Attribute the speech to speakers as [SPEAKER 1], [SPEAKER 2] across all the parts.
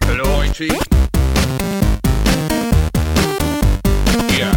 [SPEAKER 1] Gucci. Yeah.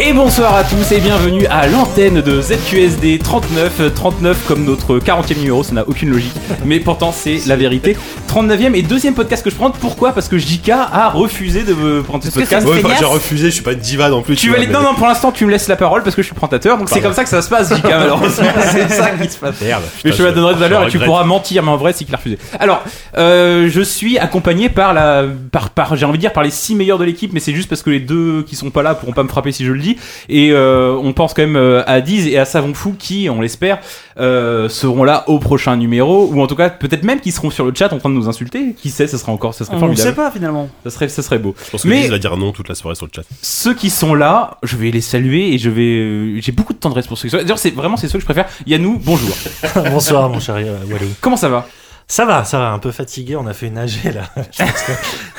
[SPEAKER 2] Et bonsoir à tous et bienvenue à l'antenne de ZQSD 39. euh, 39 comme notre 40e numéro, ça n'a aucune logique, mais pourtant c'est la vérité. 39e et deuxième podcast que je prends. Pourquoi Parce que JK a refusé de me prendre ce
[SPEAKER 3] Parce que c'est
[SPEAKER 2] podcast.
[SPEAKER 3] une Ouais, enfin, feignasse. j'ai
[SPEAKER 2] bah, refusé, je suis pas divade en plus. Tu
[SPEAKER 3] tu
[SPEAKER 2] vas
[SPEAKER 3] vois,
[SPEAKER 2] les-
[SPEAKER 3] mais-
[SPEAKER 2] Non, non, pour l'instant tu me laisses la parole parce que je suis présentateur, donc c'est
[SPEAKER 3] Pardon.
[SPEAKER 2] comme ça que ça se passe, JK, malheureusement. c'est ça qui se passe.
[SPEAKER 3] Merde,
[SPEAKER 2] mais je
[SPEAKER 3] putain,
[SPEAKER 2] te la donnerai tout à
[SPEAKER 3] je
[SPEAKER 2] l'heure et tu
[SPEAKER 3] regrette.
[SPEAKER 2] pourras mentir, mais en vrai c'est qu'il a refusé. Alors, euh, je suis accompagné par la, par, par j'ai envie de dire par les six meilleurs de l'équipe, mais c'est juste parce que les deux qui sont pas là pourront pas me frapper si je le dis. Et euh, on pense quand même euh, à Diz et à Savon Fou qui, on l'espère, euh, seront là au prochain numéro, ou en tout cas peut-être même qu'ils seront sur le chat en train de nous insulter. Qui sait, ça sera encore, ça serait
[SPEAKER 4] On ne
[SPEAKER 2] formidable.
[SPEAKER 4] sait pas finalement.
[SPEAKER 2] Ça serait, ça serait beau.
[SPEAKER 5] Je pense que
[SPEAKER 2] Mais-
[SPEAKER 5] Lise va dire non toute la soirée sur le chat.
[SPEAKER 2] ceux qui sont là, je vais les saluer et je vais. euh, J'ai beaucoup de tendresse pour ceux qui sont là. D'ailleurs, c'est vraiment c'est ceux que je préfère. Yannou, bonjour.
[SPEAKER 6] Bonsoir mon cher euh, Walou.
[SPEAKER 2] Comment ça va
[SPEAKER 6] Ça va, ça va, un peu fatigué, on a fait une AG là. Je pense que,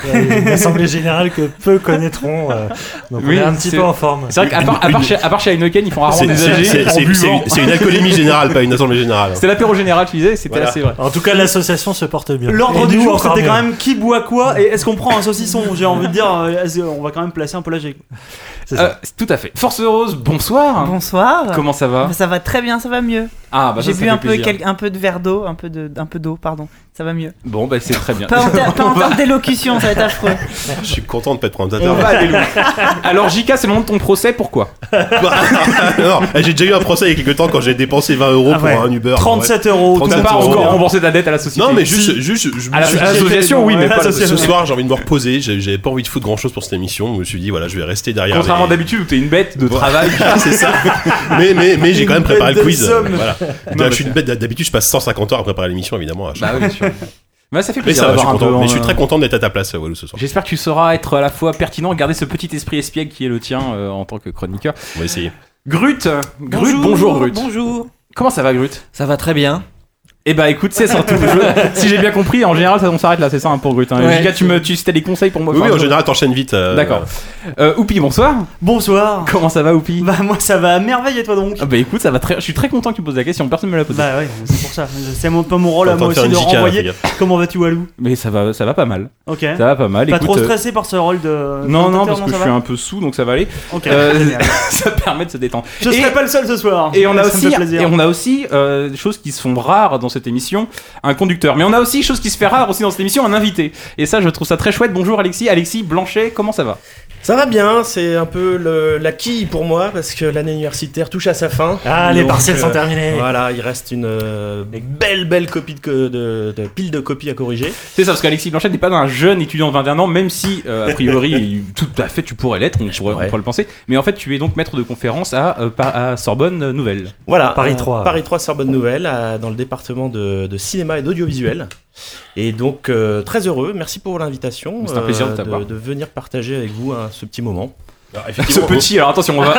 [SPEAKER 6] euh, il y a une assemblée générale que peu connaîtront. euh, donc on est un petit peu en forme.
[SPEAKER 2] C'est vrai qu'à part, à part chez, à part chez Heineken, ils font rarement
[SPEAKER 6] C'est-
[SPEAKER 2] des
[SPEAKER 6] c'est-
[SPEAKER 2] AG.
[SPEAKER 6] c'est-
[SPEAKER 2] en
[SPEAKER 6] c'est-
[SPEAKER 2] buvant.
[SPEAKER 6] c'est- c'est une alcoolémie générale, pas
[SPEAKER 5] une assemblée générale.
[SPEAKER 2] C'était l'apéro général, tu disais, c'était assez vrai.
[SPEAKER 6] En tout cas, l'association se porte bien.
[SPEAKER 4] L'ordre
[SPEAKER 6] Et
[SPEAKER 4] du
[SPEAKER 6] nous,
[SPEAKER 4] jour,
[SPEAKER 6] encore
[SPEAKER 4] c'était quand
[SPEAKER 6] mieux.
[SPEAKER 4] même qui boit quoi et est-ce qu'on prend un saucisson J'ai envie de dire, euh, est-ce- on va quand même placer un peu l'âge.
[SPEAKER 2] Euh, tout à fait. Force Rose, bonsoir.
[SPEAKER 7] Bonsoir.
[SPEAKER 2] Comment ça va
[SPEAKER 7] Bah, Ça va très bien, ça va mieux.
[SPEAKER 2] Ah, bah ça,
[SPEAKER 7] J'ai
[SPEAKER 2] ça
[SPEAKER 7] bu
[SPEAKER 2] fait
[SPEAKER 7] un peu,
[SPEAKER 2] plaisir.
[SPEAKER 7] quel- un peu de verre d'eau, un peu de- un peu d'eau, pardon. Ça va mieux.
[SPEAKER 2] Bon, bah c'est très bien.
[SPEAKER 7] Pas en, ter- pas en
[SPEAKER 2] On va-
[SPEAKER 7] termes d'élocution, ça va être affreux.
[SPEAKER 5] Je suis content de pas être présentateur.
[SPEAKER 2] On va aller loin. Alors, JK, c'est le moment de ton procès, pourquoi
[SPEAKER 5] non, eh, j'ai déjà eu un procès il y a quelques temps quand j'ai dépensé 20 euros
[SPEAKER 2] Ah
[SPEAKER 5] pour
[SPEAKER 2] ouais.
[SPEAKER 5] un Uber.
[SPEAKER 2] 37 euros, t'as pas encore remboursé ta dette à la société.
[SPEAKER 5] Non, mais juste,
[SPEAKER 2] Si.
[SPEAKER 5] juste je me
[SPEAKER 2] À la-
[SPEAKER 5] suis
[SPEAKER 2] à l'association, oui, mais pas à la
[SPEAKER 5] Ce
[SPEAKER 2] société.
[SPEAKER 5] soir, j'ai envie de me reposer. j'ai- J'avais pas envie de foutre grand chose pour cette émission. Je me suis dit, voilà, je vais rester derrière.
[SPEAKER 2] Contrairement d'habitude où t'es une bête de travail.
[SPEAKER 5] c'est ça. Mais, mais, mais j'ai quand même
[SPEAKER 2] Une
[SPEAKER 5] préparé le
[SPEAKER 2] bête de
[SPEAKER 5] quiz.
[SPEAKER 2] somme.
[SPEAKER 5] Voilà.
[SPEAKER 2] Non,
[SPEAKER 5] je suis une bête. D'habitude, je passe 150 heures à préparer l'émission, évidemment. à chaque
[SPEAKER 2] Bah oui,
[SPEAKER 5] fois.
[SPEAKER 2] bien sûr. Mais ça fait
[SPEAKER 5] Mais
[SPEAKER 2] plaisir
[SPEAKER 5] ça va, je suis
[SPEAKER 2] d'avoir un peu hein.
[SPEAKER 5] content.
[SPEAKER 2] en- euh,
[SPEAKER 5] Mais je suis très content d'être à ta place, euh, Walou, ce soir.
[SPEAKER 2] J'espère que tu sauras être à la fois pertinent et garder ce petit esprit espiègle qui est le tien euh, en tant que chroniqueur.
[SPEAKER 5] On va essayer.
[SPEAKER 2] Grut, euh, Grut, bonjour, Grut.
[SPEAKER 7] Bonjour.
[SPEAKER 2] Comment ça va Grut
[SPEAKER 8] Ça va très bien.
[SPEAKER 2] Eh bah écoute, c'est ça tout. Je- si j'ai bien compris, en général, ça on s'arrête là, c'est ça hein, pour Grut. Hein.
[SPEAKER 5] Ouais.
[SPEAKER 2] Giga, tu me, tu, si t'as des conseils pour moi.
[SPEAKER 5] Oui,
[SPEAKER 2] enfin,
[SPEAKER 5] oui, en
[SPEAKER 2] je-
[SPEAKER 5] général, t'enchaînes vite. euh,
[SPEAKER 2] D'accord. Euh, Oupi, bonsoir.
[SPEAKER 4] Bonsoir.
[SPEAKER 2] Comment ça va Oupi
[SPEAKER 4] Bah moi ça va à merveille et toi donc
[SPEAKER 2] Ah bah écoute, ça va très. Je suis très content que tu me poses la question. Personne me l'a posée.
[SPEAKER 4] Bah ouais, c'est pour ça. C'est mon, pas mon rôle à
[SPEAKER 2] T'es en
[SPEAKER 4] moi
[SPEAKER 2] train
[SPEAKER 4] aussi
[SPEAKER 2] de
[SPEAKER 4] de
[SPEAKER 2] faire une gicale,
[SPEAKER 4] renvoyer.
[SPEAKER 2] fais
[SPEAKER 4] Comment vas-tu Walou
[SPEAKER 2] Mais ça va, ça va pas mal.
[SPEAKER 4] Ok.
[SPEAKER 2] Ça va pas mal.
[SPEAKER 4] Pas
[SPEAKER 2] écoute,
[SPEAKER 4] trop
[SPEAKER 2] euh,
[SPEAKER 4] stressé par ce rôle de.
[SPEAKER 2] Non, non,
[SPEAKER 4] présentateur,
[SPEAKER 2] parce que
[SPEAKER 4] ça
[SPEAKER 2] je
[SPEAKER 4] va
[SPEAKER 2] suis un peu sous, donc ça va aller. Euh,
[SPEAKER 4] Ok.
[SPEAKER 2] ça permet de se détendre.
[SPEAKER 4] Je serai pas le seul ce soir.
[SPEAKER 2] Et on a
[SPEAKER 4] Ça me
[SPEAKER 2] aussi,
[SPEAKER 4] fait plaisir.
[SPEAKER 2] et on a aussi euh, des choses qui se font rares dans cette émission, un conducteur. Mais on a aussi chose qui se fait rare aussi dans cette émission, un invité. Et ça, je trouve ça très chouette. Bonjour Alexis, Alexis Blanchet, comment ça va
[SPEAKER 8] Ça va bien, c'est un peu le- la quille pour moi parce que l'année universitaire touche à sa fin.
[SPEAKER 6] Ah, les partiels
[SPEAKER 2] euh,
[SPEAKER 6] sont terminés.
[SPEAKER 8] Voilà, il reste une euh, belle belle copie de, co- de- de- pile de copies à corriger.
[SPEAKER 2] C'est ça, parce qu'Alexis Blanchet n'est pas un jeune étudiant de 21 ans, même si euh, a priori il- tout à fait tu pourrais l'être, on pourrait, on pourrait le penser. Mais en fait, tu es donc maître de conférence à, euh, par- à Sorbonne euh, Nouvelle.
[SPEAKER 8] Voilà, euh, Paris 3 Sorbonne Nouvelle euh, dans le département de, de cinéma et d'audiovisuel. Et donc euh, très heureux, merci pour l'invitation. euh,
[SPEAKER 2] C'est un plaisir de t'avoir.
[SPEAKER 8] de, de venir partager avec vous hein, ce petit moment.
[SPEAKER 2] Ce petit, alors attention, on va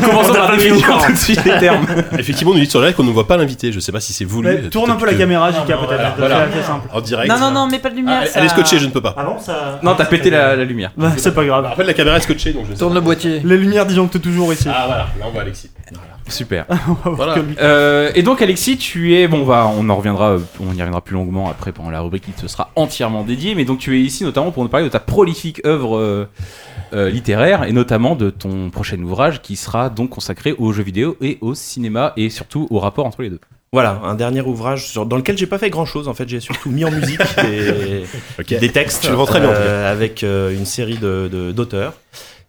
[SPEAKER 2] commencer par définir tout de suite les termes.
[SPEAKER 5] Effectivement, on nous dit sur le live qu'on ne voit pas l'invité. Je sais pas si c'est voulu.
[SPEAKER 4] Mais tourne un peu la
[SPEAKER 5] Peut-être que-
[SPEAKER 4] caméra, JK, peut-être.
[SPEAKER 5] Voilà,
[SPEAKER 4] de faire
[SPEAKER 5] voilà.
[SPEAKER 4] assez simple.
[SPEAKER 5] En direct.
[SPEAKER 7] Non, non, non, mais pas de lumière.
[SPEAKER 5] Ah, elle-
[SPEAKER 7] ça-
[SPEAKER 5] elle est scotchée, je ne peux pas.
[SPEAKER 6] Ah bon, ça.
[SPEAKER 2] Non, t'as pété la, la lumière.
[SPEAKER 4] Bah, c'est pas grave.
[SPEAKER 5] En fait, la caméra est scotchée, donc je sais.
[SPEAKER 8] Tourne le boîtier.
[SPEAKER 4] Les lumières disjonctent toujours ici.
[SPEAKER 5] Ah voilà, là on voit Alexis.
[SPEAKER 2] Super.
[SPEAKER 5] Voilà.
[SPEAKER 2] Euh, et donc Alexis, tu es bon, on va, on en reviendra, euh, on y reviendra plus longuement après pendant la rubrique qui te sera entièrement dédiée. Mais donc tu es ici notamment pour nous parler de ta prolifique œuvre euh, euh, littéraire et notamment de ton prochain ouvrage qui sera donc consacré aux jeux vidéo et au cinéma et surtout au rapport entre les deux.
[SPEAKER 8] Voilà, un dernier ouvrage sur- dans lequel j'ai pas fait grand chose en fait, j'ai surtout mis en musique des,
[SPEAKER 5] Ok.
[SPEAKER 8] des textes
[SPEAKER 5] Tu le vends très bien, en tout cas.
[SPEAKER 8] avec euh, une série de- de- d'auteurs.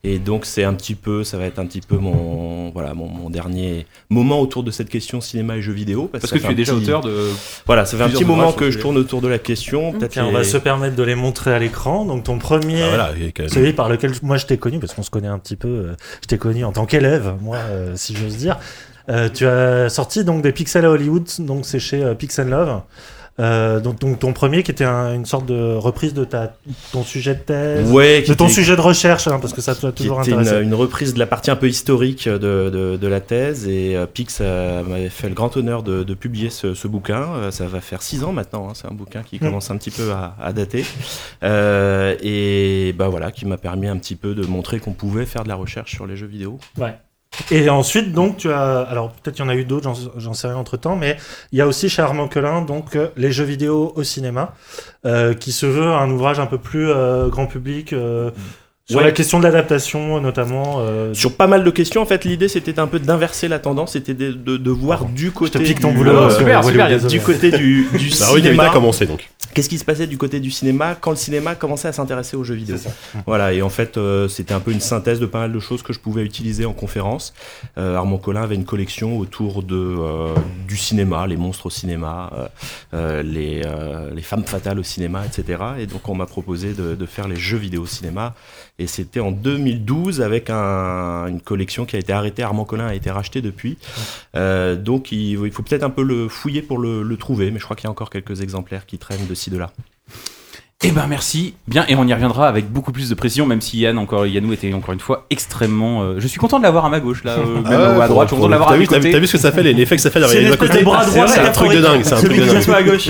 [SPEAKER 8] et donc c'est un petit peu, ça va être un petit peu mon voilà mon, mon dernier moment autour de cette question cinéma et jeux vidéo
[SPEAKER 2] Parce
[SPEAKER 8] ça
[SPEAKER 2] que
[SPEAKER 8] fait
[SPEAKER 2] tu es
[SPEAKER 8] un
[SPEAKER 2] déjà
[SPEAKER 8] petit-
[SPEAKER 2] auteur de
[SPEAKER 8] voilà, ça fait un
[SPEAKER 2] plusieurs
[SPEAKER 8] petit moment
[SPEAKER 2] ouvrages
[SPEAKER 8] que
[SPEAKER 2] sur
[SPEAKER 8] je
[SPEAKER 2] ce
[SPEAKER 8] tourne
[SPEAKER 2] sujet.
[SPEAKER 8] autour de la question. Peut-être
[SPEAKER 6] Tiens, on va
[SPEAKER 8] les-
[SPEAKER 6] se permettre de les montrer à l'écran. Donc ton premier,
[SPEAKER 8] Ah, voilà, il y a quand même-
[SPEAKER 6] celui par lequel moi je t'ai connu, parce qu'on se connaît un petit peu, euh, je t'ai connu en tant qu'élève, moi, euh, si j'ose dire. Euh, tu as sorti donc des Pixels à Hollywood, donc c'est chez euh, Pix and Love. Euh, donc, donc ton premier qui était un- une sorte de reprise de ta ton sujet de thèse,
[SPEAKER 8] Ouais,
[SPEAKER 6] de
[SPEAKER 8] qui
[SPEAKER 6] ton
[SPEAKER 8] était-
[SPEAKER 6] sujet de recherche, hein, parce que ça t'a
[SPEAKER 8] qui
[SPEAKER 6] toujours
[SPEAKER 8] était
[SPEAKER 6] intéressé.
[SPEAKER 8] une, une reprise de la partie un peu historique de, de- de la thèse. Et euh, Pix euh, m'avait fait le grand honneur de, de publier ce, ce bouquin. Euh, ça va faire six ans maintenant. hein. C'est un bouquin qui
[SPEAKER 6] Mm.
[SPEAKER 8] commence un petit peu à, à dater. Euh, et bah voilà, qui m'a permis un petit peu de montrer qu'on pouvait faire de la recherche sur les jeux vidéo.
[SPEAKER 6] Ouais. Et ensuite, donc, tu as. Alors, peut-être qu'il y en a eu d'autres, j'en- j'en sais rien entre temps, mais il y a aussi chez Armand Quelin, donc, euh, les jeux vidéo au cinéma, euh, qui se veut un ouvrage un peu plus euh, grand public. euh, Sur
[SPEAKER 8] Ouais.
[SPEAKER 6] la question de l'adaptation, notamment. euh,
[SPEAKER 8] Sur pas mal de questions, en fait, l'idée c'était un peu d'inverser la tendance, c'était de, de- de voir du côté
[SPEAKER 6] pique
[SPEAKER 8] du,
[SPEAKER 6] ton boulot, Bah
[SPEAKER 8] euh,
[SPEAKER 2] super,
[SPEAKER 6] Hollywood,
[SPEAKER 2] super, il y a
[SPEAKER 6] désolé.
[SPEAKER 8] du côté du, du
[SPEAKER 5] La rue
[SPEAKER 8] cinéma.
[SPEAKER 5] a commencé donc.
[SPEAKER 8] Qu'est-ce qui se passait du côté du cinéma quand le cinéma commençait à s'intéresser aux jeux vidéo Voilà, et en fait, euh, c'était un peu une synthèse de pas mal de choses que je pouvais utiliser en conférence. Euh, Armand Collin avait une collection autour de euh, du cinéma, les monstres au cinéma, euh, euh, les, euh, les femmes fatales au cinéma, etc. Et donc, on m'a proposé de, de faire les jeux vidéo au cinéma. Et c'était en 2012 avec un- une collection qui a été arrêtée. Armand Collin a été racheté depuis. Euh, donc, il, il faut peut-être un peu le fouiller pour le, le trouver, mais je crois qu'il y a encore quelques exemplaires qui traînent de ci, de là.
[SPEAKER 2] Eh ben merci, bien, et on y reviendra avec beaucoup plus de précision, même si Yann, encore, Yannou était encore une fois extrêmement... euh, je suis content de l'avoir à ma gauche, là, euh, même
[SPEAKER 5] Ah
[SPEAKER 2] ou à droite, je suis content de l'avoir à
[SPEAKER 5] T'as
[SPEAKER 2] mes
[SPEAKER 5] vu- t'as vu
[SPEAKER 2] côtés.
[SPEAKER 5] t'as vu ce que ça fait, les- l'effet que ça fait
[SPEAKER 4] C'est
[SPEAKER 5] d'arriver
[SPEAKER 4] une
[SPEAKER 5] à
[SPEAKER 4] espèce
[SPEAKER 5] côté
[SPEAKER 4] de bras
[SPEAKER 2] c'est
[SPEAKER 4] droit
[SPEAKER 2] un
[SPEAKER 5] truc de dingue, c'est un truc
[SPEAKER 4] Celui
[SPEAKER 5] de
[SPEAKER 4] qui
[SPEAKER 5] dingue.
[SPEAKER 4] s'assoit à gauche.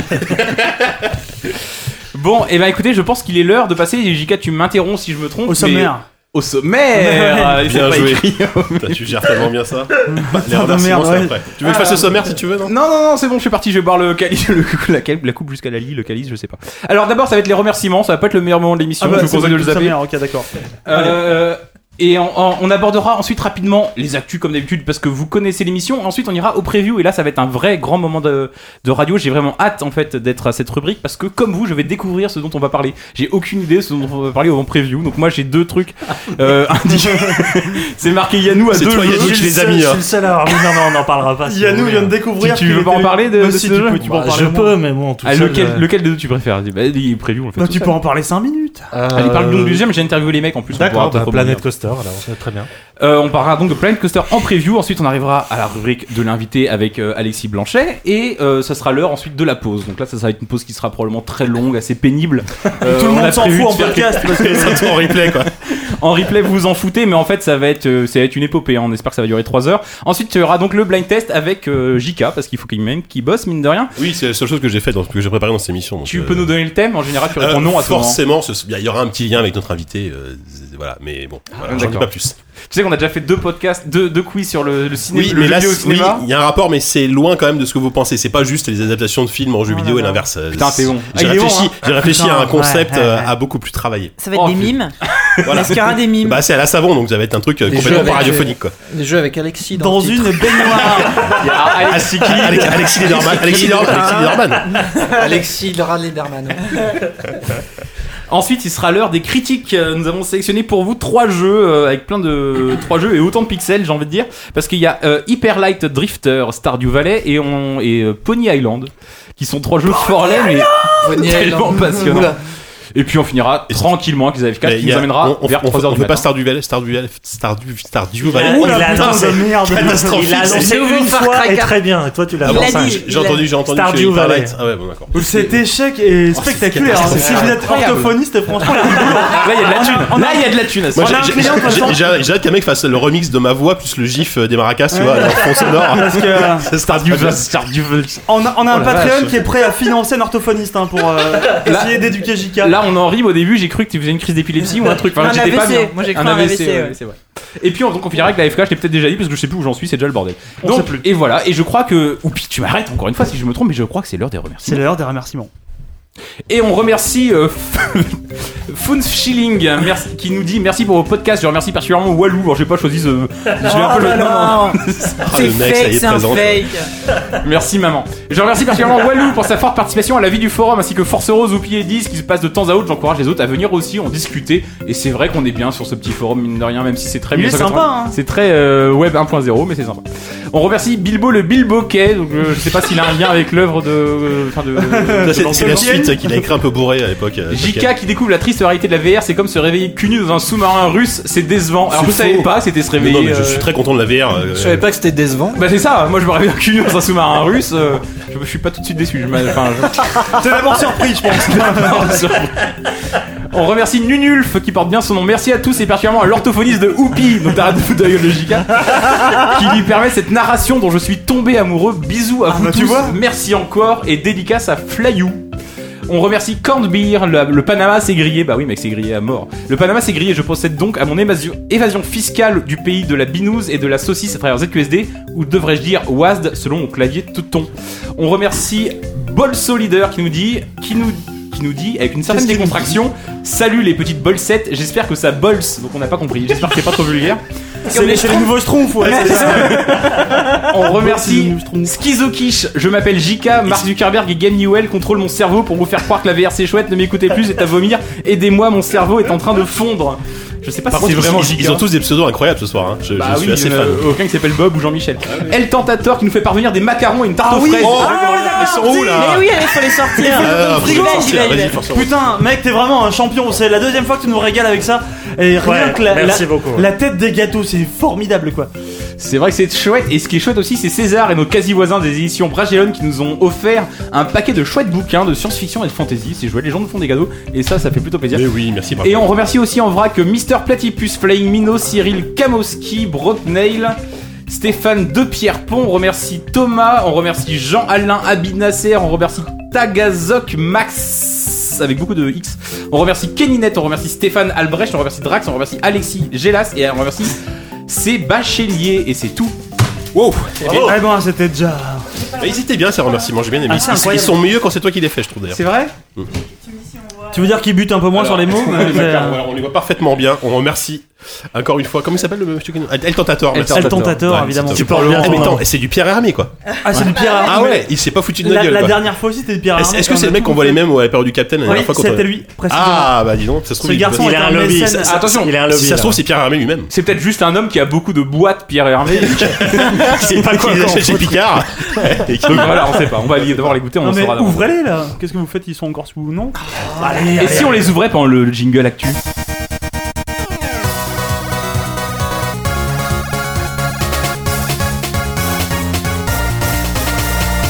[SPEAKER 2] Bon, et ben écoutez, je pense qu'il est l'heure de passer, et Jika, tu m'interromps si je me trompe.
[SPEAKER 4] Au
[SPEAKER 2] mais-
[SPEAKER 4] sommaire.
[SPEAKER 2] Au sommaire Ils
[SPEAKER 5] Bien
[SPEAKER 2] sont pas
[SPEAKER 5] joué.
[SPEAKER 2] écrits.
[SPEAKER 5] Putain, Tu gères tellement bien ça. Bah, Les
[SPEAKER 4] de
[SPEAKER 5] remerciements,
[SPEAKER 4] merde,
[SPEAKER 5] c'est
[SPEAKER 4] ouais.
[SPEAKER 5] après. Tu veux que je fasse le sommaire si tu veux, non
[SPEAKER 2] Non, non, non, c'est bon, je suis parti, je vais boire le calice, le- la, cal- la coupe jusqu'à la lie, le calice, je sais pas. Alors d'abord, ça va être les remerciements, ça va pas être le meilleur moment de l'émission,
[SPEAKER 4] Ah bah,
[SPEAKER 2] je vous
[SPEAKER 4] c'est
[SPEAKER 2] conseille de
[SPEAKER 4] le
[SPEAKER 2] le zapper.
[SPEAKER 4] sommaire, Ok, d'accord.
[SPEAKER 2] Euh, et on, on- on abordera ensuite rapidement les actus comme d'habitude parce que vous connaissez l'émission. Ensuite, on ira au preview et là, ça va être un vrai grand moment de, de radio. J'ai vraiment hâte en fait d'être à cette rubrique parce que comme vous, je vais découvrir ce dont on va parler. J'ai aucune idée de ce dont on va parler au preview. Donc moi, j'ai deux trucs. Euh, indigènes. C'est marqué Yannou à
[SPEAKER 5] C'est
[SPEAKER 2] deux
[SPEAKER 5] toi,
[SPEAKER 2] jeux.
[SPEAKER 5] Yannou, tu
[SPEAKER 6] je suis
[SPEAKER 5] les as
[SPEAKER 6] seul-
[SPEAKER 5] mis,
[SPEAKER 6] Je
[SPEAKER 5] hein.
[SPEAKER 6] suis le seul à avoir mis. Non, non, on n'en parlera pas. si vous
[SPEAKER 4] Yannou
[SPEAKER 6] voulez.
[SPEAKER 4] vient de découvrir.
[SPEAKER 2] Tu- tu veux
[SPEAKER 4] qu'il
[SPEAKER 2] pas en
[SPEAKER 4] était-
[SPEAKER 2] parler de-
[SPEAKER 4] Mais
[SPEAKER 2] de
[SPEAKER 4] si,
[SPEAKER 2] ce
[SPEAKER 4] tu
[SPEAKER 2] jeu
[SPEAKER 4] peux- tu peux en
[SPEAKER 6] Bah,
[SPEAKER 4] parler
[SPEAKER 6] je
[SPEAKER 4] au moins.
[SPEAKER 6] peux, mais bon, tout
[SPEAKER 2] Ah,
[SPEAKER 6] seul,
[SPEAKER 2] lequel,
[SPEAKER 6] euh,
[SPEAKER 2] lequel des deux tu préfères Dis, bah, dis, preview, on le fait.
[SPEAKER 4] Bah,
[SPEAKER 2] tout
[SPEAKER 4] tu
[SPEAKER 2] seul.
[SPEAKER 4] peux en parler 5 minutes.
[SPEAKER 2] Ah, il
[SPEAKER 6] euh,
[SPEAKER 2] parle donc du deuxième, j'ai interviewé les mecs en plus. on pourra
[SPEAKER 6] D'accord, bah,
[SPEAKER 2] peut-être
[SPEAKER 6] Planet Coaster, alors très bien.
[SPEAKER 2] Euh, on parlera donc de Planet Coaster en preview. Ensuite, on arrivera à la rubrique de l'invité avec euh, Alexis Blanchet. Et euh, ça sera l'heure ensuite de la pause. Donc là, ça sera une pause qui sera probablement très longue, assez pénible. Euh,
[SPEAKER 4] Tout le
[SPEAKER 2] on a
[SPEAKER 4] monde s'en
[SPEAKER 2] prévu de
[SPEAKER 4] fout en
[SPEAKER 2] faire
[SPEAKER 4] podcast parce que
[SPEAKER 5] Ça sera en replay quoi.
[SPEAKER 2] en replay, vous vous en foutez, mais en fait, ça va être, euh, ça va être une épopée. hein. On espère que ça va durer 3 heures. Ensuite, il y aura donc le blind test avec euh, JK, parce qu'il faut qu'il même qu'il bosse, mine de rien.
[SPEAKER 5] Oui, c'est la seule chose que j'ai fait, dans- que j'ai préparé dans cette émission. donc,
[SPEAKER 2] Tu
[SPEAKER 5] euh,
[SPEAKER 2] peux nous donner le thème En général, tu réponds
[SPEAKER 5] euh,
[SPEAKER 2] non à tout. hein.
[SPEAKER 5] Forcément, ce- il y aura un petit lien avec notre invité. euh, z- Voilà, mais bon, voilà, j'en dis
[SPEAKER 2] d'accord.
[SPEAKER 5] pas plus.
[SPEAKER 2] Tu sais qu'on a déjà fait deux podcasts, deux, deux quiz sur le, le ciné-
[SPEAKER 5] Oui,
[SPEAKER 2] le
[SPEAKER 5] mais
[SPEAKER 2] jeu
[SPEAKER 5] là,
[SPEAKER 2] vidéo au
[SPEAKER 5] oui,
[SPEAKER 2] cinéma.
[SPEAKER 5] il y a un rapport, mais c'est loin quand même de ce que vous pensez. C'est pas juste les adaptations de films en jeux
[SPEAKER 7] Oh là
[SPEAKER 5] vidéo et
[SPEAKER 7] là.
[SPEAKER 5] l'inverse.
[SPEAKER 2] Putain, t'es bon. Ah,
[SPEAKER 5] J'ai
[SPEAKER 2] il est bon,
[SPEAKER 5] réfléchi,
[SPEAKER 2] hein.
[SPEAKER 5] j'ai réfléchi
[SPEAKER 4] Putain,
[SPEAKER 5] à un concept
[SPEAKER 4] ouais, ouais,
[SPEAKER 5] euh,
[SPEAKER 4] ouais.
[SPEAKER 5] à beaucoup plus travailler.
[SPEAKER 7] Ça va être
[SPEAKER 2] Oh,
[SPEAKER 7] des
[SPEAKER 2] putain.
[SPEAKER 7] mimes.
[SPEAKER 5] Voilà.
[SPEAKER 7] Mascara des mimes.
[SPEAKER 5] Bah, c'est à la savon, donc ça va être un truc euh,
[SPEAKER 3] Les
[SPEAKER 5] complètement
[SPEAKER 3] jeux
[SPEAKER 5] pas
[SPEAKER 3] avec-
[SPEAKER 5] radiophonique quoi.
[SPEAKER 3] Des jeux avec Alexis dans,
[SPEAKER 4] dans
[SPEAKER 3] le titre.
[SPEAKER 4] une baignoire.
[SPEAKER 2] Ah, allez,
[SPEAKER 5] Alexis Alexis Alexis Lederman. Alexis Lederman. Alexis Lederman.
[SPEAKER 3] Alexis Laura Lederman.
[SPEAKER 2] Ensuite, il sera l'heure des critiques. Euh, Nous avons sélectionné pour vous trois jeux euh, avec plein de trois jeux et autant de pixels, j'ai envie de dire, parce qu'il y a euh, Hyper Light Drifter, Stardew Valley et on et euh, Pony Island, qui sont trois jeux fort laids, mais tellement passionnants.
[SPEAKER 3] Oula.
[SPEAKER 2] Et puis on finira
[SPEAKER 5] Et-
[SPEAKER 2] tranquillement avec les AF4
[SPEAKER 5] Mais
[SPEAKER 2] qui
[SPEAKER 5] il y
[SPEAKER 2] nous
[SPEAKER 5] a-
[SPEAKER 2] amènera
[SPEAKER 5] on- on-
[SPEAKER 2] vers
[SPEAKER 5] on-
[SPEAKER 2] 3h
[SPEAKER 5] On
[SPEAKER 2] du
[SPEAKER 5] peut
[SPEAKER 2] matin.
[SPEAKER 5] pas Stardew Valley, Stardew Valley, Stardew Stardew Valley.
[SPEAKER 4] Oh
[SPEAKER 6] Il a
[SPEAKER 4] la
[SPEAKER 6] annoncé-
[SPEAKER 4] putain de merde.
[SPEAKER 5] catastrophique.
[SPEAKER 4] Il a annoncé
[SPEAKER 3] C'est
[SPEAKER 4] une
[SPEAKER 3] nouveau Far
[SPEAKER 4] fois
[SPEAKER 3] Cry
[SPEAKER 4] et
[SPEAKER 3] quatre.
[SPEAKER 4] très
[SPEAKER 6] Très bien, et toi, tu l'as
[SPEAKER 5] Ah
[SPEAKER 3] Il
[SPEAKER 5] bon,
[SPEAKER 3] l'a
[SPEAKER 5] ça,
[SPEAKER 3] dit,
[SPEAKER 5] j'ai-
[SPEAKER 3] il
[SPEAKER 5] J'ai
[SPEAKER 3] l'a
[SPEAKER 5] entendu, j'ai entendu.
[SPEAKER 6] Stardew
[SPEAKER 5] que Hyper
[SPEAKER 6] Valley.
[SPEAKER 5] Light- Ah ouais, bon, d'accord.
[SPEAKER 4] Cet échec est spectaculaire.
[SPEAKER 2] c'est
[SPEAKER 4] Si vous êtes
[SPEAKER 2] incroyable.
[SPEAKER 4] orthophoniste, franchement,
[SPEAKER 2] Là, il y a de la thune. Là, il y a de la thune. à ce
[SPEAKER 5] Moi,
[SPEAKER 4] On
[SPEAKER 5] j'ai-
[SPEAKER 4] a un
[SPEAKER 5] j'ai-
[SPEAKER 4] client, de toute
[SPEAKER 5] j'ai-
[SPEAKER 4] façon.
[SPEAKER 5] j'ai hâte j'ai hâte qu'un mec fasse le remix de ma voix plus le gif euh, des maracas, tu vois, en fond sonore. Ah,
[SPEAKER 4] parce que euh,
[SPEAKER 5] C'est Stardew Valley.
[SPEAKER 4] on a, on a
[SPEAKER 2] Oh la
[SPEAKER 4] un Patreon
[SPEAKER 2] vache.
[SPEAKER 4] qui est prêt à financer un orthophoniste hein, pour euh, essayer d'éduquer JK.
[SPEAKER 2] Là, on en rit. mais Au début, j'ai cru que tu faisais une crise d'épilepsie ou un truc. Enfin,
[SPEAKER 7] Un
[SPEAKER 2] j'étais pas
[SPEAKER 7] AVC.
[SPEAKER 2] bien.
[SPEAKER 7] Moi, j'ai cru
[SPEAKER 2] un
[SPEAKER 7] un
[SPEAKER 2] AVC.
[SPEAKER 7] AVC,
[SPEAKER 2] ouais,
[SPEAKER 7] ouais.
[SPEAKER 2] c'est vrai. Et puis, on, donc, on finira avec la FK. Je l'ai peut-être déjà dit parce que je sais plus où j'en suis. C'est déjà le bordel. donc, et voilà. Et je crois que. Oupi, tu m'arrêtes encore une fois si je me trompe, mais je crois que c'est l'heure des
[SPEAKER 4] C'est
[SPEAKER 2] remerciements.
[SPEAKER 4] l'heure des remerciements.
[SPEAKER 2] Et on remercie euh, Fun Schilling hein, merci- qui nous dit merci pour vos podcasts. Je remercie particulièrement Walou. Alors, j'ai pas choisi ce. je vais un
[SPEAKER 7] Oh
[SPEAKER 2] peu le- hein. non, non, non.
[SPEAKER 5] Ah,
[SPEAKER 7] C'est
[SPEAKER 5] le mec, ça
[SPEAKER 7] fake,
[SPEAKER 5] y est,
[SPEAKER 7] c'est un
[SPEAKER 5] présent.
[SPEAKER 7] fake.
[SPEAKER 2] Merci maman. Je remercie particulièrement Walou pour sa forte participation à la vie du forum ainsi que Force Rose ou Pied 10 qui se passe de temps à autre. J'encourage les autres à venir aussi en discuter. Et c'est vrai qu'on est bien sur ce petit forum mine de rien même si c'est très
[SPEAKER 4] Il est
[SPEAKER 2] 1980.
[SPEAKER 4] sympa, hein.
[SPEAKER 2] C'est très euh, web 1.0 mais c'est sympa. On remercie Bilbo le Bilboquet. Donc euh, je sais pas s'il a un lien avec l'œuvre de euh, enfin de-
[SPEAKER 5] Ça,
[SPEAKER 2] de
[SPEAKER 5] C'est c'est la
[SPEAKER 2] Tolkien.
[SPEAKER 5] suite euh, qu'il a écrit un peu bourré à l'époque. euh, Tolkien.
[SPEAKER 2] JK qui découvre la triste réalité de la VR, c'est comme se réveiller cul nu dans un sous-marin russe, c'est décevant. Alors
[SPEAKER 5] C'est
[SPEAKER 2] vous
[SPEAKER 5] faux.
[SPEAKER 2] savez pas, c'était se
[SPEAKER 5] Non,
[SPEAKER 2] réveiller.
[SPEAKER 5] non, mais je
[SPEAKER 2] euh,
[SPEAKER 5] suis très content de la VR. euh,
[SPEAKER 3] Je savais pas que c'était décevant.
[SPEAKER 2] Bah c'est ça, moi je me réveille cul nu dans un sous-marin russe, euh, je, je suis pas tout de suite déçu. Je, m'a- enfin, je-
[SPEAKER 4] C'est d'abord surpris, je pense.
[SPEAKER 2] On remercie Nunulf qui porte bien son nom. Merci à tous et particulièrement à l'orthophoniste de Oupi, donc t'arrêtes de foutre de la gueule de Jika, qui lui permet cette narration dont je suis tombé amoureux. Bisous à vous
[SPEAKER 4] bah,
[SPEAKER 2] tous.
[SPEAKER 4] tu vois.
[SPEAKER 2] Merci encore et dédicace à Flayou. On remercie Corned Beer. Le, le Panama s'est grillé. Bah oui, mec, c'est grillé à mort. Le Panama s'est grillé. Je procède donc à mon évasion, évasion fiscale du pays de la binouse et de la saucisse à travers ZQSD, ou devrais-je dire WASD selon mon clavier teuton. On remercie Bolso Leader qui nous dit, qui nous, qui nous dit avec une certaine décontraction, salut les petites bolsettes. J'espère que ça bolse. Donc on n'a pas compris. J'espère que c'est pas trop vulgaire.
[SPEAKER 4] C'est les, c'est les nouveaux schtroumpfs, ouais.
[SPEAKER 5] Ah,
[SPEAKER 2] On remercie Schizokish, je m'appelle JK, Mark Zuckerberg et Game Newell contrôlent mon cerveau pour vous faire croire que la VR c'est chouette, ne m'écoutez plus, c'est à vomir, aidez-moi, mon cerveau est en train de fondre. Je sais pas
[SPEAKER 5] Par
[SPEAKER 2] si c'est
[SPEAKER 5] contre,
[SPEAKER 2] vraiment
[SPEAKER 5] ils,
[SPEAKER 2] JK.
[SPEAKER 5] ils ont tous des pseudos incroyables ce soir. hein. Je, je
[SPEAKER 2] Bah oui,
[SPEAKER 5] suis assez
[SPEAKER 2] il y en a
[SPEAKER 5] fan. Ah
[SPEAKER 2] aucun qui s'appelle Bob ou Jean-Michel. El Tentator qui nous fait parvenir des macarons et une tarte aux fraises.
[SPEAKER 5] Oh,
[SPEAKER 7] Ah,
[SPEAKER 5] ils sont où
[SPEAKER 7] Mais
[SPEAKER 5] là
[SPEAKER 7] oui, allez, faut les hein. sortir.
[SPEAKER 5] Ah, faut
[SPEAKER 7] Il
[SPEAKER 5] les
[SPEAKER 7] va, il
[SPEAKER 5] sortir,
[SPEAKER 7] va, il va.
[SPEAKER 5] vas-y, force.
[SPEAKER 4] Putain, mec, t'es vraiment un champion. C'est la deuxième fois que tu nous régales avec ça. Et rien
[SPEAKER 6] Ouais,
[SPEAKER 4] que la,
[SPEAKER 6] merci
[SPEAKER 4] la-
[SPEAKER 6] beaucoup.
[SPEAKER 4] la tête des gâteaux, c'est formidable, quoi.
[SPEAKER 2] C'est vrai que c'est chouette. Et ce qui est chouette aussi, c'est César et nos quasi-voisins des éditions Bragelonne qui nous ont offert un paquet de chouettes bouquins de science-fiction et de fantasy. C'est joué, les gens nous font des cadeaux. Et ça, ça fait plutôt plaisir.
[SPEAKER 5] Mais oui, merci. bravo.
[SPEAKER 2] Et on remercie aussi en vrac Mister Platypus, Flying Mino, Cyril Kamoski, Brotnail, Stéphane Depierre-Pont, on remercie Thomas, on remercie Jean-Alain Abinasser, on remercie Tagazok Max avec beaucoup de X. On remercie Keninette, on remercie Stéphane Albrecht, on remercie Drax, on remercie Alexis Gélas et on remercie Sébachelier et c'est tout. Wow
[SPEAKER 5] Oh.
[SPEAKER 4] Ah bon, c'était déjà.
[SPEAKER 5] Mais ils étaient bien ces remerciements, j'ai bien aimé.
[SPEAKER 4] Ah,
[SPEAKER 5] Ils-
[SPEAKER 4] c'est
[SPEAKER 5] ils- ils,
[SPEAKER 4] incroyable.
[SPEAKER 5] sont mieux quand c'est toi qui les fais, je trouve d'ailleurs.
[SPEAKER 2] C'est vrai
[SPEAKER 4] Tu veux dire qu'il bute un peu moins sur les mots mais-
[SPEAKER 5] Les
[SPEAKER 4] mais,
[SPEAKER 5] macarons,
[SPEAKER 4] euh,
[SPEAKER 5] alors, on les voit parfaitement bien. On remercie encore une fois. Comment il s'appelle le monsieur qui nous- El Tentator, merci.
[SPEAKER 4] El Tentator,
[SPEAKER 5] Ouais,
[SPEAKER 4] évidemment.
[SPEAKER 5] c'est top.
[SPEAKER 6] Tu parles bien
[SPEAKER 5] Eh,
[SPEAKER 6] ton
[SPEAKER 5] mais
[SPEAKER 6] nom.
[SPEAKER 5] attends, c'est du Pierre Hermé quoi.
[SPEAKER 4] Ah, c'est du Pierre Hermé.
[SPEAKER 5] Ah ouais, il s'est pas foutu de notre
[SPEAKER 4] La,
[SPEAKER 5] gueule.
[SPEAKER 4] la
[SPEAKER 5] quoi.
[SPEAKER 4] dernière fois aussi, c'était du Pierre
[SPEAKER 5] Est-ce
[SPEAKER 4] Hermé.
[SPEAKER 5] est-ce que c'est le mec qu'on voit les mêmes à la période du Capitaine la
[SPEAKER 4] Oui,
[SPEAKER 5] dernière fois quand
[SPEAKER 4] c'était
[SPEAKER 5] on-
[SPEAKER 4] lui, précisément.
[SPEAKER 5] Ah bah dis donc, ça se trouve
[SPEAKER 4] Ce
[SPEAKER 5] il-
[SPEAKER 4] garçon
[SPEAKER 5] il-
[SPEAKER 4] est
[SPEAKER 6] a
[SPEAKER 4] un
[SPEAKER 6] un lobby,
[SPEAKER 4] mécène.
[SPEAKER 6] ça-
[SPEAKER 2] Ah, Attention
[SPEAKER 6] Il a un lobby.
[SPEAKER 5] Si ça se trouve
[SPEAKER 6] là.
[SPEAKER 5] c'est Pierre Hermé lui-même.
[SPEAKER 2] C'est peut-être juste un homme qui a beaucoup de boîtes, Pierre Hermé.
[SPEAKER 5] C'est pas quoi chez Picard. Et qui-
[SPEAKER 2] Donc voilà, on sait pas, on va d'abord les goûter, on
[SPEAKER 4] Non
[SPEAKER 2] en
[SPEAKER 4] mais
[SPEAKER 2] saura davantage.
[SPEAKER 4] ouvrez-les là Qu'est-ce que vous faites Ils sont encore sous ou non
[SPEAKER 2] Et si on les ouvrait pendant le jingle actu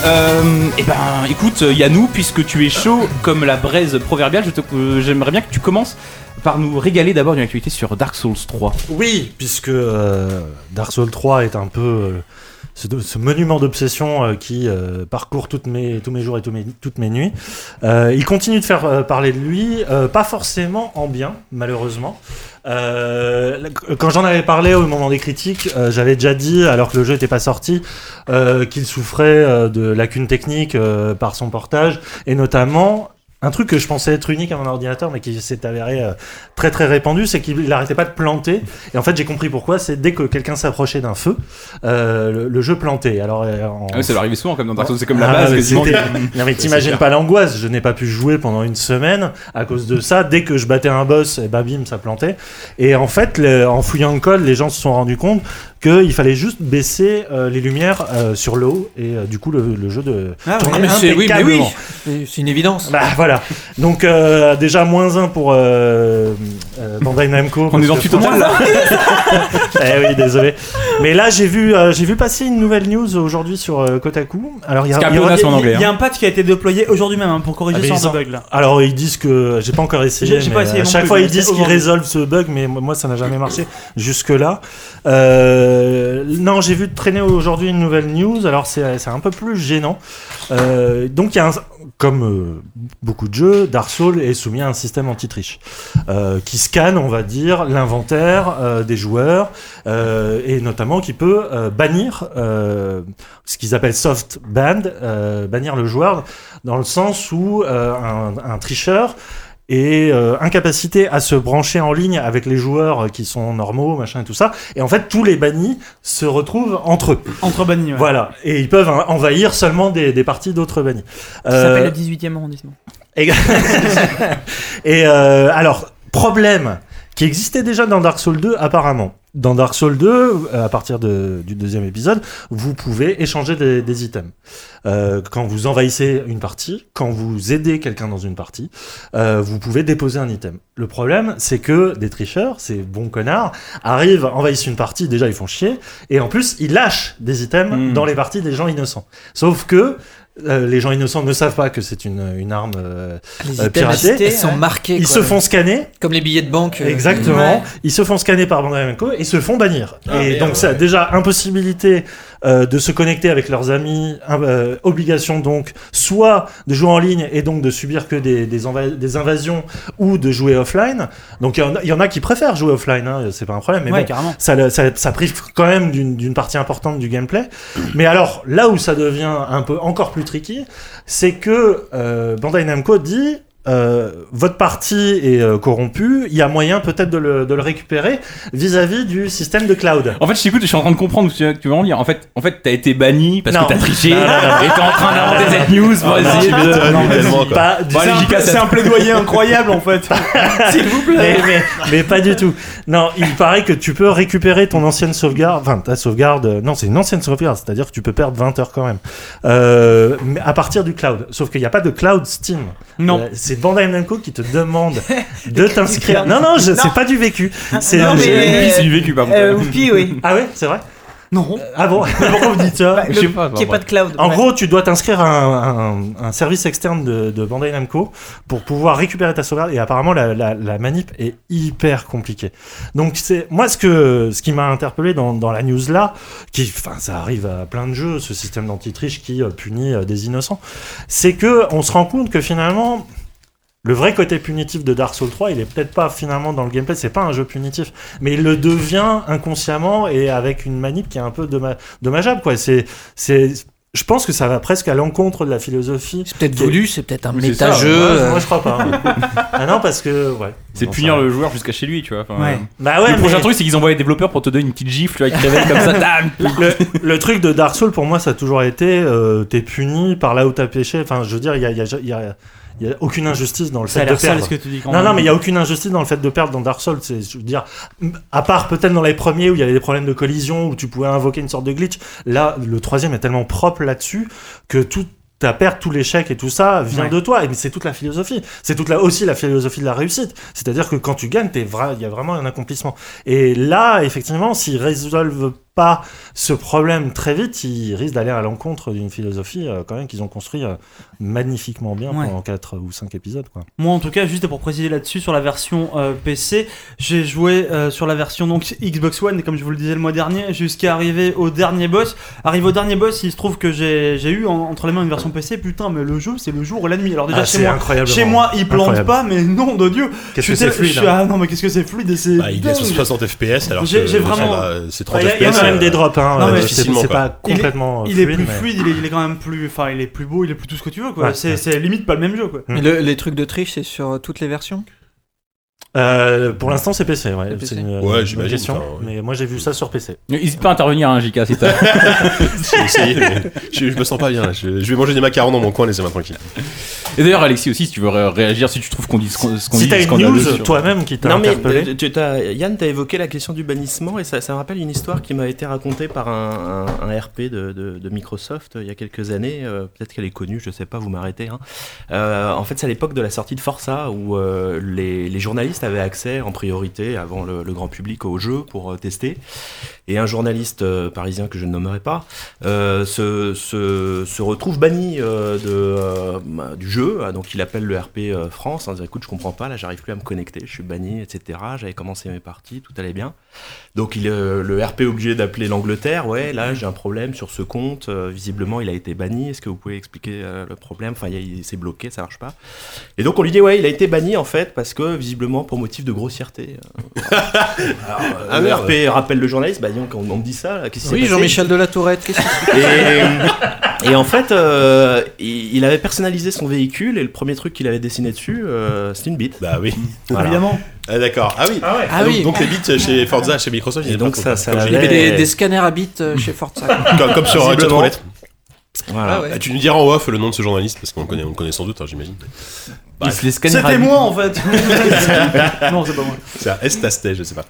[SPEAKER 2] Euh, eh ben, écoute, Yannou, puisque tu es chaud comme la braise proverbiale, je te- euh, j'aimerais bien que tu commences par nous régaler d'abord d'une actualité sur Dark Souls 3.
[SPEAKER 6] Oui, puisque euh, Dark Souls 3 est un peu euh, ce, ce monument d'obsession euh, qui euh, parcourt toutes mes, tous mes jours et tous mes- toutes mes nuits. Euh, il continue de faire euh, parler de lui, euh, pas forcément en bien, malheureusement. Euh, la- quand j'en avais parlé au moment des critiques, euh, j'avais déjà dit, alors que le jeu n'était pas sorti, euh, qu'il souffrait euh, de lacunes techniques euh, par son portage, et notamment un truc que je pensais être unique à mon ordinateur, mais qui s'est avéré euh, très très répandu, c'est qu'il n'arrêtait pas de planter. Et en fait, j'ai compris pourquoi. C'est dès que quelqu'un s'approchait d'un feu, euh, le, le jeu plantait. Alors, euh, en-
[SPEAKER 2] Ah ça doit arriver souvent comme dans Dark Souls, c'est comme la
[SPEAKER 6] Ah,
[SPEAKER 2] base.
[SPEAKER 6] mais
[SPEAKER 2] quasiment.
[SPEAKER 6] c'était- non mais t'imagines pas l'angoisse. Je n'ai pas pu jouer pendant une semaine à cause de ça. Dès que je battais un boss, et bah bim, ça plantait. Et en fait, le- en fouillant le code, les gens se sont rendus compte qu'il fallait juste baisser euh, les lumières euh, sur le haut et euh, du coup le, le jeu de
[SPEAKER 4] Ah,
[SPEAKER 6] tournait
[SPEAKER 3] mais c'est- oui, mais oui.
[SPEAKER 6] impeccablement.
[SPEAKER 3] C'est c'est une évidence.
[SPEAKER 6] Bah voilà. Donc euh, déjà moins 1 pour euh, euh, Bandai Namco.
[SPEAKER 2] On est
[SPEAKER 6] parce
[SPEAKER 2] dans
[SPEAKER 6] que
[SPEAKER 2] le tutoriel là
[SPEAKER 6] eh oui, désolé. Mais là, j'ai vu, euh, j'ai vu passer une nouvelle news aujourd'hui sur euh, Kotaku. Alors, il y a,
[SPEAKER 2] Parce qu'un
[SPEAKER 6] il y aura-
[SPEAKER 2] peu, là, c'est en anglais,
[SPEAKER 4] Il y
[SPEAKER 5] hein.
[SPEAKER 4] a un patch qui a été déployé aujourd'hui même hein, pour
[SPEAKER 6] Ah,
[SPEAKER 4] corriger
[SPEAKER 6] mais
[SPEAKER 4] ce
[SPEAKER 6] ils
[SPEAKER 4] genre
[SPEAKER 6] ont-
[SPEAKER 4] de bug là.
[SPEAKER 6] Alors, ils disent que j'ai pas encore essayé.
[SPEAKER 4] J'ai- j'ai
[SPEAKER 6] mais
[SPEAKER 4] pas essayé
[SPEAKER 6] à
[SPEAKER 4] non
[SPEAKER 6] chaque
[SPEAKER 4] plus,
[SPEAKER 6] fois,
[SPEAKER 4] mais
[SPEAKER 6] ils disent
[SPEAKER 4] c'est
[SPEAKER 6] qu'ils
[SPEAKER 4] horrible.
[SPEAKER 6] résolvent ce bug, mais moi, ça n'a jamais marché jusque là. Euh, non, j'ai vu traîner aujourd'hui une nouvelle news. Alors, c'est c'est un peu plus gênant. Euh, donc, il y a un- comme euh, beaucoup de jeux, Dark Souls est soumis à un système anti-triche euh, qui scanne, on va dire, l'inventaire euh, des joueurs euh, et notamment qui peut euh, bannir euh, ce qu'ils appellent soft ban, euh, bannir le joueur dans le sens où euh, un, un tricheur est euh, incapacité à se brancher en ligne avec les joueurs euh, qui sont normaux, machin et tout ça. Et en fait, tous les bannis se retrouvent entre eux.
[SPEAKER 4] Entre bannis. ouais.
[SPEAKER 6] Voilà. Et ils peuvent hein, envahir seulement des, des parties d'autres bannis.
[SPEAKER 7] Ça
[SPEAKER 6] Euh,
[SPEAKER 7] s'appelle le 18e arrondissement.
[SPEAKER 6] et, Et, euh, alors, problème qui existait déjà dans Dark Souls 2 apparemment. Dans Dark Souls 2, euh, à partir de- du deuxième épisode, vous pouvez échanger des, des items. Euh, quand vous envahissez une partie, quand vous aidez quelqu'un dans une partie, euh, vous pouvez déposer un item. Le problème, c'est que des tricheurs, ces bons connards, arrivent, envahissent une partie, déjà ils font chier, et en plus ils lâchent des items
[SPEAKER 2] Mm.
[SPEAKER 6] dans les parties des gens innocents. Sauf que euh, les gens innocents ne savent pas que c'est une, une arme euh,
[SPEAKER 3] Les
[SPEAKER 6] Euh,
[SPEAKER 3] items
[SPEAKER 6] piratés,
[SPEAKER 3] achetés, ils
[SPEAKER 6] ouais.
[SPEAKER 3] sont marqués.
[SPEAKER 6] ils
[SPEAKER 3] quoi.
[SPEAKER 6] se font scanner,
[SPEAKER 3] comme les billets de banque. euh,
[SPEAKER 6] exactement.
[SPEAKER 3] ouais.
[SPEAKER 6] Ils se font scanner par Bandai Namco et se font bannir.
[SPEAKER 5] Ah,
[SPEAKER 6] et
[SPEAKER 5] merde,
[SPEAKER 6] donc ça, déjà impossibilité euh, de se connecter avec leurs amis, euh, obligation donc soit de jouer en ligne et donc de subir que des, des, enva- des invasions ou de jouer offline. Donc il y en a- il y, en a qui préfèrent jouer offline, hein, c'est pas un problème, mais
[SPEAKER 4] ouais,
[SPEAKER 6] bon,
[SPEAKER 4] carrément.
[SPEAKER 6] ça, le- ça, ça prive quand même d'une d'une partie importante du gameplay. Mais alors, là où ça devient un peu encore plus tricky, c'est que euh, Bandai Namco dit. euh, votre partie est euh, corrompue, il y a moyen peut-être de le, de le récupérer vis-à-vis du système de cloud.
[SPEAKER 2] En fait, je t'écoute, je suis en train de comprendre ce que tu veux en lire. En fait, en fait, t'as été banni parce
[SPEAKER 6] Non.
[SPEAKER 2] que t'as triché
[SPEAKER 6] Non, non, non.
[SPEAKER 2] et t'es en train d'inventer cette news pour
[SPEAKER 5] Ah,
[SPEAKER 2] essayer
[SPEAKER 5] tu m'étonnes,
[SPEAKER 2] de.
[SPEAKER 5] mais tellement, quoi.
[SPEAKER 6] Pas du
[SPEAKER 2] Bon, allez,
[SPEAKER 6] tout.
[SPEAKER 2] j'y casse la-
[SPEAKER 4] C'est un plaidoyer incroyable en fait. S'il vous plaît.
[SPEAKER 6] mais, mais- mais pas du tout. Non, il paraît que tu peux récupérer ton ancienne sauvegarde. Enfin, ta sauvegarde. euh, Non, c'est une ancienne sauvegarde, c'est-à-dire que tu peux perdre 20 heures quand même. Euh, mais à partir du cloud. Sauf qu'il n'y a pas de cloud Steam.
[SPEAKER 4] Non.
[SPEAKER 6] Euh, C'est Bandai Namco qui te demande de t'inscrire. Non, non, je- c'est pas du vécu. C'est euh,
[SPEAKER 7] Non, mais-
[SPEAKER 2] Oui, c'est du vécu, par contre.
[SPEAKER 7] Euh, Oupi, oui.
[SPEAKER 6] Ah ouais, c'est vrai
[SPEAKER 4] Non.
[SPEAKER 6] Ah bon Pourquoi vous dites ça
[SPEAKER 7] Bah, le-
[SPEAKER 2] je sais pas,
[SPEAKER 7] Qu'il n'y ait
[SPEAKER 2] bah,
[SPEAKER 7] pas de cloud.
[SPEAKER 6] En
[SPEAKER 7] ouais.
[SPEAKER 6] gros, tu dois t'inscrire à un, un- un service externe de, de Bandai Namco pour pouvoir récupérer ta sauvegarde. Et apparemment, la, la- la manip est hyper compliquée. Donc, c'est moi ce que ce qui m'a interpellé dans, dans la news là, qui, enfin, ça arrive à plein de jeux, ce système d'antitriche qui euh, punit euh, des innocents, c'est que on se rend compte que finalement. Le vrai côté punitif de Dark Souls 3, il est peut-être pas finalement dans le gameplay, c'est pas un jeu punitif, mais il le devient inconsciemment et avec une manip qui est un peu domma- dommageable quoi. C'est c'est je pense que ça va presque à l'encontre de la philosophie.
[SPEAKER 3] C'est peut-être
[SPEAKER 6] Qui-
[SPEAKER 3] voulu, c'est peut-être un
[SPEAKER 2] Mais c'est ça,
[SPEAKER 3] méta-jeu.
[SPEAKER 6] Ouais,
[SPEAKER 3] euh,
[SPEAKER 6] Ah, moi je crois pas. hein. ah non parce que ouais.
[SPEAKER 2] C'est
[SPEAKER 6] Bon,
[SPEAKER 2] punir
[SPEAKER 6] ça-
[SPEAKER 2] le joueur jusqu'à chez lui, tu vois. enfin,
[SPEAKER 4] Ouais.
[SPEAKER 2] euh,
[SPEAKER 6] Bah ouais.
[SPEAKER 2] le prochain
[SPEAKER 6] mais
[SPEAKER 2] truc, c'est qu'ils envoient les développeurs pour te donner une petite gifle, tu vois, ils te réveillent comme ça, tam
[SPEAKER 6] le, le truc de Dark Souls pour moi ça a toujours été euh, t'es puni par là où t'as péché. Enfin je veux dire il y a, il y a- il y a- il y a aucune injustice dans le
[SPEAKER 4] Ça a
[SPEAKER 6] fait de
[SPEAKER 4] l'air sale
[SPEAKER 6] perdre.
[SPEAKER 4] ce que tu dis quand
[SPEAKER 6] Non,
[SPEAKER 4] même.
[SPEAKER 6] non, mais il n'y a aucune injustice dans le fait de perdre dans Dark Souls. C'est, je veux dire, à part peut-être dans les premiers où il y avait des problèmes de collision, où tu pouvais invoquer une sorte de glitch. Là, le troisième est tellement propre là-dessus que tout ta perte, tout l'échec et tout ça vient
[SPEAKER 4] Ouais.
[SPEAKER 6] de toi. Et c'est toute la philosophie. C'est toute là aussi la philosophie de la réussite. C'est-à-dire que quand tu gagnes, t'es vra- il y a vraiment un accomplissement. Et là, effectivement, s'ils résolvent pas ce problème très vite, ils risquent d'aller à l'encontre d'une philosophie euh, quand même qu'ils ont construit euh, magnifiquement bien
[SPEAKER 4] Ouais.
[SPEAKER 6] pendant 4 ou 5 épisodes. Quoi.
[SPEAKER 4] Moi, en tout cas, juste pour préciser là-dessus, sur la version euh, PC, j'ai joué euh, sur la version donc Xbox One, comme je vous le disais le mois dernier, jusqu'à arriver au dernier boss. Arrivé au dernier boss, il se trouve que j'ai j'ai eu en- entre les mains une version PC. Putain, mais le jeu, c'est le jour ou la nuit. Alors déjà
[SPEAKER 6] Ah,
[SPEAKER 4] chez
[SPEAKER 6] c'est
[SPEAKER 4] moi,
[SPEAKER 6] incroyablement-
[SPEAKER 4] chez moi, il plante
[SPEAKER 6] incroyable.
[SPEAKER 4] pas, mais non, de Dieu.
[SPEAKER 6] Qu'est-ce
[SPEAKER 4] Je
[SPEAKER 6] que
[SPEAKER 4] suis
[SPEAKER 6] c'est
[SPEAKER 4] tel-
[SPEAKER 6] fluide,
[SPEAKER 4] je
[SPEAKER 6] hein.
[SPEAKER 4] suis- Ah non, mais qu'est-ce que c'est fluide et c'est
[SPEAKER 5] Bah, il est sur
[SPEAKER 4] dingue.
[SPEAKER 5] 60 FPS alors
[SPEAKER 4] J'ai-
[SPEAKER 5] que
[SPEAKER 4] j'ai vraiment-
[SPEAKER 5] ça va, c'est 30
[SPEAKER 6] Ouais, Il y, a- il y en
[SPEAKER 5] FPS.
[SPEAKER 6] a même des drops, hein.
[SPEAKER 4] Non, mais
[SPEAKER 6] euh, c'est-
[SPEAKER 5] difficilement,
[SPEAKER 6] c'est
[SPEAKER 5] quoi.
[SPEAKER 6] pas complètement. euh,
[SPEAKER 4] Il est plus
[SPEAKER 6] mais-
[SPEAKER 4] fluide, il est, il est quand même plus, enfin, il est plus beau, il est plus tout ce que tu veux quoi.
[SPEAKER 6] Ouais.
[SPEAKER 4] c'est c'est limite pas le même jeu quoi.
[SPEAKER 3] mais le- les trucs de triche, c'est sur euh, toutes les versions
[SPEAKER 6] Euh, pour l'instant, c'est PC, ouais.
[SPEAKER 3] PC.
[SPEAKER 6] C'est une, euh,
[SPEAKER 5] Ouais,
[SPEAKER 6] une
[SPEAKER 5] j'imagine,
[SPEAKER 6] question,
[SPEAKER 5] enfin, ouais.
[SPEAKER 6] Mais moi, j'ai vu ça sur PC.
[SPEAKER 2] N'hésite pas à intervenir, hein, JK, c'est ça.
[SPEAKER 5] J'ai essayé, mais je, je me sens pas bien là. Je, je vais manger des macarons dans mon coin, laissez-moi tranquille.
[SPEAKER 2] Et d'ailleurs, Alexis aussi, si tu veux ré- réagir, si tu trouves qu'on dit ce qu'on ce qu'on
[SPEAKER 6] si
[SPEAKER 2] dit
[SPEAKER 6] t'as
[SPEAKER 2] est
[SPEAKER 6] une
[SPEAKER 2] scandaleux
[SPEAKER 6] news
[SPEAKER 2] sur-
[SPEAKER 6] toi-même qui t'a
[SPEAKER 8] Non mais
[SPEAKER 6] interpellé.
[SPEAKER 8] euh, tu, t'as- Yann, t'as évoqué la question du bannissement et ça, ça me rappelle une histoire qui m'a été racontée par un, un- un RP de, de- de Microsoft euh, il y a quelques années. euh, Peut-être qu'elle est connue, je sais pas, vous m'arrêtez. hein. Euh, en fait, c'est à l'époque de la sortie de Forza où euh, les, les journalistes avaient accès en priorité avant le, le grand public au jeu pour euh, tester. Et un journaliste euh, parisien que je ne nommerai pas euh, se, se, se retrouve banni euh, de, euh, bah, du jeu. Ah, Donc il appelle le RP euh, France en disant écoute, je comprends pas, là j'arrive plus à me connecter, je suis banni, etc. J'avais commencé mes parties, tout allait bien. Donc il, euh, le RP est obligé d'appeler l'Angleterre ouais, là j'ai un problème sur ce compte, euh, visiblement il a été banni, est-ce que vous pouvez expliquer euh, le problème Enfin, il y a- il s'est bloqué, ça marche pas. Et donc on lui dit ouais, il a été banni en fait parce que visiblement pour motif de grossièreté. Alors, euh,
[SPEAKER 5] Ah,
[SPEAKER 8] le
[SPEAKER 5] merde.
[SPEAKER 8] RP rappelle le journaliste bah dis donc, on, on me dit ça, là, qu'est-ce qui s'est
[SPEAKER 3] Oui,
[SPEAKER 8] passé
[SPEAKER 3] Jean-Michel de la Tourette, qu'est-ce que
[SPEAKER 8] et, et en fait, euh, il il avait personnalisé son véhicule et le premier truc qu'il avait dessiné dessus, euh, c'était une bite.
[SPEAKER 5] Bah oui.
[SPEAKER 8] Voilà.
[SPEAKER 4] Évidemment.
[SPEAKER 5] Ah, d'accord. Ah oui.
[SPEAKER 6] Ah ouais.
[SPEAKER 3] Ah
[SPEAKER 5] donc,
[SPEAKER 3] oui.
[SPEAKER 5] donc les bits chez Forza, chez Microsoft, il y
[SPEAKER 8] Et
[SPEAKER 5] a
[SPEAKER 8] donc
[SPEAKER 5] pas
[SPEAKER 8] ça,
[SPEAKER 5] trop-
[SPEAKER 8] ça
[SPEAKER 5] comme
[SPEAKER 3] Il y
[SPEAKER 5] j'ai-
[SPEAKER 3] avait
[SPEAKER 8] avait-
[SPEAKER 3] des, des scanners à bits euh, chez Forza.
[SPEAKER 5] comme, comme sur euh, Chat
[SPEAKER 8] Visiblement.
[SPEAKER 5] Roulette.
[SPEAKER 8] Voilà.
[SPEAKER 3] Ah ouais.
[SPEAKER 5] Bah, tu nous diras en off le nom de ce journaliste parce qu'on le connaît, on le connaît sans doute, hein, j'imagine.
[SPEAKER 2] Il se les scanne
[SPEAKER 4] C'était
[SPEAKER 2] rapidement.
[SPEAKER 4] moi en fait. non, c'est pas moi.
[SPEAKER 5] C'est un Estasté, je sais pas.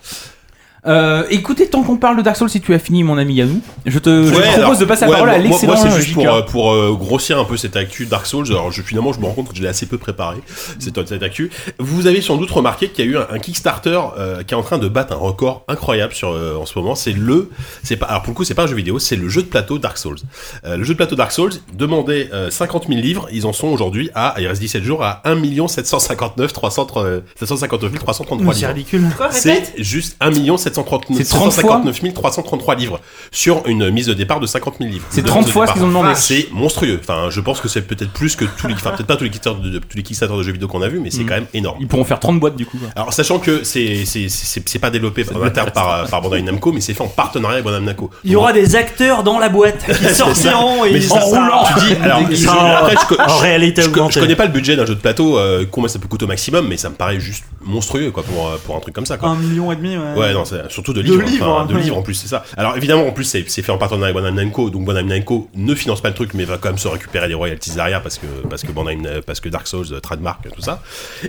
[SPEAKER 2] Euh, écoutez, tant qu'on parle de Dark Souls, si tu as fini, mon ami Yannou, je te, je te
[SPEAKER 5] Ouais,
[SPEAKER 2] propose
[SPEAKER 5] alors,
[SPEAKER 2] de passer la
[SPEAKER 5] ouais,
[SPEAKER 2] parole
[SPEAKER 5] moi-
[SPEAKER 2] à
[SPEAKER 5] moi-
[SPEAKER 2] l'excellent
[SPEAKER 5] Moi, c'est juste
[SPEAKER 2] JK.
[SPEAKER 5] pour, euh, pour, euh, grossir un peu cette actu Dark Souls. Alors, je, finalement, je me rends compte que je l'ai assez peu préparé, cette, cette actu. Vous avez sans doute remarqué qu'il y a eu un, un Kickstarter euh, qui est en train de battre un record incroyable sur, euh, en ce moment. C'est le. c'est pas Alors, pour le coup, c'est pas un jeu vidéo, c'est le jeu de plateau Dark Souls. Euh, le jeu de plateau Dark Souls demandait euh, 50 000 livres. Ils en sont aujourd'hui à, il reste 17 jours, à 1 759 300, euh, 759 333
[SPEAKER 4] Mais C'est
[SPEAKER 5] livres.
[SPEAKER 4] ridicule.
[SPEAKER 5] C'est juste 1 759 739
[SPEAKER 2] C'est 30 fois
[SPEAKER 5] 759 333 livres sur une mise de départ de 50 000 livres.
[SPEAKER 2] C'est
[SPEAKER 5] De
[SPEAKER 2] 30
[SPEAKER 5] mise de
[SPEAKER 2] fois ce
[SPEAKER 5] départ.
[SPEAKER 2] qu'ils ont demandé.
[SPEAKER 5] C'est monstrueux. Enfin, je pense que c'est peut-être plus que tous les, enfin peut-être pas tous les Kickstarter de, tous les Kickstarter de jeux vidéo qu'on a vu, mais c'est
[SPEAKER 2] Mm.
[SPEAKER 5] quand même énorme.
[SPEAKER 2] Ils pourront faire 30 boîtes du coup. quoi.
[SPEAKER 5] Alors sachant que c'est c'est- c'est c'est pas développé en interne par euh, par Bandai Namco, mais c'est fait en partenariat avec Bandai Namco.
[SPEAKER 4] Il y aura des acteurs dans la boîte qui sortiront et
[SPEAKER 5] Mais
[SPEAKER 4] ils
[SPEAKER 5] ça, ça, Tu dis, alors,
[SPEAKER 6] Ils
[SPEAKER 5] je-
[SPEAKER 6] sont-
[SPEAKER 5] après, je,
[SPEAKER 4] ah,
[SPEAKER 5] co-
[SPEAKER 6] En
[SPEAKER 5] je-
[SPEAKER 6] réalité
[SPEAKER 5] je co- je
[SPEAKER 6] augmentée.
[SPEAKER 5] connais pas le budget d'un jeu de plateau, euh, combien ça peut coûter au maximum, mais ça me paraît juste monstrueux quoi pour euh, pour un truc comme ça quoi.
[SPEAKER 4] Un million et demi, ouais.
[SPEAKER 5] Ouais, non, c'est surtout de
[SPEAKER 4] Euh, De
[SPEAKER 5] livres.
[SPEAKER 4] livres,
[SPEAKER 5] enfin,
[SPEAKER 4] hein.
[SPEAKER 5] de livres en plus, c'est ça. Alors évidemment, en plus, c'est c'est fait en partenariat avec Bandai Namco, donc Bandai Namco ne finance pas le truc, mais va quand même se récupérer les royalties derrière parce que parce que Bandai, parce que Dark Souls, euh, trademark, tout ça.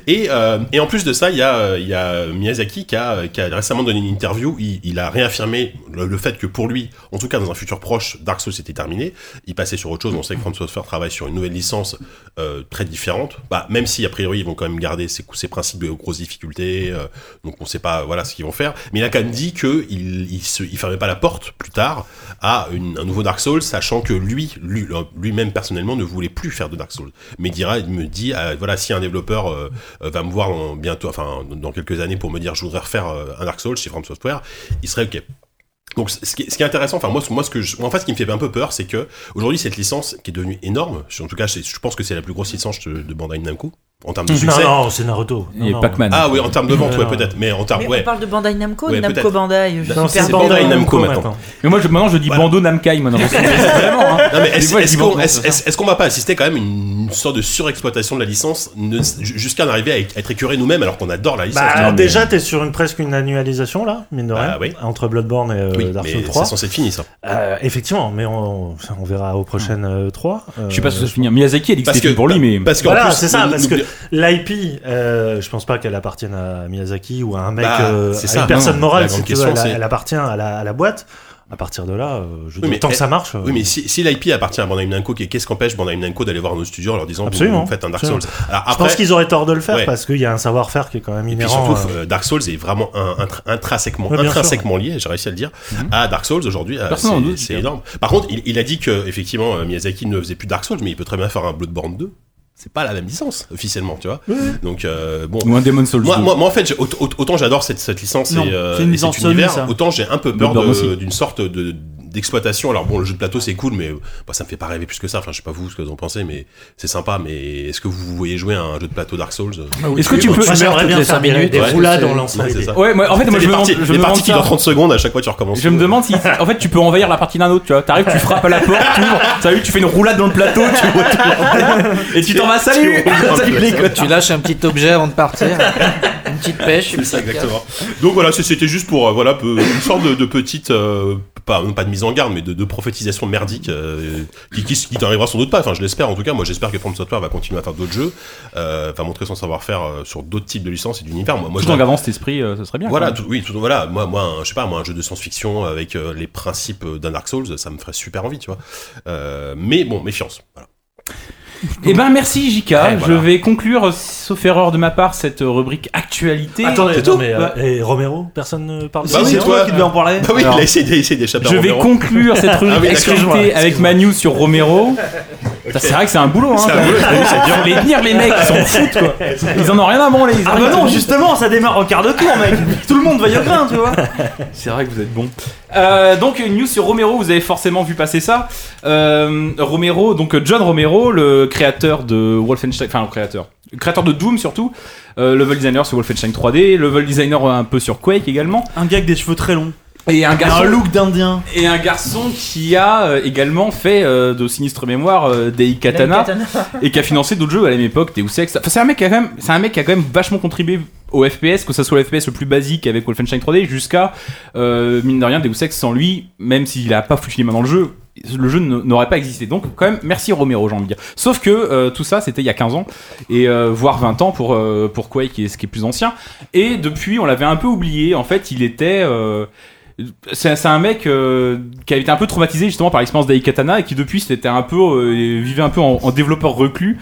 [SPEAKER 5] Et euh, et en plus de ça, il y a euh, il y a Miyazaki qui a qui a récemment donné une interview. Il, il a réaffirmé le, le fait que pour lui, en tout cas dans un futur proche, Dark Souls était terminé. Il passait sur autre chose. On sait que From Software travaille sur une nouvelle licence euh, très différente. Bah, même si a priori ils vont quand même garder ces, ces principes de grosses difficultés, euh, donc on sait pas voilà ce qu'ils vont faire. Mais il a quand même dit que il, il se, il fermait pas la porte plus tard à une- un nouveau Dark Souls, sachant que lui, lui, euh, lui-même personnellement ne voulait plus faire de Dark Souls. Mais il dira, il me dit euh, voilà si un développeur euh, euh, va me voir en- bientôt, enfin dans quelques années pour me dire je voudrais refaire euh, un Dark Souls chez From Software, il serait ok. Donc, ce qui, est, ce qui est intéressant, enfin moi, ce- moi, ce que je- moi, en fait, ce qui me fait un peu peur, c'est que aujourd'hui, cette licence qui est devenue énorme, en tout cas, c'est- je pense que c'est la plus grosse licence de, de Bandai Namco en termes de
[SPEAKER 6] Non,
[SPEAKER 5] succès.
[SPEAKER 6] non, c'est Naruto. Non,
[SPEAKER 2] Et
[SPEAKER 6] non.
[SPEAKER 2] Pac-Man.
[SPEAKER 5] Ah oui, en termes de vente, ouais,
[SPEAKER 6] Non.
[SPEAKER 5] peut-être, mais en termes,
[SPEAKER 7] Mais
[SPEAKER 5] Ah ouais.
[SPEAKER 7] on parle de Bandai Namco,
[SPEAKER 5] Ouais,
[SPEAKER 7] de Namco
[SPEAKER 5] peut-être.
[SPEAKER 7] Bandai. Je
[SPEAKER 5] Non,
[SPEAKER 6] Non,
[SPEAKER 7] suis
[SPEAKER 6] c'est
[SPEAKER 5] c'est
[SPEAKER 7] perdu.
[SPEAKER 5] Bandai
[SPEAKER 6] Bandai
[SPEAKER 5] Namco
[SPEAKER 6] Namco
[SPEAKER 5] maintenant.
[SPEAKER 6] maintenant.
[SPEAKER 2] Mais moi, je- maintenant, je dis
[SPEAKER 5] Voilà.
[SPEAKER 2] Bando Namkai maintenant. Vraiment, hein.
[SPEAKER 5] Non, mais
[SPEAKER 2] Des
[SPEAKER 5] est-ce
[SPEAKER 2] fois, je
[SPEAKER 5] est-ce
[SPEAKER 2] dis
[SPEAKER 5] qu'on
[SPEAKER 2] Bando,
[SPEAKER 5] est-ce-
[SPEAKER 2] ça.
[SPEAKER 5] est-ce- est-ce qu'on va pas assister quand même à une sorte de surexploitation de la licence ne- jusqu'à en arriver à être- à être écœuré nous-mêmes alors qu'on adore la licence
[SPEAKER 6] Bah,
[SPEAKER 5] tu vois,
[SPEAKER 6] alors
[SPEAKER 5] mais-
[SPEAKER 6] déjà, t'es sur une presque une annualisation là, mine de
[SPEAKER 5] Bah,
[SPEAKER 6] rien,
[SPEAKER 5] oui.
[SPEAKER 6] entre Bloodborne et euh,
[SPEAKER 5] oui,
[SPEAKER 6] Dark Souls
[SPEAKER 5] mais
[SPEAKER 6] 3.
[SPEAKER 5] c'est censé être fini ça.
[SPEAKER 6] Euh, effectivement, mais on, on verra aux prochaines euh, 3.
[SPEAKER 2] Je sais pas si ça
[SPEAKER 6] ce
[SPEAKER 2] se finit. Miyazaki a dit que
[SPEAKER 5] Parce
[SPEAKER 2] c'était
[SPEAKER 5] que
[SPEAKER 2] pour lui, mais.
[SPEAKER 5] parce qu'en
[SPEAKER 6] Voilà,
[SPEAKER 5] plus,
[SPEAKER 6] c'est ça,
[SPEAKER 5] nous-
[SPEAKER 6] parce que
[SPEAKER 5] nous-
[SPEAKER 6] l'IP, euh, je pense pas qu'elle appartienne à Miyazaki ou à un mec,
[SPEAKER 5] Bah,
[SPEAKER 6] euh,
[SPEAKER 5] c'est
[SPEAKER 6] à
[SPEAKER 5] ça,
[SPEAKER 6] une personne
[SPEAKER 5] non, la
[SPEAKER 6] morale,
[SPEAKER 5] grande
[SPEAKER 6] si tu veux,
[SPEAKER 5] question,
[SPEAKER 6] elle,
[SPEAKER 5] c'est-
[SPEAKER 6] elle appartient à la, à la boîte. À partir de là, euh, je
[SPEAKER 5] Oui,
[SPEAKER 6] veux dire,
[SPEAKER 5] mais- eh,
[SPEAKER 6] tant que ça marche. euh,
[SPEAKER 5] Oui, mais si, si l'IP appartient à Bandai Namco, qu'est- qu'est-ce qu'empêche Bandai Namco d'aller voir nos studios en leur disant
[SPEAKER 6] Absolument.
[SPEAKER 5] vous, vous faites un Dark Souls
[SPEAKER 6] Absolument.
[SPEAKER 5] Alors
[SPEAKER 6] Je pense
[SPEAKER 5] après,
[SPEAKER 6] qu'ils auraient tort de le faire
[SPEAKER 5] Ouais.
[SPEAKER 6] parce qu'il y a un savoir-faire qui est quand même
[SPEAKER 5] et puis
[SPEAKER 6] inhérent.
[SPEAKER 5] surtout,
[SPEAKER 6] euh,
[SPEAKER 5] euh, Dark Souls est vraiment un, intr- intrinsèquement,
[SPEAKER 6] Ouais, bien sûr.
[SPEAKER 5] intrinsèquement lié, j'ai réussi à le dire, à Dark Souls aujourd'hui. euh,
[SPEAKER 2] Personne n'en
[SPEAKER 5] C'est
[SPEAKER 2] doute,
[SPEAKER 5] c'est
[SPEAKER 2] d'ailleurs.
[SPEAKER 5] énorme. Par contre, il, il a dit que effectivement euh, Miyazaki ne faisait plus Dark Souls, mais il peut très bien faire un Bloodborne 2. C'est pas la même licence officiellement, tu vois. Donc euh, bon,
[SPEAKER 2] Ou un Demon Souls.
[SPEAKER 5] Moi,
[SPEAKER 2] deux.
[SPEAKER 5] moi, moi, en fait, j'ai- aut- aut- autant j'adore cette, cette licence
[SPEAKER 4] Non,
[SPEAKER 5] et, euh,
[SPEAKER 4] c'est une
[SPEAKER 5] et
[SPEAKER 4] licence
[SPEAKER 5] cet
[SPEAKER 4] Sony,
[SPEAKER 5] univers,
[SPEAKER 4] ça.
[SPEAKER 5] autant j'ai un peu peur
[SPEAKER 2] Bloodborne
[SPEAKER 5] de-
[SPEAKER 2] aussi.
[SPEAKER 5] d'une sorte de d'exploitation. Alors bon, le jeu de plateau c'est cool, mais bah, ça me fait pas rêver plus que ça. Enfin, je sais pas vous ce que vous en pensez, mais c'est sympa. Mais est-ce que vous voyez jouer à un jeu de plateau Dark Souls
[SPEAKER 3] Ah
[SPEAKER 5] Euh,
[SPEAKER 2] Est-ce que tu peux.
[SPEAKER 6] moi, j'aimerais bien
[SPEAKER 9] les
[SPEAKER 6] faire
[SPEAKER 9] cinq
[SPEAKER 6] des-
[SPEAKER 9] minutes,
[SPEAKER 6] des
[SPEAKER 5] ouais,
[SPEAKER 6] roulades
[SPEAKER 9] c'est-
[SPEAKER 6] dans l'ensemble.
[SPEAKER 5] Ouais, c'est
[SPEAKER 6] des-
[SPEAKER 5] ça.
[SPEAKER 2] Ouais, moi, en fait, moi,
[SPEAKER 5] les
[SPEAKER 2] je me demande.
[SPEAKER 5] parties,
[SPEAKER 2] je me
[SPEAKER 5] les
[SPEAKER 2] demande
[SPEAKER 5] parties qui
[SPEAKER 2] ça.
[SPEAKER 5] durent 30 secondes, à chaque fois tu recommences.
[SPEAKER 2] Je me demande si, en fait, tu peux envahir la partie d'un autre, tu vois. T'arrives, tu frappes à la porte, tu ouvres, salut, tu fais une roulade dans le plateau, tu vois, tu- et tu t'en vas, salut,
[SPEAKER 5] Tu roules un
[SPEAKER 2] salut
[SPEAKER 5] peu.
[SPEAKER 2] les gars.
[SPEAKER 3] Tu lâches un petit objet avant de partir. Une petite pêche.
[SPEAKER 5] C'est ça, exactement. Donc voilà, c'est- c'était juste pour euh, voilà peu- une sorte de, de petite euh, pas non pas de mise en garde, mais de, de prophétisation merdique euh, qui qui, qui t'arrivera sans doute pas. Enfin, je l'espère en tout cas. Moi, j'espère que From Software va continuer à faire d'autres jeux, euh, va montrer son savoir-faire euh, sur d'autres types de licences et d'univers. Moi, moi,
[SPEAKER 2] Tout
[SPEAKER 5] je-
[SPEAKER 2] en gardant cet esprit, euh, ce serait bien.
[SPEAKER 5] voilà,
[SPEAKER 2] quand même.
[SPEAKER 5] tout- oui, tout, voilà. Moi, moi, un- je sais pas, moi, un jeu de science-fiction avec euh, les principes d'un Dark Souls, ça me ferait super envie, tu vois. Euh, mais bon, méfiance. Voilà.
[SPEAKER 2] Eh ben, merci, JK.
[SPEAKER 5] Ouais,
[SPEAKER 2] Je
[SPEAKER 5] voilà.
[SPEAKER 2] vais conclure, euh, sauf erreur de ma part, cette euh, rubrique actualité.
[SPEAKER 6] Attendez,
[SPEAKER 2] C'est
[SPEAKER 6] non,
[SPEAKER 2] tout.
[SPEAKER 6] mais, euh,
[SPEAKER 2] Bah,
[SPEAKER 6] et Romero, personne ne parle de
[SPEAKER 5] Bah
[SPEAKER 6] ça
[SPEAKER 5] oui,
[SPEAKER 4] c'est
[SPEAKER 5] c'est toi.
[SPEAKER 4] toi qui devais en parler.
[SPEAKER 5] Bah oui,
[SPEAKER 2] Alors,
[SPEAKER 5] il a essayé d'é- essayé d'échapper à
[SPEAKER 2] Je vais
[SPEAKER 5] Romero.
[SPEAKER 2] conclure cette rubrique
[SPEAKER 5] Ah oui, d'accord,
[SPEAKER 2] actualité avec Manu sur Romero. Putain, C'est vrai que c'est un boulot, hein.
[SPEAKER 5] C'est un
[SPEAKER 2] quand
[SPEAKER 5] boulot,
[SPEAKER 2] même. les tenir, les mecs, ils s'en foutent, quoi. Ils en ont rien à branler. ils
[SPEAKER 4] Ah
[SPEAKER 2] arrivent
[SPEAKER 4] bah
[SPEAKER 2] à
[SPEAKER 4] non,
[SPEAKER 2] tout-
[SPEAKER 4] justement, ça démarre au quart de tour, mec. Tout le monde va y au grain, tu vois.
[SPEAKER 2] C'est vrai que vous êtes bon. Euh, donc une news sur Romero, vous avez forcément vu passer ça. Euh, Romero, donc John Romero, le créateur de Wolfenstein, enfin le créateur, le créateur de Doom surtout, euh, level designer sur Wolfenstein 3D, level designer un peu sur Quake également,
[SPEAKER 4] Un gars avec des cheveux très longs.
[SPEAKER 2] et un
[SPEAKER 4] Et un
[SPEAKER 2] garçon,
[SPEAKER 4] look d'indien.
[SPEAKER 2] et un garçon qui a euh, également fait euh, de sinistre mémoire euh, Dei Katana et qui a financé d'autres jeux à la même époque, Deus Ex. Enfin, c'est un mec qui a quand même, c'est un mec qui a quand même vachement contribué au FPS, que ça soit le FPS le plus basique avec Wolfenstein 3D jusqu'à euh, mine de rien Deus Ex sans lui, même s'il a pas foutu les mains dans le jeu, le jeu ne- n'aurait pas existé. Donc quand même merci Romero, j'ai envie de dire. Sauf que euh, tout ça c'était il y a 15 ans et euh, voire 20 ans pour euh, pour Quake qui est ce qui est plus ancien et depuis on l'avait un peu oublié en fait, il était euh, c'est c'est un mec euh, qui a été un peu traumatisé justement par l'expérience d'Aikatana et qui depuis c'était un peu euh, vivait un peu en, en développeur reclus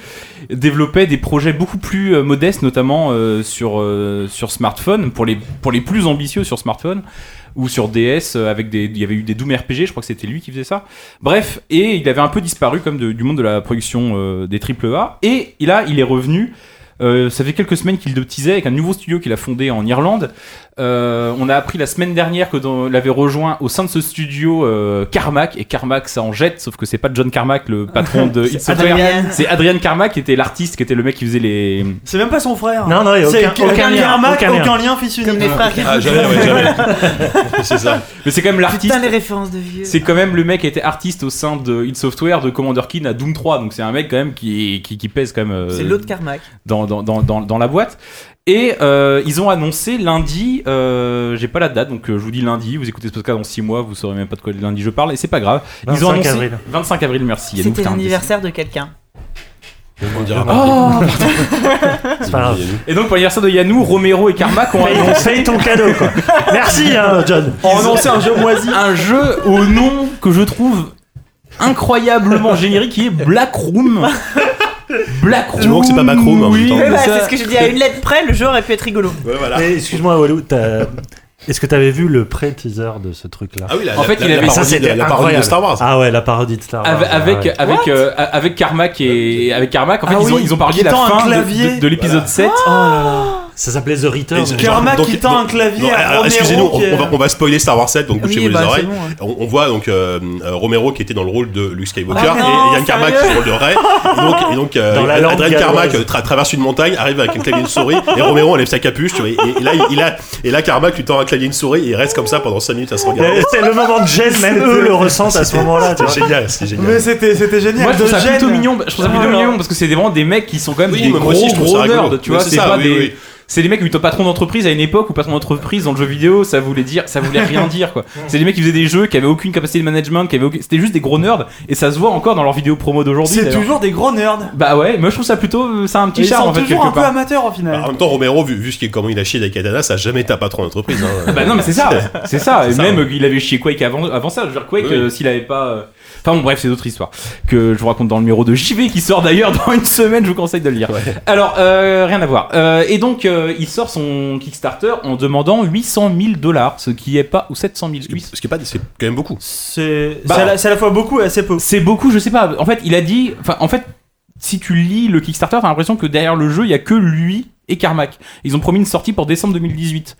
[SPEAKER 2] développait des projets beaucoup plus euh, modestes notamment euh, sur euh, sur smartphone pour les pour les plus ambitieux sur smartphone ou sur DS euh, avec des il y avait eu des Doom RPG je crois que c'était lui qui faisait ça bref et il avait un peu disparu comme de- du monde de la production euh, des triple A et là il est revenu Euh, ça fait quelques semaines qu'il le teasait avec un nouveau studio qu'il a fondé en Irlande. Euh, on a appris la semaine dernière que dans- l'avait rejoint au sein de ce studio euh, Carmack et Carmack ça en jette sauf que c'est pas John Carmack le patron
[SPEAKER 5] Euh,
[SPEAKER 2] de It's Software.
[SPEAKER 4] Adrian.
[SPEAKER 2] c'est Adrian Carmack qui était l'artiste qui était le mec qui faisait les
[SPEAKER 4] C'est même pas son frère.
[SPEAKER 6] Non, non, il y a
[SPEAKER 4] C'est
[SPEAKER 6] aucun, aucun lien.
[SPEAKER 4] Mac,
[SPEAKER 6] aucun lien.
[SPEAKER 4] aucun lien, fils unique.
[SPEAKER 7] Comme les frères Grimm.
[SPEAKER 5] Ah, jamais, ouais, jamais. c'est ça.
[SPEAKER 2] mais c'est quand même l'artiste
[SPEAKER 7] Putain, les références de vieux.
[SPEAKER 2] C'est quand même le mec qui était artiste au sein de id Software, de Commander Keen à Doom 3. Donc c'est un mec quand même qui, qui, qui pèse quand même euh,
[SPEAKER 7] C'est l'autre Carmack.
[SPEAKER 2] dans, dans, dans, dans, dans la boîte. Et euh, ils ont annoncé lundi, euh, j'ai pas la date, donc euh, je vous dis lundi, vous écoutez ce podcast dans 6 mois, vous saurez même pas de quoi lundi je parle, et c'est pas grave. Ils ont
[SPEAKER 6] 25
[SPEAKER 2] annoncé
[SPEAKER 6] avril.
[SPEAKER 2] 25 avril, merci. Yannou,
[SPEAKER 7] C'était
[SPEAKER 2] putain,
[SPEAKER 7] l'anniversaire de quelqu'un.
[SPEAKER 5] On dira
[SPEAKER 2] c'est-
[SPEAKER 5] pas.
[SPEAKER 2] Oh
[SPEAKER 6] C'est pas grave.
[SPEAKER 2] et donc pour l'anniversaire de Yannou, Romero et Carmack ont
[SPEAKER 6] Paye,
[SPEAKER 2] annoncé,
[SPEAKER 6] paye ton cadeau, quoi. Merci, hein, John.
[SPEAKER 2] ont annoncé un jeu moisi, un jeu au nom que je trouve incroyablement générique qui est Black Room. Black Room.
[SPEAKER 5] Du moment que c'est pas Back Room, en même temps.
[SPEAKER 2] oui,
[SPEAKER 7] Ouais, bah,
[SPEAKER 2] ça-
[SPEAKER 7] c'est ce que je dis à une lettre près, le jeu aurait pu être rigolo.
[SPEAKER 5] Ouais, voilà.
[SPEAKER 6] Mais excuse-moi, Walou, t'as- est-ce que t'avais vu le pré-teaser de ce truc-là
[SPEAKER 5] Ah oui, la,
[SPEAKER 2] En
[SPEAKER 5] la-
[SPEAKER 2] fait,
[SPEAKER 5] la-
[SPEAKER 2] il avait-
[SPEAKER 5] la
[SPEAKER 2] Mais
[SPEAKER 6] ça,
[SPEAKER 5] parodie, de,
[SPEAKER 6] c'était
[SPEAKER 5] la parodie de
[SPEAKER 6] incroyable.
[SPEAKER 5] Star Wars.
[SPEAKER 6] Ah ouais, la parodie de Star Wars.
[SPEAKER 5] Ah,
[SPEAKER 6] Ah
[SPEAKER 2] Avec avec
[SPEAKER 6] ouais.
[SPEAKER 2] avec, euh, avec Carmack et avec Carmack en fait
[SPEAKER 4] Ah
[SPEAKER 2] ils ont
[SPEAKER 4] oui,
[SPEAKER 2] ils ont parlé
[SPEAKER 4] qui
[SPEAKER 2] la
[SPEAKER 4] tend un
[SPEAKER 2] fin de-
[SPEAKER 4] clavier.
[SPEAKER 2] de, de l'épisode 7
[SPEAKER 6] Ça s'appelait The Return.
[SPEAKER 5] Et-
[SPEAKER 4] Carmack
[SPEAKER 5] Donc,
[SPEAKER 4] qui tend
[SPEAKER 5] donc-
[SPEAKER 4] un clavier
[SPEAKER 5] Non,
[SPEAKER 4] à
[SPEAKER 5] alors,
[SPEAKER 4] Romero
[SPEAKER 5] Excusez-nous, on,
[SPEAKER 4] qui est-
[SPEAKER 5] on va, on va spoiler Star Wars 7, donc bouchez-vous
[SPEAKER 7] Oui,
[SPEAKER 5] les
[SPEAKER 7] bah, c'est
[SPEAKER 5] oreilles.
[SPEAKER 7] bon. hein.
[SPEAKER 5] On, on voit donc euh, euh, Romero qui était dans le rôle de Luke Skywalker
[SPEAKER 7] Ah non,
[SPEAKER 5] et Yann Carmack qui est dans le rôle de Rey. Et donc, et donc, euh,
[SPEAKER 6] Dans la
[SPEAKER 5] Ad-
[SPEAKER 6] langue
[SPEAKER 5] Adrien
[SPEAKER 6] galloise.
[SPEAKER 5] Carmack euh, tra- traverse une montagne, arrive avec un clavier et une souris et Romero enlève sa capuche. tu vois, et, et là, il, il a, et là, Carmack lui tend un clavier et une souris et il reste comme ça pendant 5 minutes à se regarder.
[SPEAKER 6] Et C'est le moment de gêne, même eux le ressentent à ce moment-là. tu vois.
[SPEAKER 5] C'est génial, c'est génial.
[SPEAKER 4] Mais c'était c'était génial.
[SPEAKER 2] moi je trouve
[SPEAKER 4] de
[SPEAKER 2] ça
[SPEAKER 4] gêne.
[SPEAKER 2] plutôt mignon je trouve ça
[SPEAKER 4] Oh
[SPEAKER 2] plutôt
[SPEAKER 4] là.
[SPEAKER 2] mignon parce que c'est des- vraiment des mecs qui sont quand même
[SPEAKER 5] Oui,
[SPEAKER 2] des
[SPEAKER 5] mais
[SPEAKER 2] gros
[SPEAKER 5] moi aussi, je trouve ça
[SPEAKER 2] gros
[SPEAKER 5] rigolo.
[SPEAKER 2] nerds tu
[SPEAKER 5] Oui,
[SPEAKER 2] vois
[SPEAKER 5] c'est
[SPEAKER 2] c'est
[SPEAKER 5] ça,
[SPEAKER 2] pas
[SPEAKER 5] oui,
[SPEAKER 2] des
[SPEAKER 5] oui.
[SPEAKER 2] c'est des mecs qui étaient patron d'entreprise à une époque où patron d'entreprise dans le jeu vidéo ça voulait dire ça voulait rien dire quoi c'est des mecs qui faisaient des jeux qui avaient aucune capacité de management qui avaient aucune- c'était juste des gros nerds et ça se voit encore dans leurs vidéos promo d'aujourd'hui
[SPEAKER 4] C'est
[SPEAKER 2] d'ailleurs.
[SPEAKER 4] toujours des gros nerds.
[SPEAKER 2] bah ouais moi je trouve ça plutôt euh, ça a un petit
[SPEAKER 4] Ils
[SPEAKER 2] charme
[SPEAKER 4] sont
[SPEAKER 2] en fait
[SPEAKER 4] toujours
[SPEAKER 2] quelque
[SPEAKER 4] un peu
[SPEAKER 2] part
[SPEAKER 4] amateurs au
[SPEAKER 5] Bah, en
[SPEAKER 4] final.
[SPEAKER 5] même temps, Romero, vu, vu ce qui est, comment il a chié avec Katana, ça a jamais été un patron d'entreprise. hein.
[SPEAKER 2] Bah non, mais c'est ça, c'est ça. Et
[SPEAKER 5] ça,
[SPEAKER 2] même
[SPEAKER 5] ouais.
[SPEAKER 2] il avait chié Quake avant, avant ça. Je veux dire, Quake,
[SPEAKER 5] Oui.
[SPEAKER 2] euh, s'il avait pas. euh, Enfin bon, bref, c'est d'autres histoires que je vous raconte dans le numéro de JV qui sort d'ailleurs dans une semaine. Je vous conseille de le lire. Alors, euh, rien à voir. Euh, et donc, euh, il sort son Kickstarter en demandant 800 000 dollars, ce qui est pas. ou 700 000. huit-
[SPEAKER 5] Ce qui est pas, c'est quand même beaucoup.
[SPEAKER 4] C'est
[SPEAKER 2] Bah.
[SPEAKER 4] c'est à, la- c'est à la fois beaucoup et assez peu.
[SPEAKER 2] C'est beaucoup, je sais pas. En fait, il a dit. Enfin, en fait, si tu lis le Kickstarter, t'as l'impression que derrière le jeu, il y a que lui et Carmack. Ils ont promis une sortie pour décembre 2018.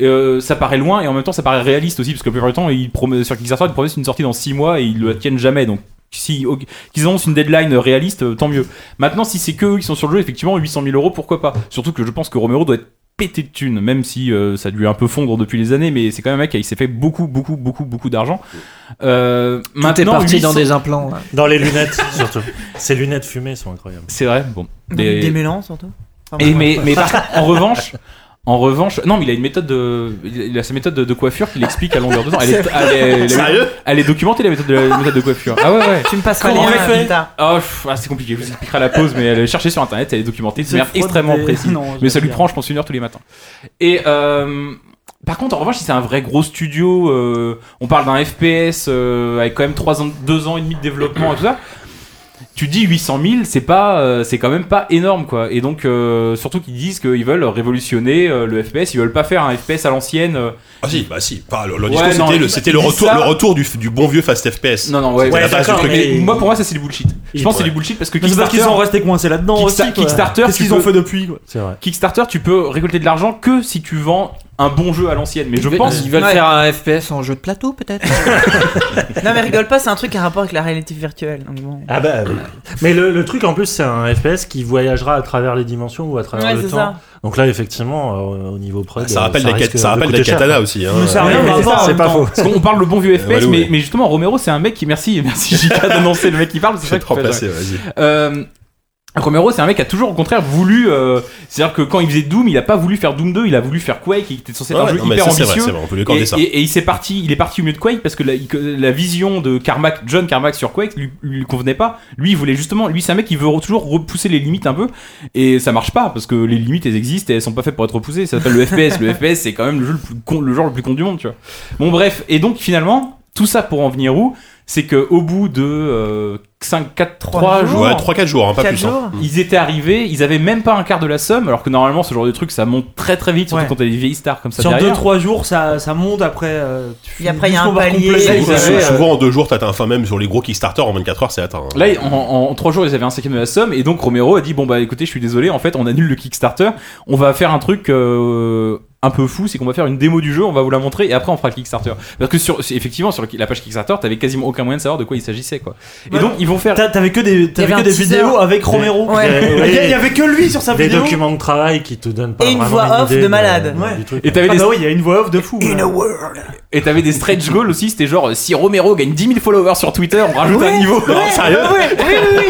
[SPEAKER 2] Euh, ça paraît loin et en même temps ça paraît réaliste aussi parce que la plupart du temps ils promet, sur Kickstarter ils promettent une sortie dans 6 mois et ils le tiennent jamais donc si ok, qu'ils annoncent une deadline réaliste euh, tant mieux maintenant si c'est que eux qui sont sur le jeu effectivement 800 000 euros pourquoi pas surtout que je pense que Romero doit être pété de thunes même si euh, ça lui a un peu fondre depuis les années mais c'est quand même un mec qui s'est fait beaucoup beaucoup beaucoup beaucoup d'argent euh,
[SPEAKER 3] T'es
[SPEAKER 2] maintenant
[SPEAKER 3] parti dans
[SPEAKER 2] 800
[SPEAKER 3] des implants.
[SPEAKER 6] Dans les lunettes, surtout. Ces lunettes fumées sont incroyables.
[SPEAKER 2] c'est vrai, bon.
[SPEAKER 7] Des,
[SPEAKER 2] Des-
[SPEAKER 7] mélans surtout. Enfin,
[SPEAKER 2] Et
[SPEAKER 7] bon,
[SPEAKER 2] mais, mais par- en revanche, en revanche, non, mais il a une méthode de, il a sa méthode de, de coiffure qu'il explique à longueur de temps. Elle est, elle est, elle est-
[SPEAKER 5] Sérieux
[SPEAKER 2] elle est documentée la méthode de, la méthode de coiffure. Ah ouais ouais.
[SPEAKER 7] Tu me passeras les
[SPEAKER 2] Comment on
[SPEAKER 7] liens
[SPEAKER 2] fait
[SPEAKER 7] plus tard.
[SPEAKER 2] Oh, pff, ah, c'est compliqué. Je vous expliquerai à la pause, mais elle est cherchée sur internet, elle est documentée de
[SPEAKER 4] C'est
[SPEAKER 2] manière
[SPEAKER 4] fraude
[SPEAKER 2] extrêmement
[SPEAKER 4] des-
[SPEAKER 2] précise.
[SPEAKER 4] Non, je
[SPEAKER 2] Mais ça
[SPEAKER 4] vais
[SPEAKER 2] lui
[SPEAKER 4] dire.
[SPEAKER 2] prend, je pense, une heure tous les matins. Et euh, par contre, en revanche, si c'est un vrai gros studio, euh, on parle d'un FPS euh, avec quand même 3 ans, 2 ans et demi de développement et tout ça. Tu dis 800 000, c'est pas, euh, c'est quand même pas énorme quoi. Et donc euh, surtout qu'ils disent qu'ils veulent révolutionner euh, le FPS, ils veulent pas faire un FPS à l'ancienne. euh,
[SPEAKER 5] Ah si, bah si. Pas, leur
[SPEAKER 2] Ouais,
[SPEAKER 5] discours,
[SPEAKER 2] non,
[SPEAKER 5] c'était le,
[SPEAKER 2] il-
[SPEAKER 5] c'était
[SPEAKER 2] il
[SPEAKER 5] le
[SPEAKER 2] dit
[SPEAKER 5] retour,
[SPEAKER 2] ça.
[SPEAKER 5] le retour du, du bon vieux Fast FPS.
[SPEAKER 2] Non non ouais.
[SPEAKER 5] C'était la
[SPEAKER 6] Ouais,
[SPEAKER 5] base du
[SPEAKER 6] d'accord,
[SPEAKER 5] truc.
[SPEAKER 6] mais-
[SPEAKER 2] Moi pour moi ça c'est du bullshit. Je
[SPEAKER 6] Et-
[SPEAKER 2] pense que c'est
[SPEAKER 5] ouais.
[SPEAKER 2] du bullshit parce que
[SPEAKER 4] Mais c'est parce
[SPEAKER 2] Kickstarter,
[SPEAKER 4] qu'ils sont restés coincés là-dedans
[SPEAKER 2] Kicksta-
[SPEAKER 4] aussi. quoi.
[SPEAKER 2] Kickstarter,
[SPEAKER 4] Qu'est-ce
[SPEAKER 2] tu
[SPEAKER 4] qu'ils ont
[SPEAKER 2] peux-
[SPEAKER 4] fait depuis quoi
[SPEAKER 6] C'est vrai.
[SPEAKER 2] Kickstarter, tu peux récolter de l'argent que si tu vends un bon jeu à l'ancienne. Mais je pense
[SPEAKER 3] Ils veulent
[SPEAKER 7] Ouais.
[SPEAKER 3] faire un FPS en jeu de plateau, peut-être
[SPEAKER 7] Non mais rigole pas, c'est un truc qui a rapport avec la réalité virtuelle. Donc bon.
[SPEAKER 6] Ah bah, oui. mais le, le truc en plus, c'est un FPS qui voyagera à travers les dimensions ou à
[SPEAKER 5] Ah,
[SPEAKER 6] travers
[SPEAKER 7] Ouais,
[SPEAKER 6] le
[SPEAKER 7] c'est
[SPEAKER 6] temps.
[SPEAKER 7] ça.
[SPEAKER 6] Donc là, effectivement, euh, au niveau prod,
[SPEAKER 5] Ça
[SPEAKER 6] euh,
[SPEAKER 5] rappelle
[SPEAKER 6] ça
[SPEAKER 5] des
[SPEAKER 6] risque
[SPEAKER 5] kat- ça
[SPEAKER 6] de
[SPEAKER 5] rappelle
[SPEAKER 6] coûter
[SPEAKER 5] des
[SPEAKER 6] cher.
[SPEAKER 5] katanas aussi. hein.
[SPEAKER 4] Mais ça a
[SPEAKER 6] Ouais,
[SPEAKER 4] rien
[SPEAKER 6] mais
[SPEAKER 4] à
[SPEAKER 6] c'est
[SPEAKER 4] voir
[SPEAKER 6] ça,
[SPEAKER 4] en
[SPEAKER 6] c'est
[SPEAKER 4] même
[SPEAKER 6] pas
[SPEAKER 4] temps.
[SPEAKER 6] faux.
[SPEAKER 2] Parce qu'on parle le bon vieux FPS,
[SPEAKER 5] Walou,
[SPEAKER 2] mais,
[SPEAKER 5] ouais.
[SPEAKER 2] mais justement, Romero, c'est un mec qui. Merci, merci JK d'annoncer le mec qui parle, c'est
[SPEAKER 5] Je vais
[SPEAKER 2] ça
[SPEAKER 5] te
[SPEAKER 2] que tu fais,
[SPEAKER 5] remplacer, vas-y.
[SPEAKER 2] euh, Romero, c'est un mec qui a toujours au contraire voulu. euh, C'est-à-dire que quand il faisait Doom, il a pas voulu faire Doom 2, il a voulu faire Quake, il était censé être
[SPEAKER 5] Ouais,
[SPEAKER 2] un
[SPEAKER 5] ouais,
[SPEAKER 2] jeu
[SPEAKER 5] non, mais
[SPEAKER 2] hyper
[SPEAKER 5] ça, c'est vrai,
[SPEAKER 2] ambitieux.
[SPEAKER 5] c'est vrai, on peut
[SPEAKER 2] Et,
[SPEAKER 5] lui accorder ça.
[SPEAKER 2] et- et il s'est parti, il est parti au milieu de Quake parce que la, il- que la vision de Carmack, John Carmack sur Quake lui, lui convenait pas. Lui, il voulait justement, lui, c'est un mec qui veut re- toujours repousser les limites un peu et ça marche pas parce que les limites elles existent et elles sont pas faites pour être repoussées. Ça s'appelle le FPS. Le FPS, c'est quand même le jeu le plus con, le genre le plus con du monde, tu vois. Bon bref, et donc finalement, tout ça pour en venir où c'est que au bout de euh, 5, 4, 3 jours,
[SPEAKER 5] Ouais, 3-4 jours, hein, pas
[SPEAKER 7] Quatre
[SPEAKER 5] plus. hein.
[SPEAKER 7] jours.
[SPEAKER 2] ils étaient arrivés, ils avaient même pas un quart de la somme, alors que normalement ce genre de truc ça monte très très vite, surtout
[SPEAKER 4] Ouais.
[SPEAKER 2] quand t'as des vieilles stars comme ça.
[SPEAKER 4] Sur
[SPEAKER 2] derrière.
[SPEAKER 4] 2-3 jours, ça, ça monte après. euh, tu
[SPEAKER 7] Et après, il y a
[SPEAKER 4] finis
[SPEAKER 7] un
[SPEAKER 4] par
[SPEAKER 7] palier.
[SPEAKER 4] compléter.
[SPEAKER 2] Ils
[SPEAKER 5] Sou-
[SPEAKER 2] avaient, euh,
[SPEAKER 5] Souvent en 2 jours, t'atteins, enfin même sur les gros Kickstarter en 24 heures, c'est atteint. hein.
[SPEAKER 2] Là, en, en, 3 jours, ils avaient un cinquième de la somme, et donc Romero a dit Bon, bah écoutez, je suis désolé, en fait, on annule le Kickstarter, on va faire un truc euh, un peu fou, c'est qu'on va faire une démo du jeu, on va vous la montrer, et après on fera le Kickstarter. Parce que, sur, effectivement, sur le- la page Kickstarter, t'avais quasiment aucun moyen de savoir de quoi il s'agissait, quoi. Et
[SPEAKER 4] Ouais.
[SPEAKER 2] donc, ils vont faire.
[SPEAKER 4] T'a- T'avais que des,
[SPEAKER 7] Il y
[SPEAKER 4] t'avais
[SPEAKER 7] avait
[SPEAKER 4] que
[SPEAKER 7] un
[SPEAKER 4] des
[SPEAKER 7] teaser.
[SPEAKER 4] vidéos avec Romero.
[SPEAKER 7] Ouais.
[SPEAKER 4] Il y, a- il y avait que lui sur sa
[SPEAKER 6] des
[SPEAKER 4] vidéo.
[SPEAKER 6] documents de travail qui te donnent pas
[SPEAKER 7] Et une
[SPEAKER 6] vraiment
[SPEAKER 7] voix off
[SPEAKER 6] idée
[SPEAKER 7] de malade.
[SPEAKER 6] du
[SPEAKER 4] Ouais.
[SPEAKER 6] truc.
[SPEAKER 2] Et t'avais
[SPEAKER 4] Ah
[SPEAKER 2] des,
[SPEAKER 4] bah oui, il y a une voix off de fou. ouais.
[SPEAKER 2] et t'avais des stretch goals aussi, c'était genre si Romero gagne 10 000 followers sur Twitter, on rajoute un niveau. Non, sérieux
[SPEAKER 7] Ouais, oui, oui, oui.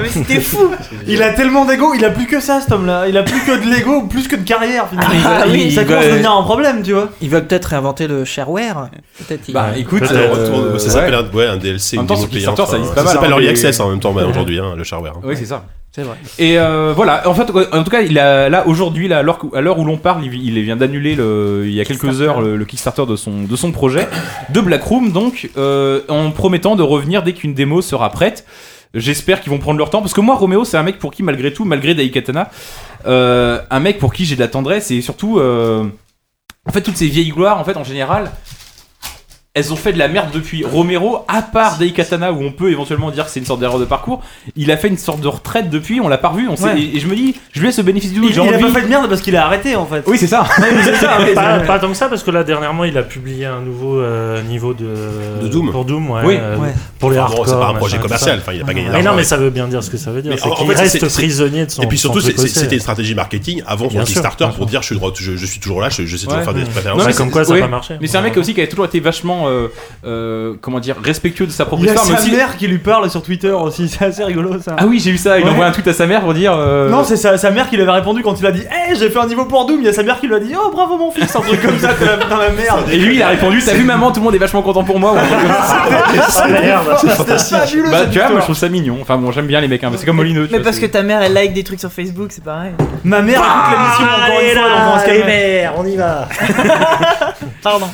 [SPEAKER 7] Ah, Mais c'était fou.
[SPEAKER 4] Il a tellement d'ego, il a plus que ça, cet homme-là. Il a plus que de l'ego, plus que de carrière finalement.
[SPEAKER 7] Ah,
[SPEAKER 2] il-
[SPEAKER 7] oui.
[SPEAKER 2] il-
[SPEAKER 4] ça commence à
[SPEAKER 2] va-
[SPEAKER 4] devenir un problème, tu vois.
[SPEAKER 3] Ils veulent peut-être réinventer le shareware. Peut-être. ils-
[SPEAKER 2] Bah écoute,
[SPEAKER 5] Ça,
[SPEAKER 6] Euh,
[SPEAKER 5] retourne- ça
[SPEAKER 2] ouais.
[SPEAKER 5] s'appelle un, ouais, un DLC.
[SPEAKER 2] En
[SPEAKER 5] ou
[SPEAKER 2] même temps,
[SPEAKER 5] démo
[SPEAKER 2] sur
[SPEAKER 5] payant,
[SPEAKER 2] Kickstarter, ça
[SPEAKER 5] enfin,
[SPEAKER 2] existe pas mal,
[SPEAKER 5] s'appelle
[SPEAKER 2] hein,
[SPEAKER 5] Early
[SPEAKER 2] mais-
[SPEAKER 5] Access en même temps bah, aujourd'hui, hein, le shareware. hein.
[SPEAKER 2] Oui, c'est ça.
[SPEAKER 3] C'est vrai.
[SPEAKER 2] Et euh, voilà, en fait, en tout cas, il a, là aujourd'hui, là, à l'heure qu'o- à l'heure où l'on parle, il, il vient d'annuler le- il y a quelques heures le, le Kickstarter de son, de son projet, de Black Room, donc, euh, en promettant de revenir dès qu'une démo sera prête. J'espère qu'ils vont prendre leur temps, parce que moi, Roméo, c'est un mec pour qui, malgré tout, malgré Daikatana, euh, un mec pour qui j'ai de la tendresse, et surtout, euh, en fait, toutes ces vieilles gloires, en fait, en général. Elles ont fait de la merde depuis Romero, à part Daikatana, où on peut éventuellement dire que c'est une sorte d'erreur de parcours il a fait une sorte de retraite depuis, on l'a pas revu, on sait,
[SPEAKER 4] Ouais.
[SPEAKER 2] et, et je me dis, je lui laisse le bénéfice du doute,
[SPEAKER 4] Il,
[SPEAKER 2] j'ai
[SPEAKER 4] il a
[SPEAKER 2] envie.
[SPEAKER 4] pas fait de merde parce qu'il a arrêté en fait.
[SPEAKER 2] Oui, c'est ça. c'est ça. oui.
[SPEAKER 6] Pas, pas tant que ça, parce que là dernièrement il a publié un nouveau euh, niveau de,
[SPEAKER 5] De Doom.
[SPEAKER 6] Pour Doom, ouais,
[SPEAKER 2] Oui,
[SPEAKER 6] euh,
[SPEAKER 4] ouais.
[SPEAKER 6] pour les
[SPEAKER 5] Enfin,
[SPEAKER 6] hardcore.
[SPEAKER 5] bon, c'est pas un projet
[SPEAKER 6] machin, tout ça.
[SPEAKER 5] commercial, enfin, il a pas gagné
[SPEAKER 6] Mais non,
[SPEAKER 5] d'argent.
[SPEAKER 6] mais ça veut bien dire ce que ça veut dire.
[SPEAKER 5] Mais
[SPEAKER 6] C'est
[SPEAKER 5] en- en
[SPEAKER 6] qu'il
[SPEAKER 5] fait,
[SPEAKER 6] reste
[SPEAKER 5] c'est- c'est-
[SPEAKER 6] prisonnier de son.
[SPEAKER 5] Et puis surtout,
[SPEAKER 6] son
[SPEAKER 5] c'est-
[SPEAKER 6] truc
[SPEAKER 5] c'est-
[SPEAKER 6] aussi.
[SPEAKER 5] c'était une stratégie marketing avant son
[SPEAKER 6] Bien sûr,
[SPEAKER 5] Kickstarter
[SPEAKER 6] bien
[SPEAKER 5] pour
[SPEAKER 6] sûr.
[SPEAKER 5] dire je suis, de re- je, je suis toujours là, je, je sais toujours
[SPEAKER 2] Ouais.
[SPEAKER 5] faire des préférences.
[SPEAKER 2] Non,
[SPEAKER 6] Ouais,
[SPEAKER 2] mais
[SPEAKER 6] comme
[SPEAKER 2] c'est-
[SPEAKER 6] quoi ça
[SPEAKER 2] ouais.
[SPEAKER 6] n'a pas marché.
[SPEAKER 2] Mais c'est un mec aussi qui a toujours été vachement, euh, euh, comment dire, respectueux de sa propre
[SPEAKER 4] Il y a
[SPEAKER 2] histoire, mais
[SPEAKER 4] sa
[SPEAKER 2] aussi-
[SPEAKER 4] mère qui lui parle sur Twitter aussi, c'est assez rigolo ça.
[SPEAKER 2] Ah oui, j'ai vu ça, il
[SPEAKER 4] Ouais.
[SPEAKER 2] envoie un tweet à sa mère pour dire. euh,
[SPEAKER 4] Non, c'est sa, sa mère qui lui avait répondu quand il a dit Hey, j'ai fait un niveau pour Doom. Il y a sa mère qui lui a dit Oh, bravo mon fils, un truc comme ça, t'es la- dans la merde.
[SPEAKER 2] Et lui, il a répondu, t'as vu maman, tout le monde est vachement content pour moi. ou un truc comme ça.
[SPEAKER 6] Ah,
[SPEAKER 4] C'était fabuleux.
[SPEAKER 2] bah, tu vois, moi je
[SPEAKER 4] cette histoire.
[SPEAKER 2] trouve ça mignon. Enfin bon, j'aime bien les mecs, hein, mais c'est comme Molino. tu
[SPEAKER 7] Mais
[SPEAKER 2] vois,
[SPEAKER 7] parce que
[SPEAKER 2] c'est-
[SPEAKER 7] ta mère, elle like des trucs sur Facebook, c'est pareil.
[SPEAKER 4] Ma mère
[SPEAKER 2] Ah,
[SPEAKER 4] écoute l'émission encore une fois, donc on va se calmer.
[SPEAKER 6] on y va.
[SPEAKER 7] Pardon.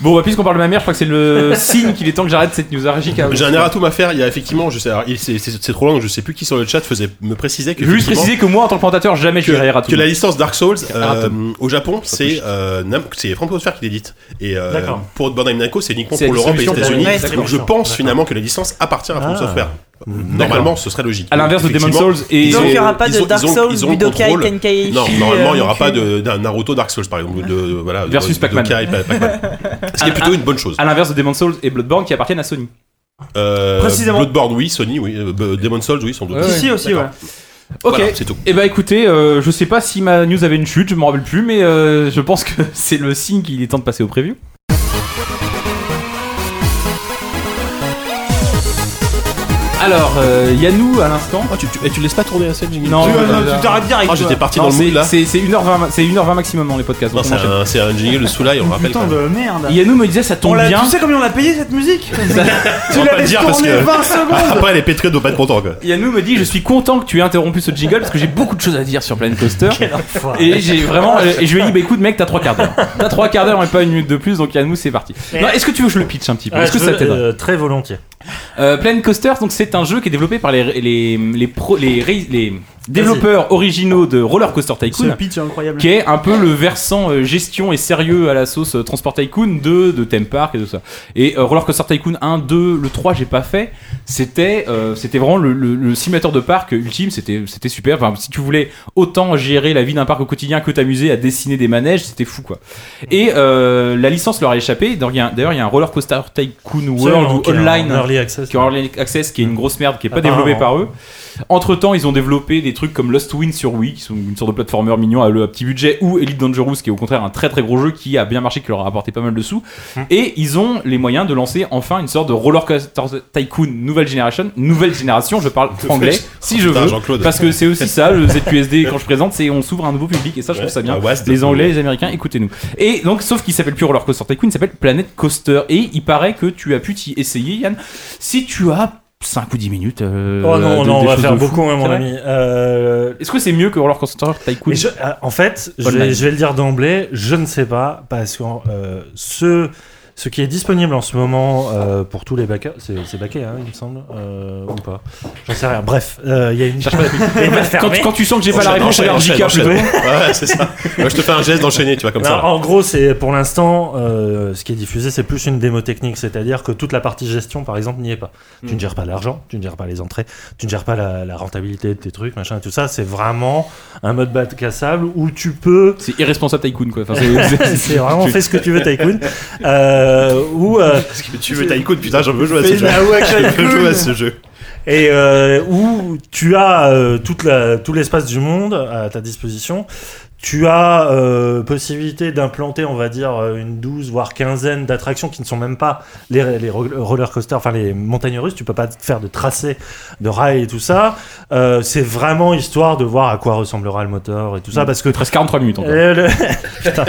[SPEAKER 2] Bon, bah, puisqu'on parle de ma mère, je crois que c'est le signe qu'il est temps que j'arrête cette news Ah, aragique.
[SPEAKER 5] J'ai un erratum à faire. Il y a effectivement, je sais, alors, il- c'est c'est- c'est trop long. Je sais plus qui sur le chat faisait me précisait
[SPEAKER 2] Je
[SPEAKER 5] que
[SPEAKER 2] veux juste
[SPEAKER 5] effectivement,
[SPEAKER 2] préciser que moi, en tant que plantateur, jamais je vais à
[SPEAKER 5] que, que la licence Dark Souls euh,
[SPEAKER 2] Erratum.
[SPEAKER 5] au Japon,
[SPEAKER 2] Ça
[SPEAKER 5] c'est
[SPEAKER 2] touche.
[SPEAKER 5] euh, Nam- c'est Francophère qui l'édite. Et euh,
[SPEAKER 6] D'accord.
[SPEAKER 5] pour Bandai Namco, c'est uniquement
[SPEAKER 2] C'est
[SPEAKER 5] pour
[SPEAKER 2] la
[SPEAKER 5] l'Europe et les
[SPEAKER 2] distribution
[SPEAKER 5] États-Unis.
[SPEAKER 7] japonaise,
[SPEAKER 5] Donc je
[SPEAKER 6] d'accord.
[SPEAKER 5] pense
[SPEAKER 6] D'accord.
[SPEAKER 5] finalement que la licence appartient à From
[SPEAKER 6] Ah.
[SPEAKER 5] Software. Normalement, ce serait logique.
[SPEAKER 2] À l'inverse de
[SPEAKER 5] Donc,
[SPEAKER 2] Demon
[SPEAKER 5] effectivement,
[SPEAKER 2] Souls et.
[SPEAKER 5] Ils
[SPEAKER 7] Donc
[SPEAKER 5] ont-
[SPEAKER 7] il n'y aura pas
[SPEAKER 5] ils
[SPEAKER 7] de
[SPEAKER 5] ont-
[SPEAKER 7] Dark
[SPEAKER 5] ils ont-
[SPEAKER 7] Souls,
[SPEAKER 5] ils ont le
[SPEAKER 7] Budokai,
[SPEAKER 5] contrôle.
[SPEAKER 7] Tenkaichi.
[SPEAKER 5] Non, normalement, il n'y
[SPEAKER 7] euh,
[SPEAKER 5] aura pas
[SPEAKER 7] Monkey.
[SPEAKER 5] de d'un Naruto Dark Souls, par exemple, ou de, de- voilà, de-
[SPEAKER 2] Versus
[SPEAKER 5] de
[SPEAKER 2] Pac-Man.
[SPEAKER 5] Dokai, Pa- Pac-Man. Ce qui est plutôt une bonne chose.
[SPEAKER 2] à l'inverse de Demon's Souls et Bloodborne qui appartiennent à Sony.
[SPEAKER 5] Euh,
[SPEAKER 4] Précisément.
[SPEAKER 5] Bloodborne, oui, Sony, oui, euh, B- Demon's Souls, oui, sans doute.
[SPEAKER 2] Ouais, ouais.
[SPEAKER 4] Ici aussi, ouais.
[SPEAKER 2] Ok.
[SPEAKER 5] Voilà, c'est tout.
[SPEAKER 2] Eh ben écoutez, euh, je sais pas si ma news avait une chute, je m'en rappelle plus, mais euh, je pense que c'est le signe qu'il est temps de passer au preview. Alors, euh, Yannou à l'instant.
[SPEAKER 5] Ah, tu, tu, et tu laisses pas tourner assez le jingle
[SPEAKER 2] Non,
[SPEAKER 4] Tu,
[SPEAKER 2] ouais,
[SPEAKER 4] euh,
[SPEAKER 2] ouais,
[SPEAKER 4] tu t'arrêtes direct.
[SPEAKER 5] Ah, j'étais
[SPEAKER 4] toi.
[SPEAKER 5] parti
[SPEAKER 2] Non,
[SPEAKER 5] dans le
[SPEAKER 2] c'est-
[SPEAKER 5] mood là.
[SPEAKER 2] C'est c'est 1h20, ma- c'est 1h20 maximum dans les podcasts.
[SPEAKER 5] Non,
[SPEAKER 2] donc on
[SPEAKER 5] c'est
[SPEAKER 2] enchaîne.
[SPEAKER 5] un, c'est un jingle de Soulaï, on le rappelle.
[SPEAKER 4] Putain
[SPEAKER 5] quand même.
[SPEAKER 4] de merde.
[SPEAKER 2] Yannou me disait ça
[SPEAKER 4] On
[SPEAKER 2] tombe
[SPEAKER 4] l'a-
[SPEAKER 2] bien.
[SPEAKER 4] Tu sais combien on l'a payé cette musique Tu
[SPEAKER 5] On va
[SPEAKER 4] l'as
[SPEAKER 5] pas le
[SPEAKER 4] laissé
[SPEAKER 5] dire parce
[SPEAKER 4] tourner
[SPEAKER 5] que-
[SPEAKER 4] 20 secondes
[SPEAKER 5] Après, les pétrés doivent pas être contents quoi.
[SPEAKER 2] Yannou me dit je suis content que tu aies interrompu ce jingle parce que j'ai beaucoup de choses à dire sur Planet Coaster. et j'ai vraiment euh, et je lui ai dit bah écoute mec t'as trois quarts d'heure. T'as trois quarts d'heure et pas une minute de plus donc Yannou c'est parti. Non, est-ce que tu veux que je le pitch un petit peu
[SPEAKER 6] Ah,
[SPEAKER 2] Est-ce que
[SPEAKER 6] je
[SPEAKER 2] ça
[SPEAKER 6] veux,
[SPEAKER 2] t'aide
[SPEAKER 6] euh, Très volontiers.
[SPEAKER 2] euh, Planet Coaster donc c'est un jeu qui est développé par les les les pro- les, ré- les développeurs originaux de Roller Coaster
[SPEAKER 4] Ce
[SPEAKER 2] Tycoon.
[SPEAKER 4] pitch est incroyable.
[SPEAKER 2] Qui est un peu le versant euh, gestion et sérieux à la sauce euh, Transport Tycoon 2 de Theme Park et tout ça. Et euh, Roller Coaster Tycoon 1, 2, le 3 j'ai pas fait. C'était euh, c'était vraiment le, le- le simulateur de parc ultime. C'était c'était super. Enfin, si tu voulais autant gérer la vie d'un parc au quotidien que t'amuser à dessiner des manèges, c'était fou quoi. Et euh, la licence leur a échappé. D'ailleurs, il y a un- d'ailleurs, il y a un Roller Coaster Tycoon World
[SPEAKER 6] Absolument,
[SPEAKER 2] ou
[SPEAKER 6] qui est en
[SPEAKER 2] Online
[SPEAKER 6] Early access.
[SPEAKER 2] qui est en Early Access, qui est une grosse merde, qui
[SPEAKER 5] Ah,
[SPEAKER 2] est pas
[SPEAKER 6] Apparemment.
[SPEAKER 2] développée par eux. Entre temps, ils ont développé des trucs comme Lost Wind sur Wii, qui sont une sorte de platformer mignon à, le- à petit budget, ou Elite Dangerous, qui est au contraire un très très gros jeu qui a bien marché, qui leur a apporté pas mal de sous.
[SPEAKER 5] Hum.
[SPEAKER 2] Et ils ont les moyens de lancer enfin une sorte de roller coaster tycoon nouvelle génération, nouvelle génération. Je parle anglais si je
[SPEAKER 5] Putain,
[SPEAKER 2] veux,
[SPEAKER 5] Jean-Claude.
[SPEAKER 2] parce que c'est aussi ça le ZQSD quand je présente, c'est on s'ouvre à un nouveau public et ça je trouve ça bien.
[SPEAKER 5] Ouais, ouais, c'est
[SPEAKER 2] les
[SPEAKER 5] cool.
[SPEAKER 2] Anglais, les Américains, écoutez-nous. Et donc, sauf qu'il s'appelle plus Roller Coaster Tycoon, il s'appelle Planet Coaster. Et il paraît que tu as pu t'y essayer, Yann. Si tu as 5 ou 10 minutes. euh,
[SPEAKER 6] Oh non,
[SPEAKER 2] de-
[SPEAKER 6] non, on
[SPEAKER 2] des
[SPEAKER 6] va
[SPEAKER 2] choses
[SPEAKER 6] faire
[SPEAKER 2] de fou,
[SPEAKER 6] beaucoup, hein,
[SPEAKER 2] c'est
[SPEAKER 6] mon
[SPEAKER 2] vrai
[SPEAKER 6] ami. Euh,
[SPEAKER 2] Est-ce que c'est mieux que Roller Coaster Tycoon
[SPEAKER 6] Mais je- euh, en fait, je
[SPEAKER 2] Online.
[SPEAKER 6] vais, je vais le dire d'emblée, je ne sais pas, parce que euh, ce, Ce qui est disponible en ce moment euh, pour tous les backers, c'est c'est backé, hein, il me semble, euh, ou pas. J'en sais rien. Bref, euh, il y a une. Elle va
[SPEAKER 2] Quand,
[SPEAKER 6] fermer.
[SPEAKER 2] quand tu sens que j'ai pas la
[SPEAKER 5] Enchaîne,
[SPEAKER 2] réponse,
[SPEAKER 5] enchaîne,
[SPEAKER 2] regarde
[SPEAKER 5] enchaîne,
[SPEAKER 2] JK plutôt.
[SPEAKER 5] enchaîne. Ouais, c'est ça. Moi, je te fais un geste d'enchaîner, tu vois, comme
[SPEAKER 6] Alors,
[SPEAKER 5] ça.
[SPEAKER 6] en gros, c'est pour l'instant, euh, ce qui est diffusé, c'est plus une démo technique, c'est-à-dire que toute la partie gestion, par exemple, n'y est pas. Tu ne gères pas l'argent, tu ne gères pas les entrées, tu ne gères pas la, la rentabilité de tes trucs, machin, et tout ça. C'est vraiment un mode bac à sable où tu peux
[SPEAKER 2] C'est irresponsable Tycoon quoi. Enfin, c'est- c'est-
[SPEAKER 6] c'est vraiment fais ce que tu veux Tycoon euh, ou euh,
[SPEAKER 5] Parce que tu veux Taïkoun, putain, j'en veux jouer à ce jeu. Je veux jouer à ce jeu.
[SPEAKER 6] et euh, où tu as euh, toute la, tout l'espace du monde à ta disposition tu as euh, possibilité d'implanter on va dire euh, une douze voire quinzaine d'attractions qui ne sont même pas les, les ro- roller coasters enfin les montagnes russes tu peux pas faire de tracé de rails et tout ça Euh, c'est vraiment histoire de voir à quoi ressemblera le moteur et tout ça parce que
[SPEAKER 2] presque 43 minutes encore.
[SPEAKER 6] Euh, le- Putain.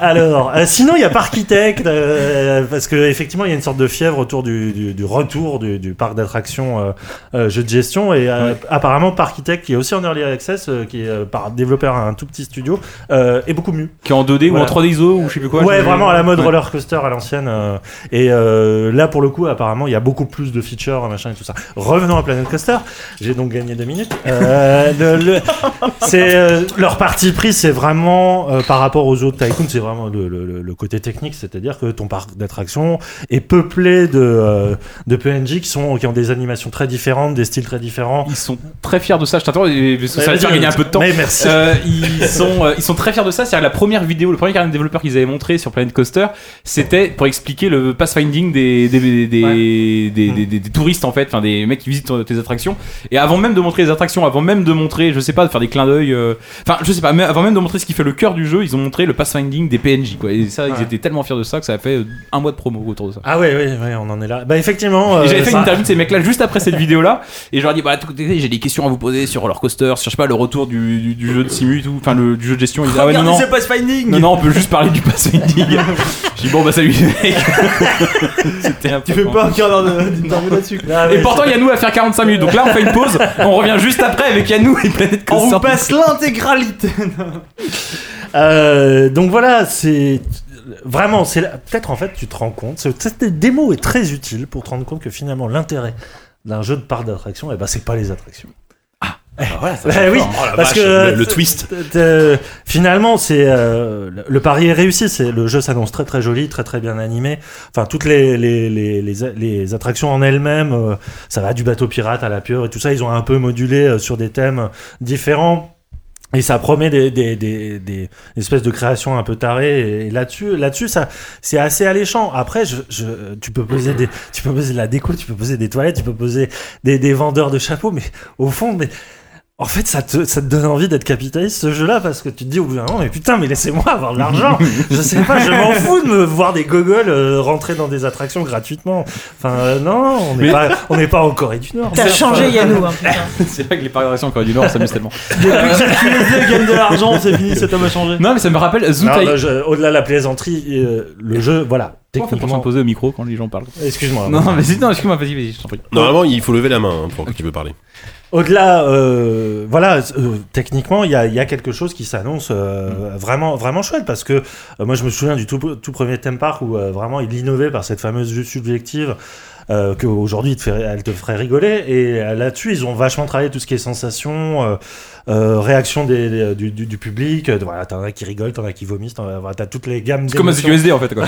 [SPEAKER 6] Alors, euh, sinon, il y a Parkitect, euh, parce que effectivement, il y a une sorte de fièvre autour du, du- du retour du, du parc d'attractions euh, euh, jeux de gestion. Et euh, apparemment, Parkitect, qui est aussi en early access, euh, qui est euh, par développé par un tout petit studio, euh, est beaucoup mieux.
[SPEAKER 2] Qui est en 2D ou
[SPEAKER 6] Voilà.
[SPEAKER 2] en 3D ISO ou je sais plus quoi.
[SPEAKER 6] Ouais,
[SPEAKER 2] je-
[SPEAKER 6] vraiment à la mode
[SPEAKER 2] Ouais.
[SPEAKER 6] roller coaster à l'ancienne. euh, et euh, là, pour le coup, apparemment, il y a beaucoup plus de features, machin et tout ça. Revenons à Planet Coaster. J'ai donc gagné deux minutes. Euh, le- le- c'est euh, leur parti pris, c'est vraiment euh, par rapport aux autres tycoons, c'est vraiment le, le- le- le côté technique, c'est-à-dire que ton parc d'attractions est peuplé de euh, de PNJ qui sont qui ont des animations très différentes, des styles très différents.
[SPEAKER 2] Ils sont très fiers de ça. Je t'attends et- parce que ça va te faire gagner un peu de temps.
[SPEAKER 6] Mais merci.
[SPEAKER 2] Euh, ils, sont, euh, ils sont très fiers de ça. C'est-à-dire la première vidéo, le premier carnet de développeurs qu'ils avaient montré sur Planet Coaster, c'était pour expliquer le pathfinding des, des, des, des, des- des- des- des touristes en fait, enfin des mecs qui visitent euh, tes attractions. Et avant même de montrer les attractions, avant même de montrer, je sais pas, de faire des clins d'œil, euh, enfin je sais pas, mais avant même de montrer ce qui fait le cœur du jeu, ils ont montré le pathfinding des PNJ quoi. Et ça, ils étaient tellement fiers de ça que ça a fait euh, un mois de promo autour de ça.
[SPEAKER 6] Ah ouais, ouais, ouais, on en est là. Bah effectivement.
[SPEAKER 2] Et
[SPEAKER 6] euh,
[SPEAKER 2] J'avais fait une
[SPEAKER 6] ça-
[SPEAKER 2] interview de ces mecs-là juste après cette vidéo-là, et je leur ai dit bah tout écoutez, j'ai des questions à vous poser sur leur coaster, sur je sais pas le retour du, du- du jeu de simu et tout, enfin le du jeu de gestion. Ils disaient, ah ouais, non, non.
[SPEAKER 4] Regardez ce pathfinding
[SPEAKER 2] Non, non, on peut juste parler du passé Dig. J'ai dit, bon, bah salut les mecs. C'était un peu
[SPEAKER 4] Tu fais
[SPEAKER 2] con.
[SPEAKER 4] pas un quart d'heure de- d'interview là-dessus.
[SPEAKER 6] Ah ouais,
[SPEAKER 2] Et pourtant, Yannou va faire 45 minutes. Donc là, on fait une pause. On revient juste après avec Yannou et Planète
[SPEAKER 4] On
[SPEAKER 2] Coaster.
[SPEAKER 4] vous passe l'intégralité
[SPEAKER 6] Euh, donc voilà, c'est vraiment, c'est la- peut-être en fait tu te rends compte, ce- cette démo est très utile pour te rendre compte que finalement l'intérêt d'un jeu de parc d'attractions, eh ben c'est pas les attractions.
[SPEAKER 2] Ouais, Ah, ça
[SPEAKER 6] Bah
[SPEAKER 2] fait
[SPEAKER 6] oui,
[SPEAKER 2] fort.
[SPEAKER 5] Oh la
[SPEAKER 6] parce
[SPEAKER 5] vache,
[SPEAKER 6] que
[SPEAKER 5] le- le twist.
[SPEAKER 6] t- t- euh, finalement, c'est euh, le- le pari est réussi. C'est le jeu s'annonce très très joli, très très bien animé. Enfin, toutes les les, les, les, les attractions en elles-mêmes, euh, ça va du bateau pirate à la pieuvre et tout ça. Ils ont un peu modulé euh, sur des thèmes différents. Et ça promet des, des, des, des espèces de créations un peu tarées. Et là-dessus, là-dessus, ça, c'est assez alléchant. Après, je, je, tu peux poser des, tu peux poser de la déco, tu peux poser des toilettes, tu peux poser des, des vendeurs de chapeaux, mais au fond, mais en fait, ça te, ça te donne envie d'être capitaliste ce jeu-là parce que tu te dis au bout d'un moment, mais putain, mais laissez-moi avoir de l'argent. je sais pas, je m'en fous de me voir des gogoles euh, rentrer dans des attractions gratuitement. Enfin, euh, non, on n'est
[SPEAKER 2] Mais-
[SPEAKER 6] pas, on n'est pas en Corée du Nord.
[SPEAKER 7] T'as changé Yannou, hein, putain.
[SPEAKER 2] C'est vrai que les pariations en Corée du Nord, ça s'amuse tellement.
[SPEAKER 4] Ils gagnent de l'argent, c'est fini, cet homme a changé.
[SPEAKER 2] Non, mais ça me rappelle Zoo
[SPEAKER 6] Non,
[SPEAKER 2] Tycoon.
[SPEAKER 6] non, je- au-delà de la plaisanterie, euh, le jeu, voilà,
[SPEAKER 2] Comment on fait pour
[SPEAKER 6] techniquement.
[SPEAKER 2] s'imposer au micro quand les gens parlent
[SPEAKER 6] Excuse-moi.
[SPEAKER 2] Non, non, vas-y, non, excuse-moi, vas-y, vas-y, je t'en prie.
[SPEAKER 5] Normalement, il faut lever la main hein, pour que tu veux parler.
[SPEAKER 6] Au-delà, euh, voilà, euh, techniquement, il y a, il y a quelque chose qui s'annonce
[SPEAKER 2] Mm.
[SPEAKER 6] euh, vraiment, vraiment chouette parce que euh, moi, je me souviens du tout, tout premier theme park où euh, vraiment il innovait par cette fameuse vue subjective. Euh, qu'aujourd'hui elle te ferait rigoler et euh, là-dessus ils ont vachement travaillé tout ce qui est sensation euh, euh, réaction des, des- du, du- du public euh, voilà t'en as qui rigolent t'en as qui vomissent t'en as voilà, t'as toutes les gammes
[SPEAKER 2] C'est comme un
[SPEAKER 6] d'émotions.
[SPEAKER 2] CQSD en fait, quoi.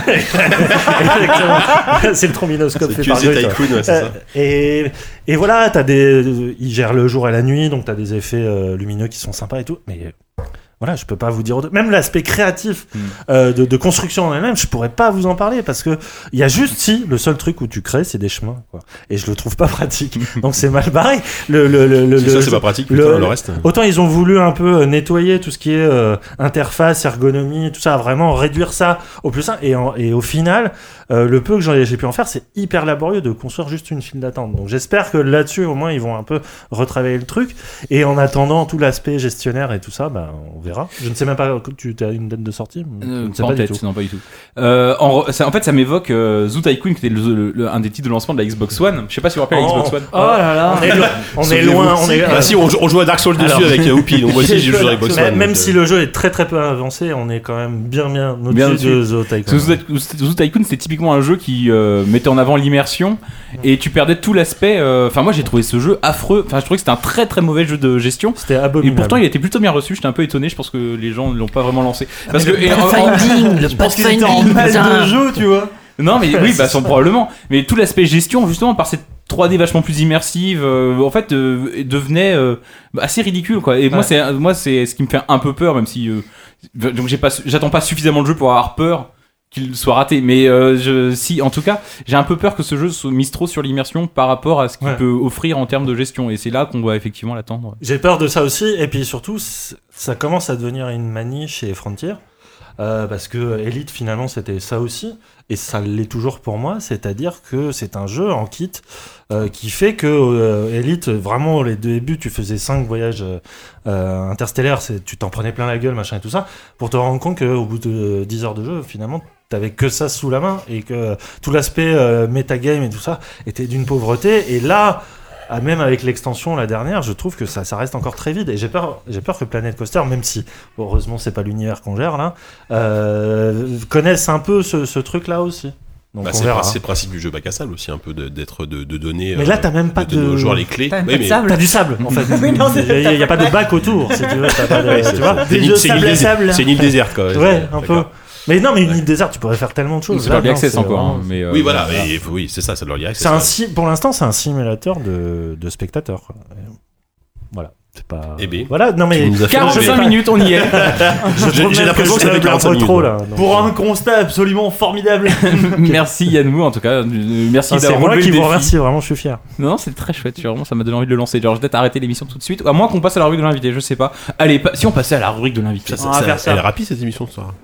[SPEAKER 6] Exactement. c'est le trombinoscope fait
[SPEAKER 5] C'est
[SPEAKER 6] par
[SPEAKER 5] QC
[SPEAKER 6] Joy, quoi.
[SPEAKER 5] Tycoon, ouais, c'est ça.
[SPEAKER 6] Euh, et, et voilà, t'as des, ils gèrent le jour et la nuit, donc t'as des effets euh, lumineux qui sont sympas et tout. Mais euh, voilà, je peux pas vous dire. autre- Même l'aspect créatif
[SPEAKER 5] Hmm.
[SPEAKER 2] Mm.
[SPEAKER 6] euh, de, de construction en elle-même, je pourrais pas vous en parler parce que il y a juste si le seul truc où tu crées, c'est des chemins. Quoi. Et je le trouve pas pratique. donc c'est mal barré. Le, le, le, le-
[SPEAKER 5] Si ça,
[SPEAKER 6] le-
[SPEAKER 5] c'est pas pratique,
[SPEAKER 6] le-
[SPEAKER 5] putain, le reste.
[SPEAKER 6] Autant ils ont voulu un peu euh, nettoyer tout ce qui est euh, interface, ergonomie, tout ça, vraiment réduire ça au plus simple. Et, en- et au final, euh, le peu que j'en ai- j'ai pu en faire, c'est hyper laborieux de construire juste une file d'attente. Donc j'espère que là-dessus, au moins, ils vont un peu retravailler le truc. Et en attendant, tout l'aspect gestionnaire et tout ça, bah, on verra verra. Je ne sais même pas, tu as une date de sortie mais Je
[SPEAKER 2] Euh,
[SPEAKER 6] ne sais
[SPEAKER 2] pas
[SPEAKER 6] pas
[SPEAKER 2] en
[SPEAKER 6] du
[SPEAKER 2] tête,
[SPEAKER 6] tout.
[SPEAKER 2] non pas du tout. Euh, en, re- ça, en fait, ça m'évoque euh, Zoo Tycoon, qui était le- le- le- un des titres de lancement de la Xbox One. Je sais pas si vous vous rappelez
[SPEAKER 6] Oh.
[SPEAKER 2] la Xbox One.
[SPEAKER 4] Oh là là
[SPEAKER 6] On est loin, on est loin, on est-
[SPEAKER 5] Ah si, on, joue- on joue à Dark Souls dessus
[SPEAKER 6] Alors.
[SPEAKER 5] avec euh, Whoopi, donc voici, j'ai joué à Xbox
[SPEAKER 6] Même-
[SPEAKER 5] One,
[SPEAKER 6] Même
[SPEAKER 5] donc,
[SPEAKER 6] si
[SPEAKER 5] euh,
[SPEAKER 6] le jeu est très très peu avancé, on est quand même bien bien au-dessus
[SPEAKER 2] Bien
[SPEAKER 6] de The Tycoon.
[SPEAKER 2] Parce que Zoo Ty- Zoo Tycoon, c'était typiquement un jeu qui euh, mettait en avant l'immersion et tu perdais tout l'aspect. euh, Enfin, moi, j'ai trouvé ce jeu affreux. Enfin, je trouvais que c'était un très très mauvais jeu de gestion.
[SPEAKER 6] C'était
[SPEAKER 2] Et
[SPEAKER 6] abominable.
[SPEAKER 2] pourtant, il a été plutôt bien reçu. J'étais un peu étonné. Je pense que les gens ne l'ont pas vraiment lancé. Parce que et en- en-
[SPEAKER 7] Pathfinding, le
[SPEAKER 4] Parce qu'il était en
[SPEAKER 7] pathfinding,
[SPEAKER 4] mal de
[SPEAKER 7] putain.
[SPEAKER 4] jeu, tu vois.
[SPEAKER 2] non, mais oui, bah, sans probablement. Mais tout l'aspect gestion, justement, par cette 3D vachement plus immersive, euh, en fait, euh, devenait euh, bah, assez ridicule, quoi. Et moi, c'est euh, moi, c'est ce qui me fait un peu peur, même si euh, donc j'ai pas, su- j'attends pas suffisamment le jeu pour avoir peur qu'il soit raté. Mais euh, je, si, en tout cas, j'ai un peu peur que ce jeu se mise trop sur l'immersion par rapport à ce qu'il
[SPEAKER 6] Ouais.
[SPEAKER 2] peut offrir en termes de gestion. Et c'est là qu'on doit effectivement l'attendre.
[SPEAKER 6] J'ai peur de ça aussi, et puis surtout, c- ça commence à devenir une manie chez Frontier, euh, parce que Elite finalement c'était ça aussi, et ça l'est toujours pour moi, c'est-à-dire que c'est un jeu en kit euh, qui fait que euh, Elite, vraiment, les débuts, tu faisais cinq voyages euh, euh, interstellaires, c'est- tu t'en prenais plein la gueule, machin et tout ça, pour te rendre compte qu'au bout de 10 heures de jeu, finalement, t'avais que ça sous la main, et que tout l'aspect euh, metagame et tout ça était d'une pauvreté, et là. Ah, même avec l'extension la dernière, je trouve que ça, ça reste encore très vide. Et j'ai peur, j'ai peur que Planet Coaster, même si heureusement c'est pas l'univers qu'on gère là, euh, connaisse un peu ce, ce truc là aussi. Donc
[SPEAKER 5] bah,
[SPEAKER 6] on
[SPEAKER 5] c'est
[SPEAKER 6] verra.
[SPEAKER 5] le- c'est le principe du jeu bac à sable aussi, un peu de- d'être de, de donner.
[SPEAKER 6] Mais là, t'as même pas
[SPEAKER 5] de donner
[SPEAKER 6] de-
[SPEAKER 5] aux joueurs les clés.
[SPEAKER 7] T'as même
[SPEAKER 5] Oui,
[SPEAKER 7] pas de
[SPEAKER 5] mais-
[SPEAKER 7] sable.
[SPEAKER 6] T'as du sable en fait.
[SPEAKER 7] Oui, non, c'est-
[SPEAKER 6] Il y a- il y a, pas de bac autour, si tu veux. t'as pas de-
[SPEAKER 5] Ouais, c'est-
[SPEAKER 6] tu vois
[SPEAKER 5] c'est une
[SPEAKER 4] jeux
[SPEAKER 5] île- c'est une
[SPEAKER 4] sable
[SPEAKER 5] île
[SPEAKER 4] à
[SPEAKER 5] déserte-
[SPEAKER 4] sable.
[SPEAKER 5] c'est une île déserte quand même.
[SPEAKER 6] Ouais, un peu.
[SPEAKER 5] D'accord.
[SPEAKER 6] Mais non, mais une île déserte, tu pourrais faire tellement de choses.
[SPEAKER 2] C'est
[SPEAKER 6] Là,
[SPEAKER 2] pas bien
[SPEAKER 6] non,
[SPEAKER 2] access encore.
[SPEAKER 6] vraiment-
[SPEAKER 2] hein, mais, euh,
[SPEAKER 5] Oui, voilà, mais il faut- oui, c'est ça, ça de leur direct.
[SPEAKER 6] C'est un si- pour l'instant, c'est un simulateur de, de spectateurs. quoi. Voilà. C'est pas.
[SPEAKER 5] Eh bien.
[SPEAKER 6] Voilà, non mais.
[SPEAKER 2] 45 minutes, on y est.
[SPEAKER 6] je trouve
[SPEAKER 5] J'ai-
[SPEAKER 6] même
[SPEAKER 5] j'ai l'impression que ça
[SPEAKER 6] c'est
[SPEAKER 5] fait 45
[SPEAKER 6] un peu trop,
[SPEAKER 5] minutes. hein.
[SPEAKER 6] là. Donc, ah,
[SPEAKER 4] Pour un constat absolument formidable.
[SPEAKER 2] merci Yann Mou, en tout cas. Euh, Merci
[SPEAKER 6] Ah, c'est
[SPEAKER 2] d'avoir
[SPEAKER 6] moi
[SPEAKER 2] relevé le
[SPEAKER 6] qui vous
[SPEAKER 2] défi.
[SPEAKER 6] remercie, vraiment, je suis fier.
[SPEAKER 2] Non, non, c'est très chouette. tu vois, Vraiment, ça m'a donné envie de le lancer. Genre, je vais peut-être arrêter l'émission tout de suite. À moins qu'on passe à la rubrique de l'invité, je sais pas. Allez, pa- si on passait à la rubrique de l'invité.
[SPEAKER 5] Ça, ça,
[SPEAKER 4] On va
[SPEAKER 5] ça-
[SPEAKER 4] faire ça.
[SPEAKER 5] Elle est rapide cette émission ce soir.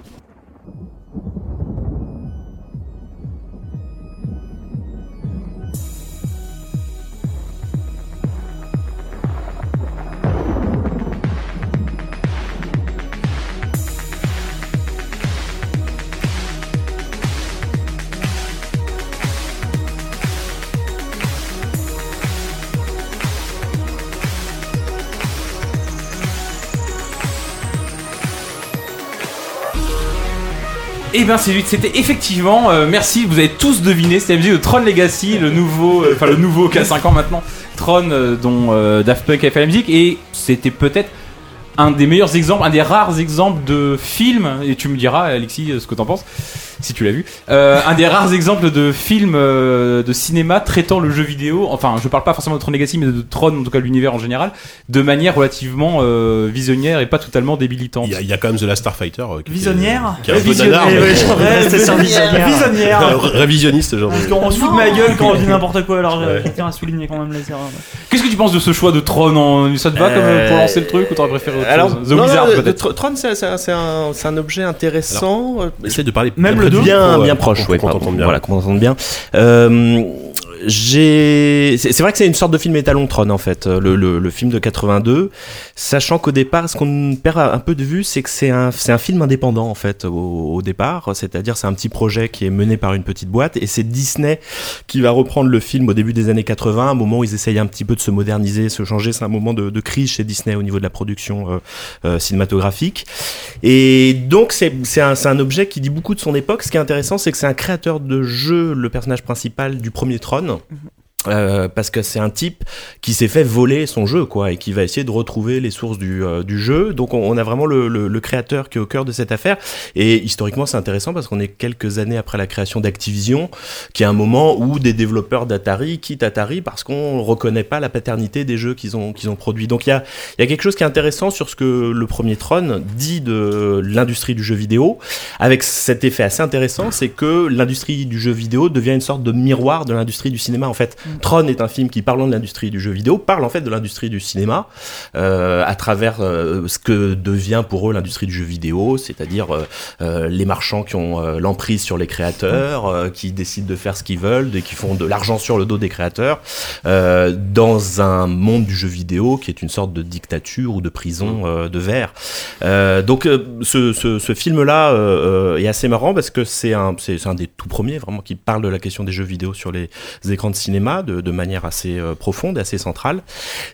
[SPEAKER 2] Et ben, c'est vite. C'était effectivement, euh, merci, vous avez tous deviné, c'était la musique de Tron Legacy, le nouveau, euh, enfin le nouveau qui a 5 ans maintenant, Tron euh, dont euh, Daft Punk a fait la musique. Et c'était peut-être un des meilleurs exemples, un des rares exemples de film, et tu me diras, Alexis, euh, ce que t'en penses, si tu l'as vu, Euh, un des rares exemples de film euh, de cinéma traitant le jeu vidéo, enfin, je parle pas forcément de Tron Legacy, mais de Tron, en tout cas l'univers en général, de manière relativement euh, visionnaire et pas totalement débilitante.
[SPEAKER 5] Il y, a, il y a quand même The Last Starfighter. euh, qui était-
[SPEAKER 4] Visonnière
[SPEAKER 5] Qui est un peu
[SPEAKER 2] Visionnaire,
[SPEAKER 5] nanar, mais
[SPEAKER 2] ouais,
[SPEAKER 5] bon,
[SPEAKER 4] Ouais,
[SPEAKER 6] rester sur Visionnaire.
[SPEAKER 5] euh,
[SPEAKER 4] Visionnière.
[SPEAKER 5] Révisionniste, genre.
[SPEAKER 4] Parce qu'on se fout de ma gueule quand on dit n'importe quoi, alors euh,
[SPEAKER 5] Ouais.
[SPEAKER 4] je tiens à souligner quand même les erreurs.
[SPEAKER 2] Qu'est-ce que tu penses de ce choix de Tron en... Ça te va comme, euh, pour
[SPEAKER 8] Euh,
[SPEAKER 2] lancer le truc ou t'aurais préféré autre
[SPEAKER 8] alors,
[SPEAKER 2] chose The
[SPEAKER 8] non, euh, non,
[SPEAKER 2] Wizard
[SPEAKER 8] le- le
[SPEAKER 2] peut-être
[SPEAKER 8] Tr- Tron, c'est- c'est c'est un, c'est un objet intéressant. euh,
[SPEAKER 5] Essaye de parler.
[SPEAKER 4] Même
[SPEAKER 5] très
[SPEAKER 4] le
[SPEAKER 5] vite
[SPEAKER 8] bien,
[SPEAKER 5] pour, euh,
[SPEAKER 8] bien
[SPEAKER 5] pour
[SPEAKER 8] proche,
[SPEAKER 5] qu'on
[SPEAKER 8] ouais,
[SPEAKER 5] t'entende
[SPEAKER 8] pardon.
[SPEAKER 5] bien.
[SPEAKER 8] Voilà, qu'on entende bien. Euh, j'ai, c'est c'est vrai que c'est une sorte de film étalon Tron en fait, euh, le, le- le film de 82. Sachant qu'au départ, ce qu'on perd un peu de vue, c'est que c'est un, c'est un film indépendant en fait au, au départ, c'est-à-dire c'est un petit projet qui est mené par une petite boîte et c'est Disney qui va reprendre le film au début des années 80, un moment où ils essayent un petit peu de se moderniser, se changer. C'est un moment de, de crise chez Disney au niveau de la production euh, euh, cinématographique. Et donc, c'est c'est un, c'est un objet qui dit beaucoup de son époque. Ce qui est intéressant, c'est que c'est un créateur de jeu, le personnage principal du premier Tron. Euh, parce que c'est un type qui s'est fait voler son jeu quoi et qui va essayer de retrouver les sources du, euh, du jeu donc on, on a vraiment le, le- le créateur qui est au cœur de cette affaire et historiquement c'est intéressant parce qu'on est quelques années après la création d'Activision qui est un moment où des développeurs d'Atari quittent Atari parce qu'on reconnaît pas la paternité des jeux qu'ils ont qu'ils ont produits donc il y a il y a quelque chose qui est intéressant sur ce que le premier Tron dit de l'industrie du jeu vidéo, avec cet effet assez intéressant, c'est que l'industrie du jeu vidéo devient une sorte de miroir de l'industrie du cinéma. En fait, Tron est un film qui, parlant de l'industrie du jeu vidéo, parle en fait de l'industrie du cinéma euh, à travers euh, ce que devient pour eux l'industrie du jeu vidéo, c'est-à-dire euh, euh, les marchands qui ont euh, l'emprise sur les créateurs, euh, qui décident de faire ce qu'ils veulent, et qui font de l'argent sur le dos des créateurs, euh, dans un monde du jeu vidéo qui est une sorte de dictature ou de prison euh, de verre. Euh, donc euh, ce, ce- ce film-là euh, euh, est assez marrant parce que c'est un, c'est c'est un des tout premiers vraiment qui parle de la question des jeux vidéo sur les écrans de cinéma de, de manière assez euh, profonde, assez centrale.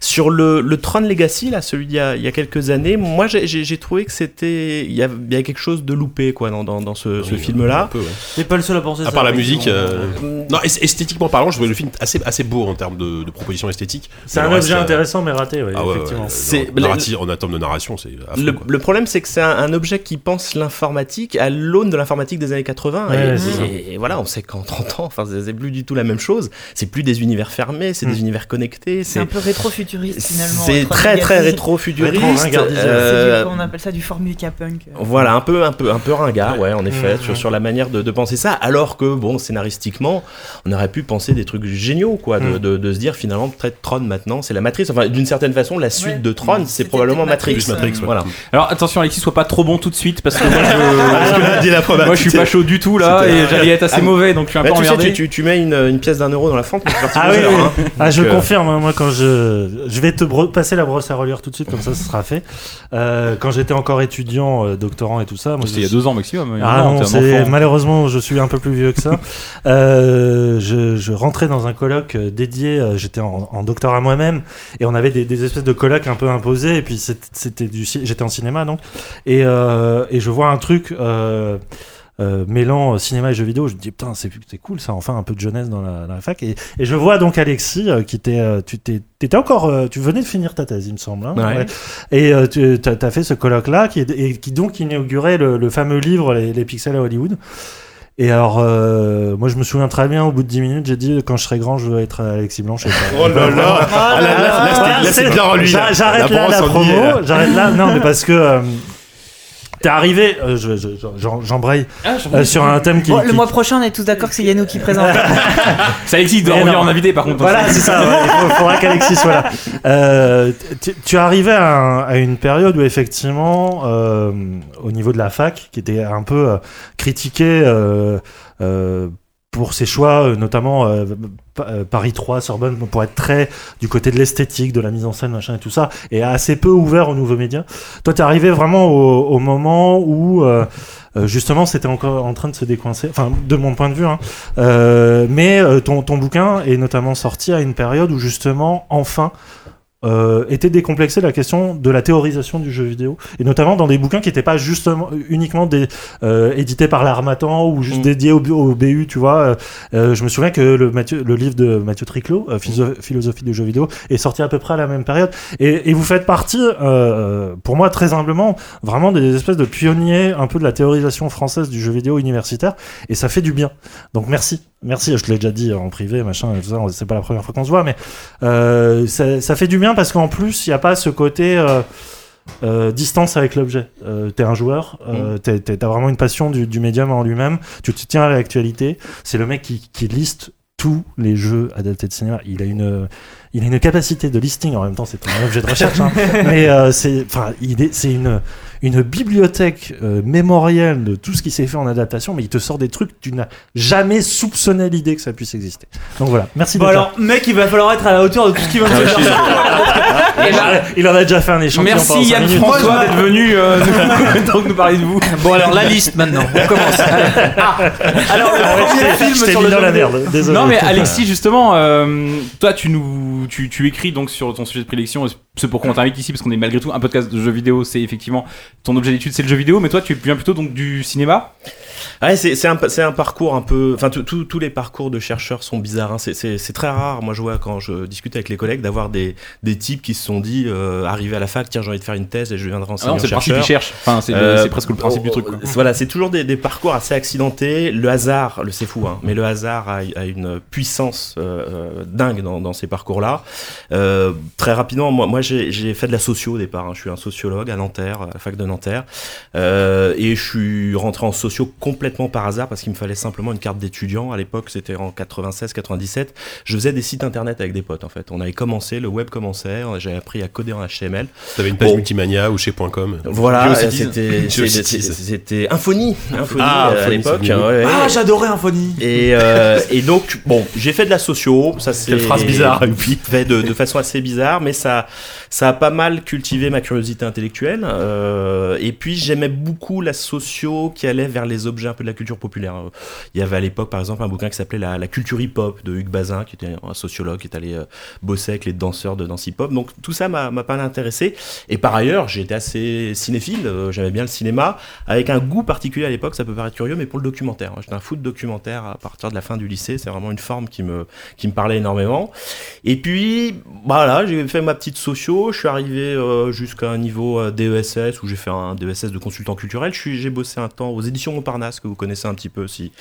[SPEAKER 8] Sur le, le Tron Legacy, là, celui d'il y, a- il y a quelques années, moi j'ai- j'ai j'ai trouvé que c'était il y, avait- il y a quelque chose de loupé quoi dans, dans, dans ce, ce
[SPEAKER 5] Oui, un
[SPEAKER 8] film-là.
[SPEAKER 5] peu, ouais.
[SPEAKER 4] T'es pas le seul à penser ça.
[SPEAKER 5] À part la
[SPEAKER 4] effectivement.
[SPEAKER 5] musique. euh, Non, esth- esthétiquement parlant, je trouvais le film assez, assez beau en termes de, de proposition esthétique.
[SPEAKER 6] C'est
[SPEAKER 5] Mais
[SPEAKER 6] un
[SPEAKER 5] le reste,
[SPEAKER 6] objet
[SPEAKER 5] euh,
[SPEAKER 6] intéressant, mais raté, Eh ouais,
[SPEAKER 5] Ah ouais,
[SPEAKER 6] effectivement.
[SPEAKER 5] ouais,
[SPEAKER 8] C'est-
[SPEAKER 5] non, narrati- En termes de narration, c'est affreux,
[SPEAKER 8] Le,
[SPEAKER 5] quoi.
[SPEAKER 8] le problème, c'est que c'est un, un objet qui pense l'informatique à l'aune de l'informatique des années 80.
[SPEAKER 6] Ouais,
[SPEAKER 8] et,
[SPEAKER 6] c'est ça.
[SPEAKER 8] et voilà, on sait qu'en 30 ans, enfin, c'est c'est plus du tout la même chose. C'est plus des univers fermés, c'est
[SPEAKER 6] Mm.
[SPEAKER 8] des univers connectés.
[SPEAKER 7] C'est un
[SPEAKER 8] C'est
[SPEAKER 7] peu rétro-futuriste finalement.
[SPEAKER 8] c'est
[SPEAKER 7] Tron
[SPEAKER 8] très très
[SPEAKER 7] Legacy.
[SPEAKER 8] rétro-futuriste.
[SPEAKER 6] Rétro-ringardisé.
[SPEAKER 8] euh,
[SPEAKER 7] C'est du- on appelle ça du formulaica punk.
[SPEAKER 8] Voilà, un peu, un peu, un peu ringard, ouais, en effet,
[SPEAKER 6] Mmh,
[SPEAKER 8] sur,
[SPEAKER 6] mmh.
[SPEAKER 8] sur la manière de, de penser ça. Alors que, bon, scénaristiquement, on aurait pu penser des trucs géniaux, quoi, de,
[SPEAKER 6] Mmh.
[SPEAKER 8] de, de se dire finalement, peut-être Tron maintenant, c'est la matrice. Enfin, d'une certaine façon, la suite
[SPEAKER 7] Ouais.
[SPEAKER 8] de Tron, c'est
[SPEAKER 7] C'était
[SPEAKER 8] probablement
[SPEAKER 7] peut-être
[SPEAKER 8] Matrix.
[SPEAKER 5] Plus Matrix, ouais.
[SPEAKER 8] Voilà.
[SPEAKER 2] Alors attention Alexis, sois pas trop bon tout de suite parce que moi je, moi, je suis pas chaud du tout là
[SPEAKER 8] C'était-
[SPEAKER 2] et j'allais être assez
[SPEAKER 8] Ah,
[SPEAKER 2] mauvais donc je suis un
[SPEAKER 8] Bah,
[SPEAKER 2] peu
[SPEAKER 8] tu sais,
[SPEAKER 2] emmerdé.
[SPEAKER 8] tu, tu- tu mets une, une pièce d'un euro dans la fente, mais tu vas
[SPEAKER 6] Ah oui,
[SPEAKER 8] retirer,
[SPEAKER 6] oui.
[SPEAKER 8] hein.
[SPEAKER 6] Ah, je
[SPEAKER 8] Donc, euh,
[SPEAKER 6] confirme, hein, moi quand je je vais te bro- passer la brosse à reliure tout de suite comme ça ce sera fait. Euh, quand j'étais encore étudiant, euh, doctorant et tout ça, moi
[SPEAKER 2] C'était il y a
[SPEAKER 6] je-
[SPEAKER 2] deux ans maximum. il y a
[SPEAKER 6] Ah
[SPEAKER 2] un an,
[SPEAKER 6] non,
[SPEAKER 2] t'es un
[SPEAKER 6] c'est-
[SPEAKER 2] enfant.
[SPEAKER 6] malheureusement, je suis un peu plus vieux que ça. Euh, je, je rentrais dans un colloque euh, dédié, euh, j'étais en, en doctorat moi-même, et on avait des, des espèces de colloques un peu imposés, et puis c'est- c'était du, ci- j'étais en cinéma donc, et, euh, et je vois un truc. euh, euh, mêlant euh, cinéma et jeux vidéo, je me dis putain c'est c'est cool ça, enfin un peu de jeunesse dans la, dans la fac et, et je vois donc Alexis euh, qui t'es euh, tu t'es- t'étais encore euh, tu venais de finir ta thèse il me semble hein,
[SPEAKER 8] Ouais.
[SPEAKER 6] ouais. Et euh, tu as, fait ce colloque-là qui, est- et qui donc inaugurait le, le fameux livre les, les pixels à Hollywood. Et alors, euh, moi je me souviens très bien, au bout de 10 minutes, j'ai dit quand je serai grand, je veux être Alexis Blanche.
[SPEAKER 5] Oh là là Ah, là, là, là, c'était- là, c'est bien en lui. là.
[SPEAKER 6] J'a- J'arrête là la
[SPEAKER 5] brosse en lui,
[SPEAKER 6] promo,
[SPEAKER 5] là.
[SPEAKER 6] j'arrête là, non mais parce que euh, t'es arrivé, euh, je- je- je- j'en- j'embraye,
[SPEAKER 2] Ah,
[SPEAKER 6] euh, sur un thème qui.
[SPEAKER 7] Bon, le
[SPEAKER 6] qui-
[SPEAKER 7] mois prochain, on est tous d'accord que c'est Yannou qui présente.
[SPEAKER 2] Ça existe, on
[SPEAKER 6] euh, Mais
[SPEAKER 2] revient
[SPEAKER 6] non.
[SPEAKER 2] en invité par contre. hein.
[SPEAKER 6] Voilà, c'est ça. ouais, Il faut- faudra qu'Alexis soit là. Euh, tu- tu arrivais à, un- à une période où effectivement, euh, au niveau de la fac, qui était un peu euh, critiquée euh, euh, pour ses choix, euh, notamment euh, Pa- euh, Paris 3, Sorbonne, pour être très du côté de l'esthétique, de la mise en scène, machin et tout ça, et assez peu ouvert aux nouveaux médias. Toi, t'es arrivé vraiment au, au moment où euh, euh, justement c'était encore en train de se décoincer, enfin de mon point de vue. Hein. Euh, mais euh, ton, ton bouquin est notamment sorti à une période où justement, enfin, euh, était décomplexée la question de la théorisation du jeu vidéo, et notamment dans des bouquins qui n'étaient pas justement uniquement des, euh, édités par l'Armatan ou juste
[SPEAKER 8] Mm.
[SPEAKER 6] dédiés au, bu- au BU, tu vois. Euh, euh, je me souviens que le, Mathieu- le livre de Mathieu Triclot, euh, Philo- Philosophie du jeu vidéo, est sorti à peu près à la même période, et, et vous faites partie, euh, pour moi très humblement, vraiment des espèces de pionniers un peu de la théorisation française du jeu vidéo universitaire, et ça fait du bien. Donc merci, merci. Je te l'ai déjà dit en privé, machin, et tout ça. C'est pas la première fois qu'on se voit, mais euh, ça, ça fait du bien parce qu'en plus, il n'y a pas ce côté euh, euh, distance avec l'objet. Euh, t'es un joueur,
[SPEAKER 4] Mm.
[SPEAKER 6] euh, t'es- t'es- t'as vraiment une passion du, du médium en lui-même, tu te tiens à l'actualité. C'est le mec qui, qui liste tous les jeux adaptés de cinéma. Il a une, il a une capacité de listing, en même temps, c'est un objet de recherche, hein. mais euh, c'est enfin, il est- c'est une, une bibliothèque euh, mémorielle de tout ce qui s'est fait en adaptation, mais il te sort des trucs, tu n'as jamais soupçonné l'idée que ça puisse exister. Donc voilà, merci
[SPEAKER 4] Bon
[SPEAKER 6] d'être là.
[SPEAKER 4] Bah, alors, mec, il va falloir être à la hauteur de tout ce qui va
[SPEAKER 5] Ah,
[SPEAKER 4] se faire.
[SPEAKER 6] Ah, Il en a déjà fait un échantillon. pendant
[SPEAKER 2] Merci
[SPEAKER 6] cinq
[SPEAKER 2] Yann
[SPEAKER 6] minutes.
[SPEAKER 2] François d'être venu euh, nous- donc nous parler de vous.
[SPEAKER 3] Bon, alors la liste maintenant. On commence.
[SPEAKER 2] Alors le
[SPEAKER 6] Ouais, je
[SPEAKER 2] premier
[SPEAKER 6] t'ai-
[SPEAKER 2] film
[SPEAKER 6] je t'ai
[SPEAKER 2] sur
[SPEAKER 6] mis
[SPEAKER 2] le
[SPEAKER 6] dans
[SPEAKER 2] jeu
[SPEAKER 6] la
[SPEAKER 2] vidéo.
[SPEAKER 6] merde. Désolé.
[SPEAKER 2] Non mais Alexis justement, euh, toi tu nous, tu, tu écris donc sur ton sujet de prédilection, et c'est pourquoi on t'invite ici parce qu'on est malgré tout un podcast de jeux vidéo, c'est effectivement ton objet d'étude c'est le jeu vidéo, mais toi tu viens plutôt donc du cinéma.
[SPEAKER 8] Ouais, c'est c'est un, c'est un parcours un peu. Enfin, tout- tout- tous les parcours de chercheurs sont bizarres. hein. C'est- C'est c'est très rare. Moi, je vois quand je discute avec les collègues d'avoir des, des types qui se sont dit, euh, arrivés à la fac, tiens, j'ai envie de faire une thèse et je viendrai
[SPEAKER 2] Ah non
[SPEAKER 8] enseigner
[SPEAKER 2] c'est
[SPEAKER 8] enseignant
[SPEAKER 2] le
[SPEAKER 8] chercheur.
[SPEAKER 2] principe du cherche, enfin c'est le-
[SPEAKER 8] Euh,
[SPEAKER 2] c'est presque le principe
[SPEAKER 8] on-
[SPEAKER 2] du truc. quoi.
[SPEAKER 8] on- Voilà, c'est toujours des, des parcours assez accidentés. Le hasard, le c'est fou, hein, mais le hasard a, a une puissance euh, euh, dingue dans, dans ces parcours-là. Euh, très rapidement, moi, moi j'ai j'ai fait de la socio au départ. hein. Je suis un sociologue à Nanterre, à la fac de Nanterre, Euh, et je suis rentré en socio complètement complètement par hasard parce qu'il me fallait simplement une carte d'étudiant. À l'époque, c'était en 96-97. Je faisais des sites internet avec des potes en fait. On avait commencé, le web commençait, on- j'avais appris à coder en HTML.
[SPEAKER 5] T'avais une page
[SPEAKER 8] Bon.
[SPEAKER 5] Multimania ou chez.com.
[SPEAKER 8] Voilà, euh,
[SPEAKER 5] Geocities.
[SPEAKER 8] c'était
[SPEAKER 5] Geocities.
[SPEAKER 8] c'était- c'était Infony, Infony
[SPEAKER 5] Ah,
[SPEAKER 8] euh, à
[SPEAKER 5] Infony,
[SPEAKER 8] l'époque.
[SPEAKER 5] c'est venu.
[SPEAKER 8] ouais, ouais.
[SPEAKER 4] Ah, j'adorais Infony.
[SPEAKER 8] Et, euh, et donc, bon, j'ai fait de la socio, ça c'est
[SPEAKER 5] Quelle phrase bizarre.
[SPEAKER 8] fait de, de façon assez bizarre, mais ça, ça a pas mal cultivé ma curiosité intellectuelle. Euh, et puis j'aimais beaucoup la socio qui allait vers les objets un peu de la culture populaire. Euh, Il y avait à l'époque, par exemple, un bouquin qui s'appelait la, La culture hip-hop de Hugues Bazin, qui était un sociologue qui est allé euh, bosser avec les danseurs de danse hip-hop. Donc tout ça m'a m'a pas mal intéressé. Et par ailleurs, j'étais assez cinéphile, euh, j'aimais bien le cinéma, avec un goût particulier à l'époque. Ça peut paraître curieux, mais pour le documentaire. hein. J'étais un fou de documentaire à partir de la fin du lycée. C'est vraiment une forme qui me qui me parlait énormément. Et puis, voilà, j'ai fait ma petite socio, je suis arrivé euh, jusqu'à un niveau euh, DESS où j'ai fait un DESS de consultant culturel. Je suis- J'ai bossé un temps aux éditions Montparnasse, que vous connaissez un petit peu si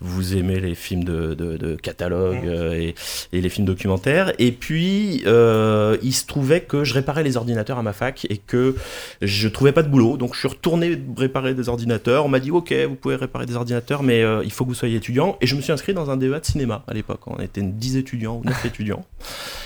[SPEAKER 8] vous aimez les films de, de- de catalogue euh, et, et les films documentaires. Et puis, euh, il se trouvait que je réparais les ordinateurs à ma fac et que je trouvais pas de boulot. Donc, je suis retourné réparer des ordinateurs. On m'a dit, OK, vous pouvez réparer des ordinateurs, mais euh, il faut que vous soyez étudiant. Et je me suis inscrit dans un DEA de cinéma à l'époque. On était 10 étudiants ou 9 étudiants.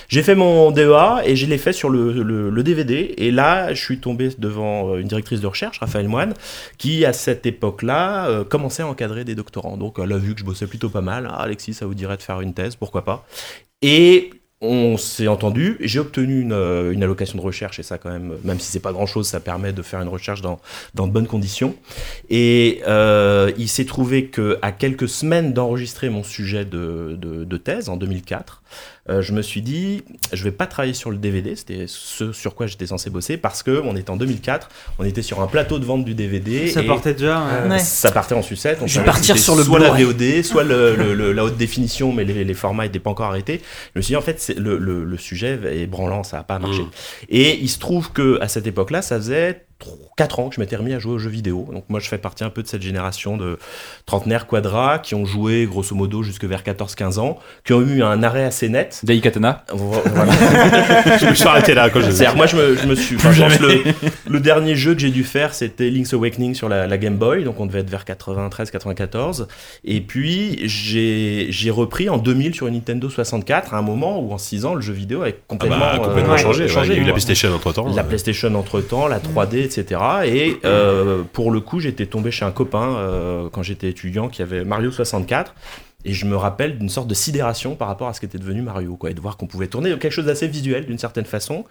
[SPEAKER 8] J'ai fait mon DEA et je l'ai fait sur le, le- le DVD. Et là, je suis tombé devant euh, une directrice de recherche, Raphaël Moine, qui à cette époque-là euh, commençait à encadrer des doctorants. Donc elle a vu que je bossais plutôt pas mal. Ah, Alexis, ça vous dirait de faire une thèse, pourquoi pas Et on s'est entendu. J'ai obtenu une, euh, une allocation de recherche et ça quand même, même si c'est pas grand-chose, ça permet de faire une recherche dans, dans de bonnes conditions. Et euh, il s'est trouvé que à quelques semaines d'enregistrer mon sujet de, de- de thèse en 2004, euh, je me suis dit, je vais pas travailler sur le DVD, c'était ce sur quoi j'étais censé bosser, parce que on était en 2004, on était sur un plateau de vente du DVD.
[SPEAKER 4] Ça
[SPEAKER 8] et- euh,
[SPEAKER 4] partait déjà.
[SPEAKER 5] Euh,
[SPEAKER 4] ouais.
[SPEAKER 7] Ouais.
[SPEAKER 8] ça partait en sucette. On
[SPEAKER 3] Je vais
[SPEAKER 8] savait
[SPEAKER 3] partir
[SPEAKER 8] que c'était
[SPEAKER 3] sur le
[SPEAKER 8] soit la
[SPEAKER 3] Blu-ray.
[SPEAKER 8] VOD, soit le- le- le- la haute définition, mais les, les formats n'étaient pas encore arrêtés. Je me suis dit en fait c'est- le, le- le sujet est branlant, ça n'a pas marché.
[SPEAKER 5] Mm.
[SPEAKER 8] Et il se trouve que à cette époque-là, ça faisait 4 ans que je m'étais remis à jouer aux jeux vidéo. Donc moi je fais partie un peu de cette génération de trentenaires quadra qui ont joué grosso modo jusque vers 14-15 ans, qui ont eu un arrêt assez net.
[SPEAKER 2] Dai Katana.
[SPEAKER 8] Vo- voilà.
[SPEAKER 5] Je me suis arrêté là quand je
[SPEAKER 8] C'est-à-dire, moi, je me, je me suis. enfin, je pense le, le dernier jeu que j'ai dû faire, c'était Link's Awakening sur la, la Game Boy, donc on devait être vers 93-94. Et puis, j'ai j'ai repris en 2000 sur une Nintendo 64, à un moment où en 6 ans, le jeu vidéo avait
[SPEAKER 5] Ah
[SPEAKER 8] complètement,
[SPEAKER 5] bah, complètement
[SPEAKER 8] euh,
[SPEAKER 5] changé. ouais. Il y a eu la
[SPEAKER 8] ouais.
[SPEAKER 5] PlayStation entre temps. euh,
[SPEAKER 8] La PlayStation entre temps, la 3D, etc. Et euh, pour le coup, j'étais tombé chez un copain euh, quand j'étais étudiant qui avait Mario 64. Et je me rappelle d'une sorte de sidération par rapport à ce qu'était devenu Mario, quoi, et de voir qu'on pouvait tourner quelque chose d'assez visuel d'une certaine façon.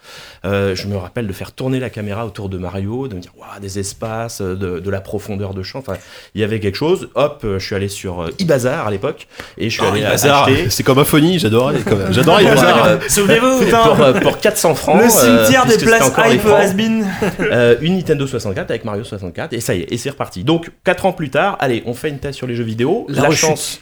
[SPEAKER 8] Euh, je me rappelle de faire tourner la caméra autour de Mario, de me dire Waouh, des espaces, euh, de, de la profondeur de champ. Enfin, il y avait quelque chose. Hop, euh, je suis allé sur euh, eBazaar à l'époque, et je suis
[SPEAKER 5] Ah,
[SPEAKER 8] allé
[SPEAKER 5] il y a Hazard.
[SPEAKER 8] acheter.
[SPEAKER 5] C'est comme Infony, j'adorais. comme- J'adorais
[SPEAKER 8] Pour,
[SPEAKER 5] Hazard.
[SPEAKER 8] euh,
[SPEAKER 4] Souvenez-vous,
[SPEAKER 8] pour,
[SPEAKER 4] putain.
[SPEAKER 8] euh, pour 400 francs.
[SPEAKER 4] Le
[SPEAKER 8] euh,
[SPEAKER 4] cimetière des
[SPEAKER 8] puisque c'était
[SPEAKER 4] places
[SPEAKER 8] encore les
[SPEAKER 4] hype
[SPEAKER 8] francs.
[SPEAKER 4] has-been.
[SPEAKER 8] Euh, une Nintendo 64 avec Mario 64 et ça y est et c'est reparti donc 4 ans plus tard allez on fait une thèse sur les jeux vidéo
[SPEAKER 3] La rechute.
[SPEAKER 8] chance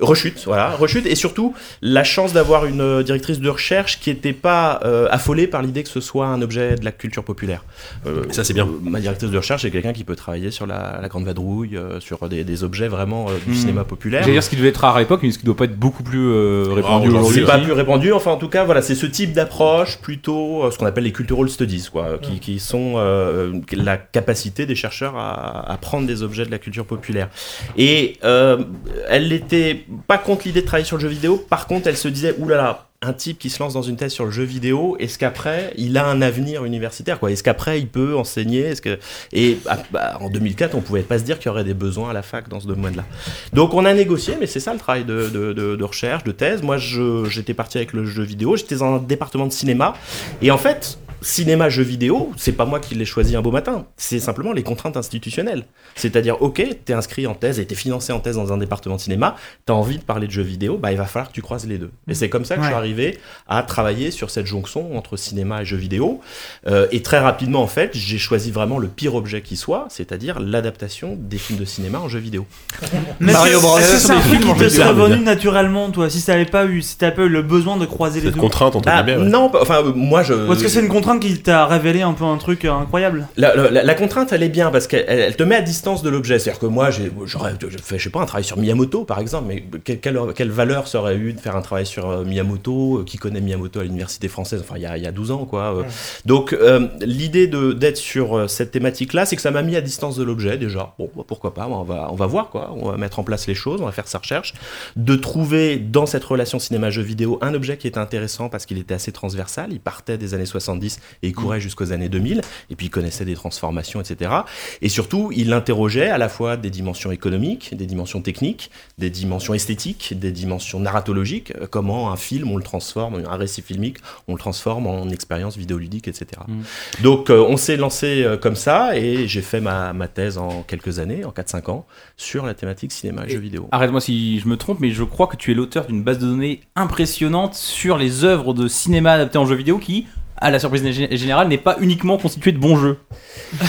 [SPEAKER 8] rechute voilà rechute et surtout la chance d'avoir une euh, directrice de recherche qui n'était pas euh, affolée par l'idée que ce soit un objet de la culture populaire Euh,
[SPEAKER 5] Ça, c'est bien.
[SPEAKER 8] euh, ma directrice de recherche est quelqu'un qui peut travailler sur la, la grande vadrouille euh, sur des, des objets vraiment euh, du
[SPEAKER 2] Hmm.
[SPEAKER 8] cinéma populaire
[SPEAKER 2] J'allais dire ce qui devait être rare à l'époque, mais ce qui doit pas être beaucoup plus euh, répandu
[SPEAKER 5] Ah, aujourd'hui,
[SPEAKER 2] aujourd'hui.
[SPEAKER 8] c'est pas plus répandu. Enfin, en tout cas, voilà, c'est ce type d'approche plutôt euh, ce qu'on appelle les cultural studies, quoi, qui, qui sont euh, la capacité des chercheurs à, à prendre des objets de la culture populaire. Et euh, elle n'était pas contre l'idée de travailler sur le jeu vidéo. Par contre, elle se disait, oulala. Là là, un type qui se lance dans une thèse sur le jeu vidéo, est-ce qu'après il a un avenir universitaire quoi Est-ce qu'après il peut enseigner Est-ce que et ah, bah, en 2004, on pouvait pas se dire qu'il y aurait des besoins à la fac dans ce domaine-là. Donc on a négocié, mais c'est ça le travail de, de- de- de recherche, de thèse. Moi, je- j'étais parti avec le jeu vidéo, j'étais dans un département de cinéma, et en fait, cinéma, jeu vidéo, c'est pas moi qui l'ai choisi un beau matin, c'est simplement les contraintes institutionnelles. C'est-à-dire, ok, t'es inscrit en thèse et t'es financé en thèse dans un département de cinéma, t'as envie de parler de jeux vidéo, bah il va falloir que tu croises les deux. Et c'est comme ça que je suis
[SPEAKER 4] Ouais.
[SPEAKER 8] arrivé à travailler sur cette jonction entre cinéma et jeux vidéo. Euh, et très rapidement, en fait, j'ai choisi vraiment le pire objet qui soit, c'est-à-dire l'adaptation des films de cinéma en jeux vidéo.
[SPEAKER 4] Mario Bros.
[SPEAKER 7] euh,
[SPEAKER 4] Est-ce que c'est un truc qui te
[SPEAKER 5] jeu
[SPEAKER 4] serait
[SPEAKER 5] vidéo.
[SPEAKER 4] venu naturellement, toi, si t'avais pas eu, si t'avais pas eu le besoin de croiser les
[SPEAKER 5] Cette
[SPEAKER 4] deux
[SPEAKER 5] contrainte, entre
[SPEAKER 8] Bah,
[SPEAKER 5] guillemets. ouais.
[SPEAKER 8] Non, pas- enfin, euh, moi je.
[SPEAKER 4] Ou est-ce que c'est une contrainte contrainte qui t'a révélé un peu un truc euh, incroyable.
[SPEAKER 8] La, la- la- la contrainte, elle est bien parce qu'elle elle- elle te met à distance de l'objet. C'est-à-dire que moi, j'ai- j'aurais je fais, je sais pas, un travail sur Miyamoto, par exemple, mais quelle, quelle, quelle valeur ça aurait eu de faire un travail sur euh, Miyamoto euh, Qui connaît Miyamoto à l'université française Enfin, il y a, il y a 12 ans, quoi. euh. Donc, euh, l'idée de- d'être sur euh, cette thématique-là, c'est que ça m'a mis à distance de l'objet, déjà. Bon, bah, pourquoi pas, on va, on va voir, quoi. On va mettre en place les choses, on va faire sa recherche. De trouver dans cette relation cinéma-jeu vidéo un objet qui était intéressant parce qu'il était assez transversal. Il partait des années 70 et il courait jusqu'aux années 2000 et puis il connaissait des transformations, etc. Et surtout, il interrogeait à la fois des dimensions économiques, des dimensions techniques, des dimensions esthétiques, des dimensions narratologiques, euh, comment un film, on le transforme, un récit filmique, on le transforme en expérience vidéoludique, etc. Donc euh, on s'est lancé euh, comme ça, et j'ai fait ma, ma thèse en quelques années, en 4-5 ans, sur la thématique cinéma et jeux vidéo.
[SPEAKER 2] Arrête-moi si je me trompe, mais je crois que tu es l'auteur d'une base de données impressionnante sur les œuvres de cinéma adaptées en jeux vidéo qui, à la surprise gé- générale, n'est pas uniquement constituée de bons jeux.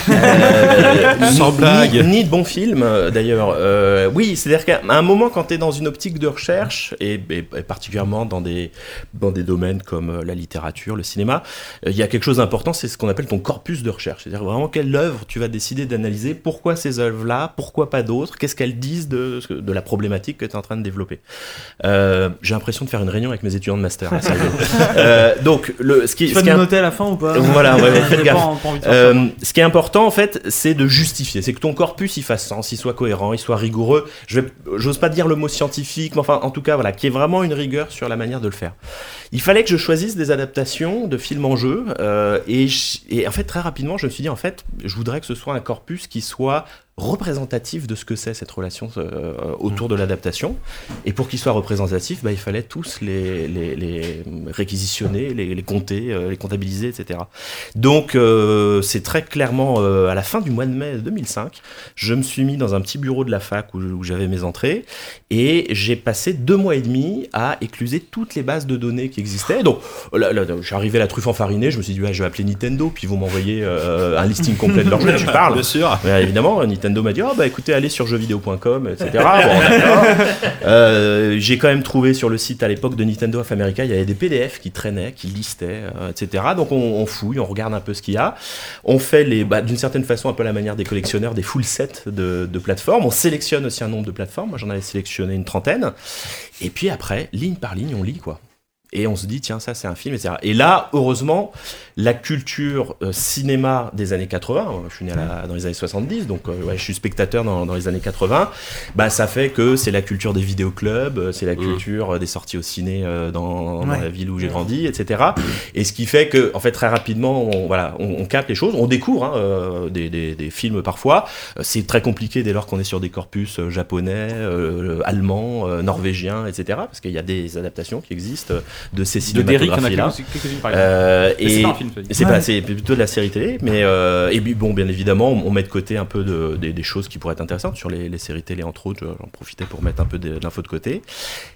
[SPEAKER 8] Euh,
[SPEAKER 5] Sans
[SPEAKER 8] ni-
[SPEAKER 5] blague.
[SPEAKER 8] Ni, ni de bons films, euh, d'ailleurs. Euh, oui, c'est-à-dire qu'à un moment, quand tu es dans une optique de recherche, et, et- et particulièrement dans des, dans des domaines comme euh, la littérature, le cinéma, euh, il y a quelque chose d'important, c'est ce qu'on appelle ton corpus de recherche. C'est-à-dire vraiment quelle œuvre tu vas décider d'analyser, pourquoi ces œuvres-là, pourquoi pas d'autres, qu'est-ce qu'elles disent de, ce que- de la problématique que tu es en train de développer. Euh, J'ai l'impression de faire une réunion avec mes étudiants de master. là, ça rigole. Euh, donc, le, ce qui,
[SPEAKER 4] Tu
[SPEAKER 8] ce
[SPEAKER 4] vas
[SPEAKER 8] qui est
[SPEAKER 4] nous
[SPEAKER 8] un-
[SPEAKER 4] noter à la fin ou pas
[SPEAKER 8] Voilà, ouais, ouais, faites
[SPEAKER 4] J'ai
[SPEAKER 8] gaffe.
[SPEAKER 4] pas- pas envie de faire ça.
[SPEAKER 8] euh, ce qui est important en fait, c'est de justifier, c'est que ton corpus il fasse sens, il soit cohérent, il soit rigoureux. Je vais, j'ose pas dire le mot scientifique, mais enfin, en tout cas, voilà, qui est vraiment une rigueur sur la manière de le faire. Il fallait que je choisisse des adaptations de films en jeu, euh, et, je- et en fait très rapidement, je me suis dit en fait, je voudrais que ce soit un corpus qui soit représentatif de ce que c'est cette relation euh, autour de l'adaptation. Et pour qu'il soit représentatif, bah, il fallait tous les, les, les réquisitionner, les, les compter, euh, les comptabiliser, etc. Donc euh, c'est très clairement euh, à la fin du mois de mai 2005, je me suis mis dans un petit bureau de la fac où, où j'avais mes entrées et j'ai passé deux mois et demi à écluser toutes les bases de données qui existaient. Donc là, là, là, je suis arrivé à la truffe enfarinée, je me suis dit ah, je vais appeler Nintendo puis ils vont m'envoyer euh, un listing complet de leur jeu. Tu parles
[SPEAKER 5] Bien sûr.
[SPEAKER 8] Ouais, Ah, évidemment, Nintendo m'a dit Ah, bah écoutez, allez sur jeuxvideo.com, etc. Bon, d'accord. Euh, J'ai quand même trouvé sur le site à l'époque de Nintendo of America, il y avait des PDF qui traînaient, qui listaient, euh, etc. Donc on, on fouille, on regarde un peu ce qu'il y a. On fait les, bah, d'une certaine façon, un peu la manière des collectionneurs, des full sets de, de plateformes. On sélectionne aussi un nombre de plateformes. Moi, j'en avais sélectionné une trentaine. Et puis après, ligne par ligne, on lit quoi. Et on se dit, tiens, ça c'est un film, etc. Et là, heureusement, la culture euh, cinéma des années 80, euh, je suis né à la- dans les années 70, donc euh, ouais, je suis spectateur dans, dans les années 80, bah, ça fait que c'est la culture des vidéoclubs, euh,
[SPEAKER 2] Mmh.
[SPEAKER 8] c'est la culture euh, des sorties au ciné euh, dans, dans
[SPEAKER 4] Ouais.
[SPEAKER 8] la ville où j'ai grandi, etc. Et ce qui fait que, en fait, très rapidement, on, voilà, on, on capte les choses, on découvre hein, euh, des, des- des films parfois. Euh, C'est très compliqué dès lors qu'on est sur des corpus euh, japonais, euh, allemands, euh, norvégiens, etc. Parce qu'il y a des adaptations qui existent euh, de ces
[SPEAKER 2] De Derrick, il y en a
[SPEAKER 8] cinématographies-là.
[SPEAKER 2] quelques- quelques-unes par exemple.
[SPEAKER 8] Euh,
[SPEAKER 2] Mais c'est
[SPEAKER 8] et-
[SPEAKER 2] pas un film, ça dit.
[SPEAKER 8] c'est
[SPEAKER 4] Ouais.
[SPEAKER 8] pas, c'est plutôt de la série télé, mais euh, et puis bon, bien évidemment, on, on met de côté un peu de- des, des choses qui pourraient être intéressantes sur les, les séries télé entre autres. J'en profitais pour mettre un peu de, de l'info de côté.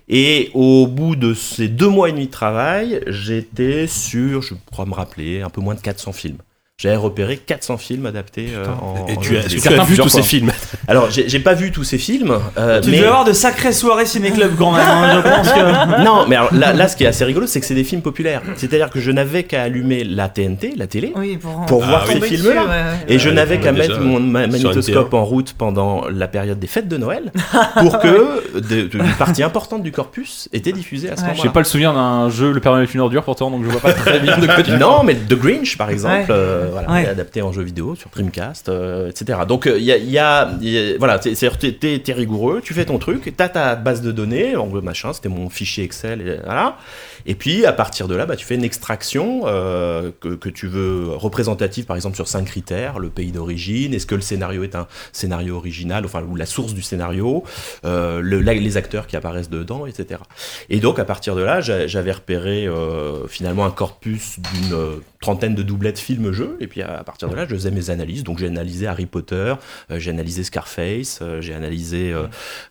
[SPEAKER 8] Et au bout de ces deux mois et demi de travail, j'étais sur, je crois me rappeler, un peu moins de 400 films. J'avais repéré 400 films adaptés euh, en.
[SPEAKER 5] Et
[SPEAKER 8] en
[SPEAKER 5] tu as,
[SPEAKER 8] vidéo.
[SPEAKER 5] tu as vu
[SPEAKER 2] plusieurs
[SPEAKER 5] tous ces
[SPEAKER 2] fois.
[SPEAKER 5] films.
[SPEAKER 8] Alors, j'ai j'ai pas vu tous ces films. euh,
[SPEAKER 4] Tu
[SPEAKER 8] mais...
[SPEAKER 4] devais avoir de sacrées soirées ciné-club quand même, hein, je pense que.
[SPEAKER 8] Non, mais alors là, là, ce qui est assez rigolo, c'est que c'est des films populaires. C'est-à-dire que je n'avais qu'à allumer la TNT, la télé,
[SPEAKER 7] Oui, pour, en-
[SPEAKER 8] pour
[SPEAKER 5] Ah
[SPEAKER 8] voir ces
[SPEAKER 5] oui.
[SPEAKER 7] tomber Oh. dessus,
[SPEAKER 8] films-là.
[SPEAKER 7] ouais, ouais.
[SPEAKER 8] Et je
[SPEAKER 5] Ouais,
[SPEAKER 8] n'avais
[SPEAKER 5] on
[SPEAKER 8] qu'à
[SPEAKER 5] est déjà,
[SPEAKER 8] mettre mon ma-
[SPEAKER 5] sur
[SPEAKER 8] magnétoscope en route pendant la période des fêtes de Noël pour que de- de- une partie importante du corpus était diffusée à ce
[SPEAKER 7] Ouais.
[SPEAKER 2] J'ai
[SPEAKER 8] moment-là.
[SPEAKER 2] pas le souvenir d'un jeu Le Père Noël est une ordure pourtant, donc je vois pas très bien de quoi tu
[SPEAKER 8] Non, mais The Grinch, par exemple,
[SPEAKER 7] Ouais.
[SPEAKER 8] euh, voilà,
[SPEAKER 4] Ouais.
[SPEAKER 8] est adapté en jeu vidéo sur Dreamcast, euh, etc. Donc, il y a, y a- y a- voilà, t'es- c'est-à-dire t'es- t'es t'es rigoureux, tu fais ton truc, t'as ta base de données, en gros, machin, c'était mon fichier Excel, et voilà. Et puis, à partir de là, bah, tu fais une extraction euh, que, que tu veux représentative, par exemple, sur cinq critères le pays d'origine, est-ce que le scénario est un scénario original, enfin, ou la source du scénario, euh, le- la- les acteurs qui apparaissent dedans, etc. Et donc, à partir de là, j'a- j'avais repéré euh, finalement un corpus d'une euh, trentaine de doublets de films-jeux Et puis à partir de là, je faisais mes analyses. Donc j'ai analysé Harry Potter, euh, j'ai analysé Scarface, euh, j'ai analysé. euh,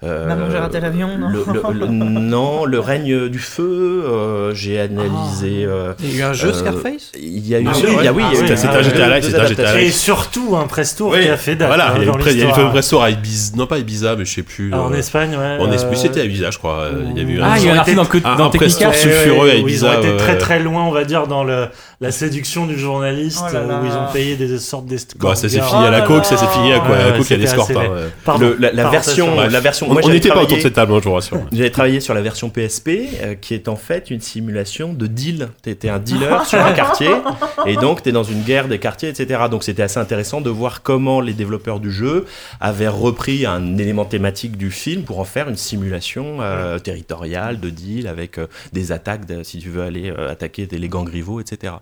[SPEAKER 8] euh,
[SPEAKER 7] Maman, j'ai raté l'avion, non
[SPEAKER 8] le, le- le- Non, le règne du feu. euh, j'ai analysé.
[SPEAKER 7] Ah.
[SPEAKER 8] euh,
[SPEAKER 3] Il y a eu un jeu
[SPEAKER 8] euh,
[SPEAKER 3] Scarface
[SPEAKER 8] Il y a eu.
[SPEAKER 5] Ah
[SPEAKER 8] oui,
[SPEAKER 5] oui,
[SPEAKER 8] il y a- oui,
[SPEAKER 5] ah
[SPEAKER 8] il y a
[SPEAKER 5] oui,
[SPEAKER 8] eu-
[SPEAKER 5] c'est
[SPEAKER 8] ah
[SPEAKER 5] un
[SPEAKER 8] oui,
[SPEAKER 5] GTA Live,
[SPEAKER 8] deux
[SPEAKER 5] c'est un GTA Live.
[SPEAKER 6] Et
[SPEAKER 8] adaptations.
[SPEAKER 6] surtout un Prestour
[SPEAKER 5] Oui,
[SPEAKER 6] qui a fait date.
[SPEAKER 5] Voilà, il y a eu
[SPEAKER 6] dans
[SPEAKER 5] le pré- il y a eu le
[SPEAKER 6] l'histoire.
[SPEAKER 5] feu Prestour à Ibiza, non pas à Ibiza, mais je sais plus.
[SPEAKER 6] Ah, En
[SPEAKER 5] euh,
[SPEAKER 6] Espagne, ouais.
[SPEAKER 5] En
[SPEAKER 6] euh,
[SPEAKER 5] Espagne, c'était à Ibiza, je crois. euh, Il y a eu un.
[SPEAKER 2] Ah, il y a un
[SPEAKER 6] Ils ont
[SPEAKER 2] article
[SPEAKER 6] été-
[SPEAKER 2] dans, que-
[SPEAKER 5] un-
[SPEAKER 2] dans
[SPEAKER 5] un
[SPEAKER 2] Technicolor.
[SPEAKER 5] presteur sulfureux à
[SPEAKER 6] où Ils ont
[SPEAKER 5] Ibiza,
[SPEAKER 6] été
[SPEAKER 5] ouais,
[SPEAKER 6] très
[SPEAKER 5] ouais.
[SPEAKER 6] très loin, on va dire, dans le, la séduction du journaliste, euh,
[SPEAKER 7] Oh là là.
[SPEAKER 6] où ils ont payé des sortes d'escorts.
[SPEAKER 5] Bah, ça s'est fini
[SPEAKER 7] Oh
[SPEAKER 5] à la
[SPEAKER 7] là
[SPEAKER 5] coke, ça
[SPEAKER 7] là.
[SPEAKER 5] s'est fini à quoi
[SPEAKER 6] Ouais,
[SPEAKER 5] À la
[SPEAKER 6] ouais,
[SPEAKER 5] coke, il y a des
[SPEAKER 6] c'était
[SPEAKER 5] escortes.
[SPEAKER 6] assez
[SPEAKER 5] hein,
[SPEAKER 6] laid.
[SPEAKER 5] ouais.
[SPEAKER 6] Pardon.
[SPEAKER 8] Le- la, la
[SPEAKER 6] Pardon,
[SPEAKER 8] version,
[SPEAKER 6] attention.
[SPEAKER 8] la version.
[SPEAKER 5] On
[SPEAKER 8] moi,
[SPEAKER 5] on
[SPEAKER 8] j'avais
[SPEAKER 5] n'était pas autour de
[SPEAKER 8] travaillé-
[SPEAKER 5] cette table, hein, je vous rassure.
[SPEAKER 8] J'avais travaillé sur la version PSP, euh, qui est en fait une simulation de deal. T'étais un dealer sur un quartier, et donc t'es dans une guerre des quartiers, etc. Donc c'était assez intéressant de voir comment les développeurs du jeu avaient repris un élément thématique du film pour en faire une simulation euh, territoriale de deal avec euh, des attaques, de- si tu veux aller euh, attaquer des- les gangs rivaux, etc.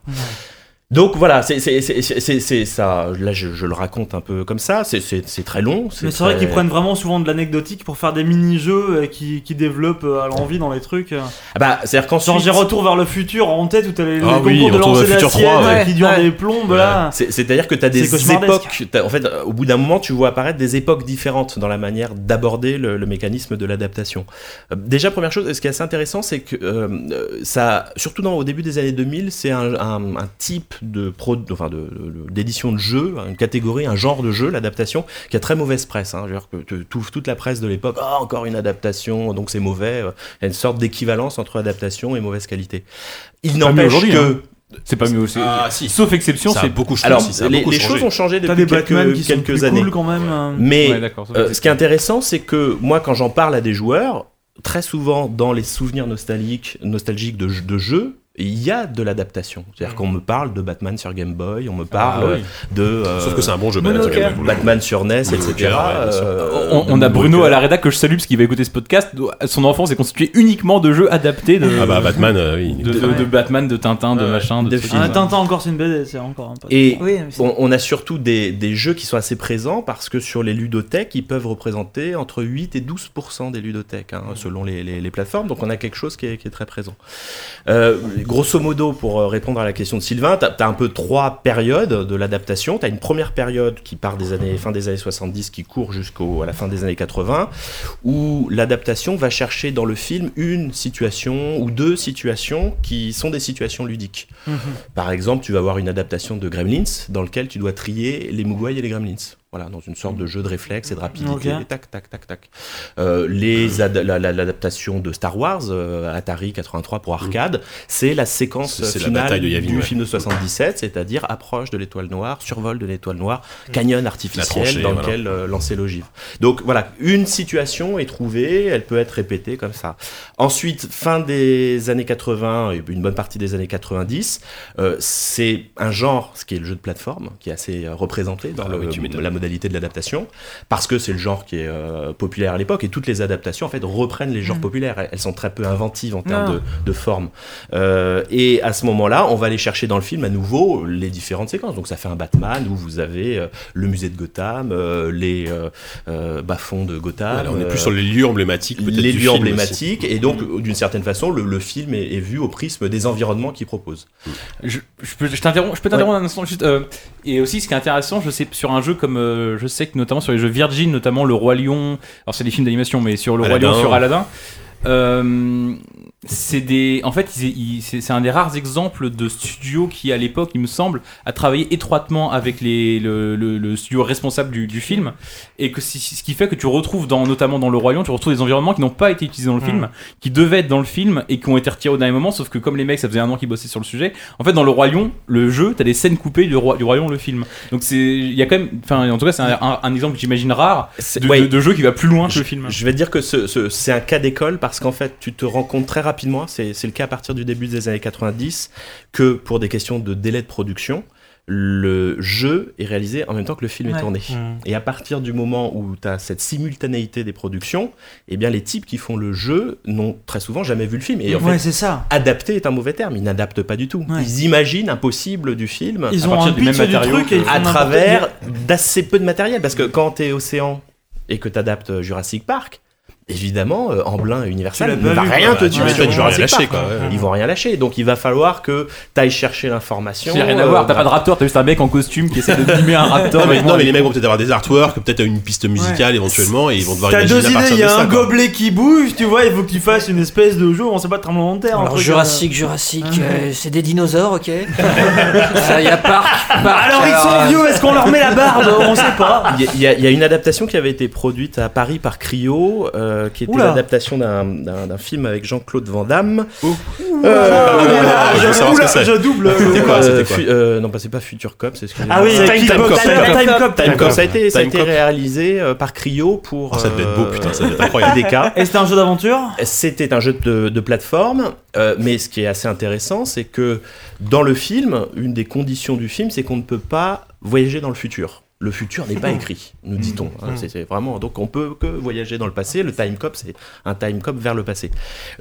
[SPEAKER 8] Donc voilà, c'est c'est- c'est- c'est- c'est- c'est ça. Là, je, je le raconte un peu comme ça. C'est- C'est c'est très long.
[SPEAKER 4] Mais c'est vrai
[SPEAKER 8] très-
[SPEAKER 4] qu'ils prennent vraiment souvent de l'anecdotique pour faire des mini-jeux euh, qui, qui développent euh, à l'envie dans les trucs. euh.
[SPEAKER 8] Ah Bah, c'est-à-dire
[SPEAKER 4] Genre
[SPEAKER 8] qu'ensuite.
[SPEAKER 4] j'ai retour vers le futur en tête où t'as les, les
[SPEAKER 5] Ah
[SPEAKER 4] concours
[SPEAKER 5] oui,
[SPEAKER 4] de
[SPEAKER 5] Retour vers
[SPEAKER 4] lancer
[SPEAKER 5] le futur
[SPEAKER 4] d'assiette
[SPEAKER 5] 3,
[SPEAKER 7] ouais.
[SPEAKER 4] qui durent
[SPEAKER 7] Ouais.
[SPEAKER 4] des plombes là.
[SPEAKER 8] C'est- C'est-à-dire que tu as
[SPEAKER 4] C'est
[SPEAKER 8] des
[SPEAKER 4] cauchemardesque.
[SPEAKER 8] époques. t'as- en fait, euh, au bout d'un moment, tu vois apparaître des époques différentes dans la manière d'aborder le, le mécanisme de l'adaptation. Euh, déjà, première chose, ce qui est assez intéressant, c'est que euh, euh, ça, surtout dans, au début des années 2000, c'est un, un- un type de pro, enfin de- de- d'édition de jeu, une catégorie, un genre de jeu, l'adaptation, qui a très mauvaise presse. Hein, C'est-à-dire que tu- tout- toute la presse de l'époque, Ah, encore une adaptation, donc c'est mauvais. euh, Il y a une sorte d'équivalence entre adaptation et mauvaise qualité. Il
[SPEAKER 2] pas mieux
[SPEAKER 8] n'empêche
[SPEAKER 2] aujourd'hui,
[SPEAKER 8] que
[SPEAKER 2] hein. C'est pas mieux aussi.
[SPEAKER 5] Ah, si.
[SPEAKER 2] Sauf exception,
[SPEAKER 5] Ça a
[SPEAKER 2] c'est.
[SPEAKER 5] beaucoup changé.
[SPEAKER 8] alors,
[SPEAKER 5] si, ça a
[SPEAKER 8] les,
[SPEAKER 5] beaucoup
[SPEAKER 8] les
[SPEAKER 5] changé.
[SPEAKER 8] choses ont changé
[SPEAKER 4] T'as des
[SPEAKER 8] depuis quelques,
[SPEAKER 4] Batman qui sont
[SPEAKER 8] quelques
[SPEAKER 4] plus
[SPEAKER 8] années.
[SPEAKER 4] cool quand même. euh.
[SPEAKER 8] Mais
[SPEAKER 2] Ouais, d'accord.
[SPEAKER 8] euh, ce qui est intéressant, c'est que moi, quand j'en parle à des joueurs, très souvent dans les souvenirs nostalgiques, nostalgiques de, jeux- de jeux, il y a de l'adaptation. C'est-à-dire qu'on me parle de Batman sur Game Boy, on me parle
[SPEAKER 2] Mm. Ah oui.
[SPEAKER 8] de euh,
[SPEAKER 5] Sauf que c'est un bon jeu,
[SPEAKER 7] Mono
[SPEAKER 5] Batman. E
[SPEAKER 7] Care.
[SPEAKER 8] Batman sur NES,
[SPEAKER 5] Moonwalker,
[SPEAKER 8] etc.
[SPEAKER 5] ouais, bien sûr.
[SPEAKER 8] euh,
[SPEAKER 2] on, on a
[SPEAKER 8] Moonwalker.
[SPEAKER 2] Bruno à la rédac que je salue parce qu'il va écouter ce podcast. Son enfance est constituée uniquement de jeux adaptés de,
[SPEAKER 5] Ah bah Batman, euh, oui.
[SPEAKER 2] de, de- de Batman, de Tintin, de
[SPEAKER 5] Ouais.
[SPEAKER 2] machin, de
[SPEAKER 8] Des
[SPEAKER 2] trucs.
[SPEAKER 8] films.
[SPEAKER 4] Ah, Tintin encore c'est une BD, c'est encore un peu.
[SPEAKER 8] Et
[SPEAKER 7] Oui, mais c'est-
[SPEAKER 8] on, on a surtout des, des jeux qui sont assez présents parce que sur les ludothèques, ils peuvent représenter entre 8 et 12 des ludothèques, hein, selon les, les- les plateformes. Donc on a quelque chose qui est, qui est très présent. Euh, grosso modo, pour euh, répondre à la question de Sylvain, tu as, un peu trois périodes de l'adaptation. Tu as une première période qui part des années, fin des années 70, qui court jusqu'à la fin des années 80, où l'adaptation va chercher dans le film une situation ou deux situations qui sont des situations ludiques. Par exemple, tu vas avoir une adaptation de Gremlins dans lequel tu dois trier les Mogwai et les Gremlins. Voilà, dans une sorte de jeu de réflexe et de rapidité.
[SPEAKER 4] Ok.
[SPEAKER 8] Tac, tac, tac, tac. Euh, les ad- la- la- l'adaptation de Star Wars, euh, Atari 83 pour arcade, c'est la séquence
[SPEAKER 5] C'est- c'est la
[SPEAKER 8] finale
[SPEAKER 5] bataille de Yavin,
[SPEAKER 8] du
[SPEAKER 5] ouais.
[SPEAKER 8] film de 77, c'est-à-dire approche de l'étoile noire, survol de l'étoile noire, canyon artificiel
[SPEAKER 5] tranchée,
[SPEAKER 8] dans
[SPEAKER 5] voilà.
[SPEAKER 8] lequel euh, lancer l'ogive. Donc voilà, une situation est trouvée, elle peut être répétée comme ça. Ensuite, fin des années 80 et une bonne partie des années 90, euh, c'est un genre, ce qui est le jeu de plateforme, qui est assez euh, représenté dans
[SPEAKER 5] Ah
[SPEAKER 8] le-
[SPEAKER 5] oui, tu m'étonnes.
[SPEAKER 8] la modalité de l'adaptation, parce que c'est le genre qui est euh, populaire à l'époque, et toutes les adaptations, en fait, reprennent les genres
[SPEAKER 7] Mm.
[SPEAKER 8] populaires. Elles- Elles sont très peu inventives en
[SPEAKER 7] Non.
[SPEAKER 8] termes de, de forme. Euh, et à ce moment-là, on va aller chercher dans le film à nouveau les différentes séquences. Donc ça fait un Batman où vous avez euh, le musée de Gotham, euh, les euh, euh, bas-fonds de Gotham.
[SPEAKER 5] Voilà, on est
[SPEAKER 8] euh,
[SPEAKER 5] plus sur les lieux emblématiques, peut-être.
[SPEAKER 8] les
[SPEAKER 5] du
[SPEAKER 8] lieux
[SPEAKER 5] film aussi.
[SPEAKER 8] emblématiques et donc d'une certaine façon le, le film est, est vu au prisme des environnements qu'il propose.
[SPEAKER 2] Je, je peux je t'interromps- je peux t'interrompre un instant juste. euh, et aussi, ce qui est intéressant, je sais sur un jeu comme euh, je sais que notamment sur les jeux Virgin, notamment le Roi Lion. Alors c'est des films d'animation, mais sur le
[SPEAKER 5] Aladdin.
[SPEAKER 2] Roi Lion, sur Aladdin. euh, c'est des. En fait, ils- ils- c'est c'est un des rares exemples de studio qui, à l'époque, il me semble, a travaillé étroitement avec les, le, le- le studio responsable du, du film, et que si- ce qui fait que tu retrouves, dans, notamment dans le Roi Lion, tu retrouves des environnements qui n'ont pas été utilisés dans le film, qui devaient être dans le film et qui ont été retirés au dernier moment. Sauf que comme les mecs, ça faisait un an qu'ils bossaient sur le sujet, en fait, dans le Roi Lion, le jeu, t'as des scènes coupées du Roi, du Roi Lion, le film. Donc c'est, il y a quand même, enfin, en tout cas, c'est un, un- un exemple que j'imagine rare de,
[SPEAKER 8] Ouais,
[SPEAKER 2] de- de jeu qui va plus loin que le film. hein
[SPEAKER 8] Je vais te dire que ce- ce- c'est un cas d'école parce qu'en fait, tu te rends compte très rapidement, c'est c'est le cas à partir du début des années 90, que pour des questions de délai de production, le jeu est réalisé en même temps que le film
[SPEAKER 7] Ouais.
[SPEAKER 8] est tourné.
[SPEAKER 6] Mm.
[SPEAKER 8] Et à partir du moment où tu as cette simultanéité des productions, eh bien les types qui font le jeu n'ont très souvent jamais vu le film. Et en
[SPEAKER 4] ouais,
[SPEAKER 8] fait,
[SPEAKER 4] c'est ça.
[SPEAKER 8] adapter est un mauvais terme, ils n'adaptent pas du tout.
[SPEAKER 4] Ouais.
[SPEAKER 8] Ils imaginent un possible du film
[SPEAKER 4] Ils
[SPEAKER 2] à
[SPEAKER 4] ont
[SPEAKER 2] partir
[SPEAKER 4] un
[SPEAKER 2] du même
[SPEAKER 4] pitch du
[SPEAKER 2] matériau
[SPEAKER 4] truc et ils font
[SPEAKER 8] à
[SPEAKER 4] n'importe
[SPEAKER 8] travers d'assez peu de matériel. Parce que quand t'es océan et que t'adaptes euh, Jurassic Park, évidemment, euh, Amblin et Universal
[SPEAKER 4] l'as
[SPEAKER 8] ne
[SPEAKER 4] pas
[SPEAKER 8] vont
[SPEAKER 4] vu,
[SPEAKER 8] rien
[SPEAKER 5] quoi.
[SPEAKER 8] te dire
[SPEAKER 5] Bah, tu
[SPEAKER 8] sur
[SPEAKER 5] m'étonnes, ils vont rien
[SPEAKER 8] Jurassic
[SPEAKER 5] lâcher,
[SPEAKER 8] Park.
[SPEAKER 5] quoi, ouais.
[SPEAKER 8] Ils vont rien lâcher. Donc il va falloir que tu ailles chercher l'information.
[SPEAKER 2] Il y a rien à
[SPEAKER 8] euh,
[SPEAKER 2] voir, t'as
[SPEAKER 8] bah,
[SPEAKER 2] pas de raptor, t'as juste un mec en costume qui essaie de mimer un raptor.
[SPEAKER 5] Non mais, non, mais les mecs vont peut-être avoir des artworks, peut-être une piste musicale éventuellement, et ils vont devoir
[SPEAKER 4] T'as
[SPEAKER 5] imaginer
[SPEAKER 4] deux
[SPEAKER 5] à
[SPEAKER 4] idées,
[SPEAKER 5] partir
[SPEAKER 4] il y
[SPEAKER 5] de
[SPEAKER 4] a
[SPEAKER 5] ça,
[SPEAKER 4] un
[SPEAKER 5] quoi.
[SPEAKER 4] gobelet qui bouge, tu vois, il faut qu'il fasse une espèce de jour, on sait pas, tremblement de terre. un
[SPEAKER 3] Alors
[SPEAKER 4] truc,
[SPEAKER 3] Jurassic, Jurassic, euh, c'est des dinosaures, ok Ça y a Park, euh, Park,
[SPEAKER 4] Alors ils sont vieux, est-ce qu'on leur met la barbe On sait pas.
[SPEAKER 8] Il y a- il y, a- il y a une adaptation qui avait été produite à Paris par Cryo, euh, qui était
[SPEAKER 4] Oula.
[SPEAKER 8] l'adaptation d'un- d'un d'un film avec Jean-Claude Van Damme.
[SPEAKER 5] Ouh.
[SPEAKER 8] Euh,
[SPEAKER 5] Ouh là là,
[SPEAKER 8] euh,
[SPEAKER 5] je veux savoir ce que c'est.
[SPEAKER 4] Oh, je double.
[SPEAKER 5] C'était quoi, c'était
[SPEAKER 8] euh,
[SPEAKER 5] quoi
[SPEAKER 8] fu- euh, Non, pas c'est pas Future Cop, c'est
[SPEAKER 4] Ah oui,
[SPEAKER 5] Time
[SPEAKER 4] Kickbox,
[SPEAKER 5] Cop,
[SPEAKER 4] Time
[SPEAKER 5] Time
[SPEAKER 4] Cop,
[SPEAKER 8] Time
[SPEAKER 4] Time Cop.
[SPEAKER 8] Cop. Ça a été, ça a
[SPEAKER 5] Time
[SPEAKER 8] été
[SPEAKER 5] Cop.
[SPEAKER 8] réalisé euh, par Cryo pour.
[SPEAKER 5] Oh, ça devait être beau,
[SPEAKER 8] euh,
[SPEAKER 5] putain, ça devait être incroyable.
[SPEAKER 8] IDK.
[SPEAKER 4] Et c'était un jeu d'aventure
[SPEAKER 8] C'était un jeu de, de plateforme, euh, mais ce qui est assez intéressant, c'est que dans le film, une des conditions du film, c'est qu'on ne peut pas voyager dans le futur. Le futur n'est pas
[SPEAKER 5] Hmm.
[SPEAKER 8] écrit, nous dit-on. hein. C'est- c'est vraiment donc on peut que voyager dans le passé. Le time cop, c'est un time cop vers le passé.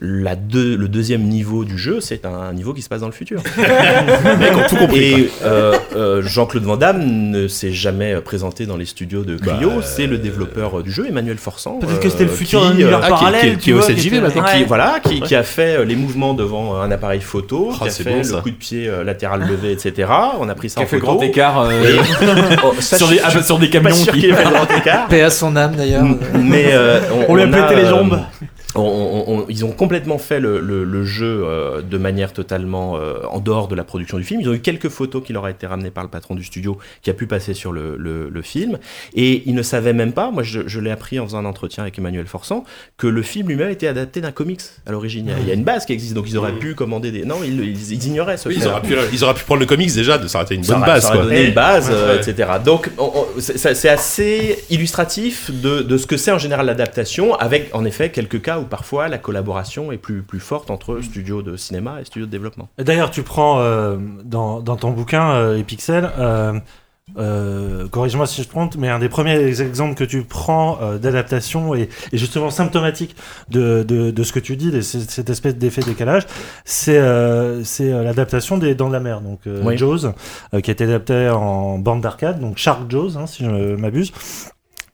[SPEAKER 8] La deux- le deuxième niveau du jeu, c'est un niveau qui se passe dans le futur.
[SPEAKER 5] Mec, ont tout compris. quoi.
[SPEAKER 8] Et euh, euh, Jean-Claude Van Damme ne s'est jamais présenté dans les studios de Clio.
[SPEAKER 5] Bah, euh,
[SPEAKER 8] c'est le développeur euh, du jeu, Emmanuel Forçant.
[SPEAKER 4] Peut-être que c'était le
[SPEAKER 8] euh,
[SPEAKER 4] futur
[SPEAKER 8] qui,
[SPEAKER 4] d'un univers
[SPEAKER 5] ah, qui- qui-
[SPEAKER 4] parallèle.
[SPEAKER 5] qui est au CJV maintenant.
[SPEAKER 8] qui, voilà, qui, qui a fait euh, les mouvements devant euh, un appareil photo,
[SPEAKER 5] Oh,
[SPEAKER 8] qui a
[SPEAKER 5] c'est
[SPEAKER 8] fait
[SPEAKER 5] bon,
[SPEAKER 8] le
[SPEAKER 5] ça.
[SPEAKER 8] coup de pied euh, latéral levé, etc. On a pris ça
[SPEAKER 2] Qui a
[SPEAKER 8] en
[SPEAKER 2] fait le
[SPEAKER 8] photo.
[SPEAKER 2] grand écart euh,
[SPEAKER 8] Et- Oh, ça, je-
[SPEAKER 2] sur, des,
[SPEAKER 8] je
[SPEAKER 2] ah, sur des
[SPEAKER 8] suis pas
[SPEAKER 2] camions.
[SPEAKER 8] sûr
[SPEAKER 2] qui-
[SPEAKER 8] qu'il ait fait le grand écart.
[SPEAKER 3] Paix à son âme d'ailleurs.
[SPEAKER 8] Mais euh, on,
[SPEAKER 4] On lui a
[SPEAKER 8] on
[SPEAKER 4] pété les
[SPEAKER 8] euh,
[SPEAKER 4] jambes.
[SPEAKER 8] on- on- on- ils ont complètement fait le, le- le jeu euh, de manière totalement euh, en dehors de la production du film. Ils ont eu quelques photos qui leur a été ramenées par le patron du studio qui a pu passer sur le, le- le film. Et ils ne savaient même pas, moi je, je l'ai appris en faisant un entretien avec Emmanuel Forçant, que le film lui-même était adapté d'un comics à l'origine. Il y a- Il y a une base qui existe, donc ils auraient pu commander des... Non, ils, ils- ils ignoraient ce
[SPEAKER 5] Mm. Oui, ils
[SPEAKER 8] fait.
[SPEAKER 5] auraient pu, ils auraient pu prendre le comics déjà, de s'arrêter une
[SPEAKER 8] Ça
[SPEAKER 5] bonne
[SPEAKER 8] aurait-
[SPEAKER 5] base,
[SPEAKER 8] ça aurait
[SPEAKER 5] quoi.
[SPEAKER 8] donné une base, euh,
[SPEAKER 5] Ouais.
[SPEAKER 8] etc. Donc, on- on- c'est- ça- c'est assez illustratif de, de ce que c'est en général l'adaptation, avec en effet quelques cas où parfois la collaboration est plus, plus forte entre studios de cinéma et studios de développement.
[SPEAKER 6] D'ailleurs, tu prends euh, dans, dans ton bouquin euh, Epixel, euh, euh, corrige-moi si je trompe, mais un des premiers ex- exemples que tu prends euh, d'adaptation et, et justement symptomatique de, de, de ce que tu dis, de c- cette espèce d'effet décalage, c'est euh, c'est, euh, l'adaptation des Dents de la Mer, donc euh,
[SPEAKER 8] Oui.
[SPEAKER 6] Jaws, euh, qui a été adapté en bande d'arcade, donc Shark Jaws, hein, si je ne m'abuse.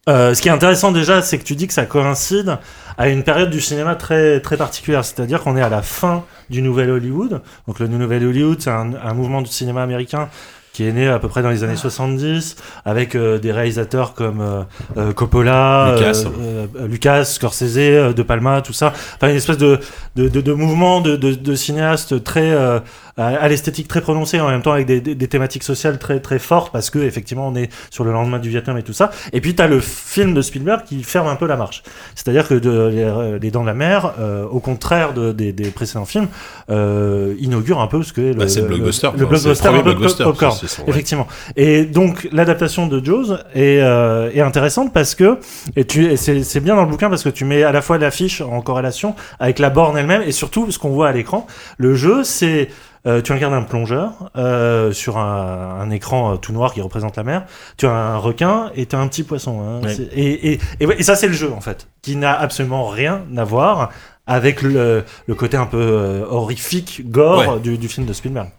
[SPEAKER 6] Euh, ce qui est intéressant déjà, c'est que tu dis que ça coïncide à une période du cinéma très très particulière, c'est-à-dire qu'on est à la fin du nouvel Hollywood. Donc le nouvel Hollywood, c'est un, un mouvement du cinéma américain qui est né à peu près dans les années 70 avec euh, des réalisateurs comme euh, euh, Coppola,
[SPEAKER 5] Lucas.
[SPEAKER 6] euh, euh, Lucas, Scorsese, euh, De Palma, tout ça. Enfin une espèce de de, de, de mouvement de, de, de cinéastes très euh, à, à l'esthétique très prononcée en même temps avec des, des, des thématiques sociales très très fortes parce que effectivement on est sur le lendemain du Vietnam et tout ça. Et puis t'as le film de Spielberg qui ferme un peu la marche. C'est-à-dire que de, les, les Dents de la Mer, euh, au contraire de, des, des précédents films, euh, inaugure un peu ce que est le,
[SPEAKER 5] Bah, c'est le blockbuster,
[SPEAKER 6] euh, le
[SPEAKER 5] quoi. C'est
[SPEAKER 6] blockbuster,
[SPEAKER 5] le
[SPEAKER 6] un
[SPEAKER 5] premier
[SPEAKER 6] peu
[SPEAKER 5] blockbuster,
[SPEAKER 6] popcorn.
[SPEAKER 5] ça, c'est son- ouais.
[SPEAKER 6] Effectivement. Et donc l'adaptation de Jaws est, euh, est intéressante parce que et tu et c'est c'est bien dans le bouquin parce que tu mets à la fois l'affiche en corrélation avec la borne elle-même et surtout ce qu'on voit à l'écran. Le jeu, c'est euh, tu regardes un plongeur euh, sur un, un écran euh, tout noir qui représente la mer. Tu as un requin et tu as un petit poisson. hein.
[SPEAKER 8] Ouais.
[SPEAKER 6] C'est- Et, et, et, ouais, et ça, c'est le jeu en fait, qui n'a absolument rien à voir avec le, le côté un peu euh, horrifique, gore du, du film de Spielberg.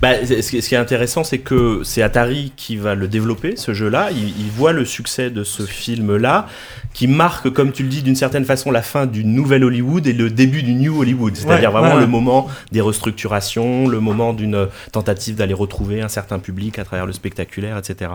[SPEAKER 8] Bah, c'est- ce, qui, ce qui est intéressant, c'est que c'est Atari qui va le développer, ce jeu-là. Il, il voit le succès de ce film-là, qui marque, comme tu le dis, d'une certaine façon, la fin du nouvel Hollywood et le début du New Hollywood. C'est-à-dire
[SPEAKER 6] Ouais,
[SPEAKER 8] vraiment
[SPEAKER 6] ouais.
[SPEAKER 8] le moment des restructurations, le moment d'une tentative d'aller retrouver un certain public à travers le spectaculaire, etc.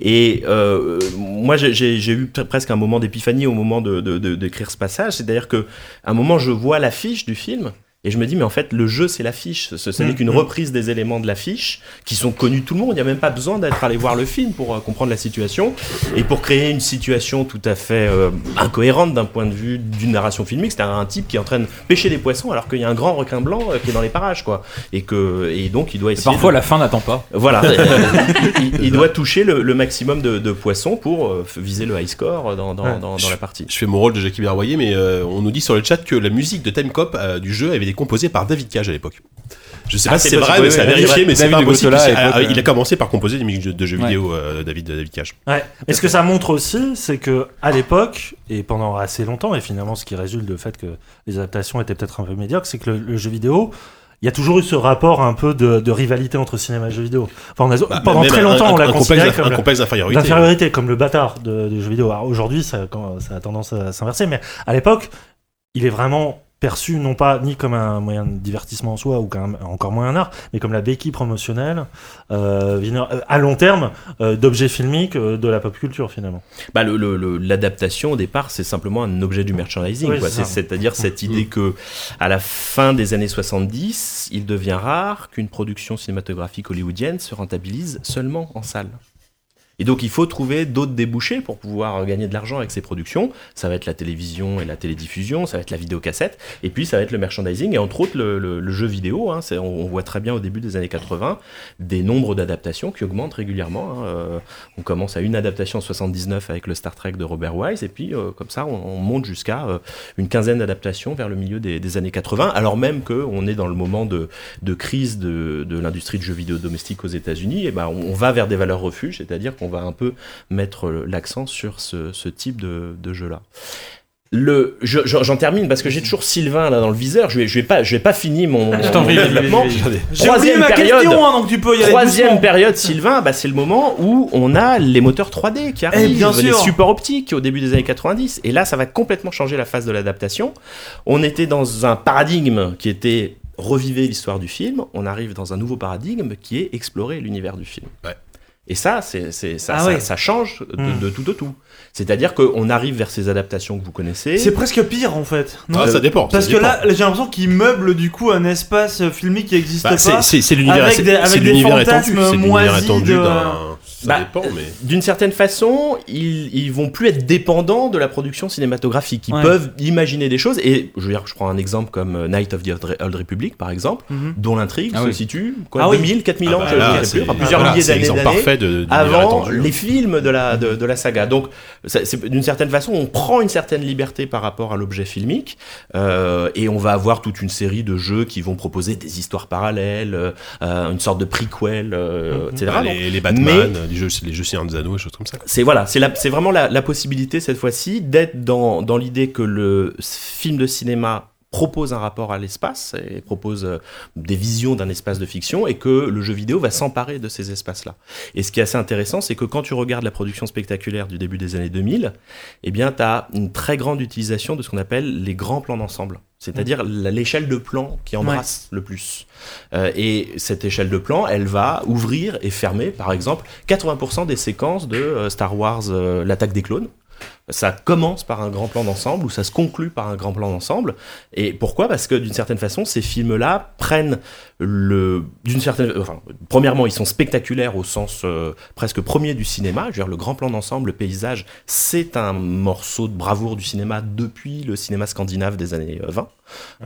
[SPEAKER 8] Et euh, moi, j'ai- j'ai j'ai eu pre- presque un moment d'épiphanie au moment d'écrire de, de, d'écrire ce passage. C'est-à-dire que à un moment, je vois l'affiche du film. Et je me dis, mais en fait, le jeu, c'est l'affiche. Ce, ce n'est
[SPEAKER 6] Mm,
[SPEAKER 8] qu'une
[SPEAKER 6] mm.
[SPEAKER 8] reprise des éléments de l'affiche qui sont connus de tout le monde. Il n'y a même pas besoin d'être allé voir le film pour euh, comprendre la situation. Et pour créer une situation tout à fait euh, incohérente d'un point de vue d'une narration filmique, c'est un type qui est en train de pêcher des poissons alors qu'il y a un grand requin blanc euh, qui est dans les parages, quoi. Et, que, et donc, il doit essayer. de-
[SPEAKER 2] Parfois la fin n'attend pas.
[SPEAKER 8] voilà, il, il- il doit toucher le, le maximum de, de poissons pour euh, viser le high score dans, dans,
[SPEAKER 6] Ouais.
[SPEAKER 8] dans, dans la partie.
[SPEAKER 5] Je fais mon rôle de Jackie Berroyer, mais euh, on nous dit sur le chat que la musique de Time Cop euh, du jeu avait été composée par David Cage à l'époque. Je sais pas si
[SPEAKER 8] c'est
[SPEAKER 5] c'est vrai,
[SPEAKER 8] possible,
[SPEAKER 5] mais c'est à
[SPEAKER 8] oui, oui.
[SPEAKER 5] vérifier, mais c'est
[SPEAKER 2] David
[SPEAKER 5] pas impossible.
[SPEAKER 2] Gossola,
[SPEAKER 5] parce que,
[SPEAKER 2] à l'époque,
[SPEAKER 5] euh, Il
[SPEAKER 2] ouais.
[SPEAKER 5] a commencé par composer des musiques de, de jeux
[SPEAKER 2] Ouais.
[SPEAKER 5] vidéo, euh, David, David Cage.
[SPEAKER 6] Ouais. Et ce que ça montre aussi, c'est que à l'époque et pendant assez longtemps, et finalement ce qui résulte du fait que les adaptations étaient peut-être un peu médiocres, c'est que le, le jeu vidéo il y a toujours eu ce rapport un peu de, de rivalité entre cinéma et jeux vidéo. Enfin, on a-
[SPEAKER 5] Bah,
[SPEAKER 6] pendant
[SPEAKER 5] même
[SPEAKER 6] très
[SPEAKER 5] un-
[SPEAKER 6] longtemps,
[SPEAKER 5] un-
[SPEAKER 6] on l'a
[SPEAKER 5] un
[SPEAKER 6] considéré
[SPEAKER 5] complexe-
[SPEAKER 6] comme
[SPEAKER 5] un
[SPEAKER 6] la-
[SPEAKER 5] complexe d'infériorité.
[SPEAKER 6] d'infériorité, comme le bâtard de, des jeux vidéo. Alors, Aujourd'hui, ça, quand- ça a tendance à s'inverser, mais à l'époque, il est vraiment perçu non pas ni comme un moyen de divertissement en soi ou comme, encore moins un art, mais comme la béquille promotionnelle euh, vina- euh, à long terme euh, d'objets filmiques euh, de la pop culture finalement.
[SPEAKER 8] Bah, le- le- le- l'adaptation au départ, c'est simplement un objet du merchandising.
[SPEAKER 6] Oui,
[SPEAKER 8] quoi. C'est-
[SPEAKER 6] c'est ça. Mm.
[SPEAKER 8] C'est-à-dire cette idée que, à la fin des années 70, il devient rare qu'une production cinématographique hollywoodienne se rentabilise seulement en salle. Et donc, il faut trouver d'autres débouchés pour pouvoir euh, gagner de l'argent avec ces productions. Ça va être la télévision et la télédiffusion, ça va être la vidéocassette, et puis ça va être le merchandising et entre autres le, le- le jeu vidéo. hein. C'est- on, on voit très bien au début des années 80 des nombres d'adaptations qui augmentent régulièrement. hein. Euh, on commence à une adaptation en 79 avec le Star Trek de Robert Wise, et puis euh, comme ça, on, on monte jusqu'à euh, une quinzaine d'adaptations vers le milieu des, des années 80, alors même qu'on est dans le moment de, de crise de, de l'industrie de jeux vidéo domestique aux États-Unis. Et ben, on, on va vers des valeurs refuges, c'est-à-dire qu'on va un peu mettre euh, l'accent sur ce, ce type de, de jeu-là. Le, je- je- j'en termine parce que j'ai toujours Sylvain là dans le viseur. Je vais, je vais pas, je vais pas finir mon.
[SPEAKER 2] Je t'en prie,
[SPEAKER 8] mon
[SPEAKER 2] vas-y, vas-y,
[SPEAKER 5] hein.
[SPEAKER 8] développement.
[SPEAKER 2] vas-y.
[SPEAKER 4] J'ai oublié
[SPEAKER 8] Troisième
[SPEAKER 4] ma
[SPEAKER 8] période.
[SPEAKER 4] question, hein, donc tu peux y aller.
[SPEAKER 8] Troisième période, Sylvain, bah, c'est le moment où on a les moteurs 3D qui arrivent,
[SPEAKER 4] Eh, bien
[SPEAKER 8] les
[SPEAKER 4] sûr.
[SPEAKER 8] supports optiques au début des années 90. Et là, ça va complètement changer la phase de l'adaptation. On était dans un paradigme qui était revivez l'histoire du film. On arrive dans un nouveau paradigme qui est explorer l'univers du film.
[SPEAKER 5] Ouais.
[SPEAKER 8] Et ça, c'est, c'est- ça,
[SPEAKER 4] Ah
[SPEAKER 8] ça,
[SPEAKER 4] ouais. Hmm.
[SPEAKER 8] ça change de,
[SPEAKER 6] Mm.
[SPEAKER 8] de tout au tout. C'est-à-dire qu'on arrive vers ces adaptations que vous connaissez.
[SPEAKER 4] C'est presque pire en fait. non
[SPEAKER 5] Ah, ça dépend. ça
[SPEAKER 4] Parce que
[SPEAKER 5] dépend.
[SPEAKER 4] là, j'ai l'impression qu'ils meublent du coup un espace euh, filmique qui n'existe
[SPEAKER 5] Bah, c'est-
[SPEAKER 4] pas.
[SPEAKER 5] c'est c'est l'univers
[SPEAKER 4] Avec
[SPEAKER 5] c'est-
[SPEAKER 4] des- avec
[SPEAKER 5] c'est
[SPEAKER 4] des
[SPEAKER 5] l'univers étendu.
[SPEAKER 4] fantasmes
[SPEAKER 5] C'est l'univers
[SPEAKER 4] moisis
[SPEAKER 5] étendu
[SPEAKER 4] de-
[SPEAKER 5] d'un. Ça
[SPEAKER 8] Bah,
[SPEAKER 5] dépend, mais.
[SPEAKER 8] d'une certaine façon, ils, ils vont plus être dépendants de la production cinématographique. Ils
[SPEAKER 4] Ouais.
[SPEAKER 8] peuvent imaginer des choses. Et je veux dire, je prends un exemple comme euh, Night of the Old Re- Old Republic, par exemple,
[SPEAKER 4] Mhm.
[SPEAKER 8] dont l'intrigue
[SPEAKER 2] Ah
[SPEAKER 8] se
[SPEAKER 2] oui.
[SPEAKER 8] situe quoi,
[SPEAKER 4] Ah oui.
[SPEAKER 8] 2000, 4000 ans,
[SPEAKER 5] Ah bah
[SPEAKER 8] je ne
[SPEAKER 5] là,
[SPEAKER 8] sais
[SPEAKER 5] c'est-
[SPEAKER 8] plus, enfin, plusieurs
[SPEAKER 5] voilà,
[SPEAKER 8] milliers
[SPEAKER 5] c'est
[SPEAKER 8] d'années
[SPEAKER 5] l'exemple
[SPEAKER 8] d'années
[SPEAKER 5] parfait de- d'univers
[SPEAKER 8] avant
[SPEAKER 5] étendu.
[SPEAKER 8] les films de la, de, de la saga. Donc, ça- c'est- d'une certaine façon, on prend une certaine liberté par rapport à l'objet filmique, euh, et on va avoir toute une série de jeux qui vont proposer des histoires parallèles, euh, euh, une sorte de prequel, euh, etc.
[SPEAKER 5] Bah,
[SPEAKER 8] Donc,
[SPEAKER 5] les, les Batman, les jeux, les jeux Seigneur des Anneaux, des choses comme ça. quoi.
[SPEAKER 8] c'est voilà, c'est la- c'est vraiment la, la possibilité cette fois-ci d'être dans, dans l'idée que le s- film de cinéma propose un rapport à l'espace et propose euh, des visions d'un espace de fiction et que le jeu vidéo va s'emparer de ces espaces-là. Et ce qui est assez intéressant, c'est que quand tu regardes la production spectaculaire du début des années 2000, eh bien, tu as une très grande utilisation de ce qu'on appelle les grands plans d'ensemble, c'est-à-dire la- l'échelle de plans qui embrasse le plus. Euh, et cette échelle de plan, elle va ouvrir et fermer, par exemple, 80% des séquences de euh, Star Wars, euh, l'attaque des clones. Ça commence par un grand plan d'ensemble ou ça se conclut par un grand plan d'ensemble. Et pourquoi Parce que d'une certaine façon, ces films-là prennent le, d'une certaine, enfin, premièrement, ils sont spectaculaires au sens euh, presque premier du cinéma. Je veux dire, le grand plan d'ensemble, le paysage, c'est un morceau de bravoure du cinéma depuis le cinéma scandinave des années euh, 20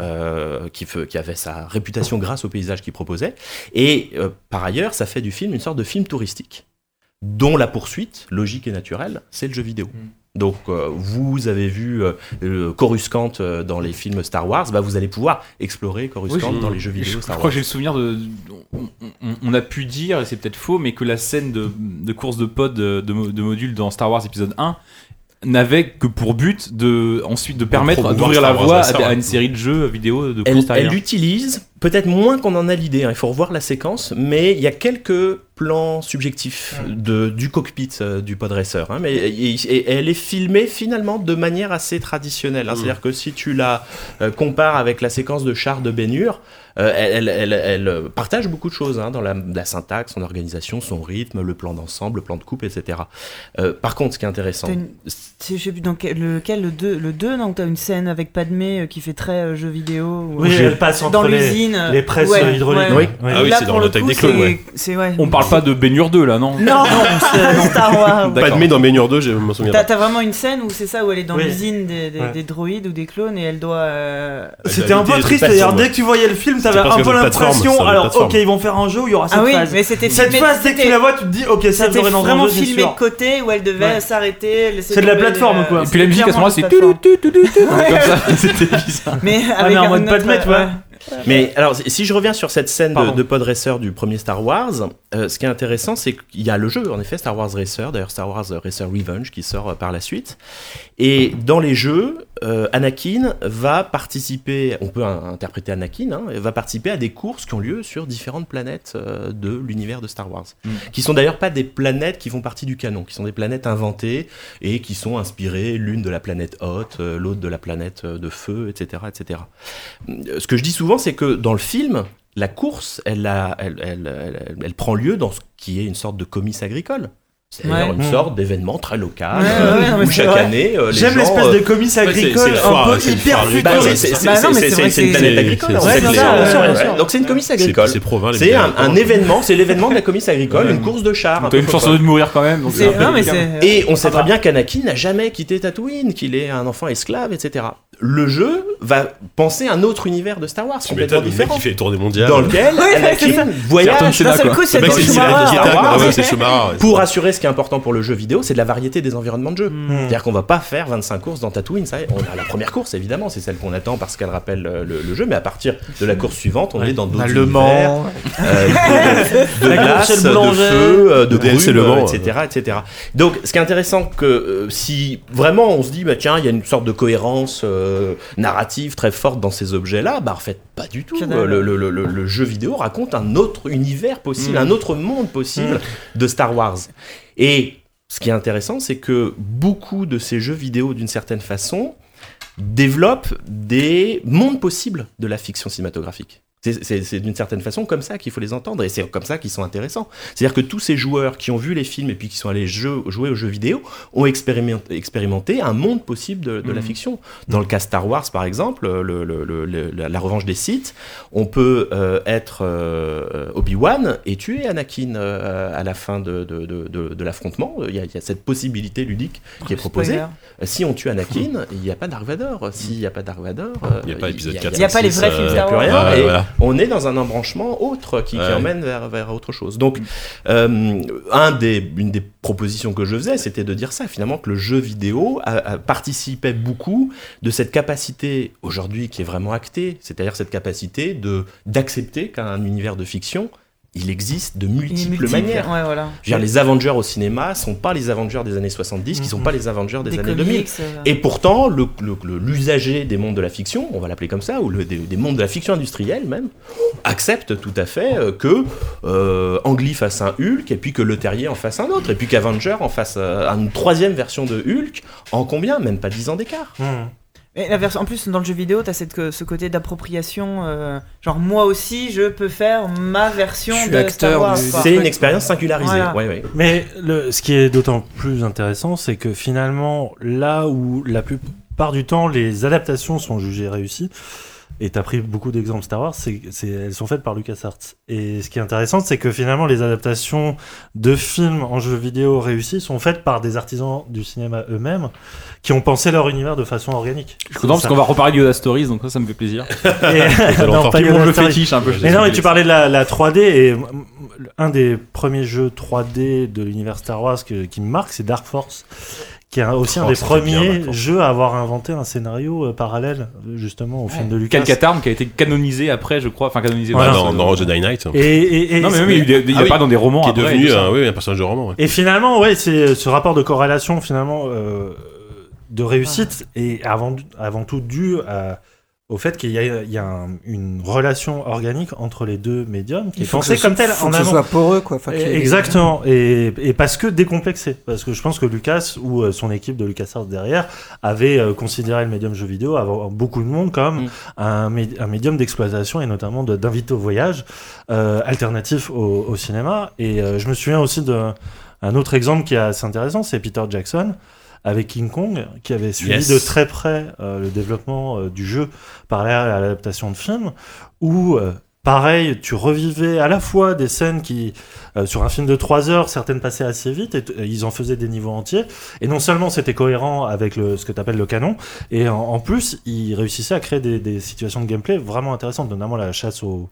[SPEAKER 8] euh, qui, fe- qui avait sa réputation grâce au paysage qu'il proposait. Et euh, par ailleurs, ça fait du film une sorte de film touristique, dont la poursuite, logique et naturelle, c'est le jeu vidéo.
[SPEAKER 2] Mm.
[SPEAKER 8] Donc, euh, vous avez vu euh, euh, Coruscant euh, dans les films Star Wars, bah, vous allez pouvoir explorer Coruscant
[SPEAKER 2] Oui, je-
[SPEAKER 8] dans les jeux vidéo
[SPEAKER 2] Je
[SPEAKER 8] Star Wars.
[SPEAKER 2] crois que j'ai le souvenir de. On, on- on a pu dire, et c'est peut-être faux, mais que la scène de, de course de pod de, de mo- de module dans Star Wars épisode 1 n'avait que pour but de ensuite de permettre
[SPEAKER 5] promouvoir
[SPEAKER 2] d'ouvrir la
[SPEAKER 5] Star Wars
[SPEAKER 2] voie
[SPEAKER 5] à ça,
[SPEAKER 2] à, à
[SPEAKER 5] ouais.
[SPEAKER 2] une série de jeux vidéo de
[SPEAKER 8] Elle,
[SPEAKER 2] course
[SPEAKER 8] elle
[SPEAKER 2] derrière.
[SPEAKER 8] l'utilise, peut-être moins qu'on en a l'idée, hein, il faut revoir la séquence, mais il y a quelques plans subjectifs de, du cockpit euh, du podracer. Hein, mais et- et elle est filmée finalement de manière assez traditionnelle. hein, C'est-à-dire que si tu la euh, compares avec la séquence de char de Bénure, euh, elle, elle- elle- elle, euh, partage beaucoup de choses hein, dans la, la syntaxe, son organisation, son rythme, le plan d'ensemble, le plan de coupe, etc. Euh, par contre, ce qui est intéressant,
[SPEAKER 7] T'as une- c'est- Je sais plus dans quel, lequel, le 2, le 2 non, où t'as une scène avec Padmé euh, qui fait très euh, jeu vidéo. ou-
[SPEAKER 6] Oui,
[SPEAKER 7] euh,
[SPEAKER 6] elle passe entre
[SPEAKER 7] dans
[SPEAKER 6] les,
[SPEAKER 7] l'usine. euh,
[SPEAKER 6] les presses
[SPEAKER 7] ouais,
[SPEAKER 6] hydrauliques.
[SPEAKER 7] ouais.
[SPEAKER 6] Oui.
[SPEAKER 5] Ah oui,
[SPEAKER 7] Là,
[SPEAKER 5] c'est dans
[SPEAKER 7] pour le
[SPEAKER 5] l'attaque
[SPEAKER 7] coup,
[SPEAKER 5] des clones,
[SPEAKER 7] c'est-
[SPEAKER 5] ouais.
[SPEAKER 7] C'est ouais.
[SPEAKER 2] On parle pas de baignure 2 là, non
[SPEAKER 7] Non, non, Star Wars.
[SPEAKER 2] D'accord.
[SPEAKER 5] Padmé dans Bénure 2, je me souviens.
[SPEAKER 7] T'as t'as vraiment une scène où c'est ça où elle est dans
[SPEAKER 6] Oui.
[SPEAKER 7] l'usine des, des,
[SPEAKER 6] Ouais.
[SPEAKER 7] des droïdes ou des clones et elle doit. euh,
[SPEAKER 4] C'était un peu
[SPEAKER 5] Des- des
[SPEAKER 4] triste,
[SPEAKER 5] plateformes,
[SPEAKER 4] d'ailleurs,
[SPEAKER 5] ouais.
[SPEAKER 4] dès que tu voyais le film, t'avais
[SPEAKER 5] parce
[SPEAKER 4] un
[SPEAKER 5] que
[SPEAKER 4] peu
[SPEAKER 5] c'est une plateforme, c'est
[SPEAKER 4] l'impression,
[SPEAKER 5] une
[SPEAKER 4] alors
[SPEAKER 5] plateforme.
[SPEAKER 4] ok, ils vont faire un jeu où il y aura cette
[SPEAKER 7] Ah oui,
[SPEAKER 4] phase.
[SPEAKER 7] mais c'était
[SPEAKER 4] Cette
[SPEAKER 7] filmé-
[SPEAKER 4] phase, dès que tu
[SPEAKER 7] c'était-
[SPEAKER 4] la vois, tu te dis ok, ça
[SPEAKER 7] C'était
[SPEAKER 4] j'aurais dans un
[SPEAKER 7] vraiment
[SPEAKER 4] jeu, c'est
[SPEAKER 7] filmé de
[SPEAKER 4] sûr.
[SPEAKER 7] côté où elle devait
[SPEAKER 4] Ouais.
[SPEAKER 7] s'arrêter. laisser
[SPEAKER 4] C'est de la
[SPEAKER 7] tomber les-
[SPEAKER 4] plateforme, quoi.
[SPEAKER 2] Et puis la musique à ce moment
[SPEAKER 7] C'était
[SPEAKER 2] c'est.
[SPEAKER 7] bah, clairement
[SPEAKER 2] tu- tu- tu- tu- tu- Comme ça, c'était bizarre.
[SPEAKER 7] Mais
[SPEAKER 4] Ouais,
[SPEAKER 7] avec
[SPEAKER 4] mais en
[SPEAKER 7] un
[SPEAKER 4] mode
[SPEAKER 7] autre-
[SPEAKER 4] pas de mettre, ouais.
[SPEAKER 8] Mais alors, si- si je reviens sur cette scène de,
[SPEAKER 4] Pardon.
[SPEAKER 8] de pod racer du premier Star Wars, euh, ce qui est intéressant, c'est qu'il y a le jeu, en effet, Star Wars Racer, d'ailleurs Star Wars Racer Revenge qui sort euh, par la suite. Et dans les jeux, euh, Anakin va participer, on peut in- interpréter Anakin, hein, va participer à des courses qui ont lieu sur différentes planètes euh, de l'univers de Star Wars,
[SPEAKER 2] Mm.
[SPEAKER 8] qui sont d'ailleurs pas des planètes qui font partie du canon, qui sont des planètes inventées et qui sont inspirées l'une de la planète haute, euh, l'autre de la planète euh, de feu, etc., etc. Euh, Ce que je dis souvent, c'est que dans le film, la course, elle, a- elle, elle- elle- elle prend lieu dans ce qui est une sorte de comice agricole. C'est
[SPEAKER 7] Ouais.
[SPEAKER 8] une
[SPEAKER 6] Mm.
[SPEAKER 8] sorte d'événement très local
[SPEAKER 7] Ouais,
[SPEAKER 8] euh,
[SPEAKER 7] ouais, non, mais
[SPEAKER 8] où
[SPEAKER 7] c'est
[SPEAKER 8] chaque
[SPEAKER 7] vrai.
[SPEAKER 8] année euh, les
[SPEAKER 4] J'aime
[SPEAKER 8] gens,
[SPEAKER 4] l'espèce
[SPEAKER 8] euh,
[SPEAKER 4] de commice
[SPEAKER 5] c'est- c'est
[SPEAKER 4] agricole
[SPEAKER 5] le
[SPEAKER 4] un
[SPEAKER 5] foire,
[SPEAKER 4] peu
[SPEAKER 5] c'est le
[SPEAKER 4] hyper
[SPEAKER 5] foire agricole.
[SPEAKER 8] bah,
[SPEAKER 4] futur.
[SPEAKER 8] c'est- c'est-
[SPEAKER 7] Bah
[SPEAKER 8] c'est-
[SPEAKER 7] non, mais
[SPEAKER 8] c'est-
[SPEAKER 7] c'est vrai
[SPEAKER 8] c'est-
[SPEAKER 7] que
[SPEAKER 8] c'est une
[SPEAKER 7] c'est-
[SPEAKER 8] planète
[SPEAKER 5] c'est-
[SPEAKER 8] agricole.
[SPEAKER 5] c'est-
[SPEAKER 8] en
[SPEAKER 5] c'est-
[SPEAKER 8] fait,
[SPEAKER 4] c'est
[SPEAKER 8] les-
[SPEAKER 4] ça,
[SPEAKER 8] ouais,
[SPEAKER 4] c'est
[SPEAKER 8] ouais,
[SPEAKER 4] ça.
[SPEAKER 8] ouais. Donc c'est une commission
[SPEAKER 5] C'est-
[SPEAKER 8] agricole.
[SPEAKER 5] C'est province.
[SPEAKER 8] C'est un, un événement, c'est l'événement de la commission agricole, une course de char. un
[SPEAKER 2] T'as
[SPEAKER 8] peu
[SPEAKER 2] une chance
[SPEAKER 8] comme
[SPEAKER 2] de mourir quand même. donc
[SPEAKER 7] C'est-
[SPEAKER 2] c'est un peu
[SPEAKER 7] Non, mais
[SPEAKER 2] délicat.
[SPEAKER 8] ça.
[SPEAKER 7] c'est.
[SPEAKER 8] Et on sait
[SPEAKER 2] Ah
[SPEAKER 8] très
[SPEAKER 2] bah.
[SPEAKER 8] bien qu'Anakin n'a jamais quitté Tatooine, qu'il est un enfant esclave, etc. Le jeu va penser un autre univers de Star Wars
[SPEAKER 5] Tu
[SPEAKER 8] complètement
[SPEAKER 5] m'étonnes, le mec
[SPEAKER 8] différent,
[SPEAKER 5] qui fait tourner mondial.
[SPEAKER 8] dans lequel
[SPEAKER 7] Ouais, c'est ça.
[SPEAKER 8] Anakin
[SPEAKER 2] Ayrton
[SPEAKER 8] voyage
[SPEAKER 2] Senna,
[SPEAKER 7] D'un seul
[SPEAKER 2] quoi.
[SPEAKER 7] coup,
[SPEAKER 5] Le
[SPEAKER 7] c'est
[SPEAKER 5] mec,
[SPEAKER 7] dans
[SPEAKER 5] c'est une
[SPEAKER 7] Schumacher.
[SPEAKER 5] sirène de
[SPEAKER 8] Schumacher.
[SPEAKER 5] Guitare. Ah Ouais, c'est Schumacher.
[SPEAKER 8] pour assurer ce qui est important pour le jeu vidéo, c'est de la variété des environnements de jeu.
[SPEAKER 4] Hmm.
[SPEAKER 8] C'est-à-dire qu'on va pas faire 25 courses dans Tatooine. Ça, on a la première course évidemment, c'est celle qu'on attend parce qu'elle rappelle euh, le, le jeu, mais à partir de la course suivante, on est dans d'autres
[SPEAKER 9] Le
[SPEAKER 8] univers,
[SPEAKER 9] Mans.
[SPEAKER 8] euh, de, de
[SPEAKER 4] La
[SPEAKER 8] glace,
[SPEAKER 4] course, le
[SPEAKER 8] de
[SPEAKER 4] boulanger.
[SPEAKER 8] feu, euh, de brume,
[SPEAKER 5] Le DLC, le Mans,
[SPEAKER 8] euh, etc., etc. Donc, ce qui est intéressant, que euh, si vraiment on se dit, bah, tiens, il y a une sorte de cohérence euh, narrative très forte dans ces objets-là, bah en fait, pas du tout.
[SPEAKER 7] Que dalle.
[SPEAKER 8] Euh, Le, le- le- le- le jeu vidéo raconte un autre univers possible,
[SPEAKER 2] Mm.
[SPEAKER 8] un autre monde possible de Star Wars. Et ce qui est intéressant, c'est que beaucoup de ces jeux vidéo, d'une certaine façon, développent des mondes possibles de la fiction cinématographique. C'est- C'est c'est d'une certaine façon comme ça qu'il faut les entendre et c'est comme ça qu'ils sont intéressants. C'est-à-dire que tous ces joueurs qui ont vu les films et puis qui sont allés jeu- jouer aux jeux vidéo ont expérimenté, expérimenté un monde possible de, de la
[SPEAKER 2] Mhm.
[SPEAKER 8] fiction. Dans le cas Star Wars, par exemple, le- le- le- le- la, la revanche des Sith, on peut euh, être euh, Obi-Wan et tuer Anakin euh, à la fin de, de- de- de- de l'affrontement. Il y, a, il y a cette possibilité ludique qui est proposée.
[SPEAKER 7] Spoiler.
[SPEAKER 8] Si on tue Anakin, il n'y a pas Dark Vador. S'il n'y a pas Dark Vador, euh,
[SPEAKER 5] Il n'y a pas épisode 4.
[SPEAKER 7] Il n'y a pas les vrais
[SPEAKER 5] euh,
[SPEAKER 7] films
[SPEAKER 5] bah,
[SPEAKER 7] Star
[SPEAKER 8] plus
[SPEAKER 7] Wars.
[SPEAKER 8] rien.
[SPEAKER 5] Ouais,
[SPEAKER 8] et
[SPEAKER 5] voilà.
[SPEAKER 8] on est dans un embranchement autre qui, qui
[SPEAKER 5] Ouais.
[SPEAKER 8] emmène vers, vers autre chose. Donc, euh, un des, une des propositions que je faisais, c'était de dire ça, finalement, que le jeu vidéo a- a- participait beaucoup de cette capacité, aujourd'hui, qui est vraiment actée, c'est-à-dire cette capacité de d'accepter qu'un univers de fiction, il existe de multiples
[SPEAKER 7] Multiple
[SPEAKER 8] manières.
[SPEAKER 7] Ouais, voilà.
[SPEAKER 8] Je veux dire, les Avengers au cinéma sont pas les Avengers des années 70, qui sont
[SPEAKER 6] Mhm.
[SPEAKER 8] pas les Avengers des,
[SPEAKER 7] Des
[SPEAKER 8] années 2000.
[SPEAKER 7] comics. euh,
[SPEAKER 8] Et pourtant, le- le- le- l'usager des mondes de la fiction, on va l'appeler comme ça, ou le- des, des mondes de la fiction industrielle même, accepte tout à fait euh, que euh, Ang Lee fasse un Hulk, et puis que Le Terrier en fasse un autre, et puis qu'Avenger en fasse euh, une troisième version de Hulk, en combien Même pas 10 ans d'écart.
[SPEAKER 6] Mhm.
[SPEAKER 7] Et la version, en plus, dans le jeu vidéo, t'as cette, ce côté d'appropriation. euh, genre, moi aussi, je peux faire ma version
[SPEAKER 3] Je suis
[SPEAKER 7] de Star
[SPEAKER 3] acteur
[SPEAKER 7] Wars.
[SPEAKER 3] du-
[SPEAKER 7] quoi.
[SPEAKER 8] C'est une expérience singularisée.
[SPEAKER 7] Voilà.
[SPEAKER 8] Ouais, ouais.
[SPEAKER 6] Mais le, ce qui est d'autant plus intéressant, c'est que finalement, là où la plupart du temps les adaptations sont jugées réussies, et t'as pris beaucoup d'exemples Star Wars, c'est, c'est- elles sont faites par LucasArts. Et ce qui est intéressant, c'est que finalement les adaptations de films en jeux vidéo réussies sont faites par des artisans du cinéma eux-mêmes qui ont pensé leur univers de façon organique.
[SPEAKER 2] Je suis content parce qu'on va reparler de Yoda Stories, donc ça, ça me fait plaisir.
[SPEAKER 6] Et...
[SPEAKER 5] allons
[SPEAKER 6] non,
[SPEAKER 5] faire
[SPEAKER 6] pas
[SPEAKER 5] tout
[SPEAKER 2] Mon
[SPEAKER 6] Yoda
[SPEAKER 2] jeu
[SPEAKER 6] Story.
[SPEAKER 2] fétiche un peu.
[SPEAKER 6] Mais non, mais tu parlais de la, la 3D et m- m- un des premiers jeux 3D de l'univers Star Wars que- qui me marque, c'est Dark Force, qui est un- aussi
[SPEAKER 5] Oh,
[SPEAKER 6] un des
[SPEAKER 5] c'était bien,
[SPEAKER 6] premiers
[SPEAKER 5] Dark Force.
[SPEAKER 6] jeux à avoir inventé un scénario euh, parallèle euh, justement au film de Lucas.
[SPEAKER 2] Cal Katarn qui a été canonisé après, je crois. Enfin, euh, canonisé.
[SPEAKER 5] Ah,
[SPEAKER 6] Voilà.
[SPEAKER 5] Dans
[SPEAKER 2] ce-
[SPEAKER 5] dans Jedi Knight.
[SPEAKER 6] Et, et- et-
[SPEAKER 2] Non, mais même, il y a eu des- il y
[SPEAKER 5] Ah
[SPEAKER 2] a
[SPEAKER 5] oui.
[SPEAKER 2] pas dans des romans
[SPEAKER 5] Qui est
[SPEAKER 2] après,
[SPEAKER 5] devenu
[SPEAKER 2] et tout ça.
[SPEAKER 5] un oui, un personnage de roman. ouais.
[SPEAKER 6] Et finalement, ouais, c'est euh, ce rapport de corrélation finalement euh, de réussite est avant, avant tout dû à- au fait qu'il y a, il y a un- une relation organique entre les deux médiums qui
[SPEAKER 3] Il
[SPEAKER 6] est
[SPEAKER 3] faut que
[SPEAKER 6] pensée
[SPEAKER 3] ce-
[SPEAKER 6] comme telle
[SPEAKER 3] faut
[SPEAKER 6] en
[SPEAKER 3] que ce
[SPEAKER 6] amont. Eh,
[SPEAKER 3] soit poreux, quoi. Enfin, qu'il y ait-
[SPEAKER 6] Exactement, et, et parce que décomplexé, parce que je pense que Lucas ou euh, son équipe de LucasArts derrière avait euh, considéré le médium jeu vidéo avant beaucoup de monde comme
[SPEAKER 3] Mm.
[SPEAKER 6] un, mé- un médium d'exploitation et notamment de- d'invité au voyage euh, alternatif au, au cinéma. Et euh, je me souviens aussi d'un un autre exemple qui est assez intéressant, c'est Peter Jackson avec King Kong qui avait suivi
[SPEAKER 5] Yes.
[SPEAKER 6] de très près euh, le développement euh, du jeu par la- à l'adaptation de film où euh, Pareil, tu revivais à la fois des scènes qui, euh, sur un film de 3 heures, certaines passaient assez vite et t- et ils en faisaient des niveaux entiers. Et non seulement c'était cohérent avec le, ce que tu appelles le canon, et en, en plus, ils réussissaient à créer des, des situations de gameplay vraiment intéressantes, notamment la chasse au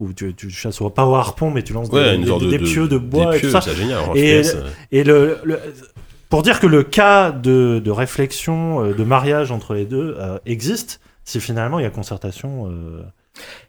[SPEAKER 6] où tu, tu chasses au pas au harpon, mais tu lances
[SPEAKER 5] Ouais,
[SPEAKER 6] des,
[SPEAKER 5] une
[SPEAKER 6] des-
[SPEAKER 5] sorte de.
[SPEAKER 6] des pieux de bois
[SPEAKER 5] des
[SPEAKER 6] et tout
[SPEAKER 5] pieux,
[SPEAKER 6] ça.
[SPEAKER 5] C'est génial. en
[SPEAKER 6] Et-
[SPEAKER 5] FPS, euh.
[SPEAKER 6] Et le, le- pour dire que le cas de, de réflexion, euh, de mariage entre les deux euh, existe, si finalement il y a concertation. euh,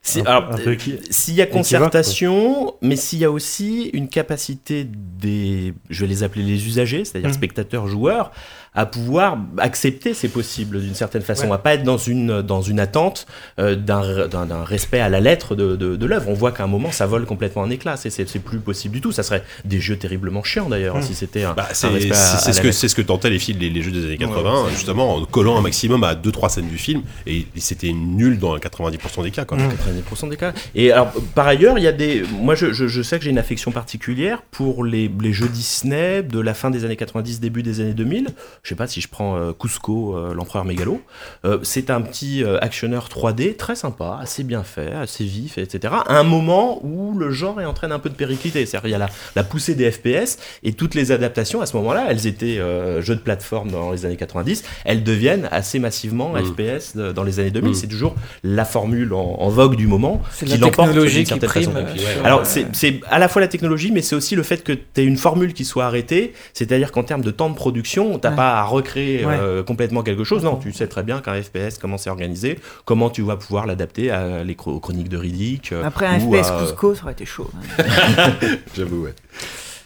[SPEAKER 8] Si-
[SPEAKER 6] un-
[SPEAKER 8] alors, euh,
[SPEAKER 6] un peu qui-
[SPEAKER 8] S'il y a
[SPEAKER 6] qui va,
[SPEAKER 8] concertation, mais s'il y a aussi une capacité des, je vais les appeler les usagers, c'est-à-dire
[SPEAKER 6] Mhm.
[SPEAKER 8] spectateurs, joueurs, à pouvoir accepter c'est possible d'une certaine façon, à pas être dans une, dans une attente euh, d'un d'un- d'un respect à la lettre de, de- de l'œuvre. On voit qu'à un moment, ça vole complètement en éclats, c'est- c'est c'est plus possible du tout. Ça serait des jeux terriblement chiants d'ailleurs,
[SPEAKER 6] Mmh.
[SPEAKER 8] si c'était un,
[SPEAKER 5] Bah,
[SPEAKER 8] un
[SPEAKER 5] c'est
[SPEAKER 8] respect à-
[SPEAKER 5] c'est-
[SPEAKER 8] à
[SPEAKER 5] c'est ce
[SPEAKER 8] la
[SPEAKER 5] que
[SPEAKER 8] lettre.
[SPEAKER 5] c'est ce que tentaient les films les, les jeux des années 80 justement en collant un maximum à 2 3 scènes du film et c'était nul dans 90% des cas quoi.
[SPEAKER 8] 90% des cas. Et alors, par ailleurs, il y a des. Moi, je, je- je sais que j'ai une affection particulière pour les, les jeux Disney de la fin des années 90, début des années 2000. Je sais pas si je prends euh, Cusco, euh, l'empereur mégalo. Euh, c'est un petit euh, actionneur 3D très sympa, assez bien fait, assez vif, etc. À un moment où le genre est en train d'un peu de péricliter. C'est-à-dire, il y a la, la poussée des FPS et toutes les adaptations à ce moment-là, elles étaient euh, jeux de plateforme dans les années 90. Elles deviennent assez massivement
[SPEAKER 5] Mm.
[SPEAKER 8] FPS de- euh, dans les années 2000.
[SPEAKER 5] Mm.
[SPEAKER 8] C'est toujours la formule en, en vogue du moment
[SPEAKER 3] C'est
[SPEAKER 8] qui
[SPEAKER 3] la
[SPEAKER 8] l'emporte
[SPEAKER 3] technologie
[SPEAKER 8] d'une
[SPEAKER 3] qui
[SPEAKER 8] certaine
[SPEAKER 3] prime.
[SPEAKER 8] façon.
[SPEAKER 3] euh,
[SPEAKER 5] puis, ouais.
[SPEAKER 3] sur-
[SPEAKER 8] Alors c'est c'est à la fois la technologie, mais c'est aussi le fait que tu as une formule qui soit arrêtée, c'est-à-dire qu'en termes de temps de production, t'as
[SPEAKER 7] Ouais.
[SPEAKER 8] pas à recréer
[SPEAKER 4] Ouais.
[SPEAKER 8] euh, complètement quelque chose. Non, tu sais très bien qu'un FPS, comment c'est organisé, comment tu vas pouvoir l'adapter à les chro- aux chroniques de Riddick. euh,
[SPEAKER 7] Après un
[SPEAKER 8] ou
[SPEAKER 7] FPS
[SPEAKER 8] à-
[SPEAKER 7] Cusco, ça aurait été chaud.
[SPEAKER 8] Mm.
[SPEAKER 5] J'avoue ouais.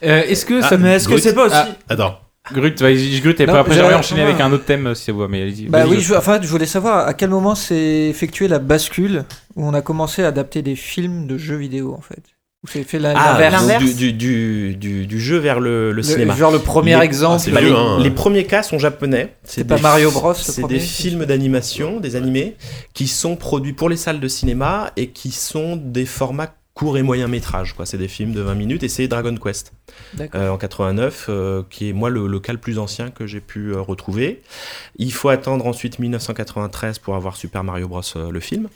[SPEAKER 2] Euh, Est-ce que ça
[SPEAKER 5] Ah,
[SPEAKER 4] mais est-ce que
[SPEAKER 5] Grut-
[SPEAKER 4] c'est pas aussi-
[SPEAKER 5] Attends,
[SPEAKER 2] Grut, vas-y, Grut, et
[SPEAKER 3] Non,
[SPEAKER 2] pas- après
[SPEAKER 3] j'avais-
[SPEAKER 2] j'aurais enchaîné
[SPEAKER 3] ouais.
[SPEAKER 2] avec un autre thème euh, si ça vous va, mais allez-y.
[SPEAKER 3] Bah
[SPEAKER 2] Vas-y,
[SPEAKER 3] oui,
[SPEAKER 2] Grut.
[SPEAKER 3] je, enfin, je voulais savoir à quel moment s'est effectuée la bascule où on a commencé à adapter des films de jeux vidéo en fait. Où c'est fait la-
[SPEAKER 8] Ah,
[SPEAKER 3] l'inverse.
[SPEAKER 7] l'inverse.
[SPEAKER 8] du, du, du, du- du jeu vers le, le
[SPEAKER 3] Le-
[SPEAKER 8] cinéma.
[SPEAKER 3] genre le premier
[SPEAKER 8] Les-
[SPEAKER 3] exemple. euh,
[SPEAKER 5] c'est
[SPEAKER 8] Bah,
[SPEAKER 5] vieux,
[SPEAKER 8] les,
[SPEAKER 5] hein.
[SPEAKER 8] les premiers cas sont japonais.
[SPEAKER 3] C'est pas
[SPEAKER 8] des-
[SPEAKER 3] Mario Bros, le
[SPEAKER 8] C'est
[SPEAKER 3] premier,
[SPEAKER 8] des
[SPEAKER 3] c'est-
[SPEAKER 8] films d'animation, des animés, qui sont produits pour les salles de cinéma et qui sont des formats courts et moyens métrages. quoi. C'est des films de 20 minutes et c'est Dragon Quest.
[SPEAKER 3] D'accord.
[SPEAKER 8] Euh, en 89, euh, qui est moi le, le cas le plus ancien que j'ai pu euh, retrouver. Il faut attendre ensuite 1993 pour avoir Super Mario Bros euh, le film.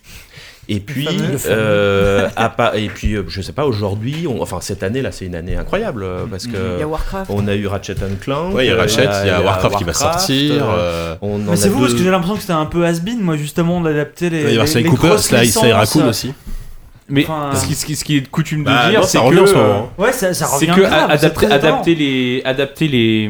[SPEAKER 8] Et puis,
[SPEAKER 3] fameux. Le fameux.
[SPEAKER 8] euh, à pas- et puis, euh, je sais pas. Aujourd'hui, on- enfin cette année là, c'est une année incroyable euh, parce
[SPEAKER 7] Il y
[SPEAKER 8] que
[SPEAKER 7] a Warcraft.
[SPEAKER 8] on a eu Ratchet and Clank.
[SPEAKER 5] ouais, il y a
[SPEAKER 8] euh,
[SPEAKER 5] Ratchet, il y a Warcraft qui va
[SPEAKER 8] Warcraft,
[SPEAKER 5] sortir.
[SPEAKER 8] euh,
[SPEAKER 5] euh,
[SPEAKER 8] on en a
[SPEAKER 4] Mais c'est vous parce
[SPEAKER 8] deux-
[SPEAKER 4] que j'ai l'impression que c'était un peu has-been, moi justement d'adapter les.
[SPEAKER 5] Il va y avoir
[SPEAKER 4] les-
[SPEAKER 5] Sly
[SPEAKER 4] les
[SPEAKER 5] Cooper,
[SPEAKER 4] grosses
[SPEAKER 5] Sly, Sly
[SPEAKER 4] licences.
[SPEAKER 5] Raccoon aussi.
[SPEAKER 2] Mais
[SPEAKER 4] Enfin,
[SPEAKER 2] ce, qui, ce qui- ce qui est coutume de
[SPEAKER 5] Bah,
[SPEAKER 2] dire,
[SPEAKER 5] non, ça
[SPEAKER 2] c'est
[SPEAKER 5] revient
[SPEAKER 2] que
[SPEAKER 5] en ce moment.
[SPEAKER 4] Ouais, ça, ça
[SPEAKER 2] c'est
[SPEAKER 4] revient.
[SPEAKER 2] que
[SPEAKER 4] grave,
[SPEAKER 2] a-
[SPEAKER 4] c'est
[SPEAKER 2] adapter,
[SPEAKER 4] très étonnant.
[SPEAKER 2] adapter les, adapter les,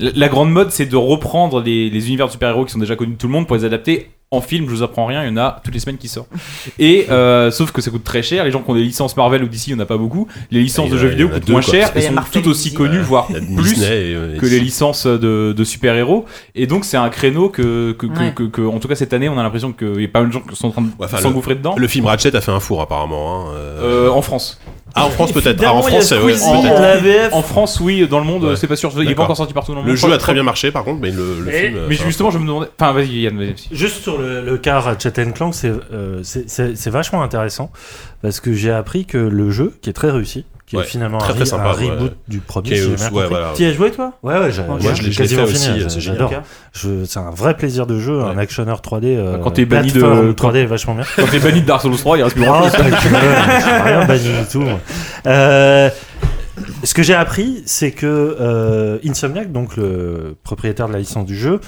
[SPEAKER 2] la, la grande mode, c'est de reprendre les, les univers de super-héros qui sont déjà connus de tout le monde pour les adapter en film. Je vous apprends rien, il y en a toutes les semaines qui sortent. Et euh, sauf que ça coûte très cher. Les gens qui ont des licences Marvel ou DC, il n'y en a pas beaucoup. Les licences
[SPEAKER 5] Ah, Il y
[SPEAKER 2] de
[SPEAKER 5] en a-
[SPEAKER 2] jeux
[SPEAKER 5] il y
[SPEAKER 2] vidéo
[SPEAKER 5] en a
[SPEAKER 2] coûtent
[SPEAKER 5] deux,
[SPEAKER 2] moins
[SPEAKER 5] quoi.
[SPEAKER 2] cher
[SPEAKER 7] Il
[SPEAKER 2] et
[SPEAKER 7] y a
[SPEAKER 2] sont
[SPEAKER 7] Marvel,
[SPEAKER 2] toutes aussi
[SPEAKER 7] DC,
[SPEAKER 2] connues, voire
[SPEAKER 5] Il y a
[SPEAKER 2] plus
[SPEAKER 5] hein. Disney et, euh,
[SPEAKER 2] que les licences de, de super-héros. Et donc, c'est un créneau que, que, que-
[SPEAKER 7] Ouais.
[SPEAKER 2] que- que- en tout cas, cette année, on a l'impression qu'il y a pas mal de gens qui sont en train de
[SPEAKER 5] Ouais, enfin,
[SPEAKER 2] s'engouffrer dedans.
[SPEAKER 5] Le film Ratchet a fait un four apparemment. hein, euh.
[SPEAKER 2] Euh, en France.
[SPEAKER 5] Ah, en France peut-être. Ah,
[SPEAKER 4] Évidemment,
[SPEAKER 5] en
[SPEAKER 4] il y a
[SPEAKER 5] France, euh, ouais,
[SPEAKER 4] Squeezie,
[SPEAKER 5] peut-être.
[SPEAKER 2] peut-être.
[SPEAKER 4] la VF.
[SPEAKER 2] En France, oui, dans le monde,
[SPEAKER 5] Ouais.
[SPEAKER 2] c'est pas sûr. Il n'est pas
[SPEAKER 5] D'accord.
[SPEAKER 2] encore sorti partout dans le monde.
[SPEAKER 5] Le jeu
[SPEAKER 2] Pas-
[SPEAKER 5] a très bien marché par contre, mais le, le film. euh,
[SPEAKER 2] Mais
[SPEAKER 5] ça-
[SPEAKER 2] justement, je me demandais. Enfin, vas-y, Yann, vas-y.
[SPEAKER 6] Juste sur le, le cas Ratchet and Clank, c'est euh, c'est- c'est- c'est vachement intéressant parce que j'ai appris que le jeu, qui est très réussi, qui
[SPEAKER 5] Ouais,
[SPEAKER 6] est finalement
[SPEAKER 5] très,
[SPEAKER 6] un,
[SPEAKER 5] très
[SPEAKER 6] re-
[SPEAKER 5] sympa,
[SPEAKER 6] un reboot
[SPEAKER 5] ouais.
[SPEAKER 6] du premier,
[SPEAKER 5] qui est-
[SPEAKER 6] si j'ai
[SPEAKER 5] ouais,
[SPEAKER 6] bien compris.
[SPEAKER 5] voilà.
[SPEAKER 4] T'y as joué toi
[SPEAKER 6] Ouais, ouais, j'ai-
[SPEAKER 4] Moi,
[SPEAKER 6] j'ai
[SPEAKER 5] je l'ai- je l'ai
[SPEAKER 6] quasiment
[SPEAKER 5] fait
[SPEAKER 6] fini.
[SPEAKER 5] aussi,
[SPEAKER 6] j'a-
[SPEAKER 5] c'est génial.
[SPEAKER 6] J'adore.
[SPEAKER 4] Ok.
[SPEAKER 6] Je- C'est un vrai plaisir de jeu, un
[SPEAKER 5] Ouais.
[SPEAKER 6] actionneur 3D. euh,
[SPEAKER 2] Quand t'es banni de-
[SPEAKER 6] plateforme ou 3D, est vachement bien.
[SPEAKER 2] Quand t'es banni de Dark Souls 3, il reste plus grand
[SPEAKER 6] Oh, pas que, je suis Ah, rien banni du tout. moi. Euh, ce que j'ai appris, c'est que euh, Insomniac, donc le propriétaire de la licence du jeu,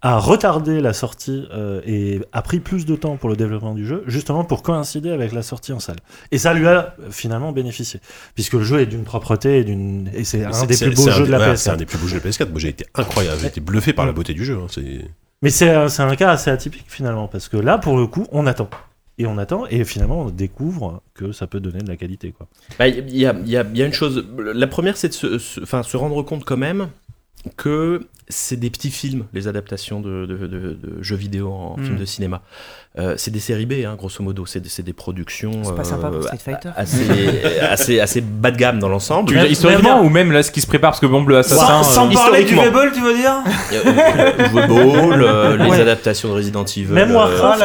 [SPEAKER 6] a retardé la sortie euh, et a pris plus de temps pour le développement du jeu, justement pour coïncider avec la sortie en salle. Et ça lui a euh, finalement bénéficié, puisque le jeu est d'une propreté et, d'une- et c'est un
[SPEAKER 5] C'est-
[SPEAKER 6] des
[SPEAKER 5] c'est-
[SPEAKER 6] plus beaux
[SPEAKER 5] c'est un
[SPEAKER 6] jeux
[SPEAKER 5] des-
[SPEAKER 6] de la
[SPEAKER 5] ouais,
[SPEAKER 6] PS. hein.
[SPEAKER 5] C'est un des plus beaux jeux de la PS4. Moi j'ai été incroyable, j'ai été bluffé par la beauté du jeu. hein, c'est-
[SPEAKER 6] Mais c'est un, c'est un cas assez atypique finalement, parce que là, pour le coup, on attend. Et on attend, et finalement, on découvre que ça peut donner de la qualité. Quoi.
[SPEAKER 8] Bah, Il y, a- il y a- il y a une chose. La première, c'est de se, se- enfin, se rendre compte quand même que c'est des petits films, les adaptations de, de- de- de jeux vidéo en
[SPEAKER 4] Mm.
[SPEAKER 8] films de cinéma. Euh, c'est des séries B, hein, grosso modo. C'est des, c'est des productions
[SPEAKER 7] C'est pas sympa
[SPEAKER 8] euh,
[SPEAKER 7] pour Street Fighter.
[SPEAKER 8] assez, assez, assez bas de gamme dans l'ensemble.
[SPEAKER 2] Tu veux dire historiquement ou même là ce qui se prépare parce que bon, le assassin.
[SPEAKER 4] Sans, sans
[SPEAKER 8] euh,
[SPEAKER 4] parler du
[SPEAKER 8] historiquement.
[SPEAKER 4] Fable, tu veux dire
[SPEAKER 8] Euh, euh, Blue Ball, euh, les
[SPEAKER 4] Ouais.
[SPEAKER 8] adaptations de Resident Evil. euh,
[SPEAKER 6] Même
[SPEAKER 4] Ah
[SPEAKER 6] Warcraft,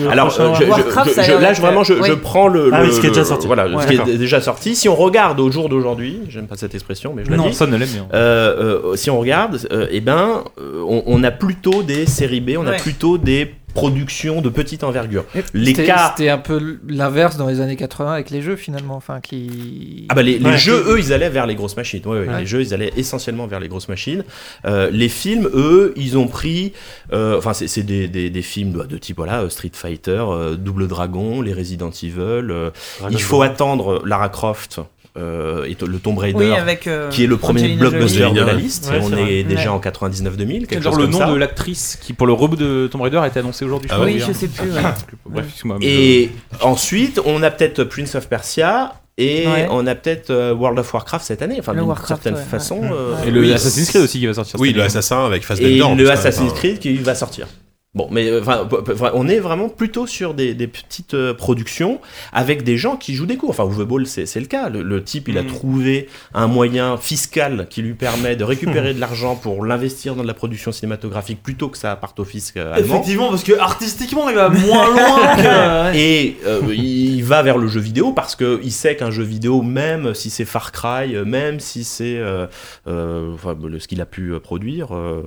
[SPEAKER 8] euh, Alors, euh, je- je-
[SPEAKER 7] Warcraft,
[SPEAKER 8] je-
[SPEAKER 7] ça a
[SPEAKER 8] je-
[SPEAKER 7] l'air
[SPEAKER 8] là,
[SPEAKER 7] d'être-
[SPEAKER 8] je, vraiment, je,
[SPEAKER 7] oui.
[SPEAKER 8] je prends le.
[SPEAKER 6] Ah oui,
[SPEAKER 8] le-
[SPEAKER 6] ce qui est déjà
[SPEAKER 8] le-
[SPEAKER 6] sorti.
[SPEAKER 8] Voilà,
[SPEAKER 6] Ouais,
[SPEAKER 8] ce qui
[SPEAKER 6] d'accord.
[SPEAKER 8] est déjà sorti. Si on regarde au jour d'aujourd'hui, j'aime pas cette expression, mais je la
[SPEAKER 2] Non,
[SPEAKER 8] dis.
[SPEAKER 2] ça ne l'aime bien.
[SPEAKER 8] Euh, euh, si on regarde, euh, eh ben, euh, on, on a plutôt des séries B, on a
[SPEAKER 7] Ouais.
[SPEAKER 8] plutôt des productions de petite envergure.
[SPEAKER 3] Mais
[SPEAKER 8] euh, les
[SPEAKER 3] c'était-
[SPEAKER 8] cas-
[SPEAKER 3] C'était un peu l'inverse dans les années 80 avec les jeux finalement, enfin qui.
[SPEAKER 8] Ah bah les, les
[SPEAKER 6] Ouais.
[SPEAKER 8] jeux, eux, ils allaient vers les grosses machines. Ouais, ouais,
[SPEAKER 3] Ouais.
[SPEAKER 8] Les jeux, ils allaient essentiellement vers les grosses machines. Euh, les films, eux, ils ont pris... euh, Enfin, c'est- c'est des, des- des films de, de type, voilà, euh, Street Fighter, euh, Double Dragon, les Resident Evil. euh,
[SPEAKER 7] Ah,
[SPEAKER 8] il faut attendre Lara Croft euh, et t- le Tomb Raider.
[SPEAKER 7] Oui, avec. euh,
[SPEAKER 8] qui est le premier
[SPEAKER 7] Angelina Jolie.
[SPEAKER 8] blockbuster de la
[SPEAKER 5] Angelina.
[SPEAKER 8] liste.
[SPEAKER 6] Ouais,
[SPEAKER 8] on
[SPEAKER 6] c'est
[SPEAKER 8] est,
[SPEAKER 6] vrai.
[SPEAKER 8] déjà
[SPEAKER 7] Ouais.
[SPEAKER 8] en 99-2000, quelque
[SPEAKER 2] Genre
[SPEAKER 8] chose
[SPEAKER 2] le
[SPEAKER 8] comme
[SPEAKER 2] nom
[SPEAKER 8] ça.
[SPEAKER 2] de l'actrice qui pour le reboot de Tomb Raider a été annoncé aujourd'hui.
[SPEAKER 5] Ah
[SPEAKER 2] crois,
[SPEAKER 7] oui,
[SPEAKER 2] hier.
[SPEAKER 7] je sais plus. ouais.
[SPEAKER 2] Bref, excuse-moi. mais
[SPEAKER 8] Et ensuite, on a peut-être Prince of Persia. Et
[SPEAKER 7] Ouais.
[SPEAKER 8] on a peut-être euh, World of Warcraft cette année, enfin
[SPEAKER 7] Le
[SPEAKER 8] d'une
[SPEAKER 7] Warcraft,
[SPEAKER 8] certaine
[SPEAKER 7] ouais,
[SPEAKER 8] façon.
[SPEAKER 6] ouais.
[SPEAKER 8] euh,
[SPEAKER 2] Et le
[SPEAKER 8] oui.
[SPEAKER 2] Assassin's Creed aussi qui va sortir.
[SPEAKER 5] Oui,
[SPEAKER 2] cette
[SPEAKER 5] le
[SPEAKER 2] année.
[SPEAKER 5] assassin avec Fassbender.
[SPEAKER 8] Et
[SPEAKER 5] en plus,
[SPEAKER 8] le
[SPEAKER 5] quand même,
[SPEAKER 8] Assassin's
[SPEAKER 5] hein.
[SPEAKER 8] Creed qui va sortir. Bon, mais euh, enfin, p- p- on est vraiment plutôt sur des, des petites euh, productions avec des gens qui jouent des cours. Enfin, Uwe Ball, c'est c'est le cas. Le, le type, il a
[SPEAKER 2] Mm.
[SPEAKER 8] trouvé un moyen fiscal qui lui permet de récupérer de l'argent pour l'investir dans de la production cinématographique plutôt que ça parte au fisc euh, allemand.
[SPEAKER 4] Effectivement, parce que artistiquement, il va moins loin que.
[SPEAKER 8] Et euh, il va vers le jeu vidéo parce que il sait qu'un jeu vidéo, même si c'est Far Cry, euh, même si c'est euh, euh, enfin, le- ce qu'il a pu euh, produire, euh,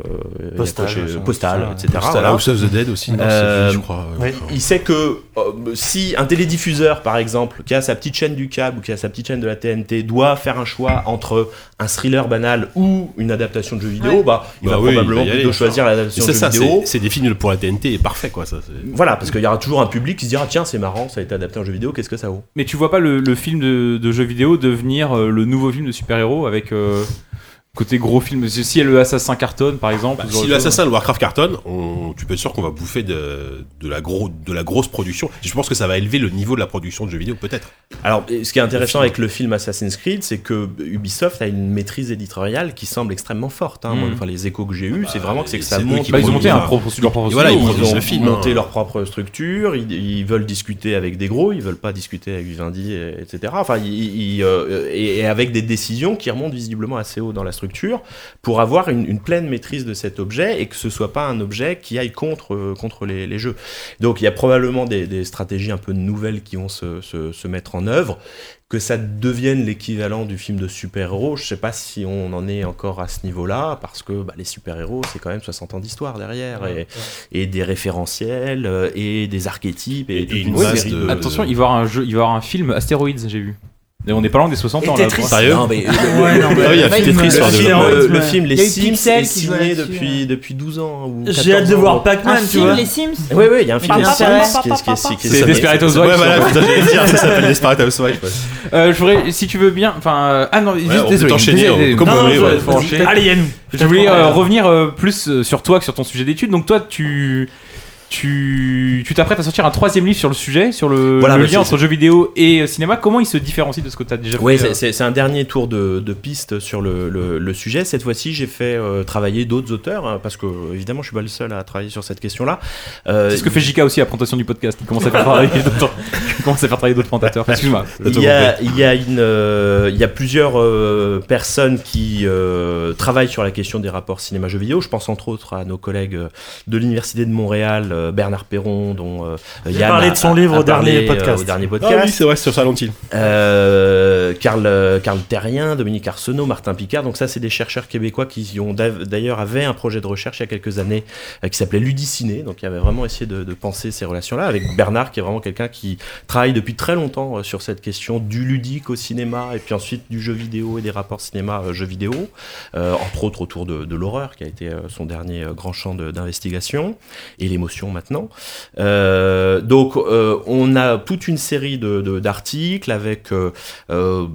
[SPEAKER 8] et
[SPEAKER 6] Postal,
[SPEAKER 8] accrocher-
[SPEAKER 6] ça,
[SPEAKER 8] postal,
[SPEAKER 6] ça,
[SPEAKER 8] etc.
[SPEAKER 5] House-
[SPEAKER 8] voilà.
[SPEAKER 5] House of the Dead aussi, non,
[SPEAKER 8] Euh,
[SPEAKER 5] c'est- je crois. euh,
[SPEAKER 6] oui.
[SPEAKER 5] enfin.
[SPEAKER 8] Il sait que euh, si un télédiffuseur, par exemple, qui a sa petite chaîne du câble ou qui a sa petite chaîne de la TNT, doit faire un choix entre un thriller banal ou une adaptation de jeu vidéo,
[SPEAKER 7] Ouais.
[SPEAKER 8] bah, il
[SPEAKER 5] Bah
[SPEAKER 8] va
[SPEAKER 5] oui,
[SPEAKER 8] probablement
[SPEAKER 5] il va y
[SPEAKER 8] plutôt
[SPEAKER 5] aller,
[SPEAKER 8] choisir
[SPEAKER 5] Et
[SPEAKER 8] l'adaptation de
[SPEAKER 5] c'est
[SPEAKER 8] jeu
[SPEAKER 5] ça,
[SPEAKER 8] vidéo.
[SPEAKER 5] c'est c'est des films pour la TNT et parfait quoi. Ça, c'est-
[SPEAKER 8] Voilà, parce qu'il y aura toujours un public qui se dira tiens, c'est marrant, ça a été adapté en jeu vidéo, qu'est-ce que ça vaut
[SPEAKER 2] Mais tu vois pas le, le film de, de jeu vidéo devenir euh, le nouveau film de super-héros avec euh, côté gros film. Si le assassin cartonne par exemple.
[SPEAKER 5] Bah,
[SPEAKER 2] ou ce genre
[SPEAKER 5] si
[SPEAKER 2] de choses.
[SPEAKER 5] l'assassin de Warcraft cartonne, on, tu peux être sûr qu'on va bouffer de, de, la gros, de la grosse production. Et je pense que ça va élever le niveau de la production de jeux vidéo, peut-être.
[SPEAKER 8] Alors, et ce qui est intéressant
[SPEAKER 5] Le film.
[SPEAKER 8] avec le film Assassin's Creed, c'est que Ubisoft a une maîtrise éditoriale qui semble extrêmement forte. hein.
[SPEAKER 2] Mm.
[SPEAKER 8] Moi, enfin, les échos que j'ai eus, c'est vraiment que c'est que ça
[SPEAKER 5] Hmm. Ah c'est eux
[SPEAKER 8] monte.
[SPEAKER 5] qui
[SPEAKER 2] Bah, ils ont
[SPEAKER 5] produisent
[SPEAKER 2] monté un
[SPEAKER 5] ça.
[SPEAKER 2] propre leur propre
[SPEAKER 5] Et voilà,
[SPEAKER 2] studio,
[SPEAKER 5] ils
[SPEAKER 2] ou-
[SPEAKER 5] produisent
[SPEAKER 8] ils
[SPEAKER 5] le
[SPEAKER 8] ont
[SPEAKER 5] film,
[SPEAKER 8] monté
[SPEAKER 5] hein.
[SPEAKER 8] leur propre structure, ils, ils veulent discuter avec des gros, ils veulent pas discuter avec Vivendi, et- etc. Enfin, ils- ils, euh, et, et avec des décisions qui remontent visiblement assez haut dans la structure pour avoir une, une pleine maîtrise de cet objet et que ce soit pas un objet qui aille contre, euh, contre les, les jeux. Donc, il y a probablement des, des stratégies un peu nouvelles qui vont se, se- se mettre en œuvre. Que ça devienne l'équivalent du film de super-héros, je sais pas si on en est encore à ce niveau-là, parce que bah, les super-héros, c'est quand même 60 ans d'histoire derrière. Et, et des référentiels euh, et des archétypes et,
[SPEAKER 5] Et-
[SPEAKER 8] toute
[SPEAKER 5] et
[SPEAKER 8] une,
[SPEAKER 5] une base
[SPEAKER 8] série
[SPEAKER 5] de-
[SPEAKER 8] de-
[SPEAKER 2] Attention, il va y avoir un jeu, il va y avoir un film Astéroïdes, j'ai vu. Et on est pas loin des 60
[SPEAKER 7] Et
[SPEAKER 2] ans là.
[SPEAKER 7] Tetris.
[SPEAKER 2] pour-
[SPEAKER 5] Sérieux
[SPEAKER 8] Non, mais le-
[SPEAKER 7] Ouais, non, mais-
[SPEAKER 5] Ah oui, il y a
[SPEAKER 7] Bah,
[SPEAKER 5] Tetris,
[SPEAKER 7] me-
[SPEAKER 5] sur
[SPEAKER 8] le,
[SPEAKER 5] de-
[SPEAKER 8] film,
[SPEAKER 4] Stéroïdes,
[SPEAKER 8] euh, le
[SPEAKER 4] ouais.
[SPEAKER 8] film Les
[SPEAKER 7] Il y a eu
[SPEAKER 8] Sims
[SPEAKER 7] Pixel
[SPEAKER 8] est
[SPEAKER 7] qui jouait
[SPEAKER 8] signé
[SPEAKER 7] là-dessus,
[SPEAKER 8] depuis,
[SPEAKER 7] ouais.
[SPEAKER 8] depuis 12 ans ou 14
[SPEAKER 4] J'ai hâte de
[SPEAKER 8] ans.
[SPEAKER 4] voir Pac-Man,
[SPEAKER 7] Un
[SPEAKER 4] tu
[SPEAKER 7] film,
[SPEAKER 4] vois.
[SPEAKER 7] les Sims
[SPEAKER 8] Oui, oui, il y a un film
[SPEAKER 7] Ah,
[SPEAKER 8] Les
[SPEAKER 7] bah,
[SPEAKER 8] Sims
[SPEAKER 7] bah,
[SPEAKER 8] qui est- qui est- qui est- qui est-
[SPEAKER 2] C'est
[SPEAKER 8] qui est-
[SPEAKER 2] Desperate Housewives.
[SPEAKER 5] Ouais, voilà, putain, j'allais dire, ça s'appelle Desperate Housewives. ouais.
[SPEAKER 2] Euh, je voudrais, si tu veux bien, enfin, euh, ah non,
[SPEAKER 5] on
[SPEAKER 2] juste
[SPEAKER 5] peut
[SPEAKER 2] désolé.
[SPEAKER 5] t'enchaîner,
[SPEAKER 2] désolé,
[SPEAKER 5] on-
[SPEAKER 2] désolé.
[SPEAKER 5] comme
[SPEAKER 8] Bah
[SPEAKER 2] Non,
[SPEAKER 5] vous voulez,
[SPEAKER 2] je-
[SPEAKER 5] ouais.
[SPEAKER 2] faut enchaîner.
[SPEAKER 4] Alien.
[SPEAKER 2] Je voulais euh, revenir euh, plus euh, sur toi que sur ton sujet d'étude. Donc toi, tu tu tu t'apprêtes à sortir un troisième livre sur le sujet, sur le,
[SPEAKER 8] Voilà,
[SPEAKER 2] le
[SPEAKER 8] bah, c'est-
[SPEAKER 2] lien entre jeux vidéo et euh, cinéma. Comment il se différencie de ce que tu as déjà
[SPEAKER 8] Oui,
[SPEAKER 2] fait euh,
[SPEAKER 6] euh,
[SPEAKER 8] c'est- c'est c'est un dernier tour de, de piste sur le, le- le sujet. Cette fois-ci, j'ai fait euh, travailler d'autres auteurs, hein, parce que évidemment, je suis pas le seul à travailler sur cette question-là. Euh,
[SPEAKER 2] C'est ce que fait JK aussi à la présentation du podcast. Il commence à faire travailler d'autres, il commence à faire travailler d'autres présentateurs. Excuse-moi.
[SPEAKER 8] Il y, a, il, y a une, euh, il y a plusieurs euh, personnes qui euh, travaillent sur la question des rapports cinéma-jeux vidéo. Je pense entre autres à nos collègues euh, de l'Université de Montréal, euh, Bernard Perron, dont euh, Yann
[SPEAKER 6] parlé
[SPEAKER 8] a-
[SPEAKER 6] de son livre
[SPEAKER 8] a
[SPEAKER 6] au
[SPEAKER 8] parlé,
[SPEAKER 6] dernier
[SPEAKER 8] euh,
[SPEAKER 6] podcast.
[SPEAKER 8] au dernier
[SPEAKER 5] Ah
[SPEAKER 8] podcast.
[SPEAKER 5] oui, c'est vrai, sur Silent Hill.
[SPEAKER 8] Euh, Karl, euh, Karl Terrien, Dominique Arsenault, Martin Picard. Donc ça, c'est des chercheurs québécois qui y ont d'av- d'ailleurs avaient un projet de recherche il y a quelques années euh, qui s'appelait Ludiciné. Donc il avait vraiment essayé de, de penser ces relations-là avec Bernard, qui est vraiment quelqu'un qui travaille depuis très longtemps euh, sur cette question du ludique au cinéma et puis ensuite du jeu vidéo et des rapports cinéma-jeu vidéo, Euh, entre autres autour de, de l'horreur qui a été euh, son dernier euh, grand champ de- d'investigation et l'émotion maintenant. Euh, donc, euh, on a toute une série de- de- d'articles avec. euh, euh,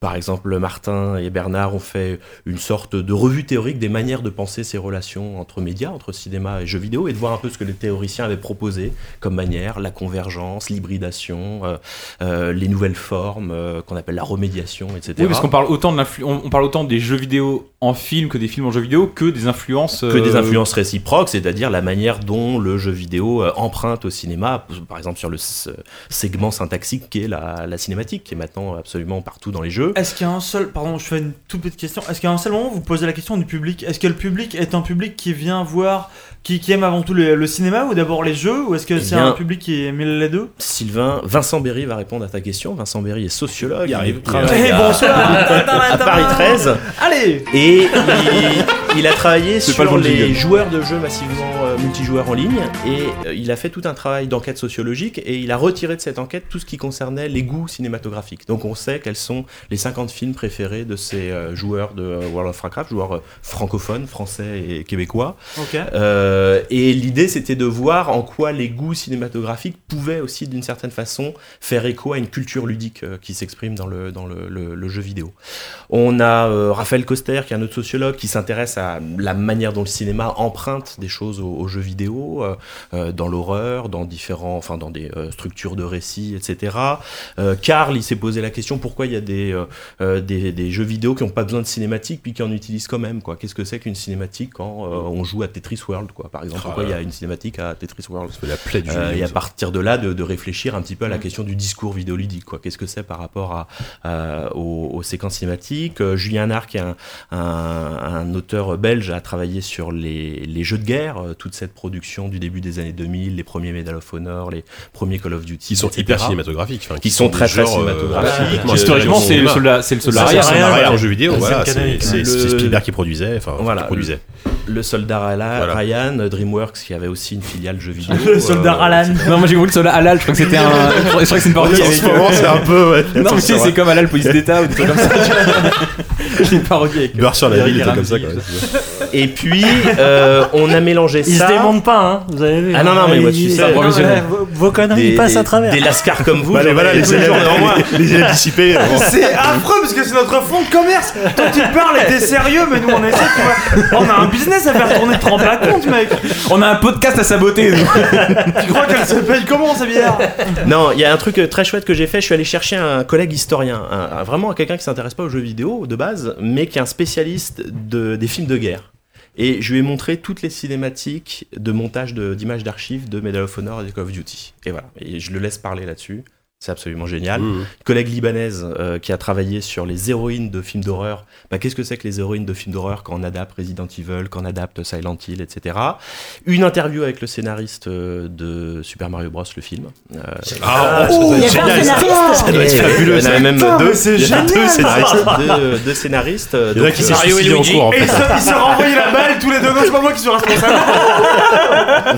[SPEAKER 8] par exemple, Martin et Bernard ont fait une sorte de revue théorique des manières de penser ces relations entre médias, entre cinéma et jeux vidéo, et de voir un peu ce que les théoriciens avaient proposé comme manière, la convergence, l'hybridation, euh, euh, les nouvelles formes euh, qu'on appelle la remédiation, etc.
[SPEAKER 2] Oui, parce qu'on parle autant de l'influ- on, on parle autant des jeux vidéo en film que des films en jeux vidéo que des influences.
[SPEAKER 8] que des
[SPEAKER 2] euh,
[SPEAKER 8] influences réciproques, c'est-à-dire la manière dont le jeu vidéo euh, emprunte au cinéma, par exemple sur le s- euh, segment syntaxique qui est la, la cinématique, qui est maintenant absolument partout dans les jeux.
[SPEAKER 4] Est-ce qu'il y a un seul. Pardon, je fais une toute petite question. Est-ce qu'il y a un seul moment où vous posez la question du public Est-ce que le public est un public qui vient voir. Qui, qui aime avant tout le, le cinéma ou d'abord les jeux Ou est-ce que
[SPEAKER 8] Eh
[SPEAKER 4] c'est
[SPEAKER 8] bien-
[SPEAKER 4] un public qui aime les deux
[SPEAKER 8] Sylvain, Vincent Berry va répondre à ta question. Vincent Berry est sociologue.
[SPEAKER 5] Il arrive.
[SPEAKER 8] travaille
[SPEAKER 4] Eh,
[SPEAKER 8] bah, à- à Paris 13
[SPEAKER 4] Allez
[SPEAKER 8] et il, il a travaillé
[SPEAKER 2] C'est pas le
[SPEAKER 8] sur
[SPEAKER 2] bon
[SPEAKER 8] les
[SPEAKER 2] jingle.
[SPEAKER 8] joueurs de jeux massivement euh, multijoueurs en ligne et euh, il a fait tout un travail d'enquête sociologique et il a retiré de cette enquête tout ce qui concernait les goûts cinématographiques. Donc on sait quels sont les 50 films préférés de ces euh, joueurs de euh, World of Warcraft, joueurs euh, francophones, français et québécois.
[SPEAKER 4] Ok.
[SPEAKER 8] Euh, et l'idée, c'était de voir en quoi les goûts cinématographiques pouvaient aussi, d'une certaine façon, faire écho à une culture ludique euh, qui s'exprime dans, le, dans le, le- le jeu vidéo. On a euh, Raphaël Coster, qui est un autre sociologue, qui s'intéresse à la manière dont le cinéma emprunte des choses au, au aux jeux vidéo, euh, euh, dans l'horreur, dans différents, enfin dans des euh, structures de récits, etc. Euh, Carl, il s'est posé la question pourquoi il y a des, euh, euh, des, des jeux vidéo qui n'ont pas besoin de cinématique puis qui en utilisent quand même. quoi. Qu'est-ce que c'est qu'une cinématique quand euh, on joue à Tetris World, quoi, par exemple
[SPEAKER 5] Ah,
[SPEAKER 8] Pourquoi il y
[SPEAKER 5] là.
[SPEAKER 8] a une cinématique à Tetris World
[SPEAKER 5] C'est la plaie du jeu
[SPEAKER 8] Euh,
[SPEAKER 5] vidéo,
[SPEAKER 8] et à
[SPEAKER 5] ça.
[SPEAKER 8] partir de là, de, de réfléchir un petit peu à la question du discours vidéoludique. quoi. Qu'est-ce que c'est par rapport à, à- aux, aux séquences cinématiques Euh, Julien Nard, qui est un, un- un auteur belge, a travaillé sur les, les jeux de guerre, euh, toute cette production du début des années 2000, les premiers Medal of Honor, les premiers Call of Duty.
[SPEAKER 5] Qui sont
[SPEAKER 8] etc..
[SPEAKER 5] hyper cinématographiques. enfin,
[SPEAKER 8] Qui sont très, très
[SPEAKER 5] du genre, euh,
[SPEAKER 8] cinématographiques.
[SPEAKER 5] graphiques,
[SPEAKER 2] bah, Historiquement,
[SPEAKER 5] euh,
[SPEAKER 2] c'est le
[SPEAKER 5] cinéma.
[SPEAKER 2] soldat, c'est le
[SPEAKER 5] C'est
[SPEAKER 2] soldat
[SPEAKER 5] le
[SPEAKER 2] arrière.
[SPEAKER 5] scénario
[SPEAKER 6] arrière,
[SPEAKER 5] en jeu vidéo,
[SPEAKER 6] C'est
[SPEAKER 5] voilà.
[SPEAKER 6] le
[SPEAKER 5] C'est
[SPEAKER 6] canonique.
[SPEAKER 5] c'est-
[SPEAKER 8] Le-
[SPEAKER 5] c'est Spielberg qui produisait, enfin,
[SPEAKER 8] Voilà.
[SPEAKER 5] qui produisait.
[SPEAKER 8] Le soldat Ala-
[SPEAKER 5] Voilà.
[SPEAKER 8] Ryan, euh, DreamWorks, qui avait aussi une filiale jeux vidéo.
[SPEAKER 4] Le soldat
[SPEAKER 8] euh,
[SPEAKER 4] Alan.
[SPEAKER 2] Non, moi j'ai voulu le soldat halal, je crois que c'était un. Je crois que c'est une parodie. avec-
[SPEAKER 5] c'est un peu, ouais.
[SPEAKER 2] Non, mais tu sais, c'est comme halal police d'État ou des trucs comme ça. J'ai une parodie avec.
[SPEAKER 5] Beurre sur la
[SPEAKER 2] Eric
[SPEAKER 5] ville, des trucs comme ça,
[SPEAKER 2] Ramsey,
[SPEAKER 5] quoi.
[SPEAKER 8] Et puis, euh, on a mélangé
[SPEAKER 6] Il
[SPEAKER 8] ça.
[SPEAKER 6] se démonte pas, hein, vous avez vu.
[SPEAKER 8] Ah non, non, mais
[SPEAKER 6] Il-
[SPEAKER 8] moi, tu sais,
[SPEAKER 6] non, mais
[SPEAKER 2] professionnel.
[SPEAKER 6] vos, vos conneries,
[SPEAKER 8] des,
[SPEAKER 6] ils passent
[SPEAKER 8] des-
[SPEAKER 6] à travers.
[SPEAKER 8] des lascars comme vous.
[SPEAKER 5] Bah, les-
[SPEAKER 8] j'en
[SPEAKER 5] voilà,
[SPEAKER 8] ai
[SPEAKER 5] les
[SPEAKER 8] tous les jours
[SPEAKER 5] élèves-
[SPEAKER 8] devant moi.
[SPEAKER 5] les élèves dissipés. euh, bon.
[SPEAKER 4] C'est affreux parce que c'est notre fonds de commerce. Toi tu parles et t'es sérieux, mais nous on essaie, tu vois. On a un business à faire tourner de 30 à compte, mec.
[SPEAKER 2] On a un podcast à saboter. nous.
[SPEAKER 4] Tu crois qu'elle se paye comment, sa bière
[SPEAKER 8] Non, il y a un truc euh, très chouette que j'ai fait. Je suis allé chercher un collègue historien, un- un- vraiment quelqu'un qui s'intéresse pas aux jeux vidéo de base, mais qui est un spécialiste de, des films de guerre. Et je lui ai montré toutes les cinématiques de montage de- d'images d'archives de Medal of Honor et de Call of Duty. Et voilà. Et je le laisse parler là-dessus. C'est absolument génial.
[SPEAKER 5] Mmh.
[SPEAKER 8] collègue libanaise euh, qui a travaillé sur les héroïnes de films d'horreur. Bah, Qu'est-ce que c'est que les héroïnes de films d'horreur quand on adapte Resident Evil, quand on adapte Silent Hill, etc. Une interview avec le scénariste euh, de Super Mario Bros, le film. Euh, ça
[SPEAKER 5] Ah,
[SPEAKER 8] doit
[SPEAKER 9] Il y
[SPEAKER 8] être
[SPEAKER 9] avait un
[SPEAKER 8] génial, ça.
[SPEAKER 9] scénariste
[SPEAKER 8] Ça doit être
[SPEAKER 5] Et-
[SPEAKER 8] fabuleux. Il y en a même deux,
[SPEAKER 4] c'est
[SPEAKER 8] il y en a deux
[SPEAKER 4] génial,
[SPEAKER 8] scénaristes. deux- deux scénaristes, euh,
[SPEAKER 5] Il y en a
[SPEAKER 8] donc,
[SPEAKER 5] qui
[SPEAKER 8] euh,
[SPEAKER 5] s'est
[SPEAKER 1] Mario et
[SPEAKER 5] suicidé en
[SPEAKER 1] Luigi.
[SPEAKER 5] cours, en
[SPEAKER 4] Et
[SPEAKER 5] fait.
[SPEAKER 4] ils se, ils se renvoyaient la balle tous les deux. Non, c'est pas moi qui suis responsable.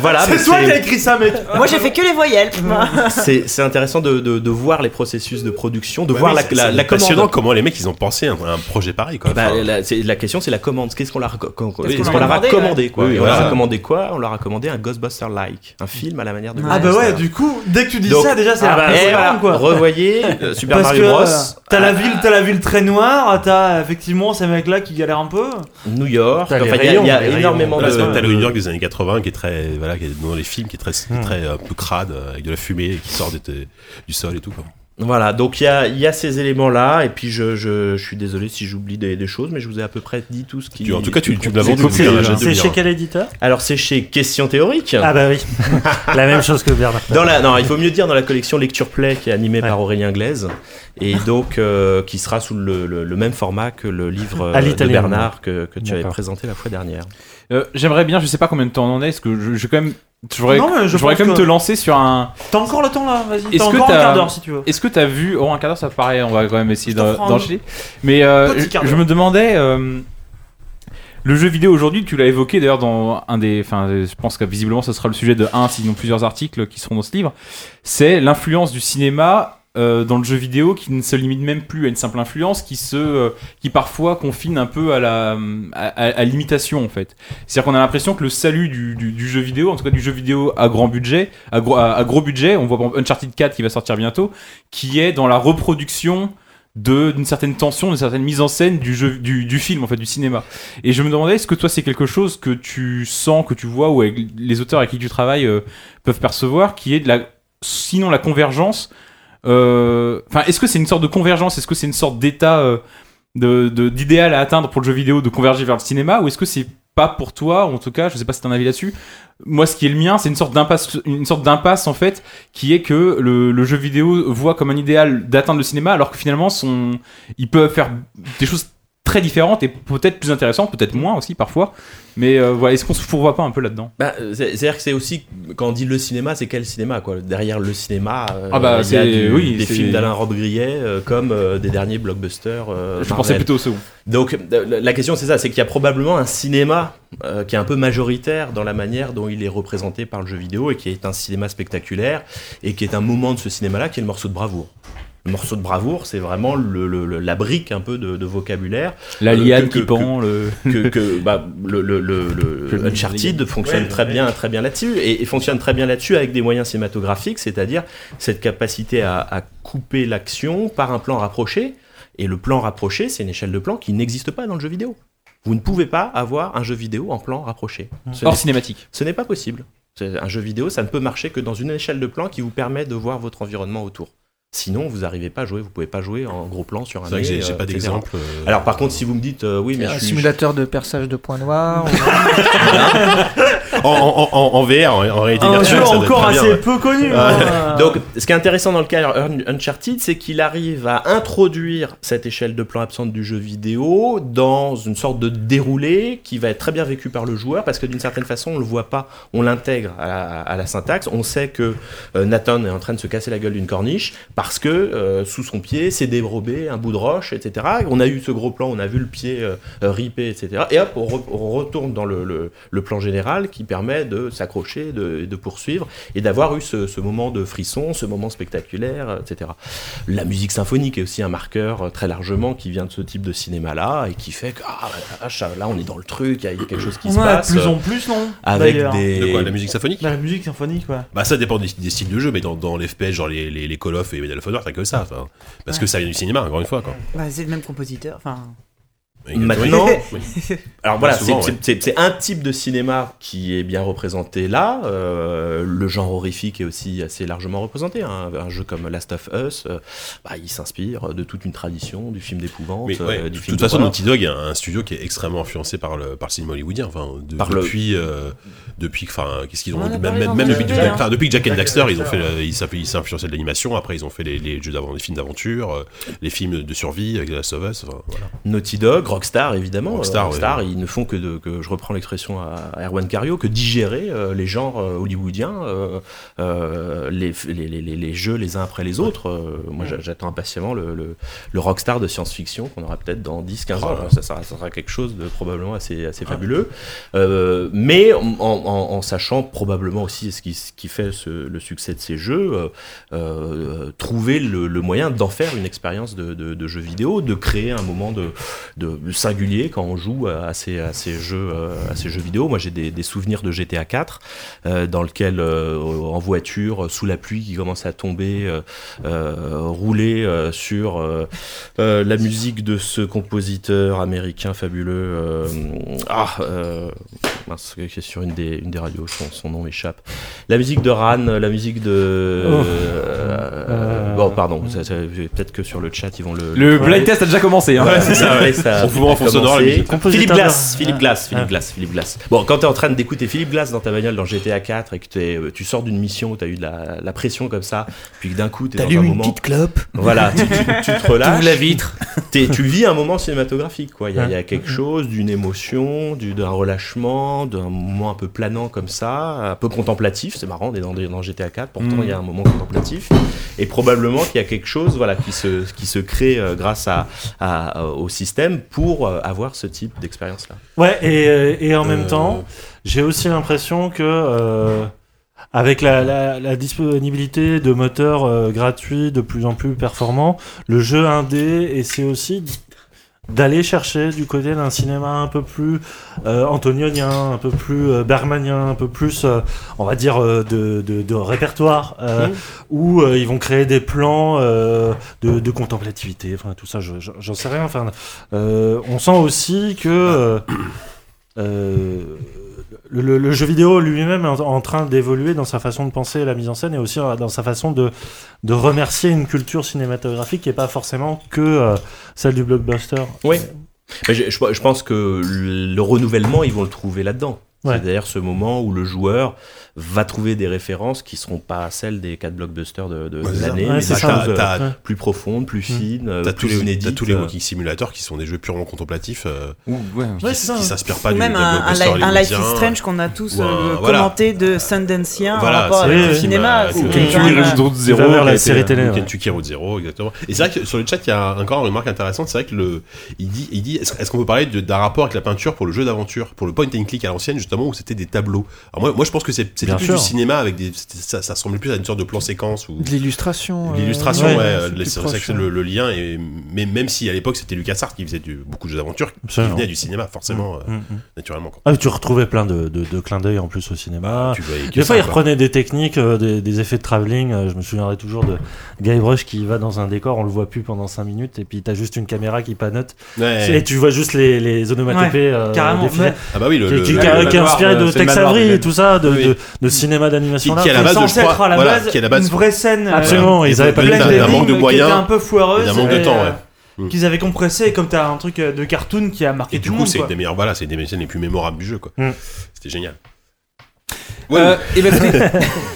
[SPEAKER 8] voilà, mais
[SPEAKER 4] c'est toi
[SPEAKER 8] c'est-
[SPEAKER 4] qui as écrit ça, mec.
[SPEAKER 7] Moi j'ai fait que les voyelles.
[SPEAKER 8] c'est c'est intéressant de, de- de voir les processus de production, de
[SPEAKER 5] Ouais,
[SPEAKER 8] voir
[SPEAKER 5] mais
[SPEAKER 8] la,
[SPEAKER 5] c'est-
[SPEAKER 8] la,
[SPEAKER 5] c'est
[SPEAKER 8] la
[SPEAKER 5] passionnant
[SPEAKER 8] commande.
[SPEAKER 5] comment les mecs ils ont pensé à un, un projet pareil quoi.
[SPEAKER 8] Eh ben,
[SPEAKER 5] Enfin,
[SPEAKER 8] la, c'est- la question c'est la commande. Qu'est-ce qu'on leur a, co- co-
[SPEAKER 7] Qu'est-ce
[SPEAKER 8] qu'est-ce
[SPEAKER 7] qu'on
[SPEAKER 8] qu'on
[SPEAKER 7] leur
[SPEAKER 8] leur a
[SPEAKER 7] a demandé,
[SPEAKER 8] commandé quoi
[SPEAKER 5] ouais. Oui,
[SPEAKER 8] Et On leur a
[SPEAKER 5] voilà.
[SPEAKER 8] commandé quoi On leur a commandé un Ghostbuster like, un film à la manière de.
[SPEAKER 4] Ah bah ouais,
[SPEAKER 8] Ghostbuster.
[SPEAKER 4] du coup, dès que tu dis
[SPEAKER 8] Donc-
[SPEAKER 4] ça, déjà c'est
[SPEAKER 8] Ah bah,
[SPEAKER 4] la
[SPEAKER 8] eh, voilà.
[SPEAKER 4] quoi.
[SPEAKER 8] Revoyez euh, Super
[SPEAKER 4] Parce que
[SPEAKER 8] Mario Bros.
[SPEAKER 4] euh, t'as
[SPEAKER 8] Ah.
[SPEAKER 4] la ville, t'as la ville très noire, t'as effectivement ces mecs-là qui galèrent un peu.
[SPEAKER 8] New York.
[SPEAKER 6] T'as les
[SPEAKER 8] Enfin, il y a- il y a,
[SPEAKER 6] rayons, les
[SPEAKER 8] énormément
[SPEAKER 5] Voilà,
[SPEAKER 8] de.
[SPEAKER 5] c'est comme t'as le New York des années 80 qui est très voilà qui est dans les films qui est très qui est
[SPEAKER 6] Hmm.
[SPEAKER 5] très euh, un peu crade euh, avec de la fumée et qui sort de tes- du sol et tout quoi.
[SPEAKER 8] Voilà, donc il y a, il y a ces éléments-là, et puis je, je, je suis désolé si j'oublie des, des choses, mais je vous ai à peu près dit tout ce qui.
[SPEAKER 5] Tu- en tout cas tu tu me l'as
[SPEAKER 6] C'est
[SPEAKER 5] vendu. le
[SPEAKER 6] copié,
[SPEAKER 5] bouquin,
[SPEAKER 6] hein.
[SPEAKER 5] j'ai hâte de le
[SPEAKER 6] C'est
[SPEAKER 5] lire.
[SPEAKER 6] chez quel éditeur
[SPEAKER 8] Alors c'est chez Question Théorique.
[SPEAKER 6] Ah bah oui, la même chose que Bernard.
[SPEAKER 8] Dans la, non, il faut mieux dire dans la collection Lecture Play qui est animée par Aurélien Glaise et
[SPEAKER 2] Ah.
[SPEAKER 8] donc euh, qui sera sous le, le- le même format que le livre euh,
[SPEAKER 6] À
[SPEAKER 8] de
[SPEAKER 6] l'italien.
[SPEAKER 8] Bernard que, que tu avais
[SPEAKER 6] D'accord.
[SPEAKER 8] présenté la fois dernière.
[SPEAKER 2] Euh, J'aimerais bien, je sais pas combien de temps on en est, est-ce que je, je quand même. J'aurais
[SPEAKER 4] Non, mais je
[SPEAKER 2] j'aurais
[SPEAKER 4] pense
[SPEAKER 2] quand même
[SPEAKER 4] que-
[SPEAKER 2] te lancer sur un.
[SPEAKER 4] T'as encore le temps là, vas-y.
[SPEAKER 2] Est-ce
[SPEAKER 4] T'as
[SPEAKER 2] que
[SPEAKER 4] encore un
[SPEAKER 2] t'as-
[SPEAKER 4] quart d'heure si tu veux.
[SPEAKER 2] Est-ce que t'as vu oh un quart d'heure ça paraît on va quand même essayer
[SPEAKER 4] Je t'en
[SPEAKER 2] d'en-
[SPEAKER 4] prends un
[SPEAKER 2] d'enchaîner mais euh,
[SPEAKER 4] Petit quart
[SPEAKER 2] je- je
[SPEAKER 4] d'heure.
[SPEAKER 2] me demandais euh, le jeu vidéo aujourd'hui tu l'as évoqué d'ailleurs dans un des enfin euh, je pense que visiblement ce sera le sujet de un sinon plusieurs articles qui seront dans ce livre c'est l'influence du cinéma euh, dans le jeu vidéo qui ne se limite même plus à une simple influence qui se euh, qui parfois confine un peu à la à, à- à l'imitation en fait c'est à dire qu'on a l'impression que le salut du, du- du jeu vidéo en tout cas du jeu vidéo à grand budget à gros, à- à gros budget on voit par exemple Uncharted 4 qui va sortir bientôt qui est dans la reproduction de d'une certaine tension, d'une certaine mise en scène du jeu du, du film en fait du cinéma. Et je me demandais est-ce que toi c'est quelque chose que tu sens, que tu vois ou avec les auteurs avec qui tu travailles euh, peuvent percevoir qui est de la sinon la convergence euh, enfin est-ce que c'est une sorte de convergence, est-ce que c'est une sorte d'état euh, de de- d'idéal à atteindre pour le jeu vidéo de converger vers le cinéma ou est-ce que c'est pas pour toi ou en tout cas, je sais pas si tu as un avis là-dessus. Moi ce qui est le mien, c'est une sorte d'impasse une sorte d'impasse en fait qui est que le, le jeu vidéo voit comme un idéal d'atteindre le cinéma, alors que finalement, son, il peut faire des choses très différentes et peut-être plus intéressantes, peut-être moins aussi parfois. Mais euh, voilà, est-ce qu'on se fourvoie pas un peu là-dedans
[SPEAKER 8] Bah, euh, c'est- C'est-à-dire que c'est aussi, quand on dit le cinéma, c'est quel cinéma quoi Derrière le cinéma, euh,
[SPEAKER 2] Ah bah,
[SPEAKER 8] il y a
[SPEAKER 2] c'est-
[SPEAKER 8] du-
[SPEAKER 2] oui,
[SPEAKER 8] des
[SPEAKER 2] c'est-
[SPEAKER 8] films d'Alain Robbe-Grillet euh, comme euh, des derniers blockbusters. euh,
[SPEAKER 2] Je pensais
[SPEAKER 8] Marvel.
[SPEAKER 2] plutôt au second.
[SPEAKER 8] Donc euh, la- la question c'est ça, c'est qu'il y a probablement un cinéma euh, qui est un peu majoritaire dans la manière dont il est représenté par le jeu vidéo et qui est un cinéma spectaculaire et qui est un moment de ce cinéma-là qui est le morceau de bravoure. Le morceau de bravoure, c'est vraiment le- le- le- la brique un peu de- de vocabulaire
[SPEAKER 2] La
[SPEAKER 8] Euh,
[SPEAKER 2] liane
[SPEAKER 8] que- que-
[SPEAKER 2] qui pend, le.
[SPEAKER 8] que, que, bah, le, le, le, le-
[SPEAKER 2] Que le-
[SPEAKER 8] Uncharted fonctionne
[SPEAKER 6] Ouais,
[SPEAKER 8] très
[SPEAKER 6] ouais.
[SPEAKER 8] bien, très bien là-dessus et, et fonctionne très bien là-dessus avec des moyens cinématographiques, c'est-à-dire cette capacité à, à couper l'action par un plan rapproché. Et le plan rapproché, c'est une échelle de plan qui n'existe pas dans le jeu vidéo. Vous ne pouvez pas avoir un jeu vidéo en plan rapproché. Ce
[SPEAKER 2] Hors
[SPEAKER 8] n'est-
[SPEAKER 2] cinématique.
[SPEAKER 8] ce n'est pas possible. C'est- Un jeu vidéo, ça ne peut marcher que dans une échelle de plan qui vous permet de voir votre environnement autour. Sinon, vous n'arrivez pas à jouer, vous pouvez pas jouer en gros plan sur un
[SPEAKER 5] C'est vrai que j'ai
[SPEAKER 8] nez,
[SPEAKER 5] j'ai
[SPEAKER 8] euh,
[SPEAKER 5] pas
[SPEAKER 8] etc.
[SPEAKER 5] d'exemple. euh,
[SPEAKER 8] Alors par contre, si vous me dites euh, oui, mais
[SPEAKER 3] Un
[SPEAKER 8] je suis-
[SPEAKER 3] simulateur de perçage de points noirs. ou-
[SPEAKER 5] en, en- en- en VR, en, en réalité
[SPEAKER 4] Un
[SPEAKER 5] virtuelle,
[SPEAKER 4] jeu
[SPEAKER 5] ça doit être
[SPEAKER 4] Ah, encore
[SPEAKER 5] très bien,
[SPEAKER 4] assez
[SPEAKER 5] ouais.
[SPEAKER 4] peu connu.
[SPEAKER 5] Ouais.
[SPEAKER 4] hein.
[SPEAKER 8] Donc, ce qui est intéressant dans le cas Un- Uncharted, c'est qu'il arrive à introduire cette échelle de plan absente du jeu vidéo dans une sorte de déroulé qui va être très bien vécu par le joueur parce que d'une certaine façon, on le voit pas, on l'intègre à, la- à la syntaxe. On sait que euh, Nathan est en train de se casser la gueule d'une corniche parce que euh, sous son pied, c'est dérobé un bout de roche, etc. On a eu ce gros plan, on a vu le pied euh, euh, ripé, etc. Et hop, on, re- on retourne dans le, le- le plan général qui permet de s'accrocher, de- de poursuivre et d'avoir eu ce, ce moment de frisson, ce moment spectaculaire, euh, etc. La musique symphonique est aussi un marqueur euh, très largement qui vient de ce type de cinéma-là et qui fait que ah, la vache, là on est dans le truc, il y a quelque chose qui
[SPEAKER 4] on
[SPEAKER 8] se
[SPEAKER 4] en a de
[SPEAKER 8] passe
[SPEAKER 4] plus
[SPEAKER 8] euh,
[SPEAKER 4] en plus, non
[SPEAKER 8] avec
[SPEAKER 4] d'ailleurs.
[SPEAKER 8] des
[SPEAKER 5] De quoi La musique symphonique
[SPEAKER 4] Bah, la musique symphonique, ouais.
[SPEAKER 5] Bah ça dépend des, des styles de jeu, mais dans, dans les FPS, genre les, les, les Call of et Medal of Honor, t'as que ça. enfin. Parce que ça vient du cinéma, encore une fois. Quoi.
[SPEAKER 7] Bah, c'est le même compositeur. Enfin,
[SPEAKER 5] Et-
[SPEAKER 8] Maintenant, euh,
[SPEAKER 5] oui. Bah,
[SPEAKER 8] alors voilà, c'est
[SPEAKER 5] Souvent,
[SPEAKER 8] c'est-
[SPEAKER 5] ouais.
[SPEAKER 8] c'est- c'est un type de cinéma qui est bien représenté là. euh, le genre horrifique est aussi assez largement représenté. hein. Un jeu comme Last of Us, euh, bah, il s'inspire de toute une tradition du film d'épouvante,
[SPEAKER 5] Mais, ouais,
[SPEAKER 8] euh,
[SPEAKER 5] de
[SPEAKER 8] du film
[SPEAKER 5] toute façon,
[SPEAKER 8] d'horreur.
[SPEAKER 5] Naughty Dog est un studio qui est extrêmement influencé par le, par le cinéma hollywoodien. Enfin, de-
[SPEAKER 8] Par le-
[SPEAKER 5] depuis, euh, depuis, enfin, qu'est-ce qu'ils
[SPEAKER 7] On
[SPEAKER 5] ont
[SPEAKER 7] en a
[SPEAKER 5] même,
[SPEAKER 7] parlé
[SPEAKER 5] même,
[SPEAKER 7] dans
[SPEAKER 5] même
[SPEAKER 7] le
[SPEAKER 5] depuis,
[SPEAKER 7] sujet,
[SPEAKER 5] Jack-
[SPEAKER 7] hein.
[SPEAKER 5] enfin, depuis Jack and
[SPEAKER 1] Jack and
[SPEAKER 5] Daxter, ils ont fait,
[SPEAKER 1] Daxter,
[SPEAKER 5] le- ils s'app- ils s'influençaient de l'animation. Après, ils ont fait les, les jeux d'avant, les films d'aventure, euh, les films de survie avec The Last of Us. enfin, voilà.
[SPEAKER 8] Naughty Dog, Rockstar évidemment.
[SPEAKER 5] Rockstar,
[SPEAKER 8] Euh,
[SPEAKER 5] ouais.
[SPEAKER 8] ils ne font que, de, que je reprends l'expression à à Erwan Cario, que digérer euh, les genres euh, hollywoodiens, euh, euh, les, les, les, les- les jeux les uns après les autres. Euh, moi j'a- j'attends impatiemment le, le, le Rockstar de science-fiction qu'on aura peut-être dans 10-15 ans.
[SPEAKER 5] Oh là. Ah.
[SPEAKER 8] Ça sera, ça sera quelque chose de probablement assez, assez fabuleux. Euh, mais en, en- en- en sachant probablement aussi ce qui, ce qui fait ce- le succès de ces jeux, euh, euh, trouver le, le moyen d'en faire une expérience de, de, de jeu vidéo, de créer un moment de, de, de singulier quand on joue à, à ces, à ces jeux, euh, à ces jeux vidéo. Moi, j'ai des, des souvenirs de GTA 4 euh, dans lequel, euh, en voiture, euh, sous la pluie qui commence à tomber, euh, euh, rouler euh, sur euh, euh, la musique de ce compositeur américain fabuleux. euh, ah, euh, mince, qui est sur une des, une des radios, son, son nom m'échappe. La musique de Ran, la musique de.
[SPEAKER 6] Oh.
[SPEAKER 8] euh,
[SPEAKER 6] Euh,
[SPEAKER 8] bon, pardon, ça- ça- peut-être que sur le chat ils vont le.
[SPEAKER 2] Le blind
[SPEAKER 8] Ouais.
[SPEAKER 2] test a déjà commencé. Hein.
[SPEAKER 8] Ouais, c'est ça, ouais, ça-
[SPEAKER 5] On pouvait en fond
[SPEAKER 8] ça
[SPEAKER 5] sonore,
[SPEAKER 8] commençait.
[SPEAKER 5] la musique.
[SPEAKER 8] Philippe
[SPEAKER 6] Compositeur.
[SPEAKER 8] Glass, Philippe
[SPEAKER 6] Ah.
[SPEAKER 8] Glass, Philippe
[SPEAKER 6] Ah.
[SPEAKER 8] Glass, Philippe Glass. Bon, quand t'es en train d'écouter Philippe Glass dans ta bagnole dans GTA 4 et que t'es, euh, tu sors d'une mission où t'as eu de la, la pression comme ça, puis que d'un coup t'es dans un
[SPEAKER 3] T'allumes une
[SPEAKER 8] moment,
[SPEAKER 3] petite clope,
[SPEAKER 8] voilà, tu, tu- tu te
[SPEAKER 3] t'ouvres
[SPEAKER 8] relâches,
[SPEAKER 3] la vitre. Mm-hmm.
[SPEAKER 8] t'es- tu vis un moment cinématographique, quoi. Il y, a-
[SPEAKER 6] Ouais.
[SPEAKER 8] il y a quelque chose d'une émotion, du- d'un relâchement, d'un moment un peu planant comme ça, un peu contemplatif. C'est marrant, on est dans, des- dans GTA 4, pourtant il y a un moment contemplatif. Et probablement qu'il y a quelque chose, voilà, qui se, qui se crée euh, grâce à, à- euh, au système pour euh, avoir ce type d'expérience-là.
[SPEAKER 6] Ouais, et, euh, et en
[SPEAKER 5] Euh,
[SPEAKER 6] même temps, j'ai aussi l'impression que euh, avec la, la- la disponibilité de moteurs euh, gratuits de plus en plus performants, le jeu indé essaie aussi d- d'aller chercher du côté d'un cinéma un peu plus euh, antonionien, un peu plus euh, bermanien, un peu plus, euh, on va dire, euh, de, de- de répertoire, euh, où euh, ils vont créer des plans euh, de, de contemplativité, enfin tout ça, je- je- j'en sais rien. Enfin, euh, on sent aussi que euh, euh, le, le- le jeu vidéo lui-même est en, en train d'évoluer dans sa façon de penser la mise en scène et aussi euh, dans sa façon de, de remercier une culture cinématographique qui n'est pas forcément que euh, celle du blockbuster.
[SPEAKER 8] Oui. Mais je, je- je pense que le le renouvellement, ils vont le trouver là-dedans.
[SPEAKER 6] Ouais.
[SPEAKER 8] C'est-à-dire ce moment où le joueur va trouver des références qui seront pas celles des quatre blockbusters de, de-
[SPEAKER 5] Ouais,
[SPEAKER 8] de
[SPEAKER 5] c'est ça.
[SPEAKER 8] l'année,
[SPEAKER 6] Ouais,
[SPEAKER 8] mais
[SPEAKER 6] c'est
[SPEAKER 8] des
[SPEAKER 6] ça.
[SPEAKER 8] choses, euh,
[SPEAKER 5] T'as-
[SPEAKER 6] Ouais.
[SPEAKER 8] plus profondes, plus fines, euh,
[SPEAKER 5] T'as tous
[SPEAKER 8] plus
[SPEAKER 5] les, t'as
[SPEAKER 8] inédites.
[SPEAKER 5] tous les
[SPEAKER 8] euh.
[SPEAKER 5] walking simulators qui sont des jeux purement contemplatifs euh,
[SPEAKER 2] ouais.
[SPEAKER 6] Ouais,
[SPEAKER 5] qui,
[SPEAKER 6] c'est ça.
[SPEAKER 5] qui s'inspirent pas
[SPEAKER 7] ou
[SPEAKER 5] du
[SPEAKER 7] même
[SPEAKER 5] d'un
[SPEAKER 7] un, un,
[SPEAKER 5] blockbuster
[SPEAKER 7] Li- un Life is
[SPEAKER 5] hollywoodien.
[SPEAKER 7] Strange qu'on a tous
[SPEAKER 5] ou un-
[SPEAKER 7] euh,
[SPEAKER 5] voilà.
[SPEAKER 7] commenté de Sundancien
[SPEAKER 5] Voilà,
[SPEAKER 7] en rapport
[SPEAKER 5] c'est-
[SPEAKER 7] avec le
[SPEAKER 6] oui,
[SPEAKER 7] cinéma.
[SPEAKER 5] oui,
[SPEAKER 7] c'est
[SPEAKER 5] oui.
[SPEAKER 7] quand
[SPEAKER 5] Culture,
[SPEAKER 7] même, euh,
[SPEAKER 6] Zero vers la série
[SPEAKER 8] euh,
[SPEAKER 6] télé. ouais.
[SPEAKER 5] euh, Kentucky Road Zero, exactement. Et c'est vrai que sur le chat, il y a encore une remarque intéressante. C'est vrai que le, il dit, il dit, est-ce est-ce qu'on peut parler de- d'un rapport avec la peinture pour le jeu d'aventure, pour le point and click à l'ancienne, juste- notamment où c'était des tableaux. Alors moi, moi, je pense que c'est- c'était
[SPEAKER 6] Bien
[SPEAKER 5] plus
[SPEAKER 6] sûr.
[SPEAKER 5] du cinéma avec des, c'était- ça, ça ressemblait plus à une sorte de plan séquence ou
[SPEAKER 3] De l'illustration. euh,
[SPEAKER 5] l'illustration.
[SPEAKER 6] ouais,
[SPEAKER 5] ouais,
[SPEAKER 3] c'est
[SPEAKER 5] les-
[SPEAKER 3] plus
[SPEAKER 5] c'est
[SPEAKER 3] proche,
[SPEAKER 5] vrai que c'est
[SPEAKER 3] hein.
[SPEAKER 5] le, le lien. Et mais même si à l'époque c'était LucasArts qui faisait du- beaucoup de jeux d'aventure, qui
[SPEAKER 6] Absolument.
[SPEAKER 5] venait du cinéma forcément, euh,
[SPEAKER 6] Ben Mm, mm.
[SPEAKER 5] naturellement. quoi.
[SPEAKER 6] Ah, tu retrouvais plein de, de, de clins d'œil en plus au
[SPEAKER 8] Ah,
[SPEAKER 6] cinéma.
[SPEAKER 5] Tu voyais que
[SPEAKER 6] Des
[SPEAKER 5] ça,
[SPEAKER 6] fois, ils
[SPEAKER 5] quoi.
[SPEAKER 6] reprenaient des techniques, euh, des, des effets de travelling. euh, je me souviendrai toujours de Guybrush qui va dans un décor, on le voit plus pendant 5 minutes, et puis t'as juste une caméra qui panote.
[SPEAKER 5] Ouais.
[SPEAKER 6] Et tu vois juste les, les onomatopées euh,
[SPEAKER 4] carrément.
[SPEAKER 6] défiler.
[SPEAKER 4] Ouais.
[SPEAKER 5] Ah bah oui, le,
[SPEAKER 6] Qui,
[SPEAKER 5] le-
[SPEAKER 6] qui-
[SPEAKER 5] le-
[SPEAKER 6] qui a-
[SPEAKER 2] le
[SPEAKER 6] qui a
[SPEAKER 2] manoir,
[SPEAKER 6] inspiré
[SPEAKER 2] euh,
[SPEAKER 6] de
[SPEAKER 2] c'est le
[SPEAKER 6] Tex
[SPEAKER 2] manoir
[SPEAKER 6] Avery
[SPEAKER 2] d'Hélène.
[SPEAKER 6] et tout ça, de,
[SPEAKER 5] Oui.
[SPEAKER 6] de, de cinéma
[SPEAKER 5] qui,
[SPEAKER 6] d'animation.
[SPEAKER 5] qui, à la
[SPEAKER 6] là.
[SPEAKER 5] base,
[SPEAKER 4] Censé
[SPEAKER 5] de, je
[SPEAKER 4] être
[SPEAKER 5] crois,
[SPEAKER 4] à la
[SPEAKER 5] voilà,
[SPEAKER 4] base
[SPEAKER 5] qui à la
[SPEAKER 4] une
[SPEAKER 5] base
[SPEAKER 4] vraie scène. euh,
[SPEAKER 6] Absolument, ils avaient pas
[SPEAKER 5] plein
[SPEAKER 4] pleine
[SPEAKER 5] d'un- d'un manque de
[SPEAKER 4] d'énigmes qui
[SPEAKER 5] moyens.
[SPEAKER 4] était un peu foireuse.
[SPEAKER 5] et d'un manque de
[SPEAKER 4] et,
[SPEAKER 5] temps,
[SPEAKER 4] euh,
[SPEAKER 5] ouais. Mm.
[SPEAKER 4] Qu'ils avaient compressé, et comme t'as un truc euh, de cartoon qui a marqué
[SPEAKER 5] Et du
[SPEAKER 4] tout le
[SPEAKER 5] coup,
[SPEAKER 4] monde.
[SPEAKER 5] c'est
[SPEAKER 4] quoi.
[SPEAKER 5] des meilleurs, voilà, c'est des scènes les plus mémorables du jeu, quoi.
[SPEAKER 6] Mm.
[SPEAKER 5] C'était génial.
[SPEAKER 2] Euh,
[SPEAKER 1] Eh ben, écoutez,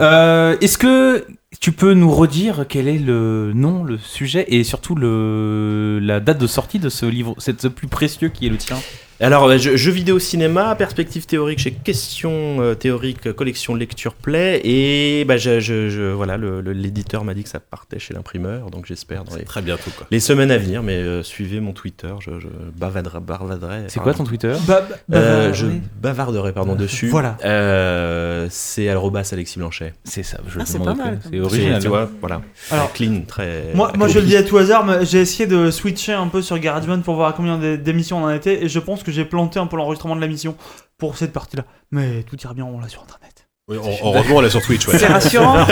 [SPEAKER 1] euh, Est-ce que tu peux nous redire quel est le nom, le sujet et surtout le, la date de sortie de ce livre, c'est ce plus précieux qui est le tien
[SPEAKER 8] Alors, euh, jeux, jeux vidéo cinéma, perspective théorique chez Question euh, théorique, euh, collection lecture play, et bah, je, je- je- voilà, le- le- l'éditeur m'a dit que ça partait chez l'imprimeur, donc j'espère dans les,
[SPEAKER 5] Très bientôt, quoi.
[SPEAKER 8] les semaines à venir, mais euh, suivez mon Twitter, je, je bavaderai. bavaderai-
[SPEAKER 1] C'est
[SPEAKER 8] enfin,
[SPEAKER 1] quoi ton Twitter
[SPEAKER 4] Bah, bah,
[SPEAKER 8] euh,
[SPEAKER 4] bah,
[SPEAKER 8] je
[SPEAKER 4] oui.
[SPEAKER 8] bavarderai pardon dessus.
[SPEAKER 4] Voilà.
[SPEAKER 8] Euh, c'est Alrobas Alexis Blanchet.
[SPEAKER 1] C'est ça, je
[SPEAKER 7] Ah, c'est
[SPEAKER 1] m'en
[SPEAKER 7] pas
[SPEAKER 1] occupe.
[SPEAKER 7] mal,
[SPEAKER 1] C'est
[SPEAKER 8] C'est-
[SPEAKER 2] hein.
[SPEAKER 1] original.
[SPEAKER 8] Tu vois, voilà.
[SPEAKER 4] Alors,
[SPEAKER 8] Très clean, très.
[SPEAKER 4] Moi,
[SPEAKER 8] très
[SPEAKER 4] moi je
[SPEAKER 8] clean.
[SPEAKER 4] le dis à tout hasard, mais j'ai essayé de switcher un peu sur GarageBand pour voir à combien d'é- d'émissions on en était, et je pense que j'ai planté un peu l'enregistrement de la mission pour cette partie-là. Mais tout ira bien, on l'a sur internet.
[SPEAKER 5] Oui, en- heureusement, elle est sur Twitch, ouais.
[SPEAKER 7] C'est rassurant.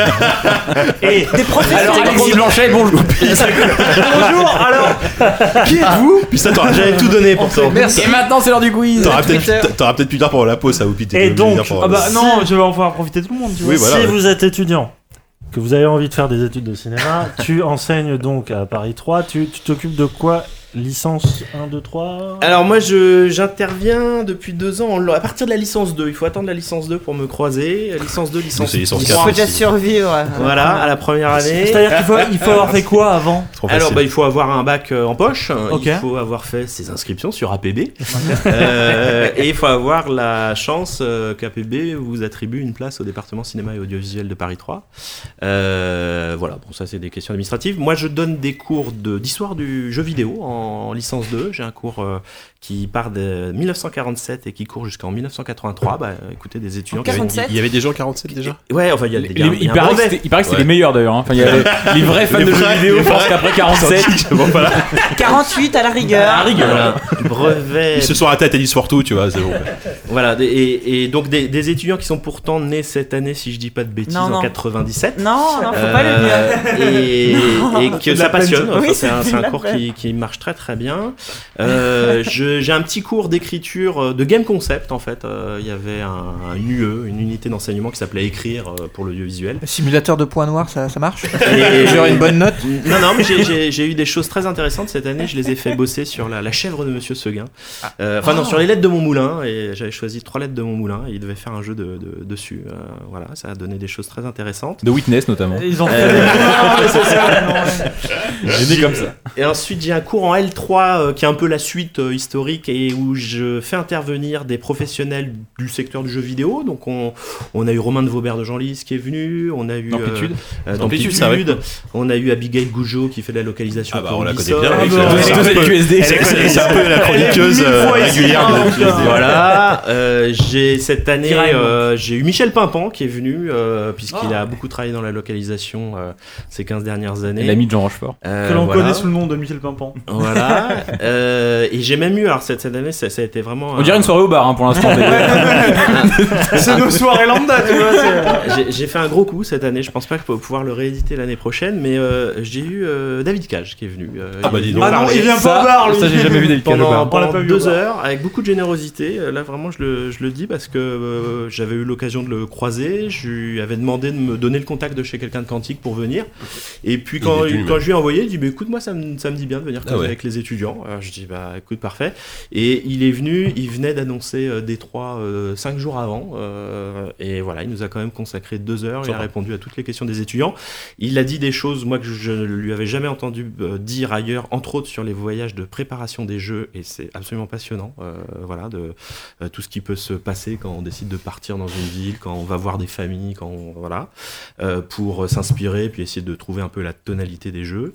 [SPEAKER 4] Et
[SPEAKER 7] Des
[SPEAKER 2] Alors,
[SPEAKER 7] professionnels.
[SPEAKER 2] Alexis Blanchet, bon, je vous
[SPEAKER 4] bonjour alors
[SPEAKER 5] Qui êtes-vous Putain, t'aurais- j'avais tout donné pour toi.
[SPEAKER 2] Merci. Et maintenant, c'est l'heure du quiz.
[SPEAKER 5] T'auras peut-être t'auras peut-être plus tard pour la pause, ça vous pique.
[SPEAKER 6] Et donc,
[SPEAKER 4] Ah bah non, je vais en pouvoir profiter tout le monde, tu vois.
[SPEAKER 5] Oui, voilà,
[SPEAKER 6] si
[SPEAKER 5] ouais.
[SPEAKER 6] vous êtes étudiant, que vous avez envie de faire des études de cinéma, tu enseignes donc à Paris 3, tu tu t'occupes de quoi Licence 1, 2, 3
[SPEAKER 5] Euh,
[SPEAKER 8] Alors moi je j'interviens depuis deux ans en- à partir de la licence 2. Il faut attendre la licence 2 pour me croiser. Licence 2, licence
[SPEAKER 5] c'est
[SPEAKER 8] 3.
[SPEAKER 5] licence
[SPEAKER 7] Il faut déjà survivre.
[SPEAKER 8] Voilà, à la première année.
[SPEAKER 4] C'est-à-dire qu'il faut, il faut avoir fait quoi avant
[SPEAKER 8] Alors bah, il faut avoir un bac euh, en poche, euh,
[SPEAKER 4] Ok.
[SPEAKER 8] il faut avoir fait ses inscriptions sur APB Euh, et il faut avoir la chance euh, qu'APB vous attribue une place au département cinéma et audiovisuel de Paris 3. Euh, voilà, bon ça c'est des questions administratives. Moi je donne des cours de- d'histoire du jeu vidéo en licence 2. J'ai un cours euh, qui part de 1947 et qui court jusqu'en 1983. Bah écoutez des étudiants.
[SPEAKER 7] En
[SPEAKER 8] qui avaient une-
[SPEAKER 7] 47.
[SPEAKER 5] Il y avait des gens 47 déjà
[SPEAKER 8] Ouais, enfin il y a, des- il y a un- il y
[SPEAKER 2] Il
[SPEAKER 8] a un
[SPEAKER 2] paraît que
[SPEAKER 8] brevet.
[SPEAKER 2] c'était- il paraît que c'est les
[SPEAKER 5] Ouais.
[SPEAKER 2] meilleurs d'ailleurs. hein. Enfin, il y a les- les vrais fans de jeux vidéo. Je pense qu'après 47,
[SPEAKER 7] 48 à la rigueur.
[SPEAKER 8] Voilà, brevet.
[SPEAKER 5] Ils se sont ratés à Tennis for Two, tu vois, c'est bon.
[SPEAKER 8] Voilà, des- et, et donc des, des étudiants qui sont pourtant nés cette année, si je dis pas de bêtises,
[SPEAKER 7] Non, non.
[SPEAKER 8] en 97.
[SPEAKER 7] Non, non, faut
[SPEAKER 8] Euh,
[SPEAKER 7] pas le dire.
[SPEAKER 8] et, et que ça passionne.
[SPEAKER 7] peine.
[SPEAKER 8] Enfin,
[SPEAKER 7] Oui,
[SPEAKER 8] c'est
[SPEAKER 7] c'est
[SPEAKER 8] un,
[SPEAKER 7] de
[SPEAKER 8] c'est un
[SPEAKER 7] la
[SPEAKER 8] cours
[SPEAKER 7] peine.
[SPEAKER 8] qui, qui marche très très bien. Euh, je- J'ai un petit cours d'écriture euh, de game concept en fait. Euh, Il y avait un, un UE, une unité d'enseignement qui s'appelait écrire euh, pour l'audiovisuel.
[SPEAKER 3] Le Simulateur de points noirs, ça, ça marche
[SPEAKER 8] Et-
[SPEAKER 3] J'aurais une bonne note
[SPEAKER 8] Non, non, mais j'ai- j'ai j'ai eu des choses très intéressantes cette année. Je les ai fait bosser sur la, la chèvre de Monsieur Seguin.
[SPEAKER 5] Ah.
[SPEAKER 8] Euh, Enfin, non, sur les lettres de mon moulin. Et j'avais choisi trois lettres de mon moulin. Et ils devaient faire un jeu de, de- dessus. Euh, voilà, ça a donné des choses très intéressantes.
[SPEAKER 2] de Witness notamment.
[SPEAKER 4] Ils ont fait
[SPEAKER 8] Euh,
[SPEAKER 4] Non, mais c'est ça, non, ouais.
[SPEAKER 2] J'ai comme ça.
[SPEAKER 8] Et ensuite, j'ai un cours en L3 euh, qui est un peu la suite euh, historique et où je fais intervenir des professionnels du secteur du jeu vidéo. Donc, on, on a eu Romain de Vaubert de Genlis qui est venu, on a eu. euh,
[SPEAKER 2] Amplitude.
[SPEAKER 8] euh,
[SPEAKER 5] Amplitude, c'est vrai.
[SPEAKER 8] d'amplitude, on a eu Abigail Gougeot qui fait de la localisation.
[SPEAKER 5] Ah bah,
[SPEAKER 8] pour
[SPEAKER 5] on la connaît
[SPEAKER 8] Ubisoft.
[SPEAKER 5] bien,
[SPEAKER 4] Ah,
[SPEAKER 5] avec
[SPEAKER 4] bah,
[SPEAKER 5] la-
[SPEAKER 4] ouais.
[SPEAKER 5] c'est-
[SPEAKER 2] C'est QSD.
[SPEAKER 5] c'est- c'est- c'est un peu la chroniqueuse
[SPEAKER 4] Elle est mille
[SPEAKER 5] euh,
[SPEAKER 4] fois ici,
[SPEAKER 5] régulière
[SPEAKER 4] hein,
[SPEAKER 5] de
[SPEAKER 4] donc, euh,
[SPEAKER 5] QSD.
[SPEAKER 8] Voilà, euh, j'ai cette année,
[SPEAKER 4] Tyrion.
[SPEAKER 8] euh, j'ai eu Michel Pimpant qui est venu, euh, puisqu'il
[SPEAKER 4] Ah,
[SPEAKER 8] a beaucoup travaillé dans la localisation euh, ces 15 dernières années.
[SPEAKER 2] L'ami de Jean Rochefort.
[SPEAKER 8] Euh,
[SPEAKER 4] Que l'on
[SPEAKER 8] voilà.
[SPEAKER 4] connaît sous le nom de Michel Pimpant.
[SPEAKER 8] Voilà. Euh, et j'ai même eu, alors cette, cette année, ça, ça a été vraiment.
[SPEAKER 2] On dirait une soirée au bar hein, pour l'instant.
[SPEAKER 4] C'est nos soirées lambda, tu vois. c'est-
[SPEAKER 8] J'ai- J'ai fait un gros coup cette année, je pense pas que je vais pouvoir le rééditer l'année prochaine, mais euh, j'ai eu euh, David Cage qui est venu. euh,
[SPEAKER 5] Ah bah,
[SPEAKER 8] il
[SPEAKER 5] dis
[SPEAKER 8] est
[SPEAKER 5] donc.
[SPEAKER 8] venu
[SPEAKER 4] Ah non,
[SPEAKER 8] parler.
[SPEAKER 4] il vient pas au bar, lui.
[SPEAKER 2] Ça, j'ai jamais vu David Cage au
[SPEAKER 8] pendant,
[SPEAKER 2] bar.
[SPEAKER 4] On l'a
[SPEAKER 8] pendant
[SPEAKER 4] pas vu au
[SPEAKER 8] deux
[SPEAKER 4] bar.
[SPEAKER 8] heures avec beaucoup de générosité. Euh, Là, vraiment, je le, je le dis parce que euh, j'avais eu l'occasion de le croiser. Je lui avais demandé de me donner le contact de chez quelqu'un de Quantique pour venir. Et puis,
[SPEAKER 5] Il
[SPEAKER 8] quand,
[SPEAKER 5] est venu,
[SPEAKER 8] quand
[SPEAKER 5] mais-
[SPEAKER 8] je lui ai envoyé, il dit bah, Écoute, moi, ça me, ça me dit bien de venir
[SPEAKER 5] Ah
[SPEAKER 8] causer
[SPEAKER 5] ouais.
[SPEAKER 8] avec les étudiants. Alors, je dis Bah, écoute, parfait. Et il est venu, il venait d'annoncer euh, Détroit euh, cinq jours avant. euh, et voilà, il nous a quand même consacré deux heures. Il a
[SPEAKER 5] Sympa.
[SPEAKER 8] répondu à toutes les questions des étudiants. Il a dit des choses, moi, que je ne lui avais jamais entendu euh, dire ailleurs, entre autres sur les voyages de préparation des jeux, et c'est absolument passionnant. euh, voilà, de euh, tout ce qui peut se passer quand on décide de partir dans une ville, quand on va voir des familles, quand on, voilà, euh, pour s'inspirer, puis essayer de trouver un peu la tonalité des jeux.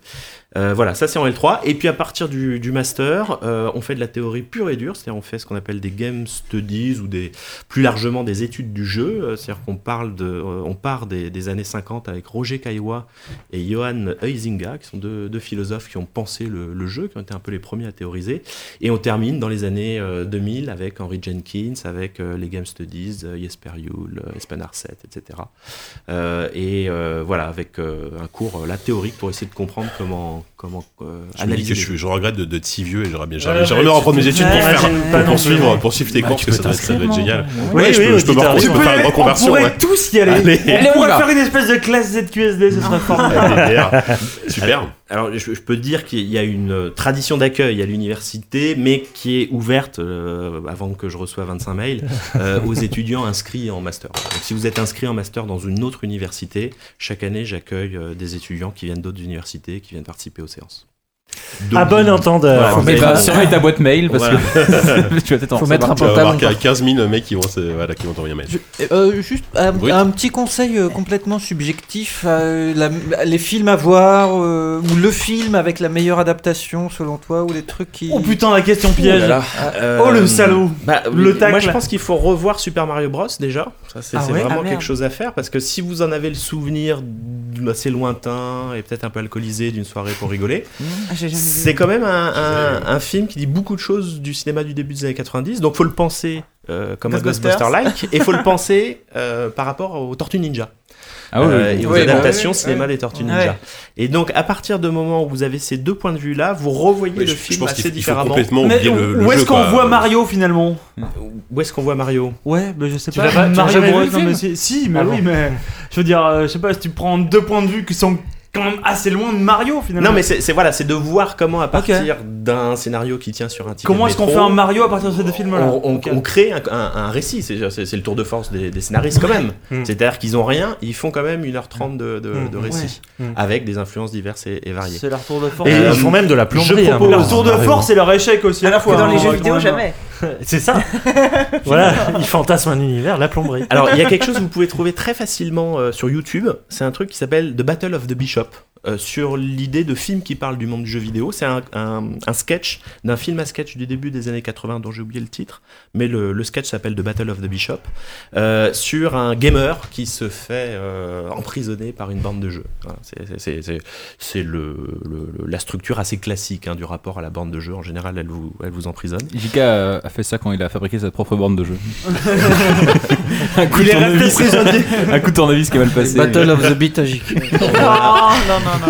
[SPEAKER 8] Euh, voilà, ça c'est en L3. Et puis à partir du, du master, euh, on fait de la théorie pure et dure, c'est-à-dire on fait ce qu'on appelle des game studies ou des, plus largement des études du jeu, euh, c'est-à-dire qu'on parle de, euh, on part des, des années 50 avec Roger Caillois et Johan Huizinga, qui sont deux, deux philosophes qui ont pensé le, le jeu, qui ont été un peu les premiers à théoriser, et on termine dans les années euh, 2000 avec Henry Jenkins, avec euh, les game studies, euh, Jesper Juhl, euh, Espen Arset, etc. Euh, et euh, voilà, avec euh, un cours euh, là théorique pour essayer de comprendre comment, comment euh,
[SPEAKER 5] Je me dis que
[SPEAKER 8] analyser.
[SPEAKER 5] je,
[SPEAKER 8] les-
[SPEAKER 5] suis- je regrette de, de être si vieux et j'aimerais bien.
[SPEAKER 6] Ouais,
[SPEAKER 5] J'aimerais
[SPEAKER 6] ouais,
[SPEAKER 5] j'aimerais reprendre mes études pour
[SPEAKER 7] Ouais,
[SPEAKER 5] faire.
[SPEAKER 7] ouais, ouais,
[SPEAKER 5] Pour
[SPEAKER 7] ouais.
[SPEAKER 5] suivre, pour suivre tes
[SPEAKER 1] Bah,
[SPEAKER 5] cours,
[SPEAKER 1] tu
[SPEAKER 5] parce que
[SPEAKER 1] peux
[SPEAKER 5] ça doit être- ça doit être
[SPEAKER 1] t'inscrire,
[SPEAKER 5] génial.
[SPEAKER 1] non
[SPEAKER 5] Ouais,
[SPEAKER 6] Oui,
[SPEAKER 5] je
[SPEAKER 6] hein. oui,
[SPEAKER 5] peux, je peux me
[SPEAKER 6] auditeur.
[SPEAKER 5] reprendre,
[SPEAKER 4] Tu
[SPEAKER 5] je peux
[SPEAKER 4] peux
[SPEAKER 5] faire
[SPEAKER 4] y
[SPEAKER 5] une
[SPEAKER 4] aller,
[SPEAKER 5] reconversion.
[SPEAKER 4] on pourrait
[SPEAKER 5] ouais.
[SPEAKER 4] tous y aller.
[SPEAKER 5] Allez.
[SPEAKER 4] On pourrait faire une espèce de classe ZQSD, ce serait fort.
[SPEAKER 5] LDR. Super.
[SPEAKER 8] Alors, je, je peux dire qu'il y a une euh, tradition d'accueil à l'université, mais qui est ouverte, euh, avant que je reçoive 25 mails, euh, aux étudiants inscrits en master. Donc, si vous êtes inscrit en master dans une autre université, chaque année, j'accueille euh, des étudiants qui viennent d'autres universités, qui viennent participer aux séances. Donc,
[SPEAKER 6] À bon entendeur.
[SPEAKER 8] Voilà,
[SPEAKER 6] Faut
[SPEAKER 8] vous
[SPEAKER 6] mettre
[SPEAKER 8] avez-
[SPEAKER 6] un-
[SPEAKER 1] Bah, surveille ta boîte mail parce
[SPEAKER 8] Voilà.
[SPEAKER 1] que tu vas peut-être en
[SPEAKER 3] Faut mettre
[SPEAKER 1] recevoir.
[SPEAKER 2] hein.
[SPEAKER 5] Tu
[SPEAKER 3] un
[SPEAKER 5] vas
[SPEAKER 3] pantalon.
[SPEAKER 5] voir qu'il y a 15 000 mecs qui vont se- voilà, qui vont t'envoyer un mail.
[SPEAKER 3] Je- euh, juste un,
[SPEAKER 5] Brut.
[SPEAKER 3] un petit conseil euh, complètement subjectif euh, la- les films à voir euh, ou le film avec la meilleure adaptation selon toi ou les trucs qui
[SPEAKER 4] Oh putain, la question
[SPEAKER 8] Piège.
[SPEAKER 4] piège.
[SPEAKER 8] Euh,
[SPEAKER 4] Oh, le salaud.
[SPEAKER 8] Bah,
[SPEAKER 4] Le
[SPEAKER 8] oui, Moi
[SPEAKER 4] tacle.
[SPEAKER 8] je pense qu'il faut revoir Super Mario Bros déjà. Ça, c'est
[SPEAKER 3] Ah
[SPEAKER 8] c'est
[SPEAKER 3] ouais
[SPEAKER 8] vraiment
[SPEAKER 7] Ah, merde.
[SPEAKER 8] quelque chose à faire parce que si vous en avez le souvenir d- assez lointain et peut-être un peu alcoolisé d'une soirée pour rigoler,
[SPEAKER 7] Ah, j'ai jamais vu.
[SPEAKER 8] c'est quand même un, un- un film qui dit beaucoup de choses du cinéma du début des années 90. Donc faut le penser euh, comme un
[SPEAKER 7] Ghostbusters.
[SPEAKER 8] Ghostbuster-like et faut le penser euh, par rapport aux Tortues Ninja.
[SPEAKER 1] Ah ouais,
[SPEAKER 8] Euh,
[SPEAKER 1] ouais.
[SPEAKER 8] et aux
[SPEAKER 3] Ouais, bah,
[SPEAKER 8] adaptations
[SPEAKER 3] ouais,
[SPEAKER 8] cinéma
[SPEAKER 3] ouais.
[SPEAKER 8] des Tortues
[SPEAKER 7] Ouais.
[SPEAKER 8] Ninja. Et donc à partir du moment où vous avez ces deux points de vue là, vous revoyez
[SPEAKER 5] Mais
[SPEAKER 8] le
[SPEAKER 5] je, je
[SPEAKER 8] film
[SPEAKER 5] pense
[SPEAKER 8] assez
[SPEAKER 5] qu'il faut- il faut
[SPEAKER 8] différemment.
[SPEAKER 5] complètement
[SPEAKER 4] Mais
[SPEAKER 5] oublier
[SPEAKER 4] où-
[SPEAKER 5] le, le
[SPEAKER 4] où
[SPEAKER 5] jeu,
[SPEAKER 4] est-ce qu'on
[SPEAKER 5] quoi.
[SPEAKER 4] voit Mario finalement
[SPEAKER 8] Où est-ce qu'on voit Mario
[SPEAKER 4] Ouais, bah je sais
[SPEAKER 6] Tu l'as pas- tu l'as
[SPEAKER 4] Mario
[SPEAKER 6] jamais
[SPEAKER 4] Bros.
[SPEAKER 6] vu, le
[SPEAKER 4] non,
[SPEAKER 6] film
[SPEAKER 4] mais c'est- si, mais
[SPEAKER 6] Ah
[SPEAKER 4] oui,
[SPEAKER 6] bon.
[SPEAKER 4] mais je veux dire, euh, je sais pas si tu prends deux points de vue qui sont quand même assez loin de Mario finalement.
[SPEAKER 8] Non, mais c'est c'est- voilà, c'est de voir comment à partir d'un scénario qui tient sur un ticket
[SPEAKER 4] comment
[SPEAKER 8] de
[SPEAKER 4] est-ce qu'on fait
[SPEAKER 8] métro,
[SPEAKER 4] un Mario à partir de ces deux films là
[SPEAKER 8] on, on- on crée un, un- un récit, c'est c'est- c'est le tour de force des, des scénaristes quand même.
[SPEAKER 6] Mm.
[SPEAKER 8] C'est-à-dire qu'ils ont rien, ils font quand même 1h30 de, de, de
[SPEAKER 6] Mm.
[SPEAKER 8] récit,
[SPEAKER 6] Ouais. Mm.
[SPEAKER 8] avec des influences diverses et, et variées.
[SPEAKER 4] C'est leur tour de force.
[SPEAKER 6] Et
[SPEAKER 8] Euh,
[SPEAKER 6] ils font même de la
[SPEAKER 8] je
[SPEAKER 6] plomberie. hein,
[SPEAKER 8] propose-
[SPEAKER 6] pour-
[SPEAKER 4] Leur tour de force et leur échec aussi à la
[SPEAKER 7] Alors que
[SPEAKER 4] fois.
[SPEAKER 7] dans les
[SPEAKER 4] hein,
[SPEAKER 7] jeux
[SPEAKER 4] quand
[SPEAKER 7] vidéo,
[SPEAKER 4] même.
[SPEAKER 7] jamais.
[SPEAKER 6] C'est ça. voilà, ils fantasment un univers, la plomberie.
[SPEAKER 8] Alors, il y a quelque chose que vous pouvez trouver très facilement euh, sur YouTube. C'est un truc qui s'appelle The Battle of the Bishop. euh, sur l'idée de film qui parle du monde du jeu vidéo. C'est un, un- un sketch d'un film à sketch du début des années 80 dont j'ai oublié le titre, mais le, le sketch s'appelle The Battle of the Bishop, euh, sur un gamer qui se fait euh, emprisonner par une bande de jeu. Voilà, c'est- c'est- c'est- c'est- C'est le, le- le- la structure assez classique hein, du rapport à la bande de jeu. En général, elle vous, elle vous emprisonne.
[SPEAKER 2] JK a a fait ça quand il a fabriqué sa propre borne de jeu. un, coup de
[SPEAKER 4] Il est resté
[SPEAKER 2] tournevis,
[SPEAKER 4] prisonnier.
[SPEAKER 2] un coup de tournevis qui est mal passé.
[SPEAKER 3] Battle of the Bitagic
[SPEAKER 7] Oh, non, non,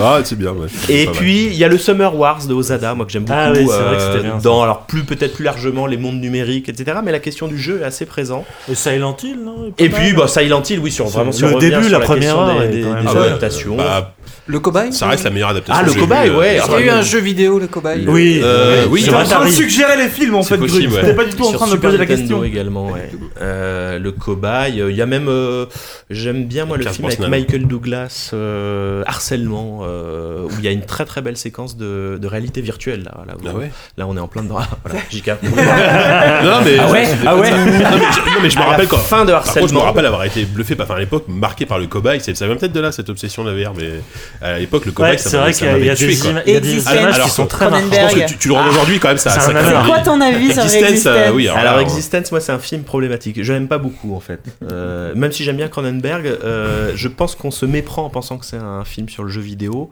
[SPEAKER 7] non.
[SPEAKER 5] Ah, c'est bien. ouais. C'est
[SPEAKER 8] Et
[SPEAKER 5] pas mal.
[SPEAKER 8] puis il y a le Summer Wars de Ozada, moi que j'aime beaucoup. euh,
[SPEAKER 6] Ah oui, c'est vrai que c'était bien, ça.
[SPEAKER 8] dans alors plus peut-être plus largement les mondes numériques, etc. Mais la question du jeu est assez présent.
[SPEAKER 6] Et Silent Hill, non
[SPEAKER 8] Et puis bah, Silent Hill, oui, sur
[SPEAKER 6] C'est
[SPEAKER 8] vraiment si
[SPEAKER 6] le
[SPEAKER 8] on revient
[SPEAKER 6] début,
[SPEAKER 8] sur
[SPEAKER 6] la
[SPEAKER 8] la,
[SPEAKER 6] première
[SPEAKER 8] question
[SPEAKER 6] heure
[SPEAKER 8] des,
[SPEAKER 6] est
[SPEAKER 8] des-
[SPEAKER 6] quand même-
[SPEAKER 8] des
[SPEAKER 5] Ah ouais.
[SPEAKER 8] adaptations.
[SPEAKER 5] Bah,
[SPEAKER 3] le cobaille
[SPEAKER 5] ça reste la meilleure adaptation.
[SPEAKER 8] Ah, le
[SPEAKER 5] que j'ai
[SPEAKER 8] cobaille,
[SPEAKER 5] vue, euh,
[SPEAKER 8] ouais.
[SPEAKER 5] sur
[SPEAKER 3] est-ce qu'il y a eu
[SPEAKER 5] le-
[SPEAKER 3] un jeu vidéo le cobaille
[SPEAKER 6] Oui,
[SPEAKER 5] Euh,
[SPEAKER 6] oui,
[SPEAKER 5] oui,
[SPEAKER 4] T'es
[SPEAKER 6] sur
[SPEAKER 4] en train de
[SPEAKER 6] Atari.
[SPEAKER 4] suggérer les films en
[SPEAKER 5] C'est
[SPEAKER 4] fait, Grut.
[SPEAKER 5] possible, ouais.
[SPEAKER 4] T'es pas du tout en train de me poser la question.
[SPEAKER 8] également. ouais. Euh, le cobaye. euh, Il y a même, euh, j'aime bien moi le
[SPEAKER 5] Pierce
[SPEAKER 8] film avec
[SPEAKER 5] Brosnan.
[SPEAKER 8] Michael Douglas, euh, harcèlement, euh, où il y a une très très belle séquence de, de réalité virtuelle là. Là, où-
[SPEAKER 5] Ah ouais.
[SPEAKER 8] là, on est en plein dedans. voilà, JK.
[SPEAKER 5] Non, mais.
[SPEAKER 2] Ah ouais, ah ouais.
[SPEAKER 5] Non, mais je- non, mais je me
[SPEAKER 8] À la
[SPEAKER 5] rappelle quand.
[SPEAKER 8] fin de
[SPEAKER 5] Par contre, je me
[SPEAKER 8] harcèlement.
[SPEAKER 5] rappelle avoir été bluffé, par- enfin à l'époque, marqué par le cobaye. C'est- Ça vient peut-être de là, cette obsession de la VR, mais à l'époque, le cobaye,
[SPEAKER 6] Ouais,
[SPEAKER 5] ça
[SPEAKER 6] c'est vrai
[SPEAKER 5] m'avait- ça
[SPEAKER 6] qu'il y a, il y a
[SPEAKER 5] m'avait tué.
[SPEAKER 6] des,
[SPEAKER 5] quoi.
[SPEAKER 6] ima- il y a des
[SPEAKER 7] Existence.
[SPEAKER 6] images Ah.
[SPEAKER 5] Alors,
[SPEAKER 6] qui sont très marquantes.
[SPEAKER 5] Je pense que tu, tu le rends aujourd'hui quand même, ça,
[SPEAKER 6] C'est
[SPEAKER 5] ça
[SPEAKER 6] un
[SPEAKER 5] crée
[SPEAKER 6] honneur.
[SPEAKER 5] des-
[SPEAKER 7] Quoi ton avis sur
[SPEAKER 5] Existence,
[SPEAKER 7] Resistance
[SPEAKER 5] euh, oui.
[SPEAKER 8] Alors,
[SPEAKER 5] euh,
[SPEAKER 8] Existence, moi, c'est un film problématique. Je l'aime pas beaucoup, en fait. Euh, même si j'aime bien Cronenberg, euh, je pense qu'on se méprend en pensant que c'est un film sur le jeu vidéo.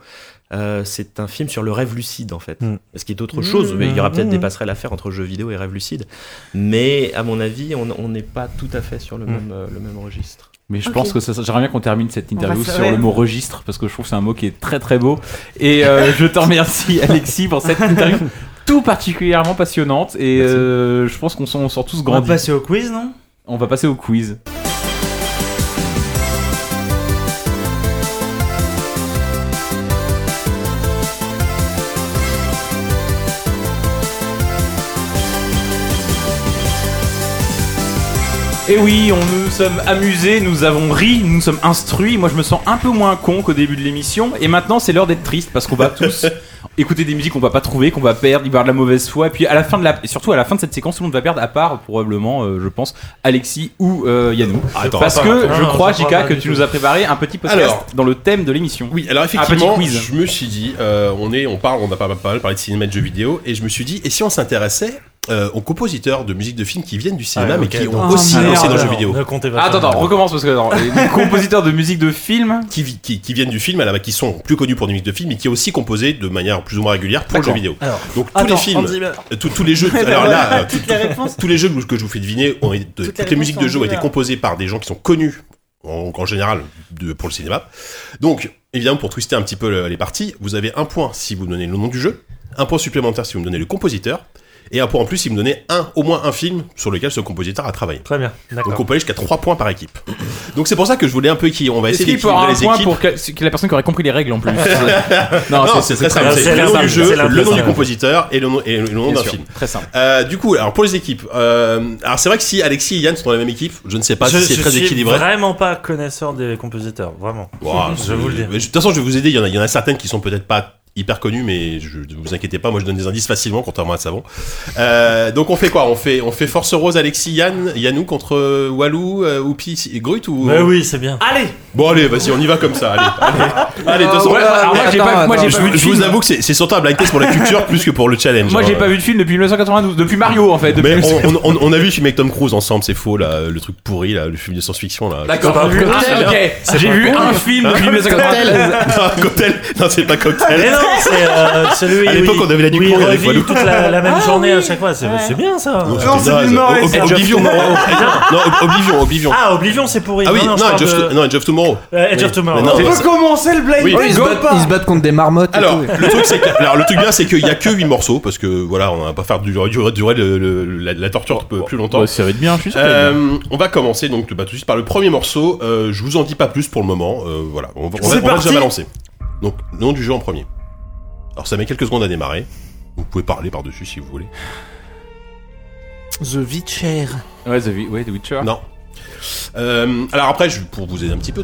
[SPEAKER 8] Euh, c'est un film sur le rêve lucide, en fait.
[SPEAKER 6] Mm.
[SPEAKER 8] Ce qui est autre chose, mais il y aura peut-être des passerelles à faire entre jeu vidéo et rêve lucide. Mais, à mon avis, on on n'est pas tout à fait sur le,
[SPEAKER 6] Mm.
[SPEAKER 8] même, euh, le même registre.
[SPEAKER 2] Mais je
[SPEAKER 7] Ok.
[SPEAKER 2] pense que ça, ça- j'aimerais bien qu'on termine cette
[SPEAKER 7] va
[SPEAKER 2] interview
[SPEAKER 7] se-
[SPEAKER 2] sur
[SPEAKER 7] ouais.
[SPEAKER 2] le mot registre parce que je trouve que c'est un mot qui est très très beau. Et euh, je te remercie Alexis pour cette interview tout particulièrement passionnante et euh, je pense qu'on s'en- on sort tous
[SPEAKER 4] On va
[SPEAKER 2] grandis.
[SPEAKER 4] passer au quiz, non
[SPEAKER 2] On va passer au quiz. Et oui, on nous sommes amusés, nous avons ri, nous nous sommes instruits. Moi, je me sens un peu moins con qu'au début de l'émission. Et maintenant, c'est l'heure d'être triste parce qu'on va tous écouter des musiques qu'on va pas trouver, qu'on va perdre, il va y avoir de la mauvaise foi. Et puis, à la fin de la, et surtout à la fin de cette séquence, tout le monde va perdre, à part probablement, euh, je pense, Alexis ou euh, Yanou.
[SPEAKER 5] Attends,
[SPEAKER 2] parce
[SPEAKER 5] attends,
[SPEAKER 2] que
[SPEAKER 5] attends.
[SPEAKER 2] je
[SPEAKER 4] Non,
[SPEAKER 2] crois,
[SPEAKER 4] je crois
[SPEAKER 2] JK,
[SPEAKER 4] pas
[SPEAKER 2] que
[SPEAKER 4] du
[SPEAKER 2] tu
[SPEAKER 4] tout.
[SPEAKER 2] nous as préparé un petit podcast
[SPEAKER 5] Alors.
[SPEAKER 2] dans le thème de l'émission.
[SPEAKER 5] Oui, alors
[SPEAKER 2] Un
[SPEAKER 5] effectivement,
[SPEAKER 2] petit quiz.
[SPEAKER 5] je me suis dit, euh, on est, on parle, on a pas pas mal parlé de cinéma et de jeux vidéo, et je me suis dit, et si on s'intéressait euh, aux compositeurs de musique de films qui viennent du cinéma
[SPEAKER 6] Ah,
[SPEAKER 5] mais
[SPEAKER 6] ok,
[SPEAKER 5] qui ont
[SPEAKER 6] donc-
[SPEAKER 5] aussi
[SPEAKER 4] Ah, merde,
[SPEAKER 5] lancé dans le jeu
[SPEAKER 6] Alors,
[SPEAKER 5] vidéo,
[SPEAKER 6] Ne comptez pas.
[SPEAKER 2] Attends,
[SPEAKER 6] sur
[SPEAKER 2] attends,
[SPEAKER 6] moi.
[SPEAKER 2] recommence parce que attends, les compositeurs de musique de film.
[SPEAKER 5] qui, vi- qui, qui viennent du film à la qui sont plus connus pour des musiques de films, mais qui est aussi composé de manière plus ou moins régulière pour le jeu
[SPEAKER 2] D'accord.
[SPEAKER 5] vidéo.
[SPEAKER 6] Alors,
[SPEAKER 5] Donc tous
[SPEAKER 4] Attends,
[SPEAKER 5] les films,
[SPEAKER 4] Hans Zimmer.
[SPEAKER 5] euh, tous- tous les jeux,
[SPEAKER 7] ben
[SPEAKER 5] alors là,
[SPEAKER 7] voilà,
[SPEAKER 5] euh, tout-
[SPEAKER 7] toutes les réponses.
[SPEAKER 5] tous les jeux que je vous fais deviner, ont été-
[SPEAKER 7] les
[SPEAKER 5] toutes, les
[SPEAKER 7] réponses
[SPEAKER 5] musiques
[SPEAKER 7] sont
[SPEAKER 5] de jeux ont été
[SPEAKER 7] diverses.
[SPEAKER 5] composées par des gens qui sont connus en, en général de, pour le cinéma. Donc, évidemment, pour twister un petit peu le- les parties, vous avez un point si vous me donnez le nom du jeu, un point supplémentaire si vous me donnez le compositeur, et un point en plus si vous me donnez un, au moins un film sur lecal ce compositeur a travaillé.
[SPEAKER 6] très bien.
[SPEAKER 5] Donc on
[SPEAKER 6] D'accord.
[SPEAKER 5] peut aller jusqu'à 3 points par équipe. Donc c'est pour ça que je voulais un peu qui on va
[SPEAKER 2] Est-ce
[SPEAKER 5] essayer
[SPEAKER 2] qu'il peut avoir
[SPEAKER 5] d'équilibrer
[SPEAKER 2] un
[SPEAKER 5] les
[SPEAKER 2] point
[SPEAKER 5] équipes.
[SPEAKER 2] pour que, que la personne qui aurait compris les règles en plus
[SPEAKER 5] Non, c'est très simple.
[SPEAKER 6] simple.
[SPEAKER 5] C'est le
[SPEAKER 6] C'est
[SPEAKER 5] nom
[SPEAKER 6] la
[SPEAKER 5] du jeu,
[SPEAKER 6] simple. C'est la
[SPEAKER 5] le nom
[SPEAKER 6] simple.
[SPEAKER 5] du compositeur et le nom, et le nom
[SPEAKER 2] Bien
[SPEAKER 5] d'un
[SPEAKER 2] sûr,
[SPEAKER 5] film.
[SPEAKER 2] Très simple.
[SPEAKER 5] Euh, du coup, alors pour les équipes, euh, alors c'est vrai que si Alexis et Yann sont dans la même équipe, je ne sais pas
[SPEAKER 6] je,
[SPEAKER 5] si c'est
[SPEAKER 6] je
[SPEAKER 5] très
[SPEAKER 6] suis
[SPEAKER 5] équilibré.
[SPEAKER 6] vraiment pas connaisseur des compositeurs, vraiment.
[SPEAKER 5] Ouah,
[SPEAKER 6] je vous le dis.
[SPEAKER 5] mais De toute façon, je vais vous aider. Il y en a, il y en a certaines qui sont peut-être pas hyper connues, mais je, ne vous inquiétez pas. Moi, je donne des indices facilement, contrairement à Savon. Euh, donc, on fait quoi On fait, on fait Force Rose, Alexis, Yann, Yannou contre euh, Walou, euh, Oupi et Grut ou
[SPEAKER 6] Mais oui, c'est bien.
[SPEAKER 4] Allez
[SPEAKER 5] Bon, allez, vas-y, on y va comme ça. Allez, allez, allez de toute façon,
[SPEAKER 2] Ouais, alors moi, j'ai
[SPEAKER 1] attends,
[SPEAKER 2] pas- moi, j'ai
[SPEAKER 5] je,
[SPEAKER 2] pas vu de
[SPEAKER 5] je vous
[SPEAKER 2] film.
[SPEAKER 5] avoue que c'est c'est surtout un blind test pour la culture plus que pour le challenge.
[SPEAKER 2] Moi,
[SPEAKER 5] hein.
[SPEAKER 2] j'ai pas vu de film depuis 1992, depuis Mario en fait. depuis-
[SPEAKER 5] Mais on, on- on- on a vu le film avec Tom Cruise ensemble, c'est faux là, le truc pourri là, le film de science-fiction là.
[SPEAKER 2] D'accord, j'ai vu, ah, ok. J'ai vu un film depuis 1992.
[SPEAKER 5] Non, cocktail. Non, c'est pas cocktail.
[SPEAKER 6] Mais non, c'est euh, celui
[SPEAKER 5] À
[SPEAKER 6] où
[SPEAKER 5] l'époque,
[SPEAKER 6] il-
[SPEAKER 5] on avait la nuque
[SPEAKER 6] où il
[SPEAKER 5] courte avec
[SPEAKER 6] revit
[SPEAKER 5] Walou.
[SPEAKER 6] toute la, la même
[SPEAKER 7] Ah
[SPEAKER 6] journée à
[SPEAKER 7] oui.
[SPEAKER 6] chaque fois. C'est
[SPEAKER 7] Ouais.
[SPEAKER 6] c'est bien ça.
[SPEAKER 5] Non,
[SPEAKER 6] Euh,
[SPEAKER 5] c'était
[SPEAKER 4] c'est
[SPEAKER 5] naze.
[SPEAKER 4] Bill Murray,
[SPEAKER 5] Ob-
[SPEAKER 4] c'est
[SPEAKER 5] Ob- Oblivion, non, non, Ob- Oblivion, Oblivion.
[SPEAKER 6] Ah, Oblivion, c'est pourri.
[SPEAKER 5] Ah oui, non,
[SPEAKER 6] je parle
[SPEAKER 5] Edge of,
[SPEAKER 6] de-
[SPEAKER 5] non, Edge of Tomorrow.
[SPEAKER 6] Euh, Edge
[SPEAKER 5] Oui.
[SPEAKER 6] of Tomorrow.
[SPEAKER 5] Mais non,
[SPEAKER 6] Ok.
[SPEAKER 5] bah,
[SPEAKER 4] On peut
[SPEAKER 5] c'est-
[SPEAKER 4] commencer le blind
[SPEAKER 5] Oui.
[SPEAKER 4] test,
[SPEAKER 5] Ils
[SPEAKER 1] se
[SPEAKER 4] go
[SPEAKER 1] battent-
[SPEAKER 4] pas.
[SPEAKER 1] ils se battent contre des marmottes. et
[SPEAKER 5] Alors,
[SPEAKER 1] tout.
[SPEAKER 5] le truc, c'est que, alors, le truc bien, c'est qu'il y a que 8 morceaux, parce que, voilà, on va pas faire durer, durer, durer le- le- la, la torture plus longtemps.
[SPEAKER 2] ça va être bien, je suis sûr.
[SPEAKER 5] Euh, on va commencer donc bah, tout de suite par le premier morceau. Euh, je vous en dis pas plus pour le moment. Euh, voilà, on va, on va-
[SPEAKER 4] C'est
[SPEAKER 5] on va
[SPEAKER 4] parti.
[SPEAKER 5] déjà balancer. Donc, le nom du jeu en premier. Alors, ça met quelques secondes à démarrer. Vous pouvez parler par-dessus si vous voulez.
[SPEAKER 1] The Witcher.
[SPEAKER 2] Ouais, The, Wi- ouais, The Witcher.
[SPEAKER 5] Non. Euh, alors après, je, pour vous aider un petit peu,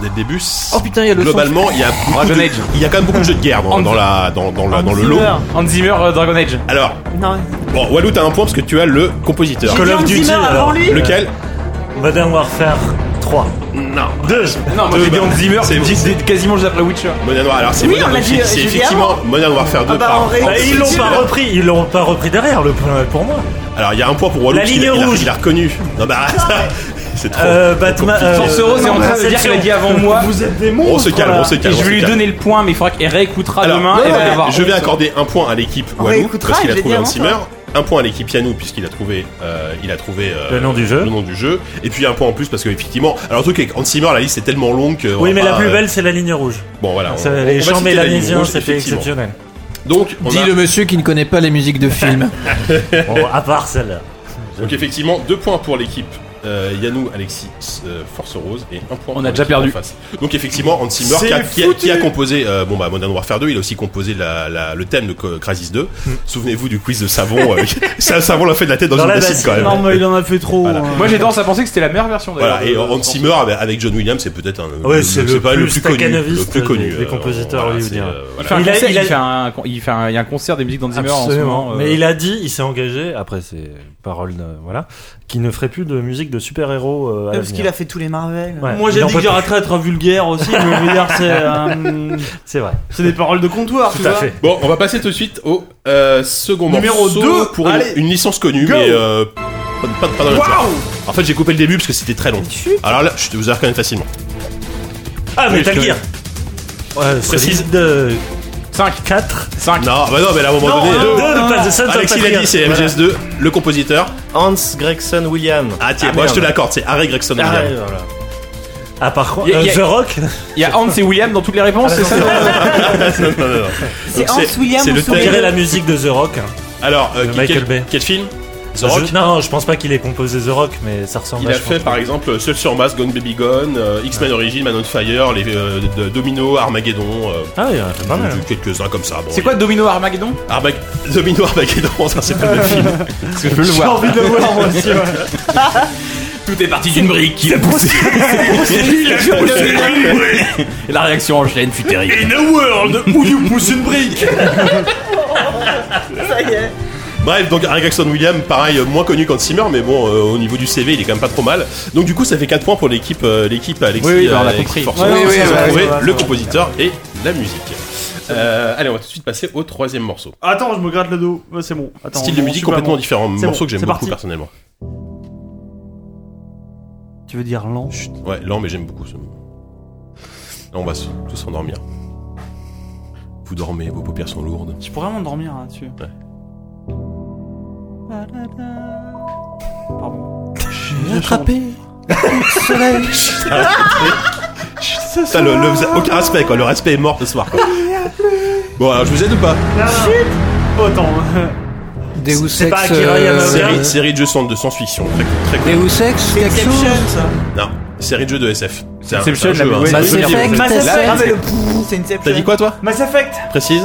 [SPEAKER 5] dès le début,
[SPEAKER 3] Oh putain, il y a le son.
[SPEAKER 5] globalement, il y, a beaucoup
[SPEAKER 2] Dragon
[SPEAKER 5] de-
[SPEAKER 2] Age.
[SPEAKER 5] il y a quand même beaucoup de jeux de guerre dans,
[SPEAKER 2] Hans-
[SPEAKER 5] dans la, dans, dans la- dans le lot.
[SPEAKER 7] Zimmer.
[SPEAKER 2] Hans Zimmer, euh, Dragon Age.
[SPEAKER 5] Alors,
[SPEAKER 7] Non,
[SPEAKER 5] bon, Walou, t'as un point parce que tu as le compositeur.
[SPEAKER 7] J'ai
[SPEAKER 6] Call
[SPEAKER 7] dit
[SPEAKER 6] of
[SPEAKER 7] Hans
[SPEAKER 6] Duty.
[SPEAKER 7] Zimmer
[SPEAKER 6] alors.
[SPEAKER 7] avant lui.
[SPEAKER 5] Lequel
[SPEAKER 6] Modern Warfare 3.
[SPEAKER 5] Non.
[SPEAKER 6] Deux.
[SPEAKER 2] Non, moi j'ai dit
[SPEAKER 5] bah,
[SPEAKER 2] Hans Zimmer,
[SPEAKER 5] c'est-
[SPEAKER 2] j'ai- j'ai- quasiment juste après Witcher.
[SPEAKER 5] Modern Warfare. Alors, c'est
[SPEAKER 7] Oui,
[SPEAKER 5] Modern
[SPEAKER 7] on l'a dit,
[SPEAKER 5] Warfare-
[SPEAKER 7] euh,
[SPEAKER 5] c'est
[SPEAKER 7] j'ai dit
[SPEAKER 5] effectivement Modern Warfare 2.
[SPEAKER 7] bah,
[SPEAKER 5] par-
[SPEAKER 7] on ré-
[SPEAKER 5] par-
[SPEAKER 6] Bah, ils l'ont pas repris, ils l'ont pas repris derrière le point pour moi.
[SPEAKER 5] Alors, il y a un point pour Walou.
[SPEAKER 6] La
[SPEAKER 5] parce qu'il
[SPEAKER 6] ligne
[SPEAKER 5] a- il a-
[SPEAKER 6] rouge.
[SPEAKER 5] Il a reconnu. Non, bah, ça, c'est trop.
[SPEAKER 6] Euh, Batman.
[SPEAKER 5] compliqué.
[SPEAKER 6] euh,
[SPEAKER 2] Force Rose est en train de dire qu'il a dit avant moi.
[SPEAKER 6] Vous êtes des
[SPEAKER 5] on
[SPEAKER 6] monstres.
[SPEAKER 5] se calme,
[SPEAKER 6] là.
[SPEAKER 5] on se
[SPEAKER 2] Ah. Et
[SPEAKER 5] calme. on
[SPEAKER 2] je
[SPEAKER 5] se
[SPEAKER 2] vais lui
[SPEAKER 5] calme.
[SPEAKER 2] donner le point, mais il faudra qu'elle réécoutera
[SPEAKER 5] Alors,
[SPEAKER 2] demain.
[SPEAKER 5] non,
[SPEAKER 2] elle va
[SPEAKER 5] non,
[SPEAKER 2] y avoir
[SPEAKER 5] je vais
[SPEAKER 2] honte.
[SPEAKER 5] accorder un point à l'équipe
[SPEAKER 7] On
[SPEAKER 5] Walou
[SPEAKER 7] réécoutera,
[SPEAKER 5] parce qu'il
[SPEAKER 7] je
[SPEAKER 5] a
[SPEAKER 7] l'ai
[SPEAKER 5] trouvé
[SPEAKER 7] dit
[SPEAKER 5] Hans
[SPEAKER 7] avant
[SPEAKER 5] Zimmer, un point à l'équipe Yannou puisqu'il a trouvé, euh, il a trouvé euh,
[SPEAKER 6] Le nom du jeu.
[SPEAKER 5] le nom du jeu, et puis un point en plus parce qu'effectivement, alors le truc avec Hans Zimmer, la liste est tellement longue que on
[SPEAKER 6] Oui,
[SPEAKER 5] va
[SPEAKER 6] mais
[SPEAKER 5] pas,
[SPEAKER 4] bah,
[SPEAKER 6] la plus
[SPEAKER 5] euh,
[SPEAKER 6] belle, c'est la ligne rouge.
[SPEAKER 5] Bon voilà,
[SPEAKER 6] Ça,
[SPEAKER 5] on- on
[SPEAKER 6] les
[SPEAKER 5] va
[SPEAKER 6] chants
[SPEAKER 5] citer la ligne
[SPEAKER 6] mélanésiens,
[SPEAKER 5] rouge,
[SPEAKER 6] c'était
[SPEAKER 5] effectivement.
[SPEAKER 6] exceptionnel.
[SPEAKER 5] Donc on
[SPEAKER 1] Dit
[SPEAKER 5] a,
[SPEAKER 1] le monsieur qui ne connaît pas les musiques de films.
[SPEAKER 6] Bon, à part celle-là.
[SPEAKER 5] donc effectivement deux points pour l'équipe. euh, Yannou, Alexis, euh, Force Rose et un point.
[SPEAKER 2] On
[SPEAKER 5] pour
[SPEAKER 2] a déjà
[SPEAKER 5] l'équipe
[SPEAKER 2] perdu.
[SPEAKER 5] en face. Donc effectivement, Hans Zimmer
[SPEAKER 4] C'est
[SPEAKER 5] qui a, qui a-
[SPEAKER 4] foutu.
[SPEAKER 5] qui a composé euh, bon bah Modern Warfare 2, il a aussi composé la- la- le thème de Co- Crysis 2. Souvenez-vous du quiz de Savon, euh, ça, Savon l'a fait de la tête dans,
[SPEAKER 6] Hmm. Dans
[SPEAKER 5] une
[SPEAKER 6] la
[SPEAKER 5] bassine
[SPEAKER 6] bassine,
[SPEAKER 5] quand même.
[SPEAKER 4] Non, mais il en a fait trop.
[SPEAKER 5] Voilà.
[SPEAKER 4] hein.
[SPEAKER 2] Moi j'ai tendance à penser que c'était la meilleure version d'ailleurs.
[SPEAKER 5] Voilà, et
[SPEAKER 2] de-
[SPEAKER 5] Hans Zimmer avec- avec John Williams, c'est peut-être un.
[SPEAKER 6] Ouais, c'est le
[SPEAKER 5] pas
[SPEAKER 6] plus
[SPEAKER 5] Le
[SPEAKER 6] staccanoviste
[SPEAKER 5] plus connu.
[SPEAKER 6] des- des
[SPEAKER 5] euh,
[SPEAKER 6] compositeurs
[SPEAKER 5] voilà,
[SPEAKER 6] hollywoodiens.
[SPEAKER 5] c'est, euh,
[SPEAKER 2] Il
[SPEAKER 5] voilà.
[SPEAKER 2] fait un
[SPEAKER 6] Il a-
[SPEAKER 2] concert-
[SPEAKER 6] il a-
[SPEAKER 2] il fait un con- il fait un- il y a un concert des musiques d'Hans Zimmer en ce moment. euh,
[SPEAKER 6] Mais il a dit, il s'est engagé, après ses paroles, euh, voilà, qu'il ne ferait plus de musique de super-héros euh, à
[SPEAKER 7] parce
[SPEAKER 6] l'avenir.
[SPEAKER 7] qu'il a fait tous les Marvel.
[SPEAKER 6] Ouais.
[SPEAKER 4] Moi j'ai
[SPEAKER 6] Il en
[SPEAKER 4] dit
[SPEAKER 6] peut
[SPEAKER 4] que j'arrêterais d'être vulgaire aussi, mais je veux dire, c'est euh,
[SPEAKER 6] C'est vrai.
[SPEAKER 4] c'est des paroles de comptoir, Ah, tu
[SPEAKER 6] Tout à
[SPEAKER 4] vois.
[SPEAKER 6] fait.
[SPEAKER 5] Bon, on va passer tout de suite au euh, second
[SPEAKER 4] Numéro
[SPEAKER 5] morceau
[SPEAKER 4] deux,
[SPEAKER 5] pour une,
[SPEAKER 4] allez,
[SPEAKER 5] une licence connue,
[SPEAKER 4] go.
[SPEAKER 5] mais euh, pas, de- pas, de- pas dans le genre. En fait, j'ai coupé le début parce que c'était très long. Alors là, je vous allez reconnaître facilement.
[SPEAKER 6] Ah,
[SPEAKER 5] Oui,
[SPEAKER 6] Metal
[SPEAKER 5] je te-
[SPEAKER 6] Gear Euh, Ouais,
[SPEAKER 5] Précise.
[SPEAKER 6] solide de
[SPEAKER 2] 5,
[SPEAKER 6] 4.
[SPEAKER 2] 5.
[SPEAKER 5] Non, bah non, mais à un moment donné.
[SPEAKER 4] non,
[SPEAKER 5] euh,
[SPEAKER 4] non, non,
[SPEAKER 6] pas de Sons of
[SPEAKER 5] Alexis l'a
[SPEAKER 6] Patriot.
[SPEAKER 5] dit, c'est
[SPEAKER 6] Voilà.
[SPEAKER 5] MGS2, le compositeur.
[SPEAKER 8] Hans Gregson Williams.
[SPEAKER 5] Ah tiens,
[SPEAKER 8] Ah,
[SPEAKER 5] moi je te
[SPEAKER 8] merde.
[SPEAKER 5] l'accorde, c'est Harry Gregson
[SPEAKER 8] Ah,
[SPEAKER 5] Williams.
[SPEAKER 8] voilà.
[SPEAKER 6] Ah, par contre,
[SPEAKER 2] Y a-
[SPEAKER 6] euh,
[SPEAKER 2] y a-
[SPEAKER 6] The Rock
[SPEAKER 2] Il y a Hans et William dans toutes les réponses, c'est ça
[SPEAKER 5] Non, non, non.
[SPEAKER 7] C'est
[SPEAKER 5] Donc,
[SPEAKER 7] Hans Williams
[SPEAKER 5] c'est
[SPEAKER 7] ou
[SPEAKER 5] le
[SPEAKER 7] son
[SPEAKER 6] On dirait
[SPEAKER 5] thème.
[SPEAKER 6] la musique de The Rock.
[SPEAKER 5] Alors, euh,
[SPEAKER 6] De
[SPEAKER 5] qui-
[SPEAKER 6] Michael
[SPEAKER 5] quel,
[SPEAKER 6] Bay.
[SPEAKER 5] quel film The
[SPEAKER 6] Je-
[SPEAKER 5] Rock
[SPEAKER 6] non, je pense pas qu'il ait composé The Rock, mais ça ressemble
[SPEAKER 5] Il a
[SPEAKER 6] vachement.
[SPEAKER 5] fait par exemple euh, Seul sur Masse, Gone Baby Gone, euh, X-Men Origins, Man on Fire, les, euh, de- Domino, Armageddon, euh,
[SPEAKER 6] Ah oui, il en a fait pas mal.
[SPEAKER 5] du- du- quelques-uns comme ça. Bon,
[SPEAKER 2] C'est quoi Domino Armageddon
[SPEAKER 5] Armag- Domino, Armageddon, ça c'est pas le même film.
[SPEAKER 2] Parce que je peux le voir.
[SPEAKER 4] J'ai envie de le voir moi aussi. ouais.
[SPEAKER 2] Tout est parti d'une brique qu'il a poussé. Il a poussé une brique. Et la réaction en chaîne fut terrible.
[SPEAKER 5] In a world où you pousse une brique
[SPEAKER 7] Ça y est.
[SPEAKER 5] Bref, donc Harry Gregson William, pareil, euh, moins connu quand Simmer, mais bon, euh, au niveau du CV, il est quand même pas trop mal. Donc du coup, ça fait 4 points pour l'équipe euh, l'équipe Alexis,
[SPEAKER 2] Oui, oui, bah, on a
[SPEAKER 5] Alexis
[SPEAKER 2] compris.
[SPEAKER 5] Forson,
[SPEAKER 3] Ouais,
[SPEAKER 5] qui
[SPEAKER 3] oui,
[SPEAKER 5] s'est
[SPEAKER 3] oui, oui,
[SPEAKER 5] retrouvé
[SPEAKER 3] oui, oui,
[SPEAKER 5] le
[SPEAKER 3] oui.
[SPEAKER 5] compositeur et la musique. Euh, allez, on va tout de suite passer au troisième morceau.
[SPEAKER 4] Attends, je me gratte le dos. Ouais, C'est bon. Attends,
[SPEAKER 5] Style
[SPEAKER 4] on-
[SPEAKER 5] de
[SPEAKER 4] on
[SPEAKER 5] musique
[SPEAKER 4] suit pas,
[SPEAKER 5] complètement
[SPEAKER 4] moi.
[SPEAKER 5] différent,
[SPEAKER 4] C'est
[SPEAKER 5] morceau
[SPEAKER 4] bon,
[SPEAKER 5] que j'aime
[SPEAKER 4] c'est
[SPEAKER 5] beaucoup
[SPEAKER 4] parti.
[SPEAKER 5] personnellement.
[SPEAKER 4] Tu veux dire lent Chut.
[SPEAKER 5] Ouais, lent, mais j'aime beaucoup ce moment. Là, on va se- tous s'endormir. Vous dormez, vos paupières sont lourdes.
[SPEAKER 4] Je pourrais vraiment dormir là-dessus.
[SPEAKER 5] Ouais.
[SPEAKER 4] Pardon.
[SPEAKER 3] J'ai attrapé le soleil.
[SPEAKER 5] Ça, le, le- aucun respect, quoi. Le respect est mort ce soir, quoi. Bon, alors, je vous aide ou pas
[SPEAKER 2] Euh,
[SPEAKER 4] Oh, Attends.
[SPEAKER 3] Deus
[SPEAKER 4] C'est
[SPEAKER 3] Ex.
[SPEAKER 4] pas Akira
[SPEAKER 1] euh,
[SPEAKER 4] Yamaoka.
[SPEAKER 5] Euh, série, série de jeux sans- de science-fiction, très, cool, très cool.
[SPEAKER 3] Deus Ex, quelque chose
[SPEAKER 4] ça.
[SPEAKER 5] Non, série de jeux de SF. C'est un,
[SPEAKER 2] Inception,
[SPEAKER 5] c'est un
[SPEAKER 2] la-
[SPEAKER 5] jeu, hein,
[SPEAKER 2] ouais,
[SPEAKER 5] c'est un
[SPEAKER 2] Mass
[SPEAKER 5] jeu
[SPEAKER 3] Effect.
[SPEAKER 5] vidéo.
[SPEAKER 4] Mass
[SPEAKER 7] Là,
[SPEAKER 4] Effect.
[SPEAKER 7] là, c'est le pouf, c'est
[SPEAKER 5] T'as
[SPEAKER 7] Inception.
[SPEAKER 5] dit quoi, toi
[SPEAKER 4] Mass Effect
[SPEAKER 5] Précise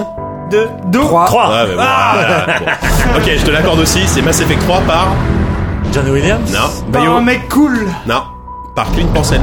[SPEAKER 4] 2. 2.
[SPEAKER 3] 3.
[SPEAKER 5] Ouais, mais bon,
[SPEAKER 2] Ah.
[SPEAKER 5] voilà, bon. Ok, je te l'accorde aussi, c'est Mass Effect 3 par...
[SPEAKER 6] John Williams
[SPEAKER 5] Non,
[SPEAKER 4] Par un mec cool.
[SPEAKER 5] non, par Clint Porcel.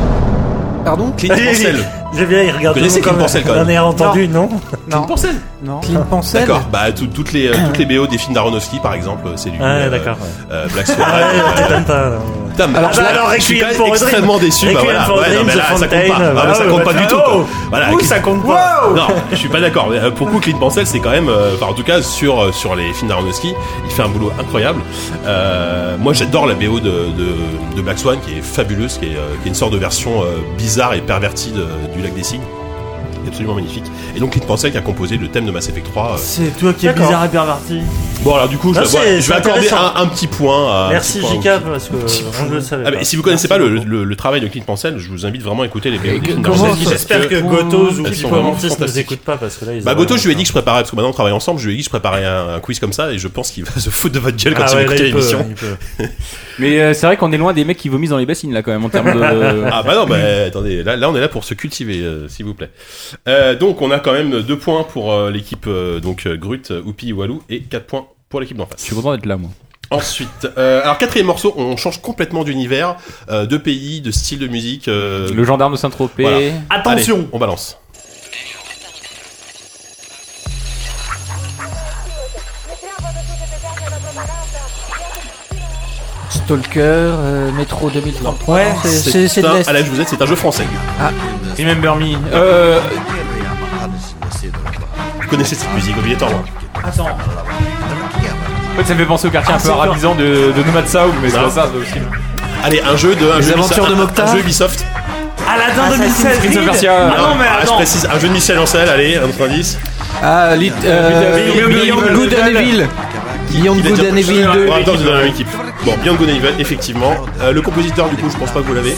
[SPEAKER 3] Pardon
[SPEAKER 5] Clint Porcel.
[SPEAKER 6] J'ai bien, il regarde.
[SPEAKER 5] Vous connaissez
[SPEAKER 6] toujours
[SPEAKER 5] Kim Porcel, quand
[SPEAKER 6] On en
[SPEAKER 5] même.
[SPEAKER 6] a entendu, non,
[SPEAKER 3] Non.
[SPEAKER 5] Porcel
[SPEAKER 4] Non.
[SPEAKER 3] Clint Pansel
[SPEAKER 5] D'accord, bah tout- toutes, les, euh, toutes les BO des films d'Aronofsky, par exemple, c'est lui.
[SPEAKER 6] Ah,
[SPEAKER 5] euh,
[SPEAKER 6] d'accord.
[SPEAKER 5] euh, Black Swan.
[SPEAKER 6] Ah,
[SPEAKER 5] euh,
[SPEAKER 6] t'étonnes pas. non.
[SPEAKER 5] Putain, mais-
[SPEAKER 6] Alors,
[SPEAKER 5] ah, bah,
[SPEAKER 6] alors,
[SPEAKER 5] je suis
[SPEAKER 6] Requiem
[SPEAKER 5] quand même
[SPEAKER 6] for a Dream.
[SPEAKER 5] extrêmement déçu. bah
[SPEAKER 6] Requiem
[SPEAKER 5] voilà,
[SPEAKER 6] for a
[SPEAKER 5] ouais,
[SPEAKER 6] Dream,
[SPEAKER 5] non, mais
[SPEAKER 6] The
[SPEAKER 5] là, ça compte
[SPEAKER 6] Fontaine,
[SPEAKER 5] pas. Ah, bah,
[SPEAKER 6] ah
[SPEAKER 5] ça
[SPEAKER 6] ouais,
[SPEAKER 5] compte
[SPEAKER 6] bah,
[SPEAKER 5] pas du
[SPEAKER 6] ah,
[SPEAKER 5] tout. quoi.
[SPEAKER 6] oh.
[SPEAKER 5] Voilà,
[SPEAKER 6] Ouh,
[SPEAKER 5] Clint-
[SPEAKER 6] ça compte pas.
[SPEAKER 5] Non, je suis pas d'accord. Mais, euh, Pour le coup, Clint Mansell, c'est quand même, euh, enfin, en tout cas, sur, euh, sur les films d'Aronofsky, il fait un boulot incroyable. Euh, moi, j'adore la BO de, de, de Black Swan, qui est fabuleuse, qui est, euh, qui est une sorte de version euh, bizarre et pervertie de- du Lac des Signes. C'est Absolument magnifique. Et donc, Clint Mansell qui a composé le thème de Mass Effect 3. euh.
[SPEAKER 4] C'est toi qui es
[SPEAKER 6] D'accord.
[SPEAKER 4] bizarre et perverti.
[SPEAKER 5] Bon, alors, du coup, je,
[SPEAKER 6] Non,
[SPEAKER 5] vais-
[SPEAKER 6] Ah, c'est-
[SPEAKER 5] je vais
[SPEAKER 6] c'est
[SPEAKER 5] accorder
[SPEAKER 6] intéressant.
[SPEAKER 5] un, un petit point à.
[SPEAKER 6] Merci
[SPEAKER 5] un petit point
[SPEAKER 6] JK
[SPEAKER 5] au-
[SPEAKER 6] parce que on ne le savait
[SPEAKER 5] Ah,
[SPEAKER 6] pas.
[SPEAKER 5] mais si vous connaissez pas
[SPEAKER 6] Merci
[SPEAKER 5] le,
[SPEAKER 6] beaucoup.
[SPEAKER 5] le- le travail de Clint Mansell, je vous invite vraiment à écouter les BO
[SPEAKER 3] Et
[SPEAKER 5] des films
[SPEAKER 3] comment-
[SPEAKER 5] d'Aronofsky. parce
[SPEAKER 6] J'espère que Gotos ou
[SPEAKER 5] elles sont
[SPEAKER 6] Pipo
[SPEAKER 5] vraiment
[SPEAKER 6] Mantis nous
[SPEAKER 5] fantastiques.
[SPEAKER 6] écoutent pas parce que là ils
[SPEAKER 5] Bah
[SPEAKER 6] auraient-
[SPEAKER 5] Goto, je lui ai dit que je préparais parce que maintenant on travaille ensemble. Je lui ai dit que je préparais un, un quiz comme ça et je pense qu'il va se foutre de votre gueule quand
[SPEAKER 6] Ah
[SPEAKER 5] il va
[SPEAKER 6] ouais, là,
[SPEAKER 5] écouter
[SPEAKER 6] il peut,
[SPEAKER 5] l'émission.
[SPEAKER 6] il peut.
[SPEAKER 2] Mais euh, c'est vrai qu'on est loin des mecs qui vomissent dans les bassines là quand même en termes de.
[SPEAKER 5] Ah bah non, bah attendez, là, là on est là pour se cultiver, euh, s'il vous plaît. Euh, donc on a quand même deux points pour euh, l'équipe euh, donc euh, Grut, euh, Oupi, Walou et quatre points pour l'équipe d'en
[SPEAKER 2] Je
[SPEAKER 5] face.
[SPEAKER 2] suis content d'être là moi.
[SPEAKER 5] Ensuite, euh, alors quatrième morceau, on change complètement d'univers, euh, de pays, de style de musique. euh,
[SPEAKER 2] Le gendarme de Saint-Tropez.
[SPEAKER 5] voilà.
[SPEAKER 4] Attention.
[SPEAKER 5] Allez, on balance.
[SPEAKER 3] Stalker, euh, Métro 2033.
[SPEAKER 4] Ouais,
[SPEAKER 3] c'est- c'est c'est de
[SPEAKER 5] un,
[SPEAKER 3] l'Est.
[SPEAKER 5] allez, je vous aide, c'est un jeu français.
[SPEAKER 2] Remember me. Euh,
[SPEAKER 5] Vous connaissez cette musique obligatoirement.
[SPEAKER 4] Attends.
[SPEAKER 2] en fait, ça me fait penser au quartier un peu
[SPEAKER 4] encore-
[SPEAKER 2] arabisant de, de Nomad Sound, mais c'est
[SPEAKER 5] Non.
[SPEAKER 2] pas ça, c'est aussi.
[SPEAKER 5] Allez, un jeu de un
[SPEAKER 3] Les
[SPEAKER 5] jeu Ubisoft-
[SPEAKER 3] aventures de
[SPEAKER 5] un- un-
[SPEAKER 3] Mokhtar
[SPEAKER 5] Un jeu Ubisoft.
[SPEAKER 6] Ah,
[SPEAKER 4] Aladdin 2016.
[SPEAKER 2] Prince of
[SPEAKER 4] Reed.
[SPEAKER 2] Persia.
[SPEAKER 4] Ah non, mais
[SPEAKER 5] je
[SPEAKER 4] attends.
[SPEAKER 5] précise, un jeu de Michel Ancel, allez, un autre indice.
[SPEAKER 3] Ah, lit, euh,
[SPEAKER 4] Beyond- Beyond
[SPEAKER 3] Beyond Good and Evil. Beyond
[SPEAKER 5] Il a
[SPEAKER 3] Good
[SPEAKER 5] déjà- hein.
[SPEAKER 3] and Evil
[SPEAKER 5] Ouais,
[SPEAKER 3] 2.
[SPEAKER 5] en même temps, c'est dans la même équipe. Bon, Beyond Good and Evil, effectivement. Euh, le compositeur, du coup, je pense pas que vous l'avez.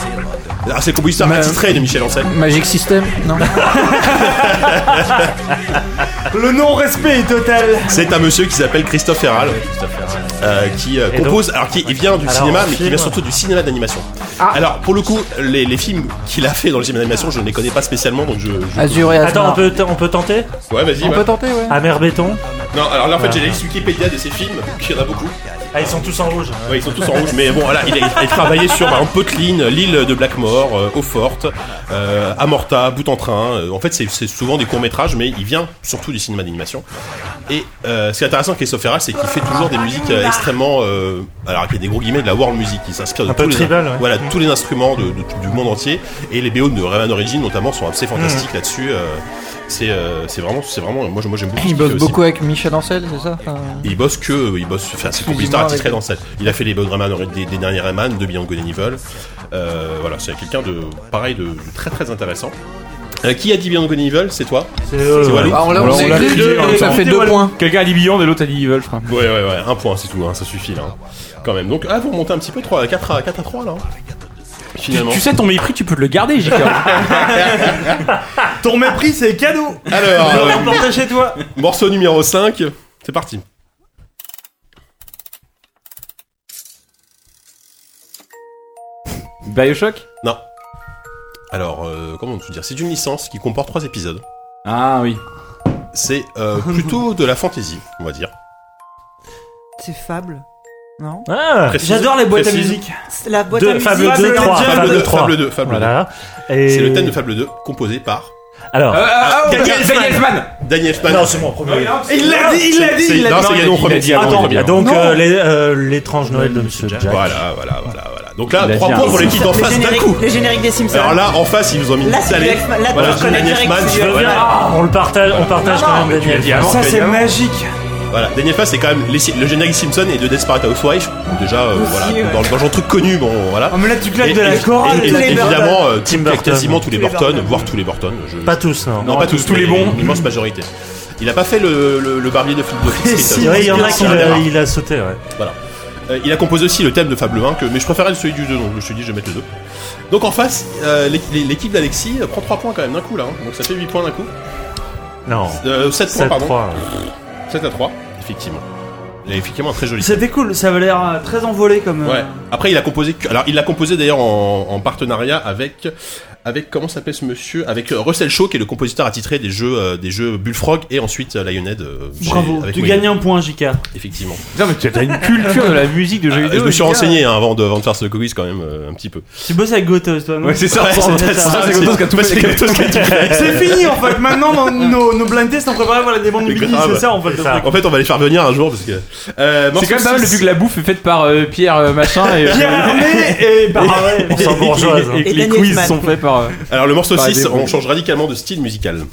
[SPEAKER 5] Ah, c'est le compositeur
[SPEAKER 3] Ma-
[SPEAKER 5] attitré de Michel Ancel.
[SPEAKER 3] Magic System Non.
[SPEAKER 4] Le non-respect est total.
[SPEAKER 5] C'est un monsieur qui s'appelle Christophe Herral, euh, qui euh, compose, alors qui il vient du
[SPEAKER 6] alors,
[SPEAKER 5] cinéma,
[SPEAKER 6] en
[SPEAKER 5] mais qui
[SPEAKER 6] film-
[SPEAKER 5] vient surtout du cinéma d'animation.
[SPEAKER 3] Ah.
[SPEAKER 5] Alors, pour le coup, les, les films qu'il a fait dans le cinéma d'animation, je ne les connais pas spécialement, donc je. je-
[SPEAKER 3] Azur et
[SPEAKER 6] Attends, on
[SPEAKER 3] Asmar.
[SPEAKER 6] peut, on peut tenter
[SPEAKER 5] Ouais, vas-y. bah,
[SPEAKER 3] On
[SPEAKER 5] ouais.
[SPEAKER 3] peut tenter, ouais.
[SPEAKER 6] Amer béton.
[SPEAKER 5] Non, alors là, en fait, j'ai la liste Wikipédia de ses films, qu'il y en a beaucoup.
[SPEAKER 6] Ah, ils sont tous en rouge.
[SPEAKER 5] Ouais, ils sont tous en rouge, mais bon, voilà, il a, il a travaillé sur bah, Poteline, l'île de Blackmore, euh, Eau Forte, euh, Amorta, Bout en Train. Euh, en fait, c'est c'est souvent des courts-métrages, mais il vient surtout du cinéma d'animation. Et euh, ce qui est intéressant avec Christophe Ferral, c'est qu'il fait toujours des musiques euh, extrêmement. euh, alors, qu'il y a des gros guillemets de la world music, il s'inspire de
[SPEAKER 6] Un peu
[SPEAKER 5] tous les,
[SPEAKER 6] tribal, ouais.
[SPEAKER 5] voilà, tous les instruments de- de- du monde entier. Et les BO de Rayman Origins, notamment, sont assez fantastiques
[SPEAKER 6] Mm.
[SPEAKER 5] là-dessus. euh, c'est euh, c'est vraiment, c'est vraiment. Moi, je- moi j'aime beaucoup.
[SPEAKER 3] Il
[SPEAKER 5] ce qu'il
[SPEAKER 3] bosse
[SPEAKER 5] fait aussi. Ah,
[SPEAKER 3] beaucoup avec Michel Ancel, c'est ça Enfin,
[SPEAKER 5] Et il bosse que, il bosse, enfin, c'est compositeur
[SPEAKER 3] Excusez-moi,
[SPEAKER 5] attitré
[SPEAKER 3] avec-
[SPEAKER 5] dans cette. Il a fait les Bug Rayman des, des derniers Rayman, de Beyond Good and Evil. Euh, voilà, c'est quelqu'un de, pareil, de, de très très intéressant. Euh, qui a dit Beyond Good and Evil C'est toi
[SPEAKER 6] C'est euh,
[SPEAKER 5] C'est Walou
[SPEAKER 3] Ah, on l'a-
[SPEAKER 5] Ouais,
[SPEAKER 3] on s'est
[SPEAKER 2] l'a
[SPEAKER 3] écrit,
[SPEAKER 2] écrit,
[SPEAKER 3] donc ça
[SPEAKER 2] on
[SPEAKER 3] fait
[SPEAKER 4] l'a
[SPEAKER 3] deux
[SPEAKER 4] écrit.
[SPEAKER 3] points.
[SPEAKER 2] Quelqu'un a dit Beyond et l'autre a dit Evil, frère.
[SPEAKER 5] ouais, ouais, un point, c'est tout, hein, ça suffit là. hein. Quand même. Donc, ah, vous remontez un petit peu 3, 4, à, 4 à 3 là. hein. Finalement.
[SPEAKER 2] Tu sais, ton mépris, tu peux te le garder, JK.
[SPEAKER 4] Ton mépris, c'est cadeau.
[SPEAKER 5] Alors,
[SPEAKER 4] Je vais
[SPEAKER 5] euh,
[SPEAKER 4] l'emporter chez toi.
[SPEAKER 5] morceau numéro 5, c'est parti.
[SPEAKER 2] Bioshock
[SPEAKER 5] Non. Alors, euh, comment on peut dire C'est une licence qui comporte 3 épisodes.
[SPEAKER 2] Ah oui.
[SPEAKER 5] C'est euh, plutôt de la fantasy, on va dire.
[SPEAKER 7] C'est fable. Non
[SPEAKER 6] Ah
[SPEAKER 5] Précise-
[SPEAKER 4] J'adore les boîtes à
[SPEAKER 5] précise.
[SPEAKER 4] musique.
[SPEAKER 7] La boîte
[SPEAKER 6] Deux,
[SPEAKER 7] à musique.
[SPEAKER 6] Fable
[SPEAKER 7] Fable
[SPEAKER 6] deux,
[SPEAKER 7] Ninja.
[SPEAKER 6] trois.
[SPEAKER 5] Fable
[SPEAKER 6] Fable
[SPEAKER 5] 2,
[SPEAKER 6] 3.
[SPEAKER 5] Fable 2, Fable 2.
[SPEAKER 6] Voilà. Et...
[SPEAKER 5] C'est le thème de Fable 2 composé par
[SPEAKER 6] Alors.
[SPEAKER 2] Ah,
[SPEAKER 5] Daniel
[SPEAKER 2] Daniel
[SPEAKER 5] Elfman.
[SPEAKER 2] Elfman.
[SPEAKER 5] Daniel Elfman.
[SPEAKER 6] non, c'est mon premier.
[SPEAKER 2] Il l'a dit, il l'a dit,
[SPEAKER 5] C'est-
[SPEAKER 2] il l'a
[SPEAKER 5] non, c'est
[SPEAKER 2] dit.
[SPEAKER 5] Yannon
[SPEAKER 2] Non, il a
[SPEAKER 5] premier.
[SPEAKER 2] dit avant
[SPEAKER 5] Attends,
[SPEAKER 2] le premier.
[SPEAKER 6] Donc, euh, les, euh, l'étrange Noël de Monsieur Jack.
[SPEAKER 5] Voilà, voilà, voilà, voilà. Donc là,
[SPEAKER 2] Il a
[SPEAKER 5] 3
[SPEAKER 2] dit
[SPEAKER 5] points
[SPEAKER 2] un-
[SPEAKER 5] pour l'équipe en
[SPEAKER 7] Le
[SPEAKER 5] face d'un
[SPEAKER 7] générique-
[SPEAKER 5] coup.
[SPEAKER 7] Le générique des Simpsons.
[SPEAKER 5] Alors là, en face, ils nous ont mis une
[SPEAKER 7] Là, c'est
[SPEAKER 5] salée.
[SPEAKER 7] Jack- là,
[SPEAKER 5] Voilà,
[SPEAKER 7] tu reconnais
[SPEAKER 5] Daniel
[SPEAKER 7] direct,
[SPEAKER 5] Elfman,
[SPEAKER 7] c'est
[SPEAKER 5] je
[SPEAKER 7] Jack.
[SPEAKER 5] reviens.
[SPEAKER 6] Ah, on le partage, on partage
[SPEAKER 7] Non,
[SPEAKER 6] quand
[SPEAKER 7] mais
[SPEAKER 6] même
[SPEAKER 5] tu l'as dit
[SPEAKER 6] Daniel.
[SPEAKER 5] avant.
[SPEAKER 4] Ça, c'est
[SPEAKER 5] Daniel.
[SPEAKER 4] magique.
[SPEAKER 5] Voilà, Daniel Elfman, c'est quand même les- le générique Simpson et de Desperate Housewives. Déjà, euh, voilà,
[SPEAKER 7] ouais.
[SPEAKER 5] dans, dans un truc connu, bon, voilà.
[SPEAKER 6] Ah,
[SPEAKER 4] Oh, mais là, tu claques
[SPEAKER 5] Et-
[SPEAKER 4] de la
[SPEAKER 5] et-
[SPEAKER 4] corde.
[SPEAKER 5] et-
[SPEAKER 7] tous
[SPEAKER 5] et-
[SPEAKER 7] les Burton.
[SPEAKER 5] évidemment, euh,
[SPEAKER 6] Tim
[SPEAKER 5] Tim
[SPEAKER 6] Burton.
[SPEAKER 5] quasiment tous les
[SPEAKER 7] Tous les
[SPEAKER 5] Burton,
[SPEAKER 7] Burton.
[SPEAKER 5] voire tous les Burton. je-
[SPEAKER 6] Pas tous, non.
[SPEAKER 5] Non, pas tous,
[SPEAKER 2] tous les
[SPEAKER 5] mais
[SPEAKER 2] bons.
[SPEAKER 5] une Immense majorité. Il a pas fait le, le, le barbier de Phil de Fitz Little.
[SPEAKER 6] Ouais, il y en a qui
[SPEAKER 5] C'est un des
[SPEAKER 6] l'a-
[SPEAKER 5] rares.
[SPEAKER 6] il a sauté, ouais.
[SPEAKER 5] Euh, il a composé aussi le thème de Fable 1, que, mais je préférais celui du 2, donc je me suis dit je vais mettre le 2. Donc en face, euh, l'é- l'é- l'équipe d'Alexis euh, prend 3 points quand même d'un coup là, hein. donc ça fait 8 points d'un coup.
[SPEAKER 6] Non.
[SPEAKER 5] Euh, 7 points, pardon.
[SPEAKER 6] 7-3.
[SPEAKER 5] 7 à 3, effectivement. Il a effectivement un très joli.
[SPEAKER 4] C'était cool, ça avait l'air euh, très envolé comme. euh,
[SPEAKER 5] Ouais. Après, il a composé. que- Alors, il l'a composé d'ailleurs en, en partenariat avec avec comment s'appelait ce monsieur Avec euh, Russell Shaw, qui est le compositeur attitré des jeux euh, des jeux Bullfrog et ensuite euh, Lionhead. euh, chez-
[SPEAKER 4] Bravo,
[SPEAKER 5] avec
[SPEAKER 4] tu
[SPEAKER 5] Moïse.
[SPEAKER 4] gagnes un point, JK.
[SPEAKER 5] Effectivement.
[SPEAKER 2] Non, mais tu as une culture de la musique de jeux
[SPEAKER 5] Euh,
[SPEAKER 2] vidéo.
[SPEAKER 5] je me suis
[SPEAKER 2] les gars.
[SPEAKER 5] renseigné hein, avant, de, avant de faire ce quiz quand même euh, un petit peu.
[SPEAKER 4] Tu bosses avec Gotos, toi, non
[SPEAKER 2] Ouais, c'est ça.
[SPEAKER 5] Ouais,
[SPEAKER 2] c'est-
[SPEAKER 5] c'est-
[SPEAKER 2] c'est-
[SPEAKER 5] c'est-
[SPEAKER 2] c'est Gotos qui a tout
[SPEAKER 5] c'est-
[SPEAKER 2] fait.
[SPEAKER 5] Gotos qui a tout fait.
[SPEAKER 4] C'est fini en fait. Maintenant, nos, nos, nos blind tests, on prépare voilà, des bandes
[SPEAKER 5] C'est
[SPEAKER 4] de Billy,
[SPEAKER 5] grave.
[SPEAKER 4] c'est ça en fait.
[SPEAKER 6] C'est
[SPEAKER 4] le
[SPEAKER 6] ça.
[SPEAKER 4] truc.
[SPEAKER 5] En fait, on va les faire venir un jour parce que. Euh,
[SPEAKER 2] C'est
[SPEAKER 5] morceau
[SPEAKER 2] quand même pas mal
[SPEAKER 5] six.
[SPEAKER 2] depuis que la bouffe est faite par euh, Pierre euh, machin et.
[SPEAKER 4] Pierre Hermé et bah, ouais.
[SPEAKER 6] On sent bourgeoise. hein.
[SPEAKER 2] Et que
[SPEAKER 7] Et
[SPEAKER 2] les
[SPEAKER 7] Daniel
[SPEAKER 2] quiz
[SPEAKER 7] Elfman.
[SPEAKER 2] sont faits par. euh,
[SPEAKER 5] Alors, le morceau
[SPEAKER 2] Bah,
[SPEAKER 5] 6,
[SPEAKER 2] des-
[SPEAKER 5] on change radicalement de style musical.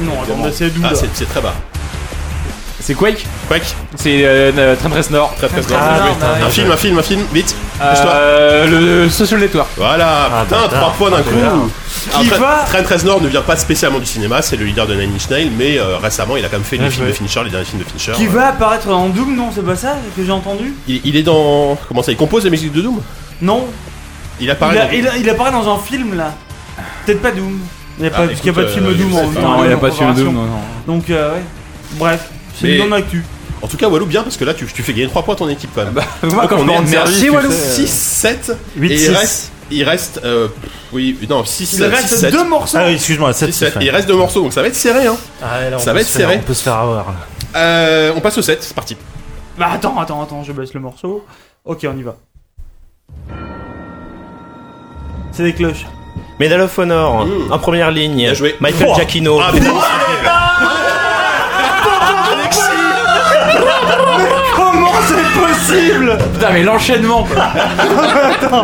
[SPEAKER 4] Non, attends, c'est doux.
[SPEAKER 5] Ah,
[SPEAKER 4] là.
[SPEAKER 5] c'est c'est très bas.
[SPEAKER 2] C'est Quake
[SPEAKER 5] Quack,
[SPEAKER 2] C'est euh, Train Race Nord.
[SPEAKER 5] très très bas.
[SPEAKER 6] Ah,
[SPEAKER 5] Bien joué.
[SPEAKER 6] putain,
[SPEAKER 5] Un film, un film, un film, vite. Lâche-toi.
[SPEAKER 2] Euh, le Social Network.
[SPEAKER 5] Voilà,
[SPEAKER 6] Ah,
[SPEAKER 5] putain,
[SPEAKER 6] bâtard.
[SPEAKER 5] 3 points d'un coup.
[SPEAKER 4] Qui
[SPEAKER 5] Après,
[SPEAKER 4] va-
[SPEAKER 5] Train 13 Nord ne vient pas spécialement du cinéma, c'est le leader de Nine Inch Nails, mais euh, récemment il a quand même fait les
[SPEAKER 6] Bien
[SPEAKER 5] films
[SPEAKER 6] joué.
[SPEAKER 5] de Fincher, les derniers films de Fincher.
[SPEAKER 4] Ah, Qui
[SPEAKER 5] Euh,
[SPEAKER 4] va apparaître en Doom, non C'est pas ça que j'ai entendu
[SPEAKER 5] il, il est dans. Comment ça Il compose la musique de Doom
[SPEAKER 4] Non,
[SPEAKER 5] Il
[SPEAKER 4] il,
[SPEAKER 5] apparaît
[SPEAKER 4] a-
[SPEAKER 5] dans-
[SPEAKER 4] il a- il apparaît dans un film là. Peut-être pas Doom. Il n'y a,
[SPEAKER 5] Ah,
[SPEAKER 4] pas, parce qu'il y a
[SPEAKER 5] écoute,
[SPEAKER 4] pas de film
[SPEAKER 5] euh,
[SPEAKER 4] Doom
[SPEAKER 5] je sais
[SPEAKER 4] en
[SPEAKER 5] pas.
[SPEAKER 4] en-
[SPEAKER 2] Non, il n'y a
[SPEAKER 4] en
[SPEAKER 2] pas de film de
[SPEAKER 4] préparation.
[SPEAKER 2] non, non.
[SPEAKER 4] Donc, euh, ouais. Bref, c'est
[SPEAKER 5] Mais-
[SPEAKER 4] une bonne actu.
[SPEAKER 5] En tout cas, Walou, bien parce que là tu, tu fais gagner 3 points à ton équipe quand même.
[SPEAKER 2] Moi, quand je
[SPEAKER 5] on
[SPEAKER 2] me
[SPEAKER 5] est
[SPEAKER 2] rends de service,
[SPEAKER 5] merci
[SPEAKER 2] tu
[SPEAKER 5] Walou
[SPEAKER 2] sais, euh,
[SPEAKER 5] 6, 7, et il
[SPEAKER 6] 8-6.
[SPEAKER 5] reste. Il reste. euh, oui, non, 6,
[SPEAKER 4] Il
[SPEAKER 5] 7, 6,
[SPEAKER 4] reste
[SPEAKER 5] 7.
[SPEAKER 4] deux morceaux.
[SPEAKER 6] Ah oui, excuse-moi, 7
[SPEAKER 5] Il reste deux morceaux, donc ça va être serré. Hein. Ça va être serré.
[SPEAKER 6] Ah On peut se faire avoir.
[SPEAKER 5] Euh, on passe au 7, c'est parti.
[SPEAKER 4] Bah attends, attends, attends, je baisse le morceau. Ok, on y va. C'est des cloches.
[SPEAKER 8] Medal of Honor,
[SPEAKER 5] Mmh.
[SPEAKER 8] en première ligne.
[SPEAKER 5] Bien joué.
[SPEAKER 8] Michael
[SPEAKER 5] Oh.
[SPEAKER 8] Giacchino.
[SPEAKER 5] Ah, putain, Alexis
[SPEAKER 4] Comment c'est possible
[SPEAKER 2] Putain, mais l'enchaînement quoi.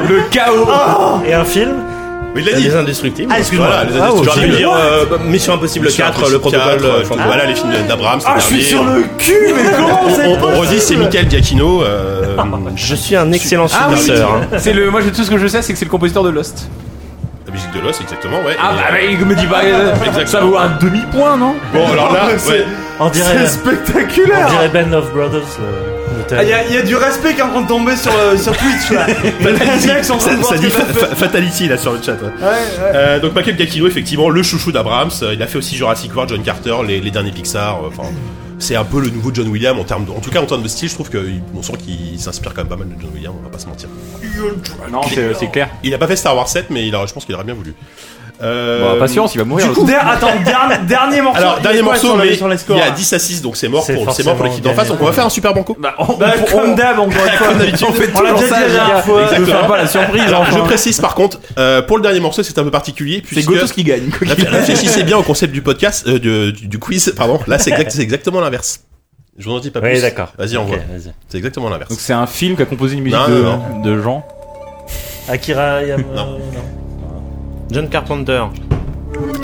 [SPEAKER 2] Le chaos
[SPEAKER 6] Et un film
[SPEAKER 5] Mais il l'a dit
[SPEAKER 8] Les Indestructibles.
[SPEAKER 6] Ah, excuse-moi.
[SPEAKER 5] Voilà, les
[SPEAKER 6] Ah,
[SPEAKER 5] indestructibles.
[SPEAKER 8] J'aurais
[SPEAKER 5] J'aurais
[SPEAKER 8] pu
[SPEAKER 5] pu
[SPEAKER 8] dire euh, bah, Mission Impossible 4, le protocole. euh, enfin,
[SPEAKER 5] voilà les films d'Abraham.
[SPEAKER 4] Ah, je suis sur le cul, mais comment c'est
[SPEAKER 5] On, on
[SPEAKER 4] possible
[SPEAKER 5] redit, c'est Michael Giacchino. euh,
[SPEAKER 8] Je suis un excellent
[SPEAKER 2] Ah oui
[SPEAKER 8] superstar. hein.
[SPEAKER 2] C'est le. Moi, je- tout ce que je sais, c'est que c'est le compositeur de Lost.
[SPEAKER 5] la musique de Lost, exactement, ouais.
[SPEAKER 2] Ah
[SPEAKER 5] Et-
[SPEAKER 2] bah, mais il me dit pas. euh,
[SPEAKER 5] Exactement.
[SPEAKER 2] Ça vaut un demi-point, non
[SPEAKER 5] Bon, alors là, ouais.
[SPEAKER 6] On dirait, on
[SPEAKER 4] spectaculaire
[SPEAKER 6] dirait Band of Brothers. Le, le thème.
[SPEAKER 4] Il y, a- y a du respect qui est en train de tomber sur, euh, sur Twitch là. Les mecs sont en train de
[SPEAKER 5] Oh, ça,
[SPEAKER 4] voir
[SPEAKER 5] ça
[SPEAKER 4] ce
[SPEAKER 5] dit
[SPEAKER 4] que t'as
[SPEAKER 5] fa-
[SPEAKER 4] fait.
[SPEAKER 5] fa- Fatality là sur le chat. ouais. Euh, donc Michael Giacchino, effectivement, le chouchou d'Abrahams. euh, Il a fait aussi Jurassic World, John Carter, les, les derniers Pixar. euh, Enfin, c'est un peu le nouveau John Williams en termes, de- en tout cas en termes de style. Je trouve qu'on sent qu'il s'inspire quand même pas mal de John Williams. On va pas se mentir.
[SPEAKER 2] Non, c'est c'est clair.
[SPEAKER 5] Il a pas fait Star Wars 7, mais il a, je pense qu'il aurait bien voulu. Euh,
[SPEAKER 2] Bon, Bah, patience, il va mourir.
[SPEAKER 4] Du coup, der- attends, dernier, dernier morceau.
[SPEAKER 5] Alors,
[SPEAKER 4] il est
[SPEAKER 5] dernier
[SPEAKER 4] quoi
[SPEAKER 5] morceau,
[SPEAKER 4] sur la-
[SPEAKER 5] mais
[SPEAKER 4] sur hein les
[SPEAKER 5] il
[SPEAKER 4] scores,
[SPEAKER 5] y a
[SPEAKER 4] là
[SPEAKER 5] 10 à 6, donc c'est mort
[SPEAKER 6] C'est
[SPEAKER 5] pour, c'est mort pour l'équipe d'en
[SPEAKER 6] forcément
[SPEAKER 5] face. Donc on va
[SPEAKER 6] gagné.
[SPEAKER 5] faire un super banco.
[SPEAKER 2] Bah, on,
[SPEAKER 4] Bah,
[SPEAKER 2] on-
[SPEAKER 4] comme
[SPEAKER 2] on-
[SPEAKER 4] d'hab, encore une fois.
[SPEAKER 5] Comme d'habitude.
[SPEAKER 2] on fait
[SPEAKER 4] On l'a
[SPEAKER 2] toujours
[SPEAKER 4] déjà dit
[SPEAKER 2] ça,
[SPEAKER 4] la
[SPEAKER 2] les gars.
[SPEAKER 4] dernière fois.
[SPEAKER 2] Ne
[SPEAKER 5] Exactement.
[SPEAKER 2] faire pas la surprise.
[SPEAKER 4] hein.
[SPEAKER 5] Alors, je
[SPEAKER 2] enfin.
[SPEAKER 5] précise par contre, euh, pour le dernier morceau, c'est un peu particulier.
[SPEAKER 2] C'est
[SPEAKER 5] puisque
[SPEAKER 2] Gotos qui gagne. quoi.
[SPEAKER 5] Réfl- Réfléchissez bien au concept du podcast, euh, de- du, du quiz, pardon. Là, c'est exact- c'est exactement l'inverse. Je vous en dis pas plus.
[SPEAKER 6] Oui, d'accord.
[SPEAKER 5] Vas-y, on
[SPEAKER 6] Ok,
[SPEAKER 5] voit.
[SPEAKER 6] vas-y.
[SPEAKER 5] C'est exactement l'inverse.
[SPEAKER 2] Donc c'est un film qui a composé une musique
[SPEAKER 5] Non,
[SPEAKER 2] de,
[SPEAKER 5] non,
[SPEAKER 2] de Jean.
[SPEAKER 6] Akira Yamamoto.
[SPEAKER 5] Non.
[SPEAKER 8] John Carpenter.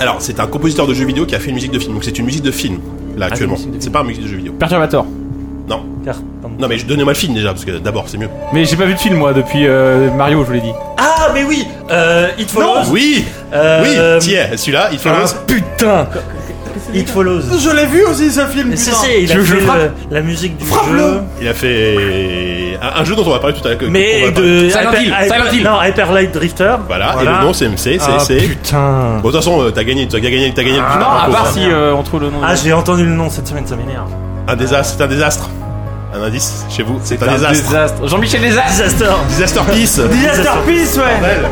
[SPEAKER 5] Alors, c'est un compositeur de jeux vidéo qui a fait une musique de film. Donc, c'est une musique de film, là, actuellement.
[SPEAKER 2] musique de
[SPEAKER 5] c'est pas une musique de jeu vidéo.
[SPEAKER 2] Perturbator.
[SPEAKER 6] Carpenter.
[SPEAKER 5] Non, mais je- donnez-moi le film déjà, parce que d'abord, c'est mieux.
[SPEAKER 2] Mais j'ai pas vu de film moi depuis euh, Mario, je vous l'ai dit.
[SPEAKER 6] Ah, mais oui euh, It Follows
[SPEAKER 5] Oui! Oui!
[SPEAKER 6] euh,
[SPEAKER 5] Tiens, celui-là, il faut
[SPEAKER 6] ah, Putain It Follows.
[SPEAKER 4] Je l'ai vu aussi ce film, putain.
[SPEAKER 6] Si, si, il a
[SPEAKER 2] veux que je
[SPEAKER 6] fait
[SPEAKER 2] le frappe
[SPEAKER 6] le- la musique du
[SPEAKER 4] Frappe-le.
[SPEAKER 6] jeu.
[SPEAKER 5] Il a fait un, un jeu dont on va parler tout à l'heure. qu'on
[SPEAKER 6] Mais
[SPEAKER 5] va parler.
[SPEAKER 6] de
[SPEAKER 2] Silent
[SPEAKER 6] Hyper,
[SPEAKER 2] Hill,
[SPEAKER 6] Hyper-
[SPEAKER 2] Silent Hill.
[SPEAKER 6] non, Hyper Light Drifter.
[SPEAKER 5] Voilà, et
[SPEAKER 6] Voilà.
[SPEAKER 5] le nom, c'est MC, Bah, c'est.
[SPEAKER 6] Ah,
[SPEAKER 5] c'est-
[SPEAKER 6] putain.
[SPEAKER 5] Bon, de toute façon, euh, t'as gagné, t'as gagné, t'as gagné le
[SPEAKER 2] non, à part si
[SPEAKER 5] hein.
[SPEAKER 2] euh, on trouve le nom.
[SPEAKER 6] Ah, j'ai entendu le nom cette semaine, ça m'énerve.
[SPEAKER 5] Un désastre, c'est un désastre. Un indice chez vous, c'est un, désastre.
[SPEAKER 2] Jean-Michel Désastre.
[SPEAKER 6] Disaster.
[SPEAKER 5] Disaster Peace
[SPEAKER 4] Disaster Peace, ouais.
[SPEAKER 5] Bordel.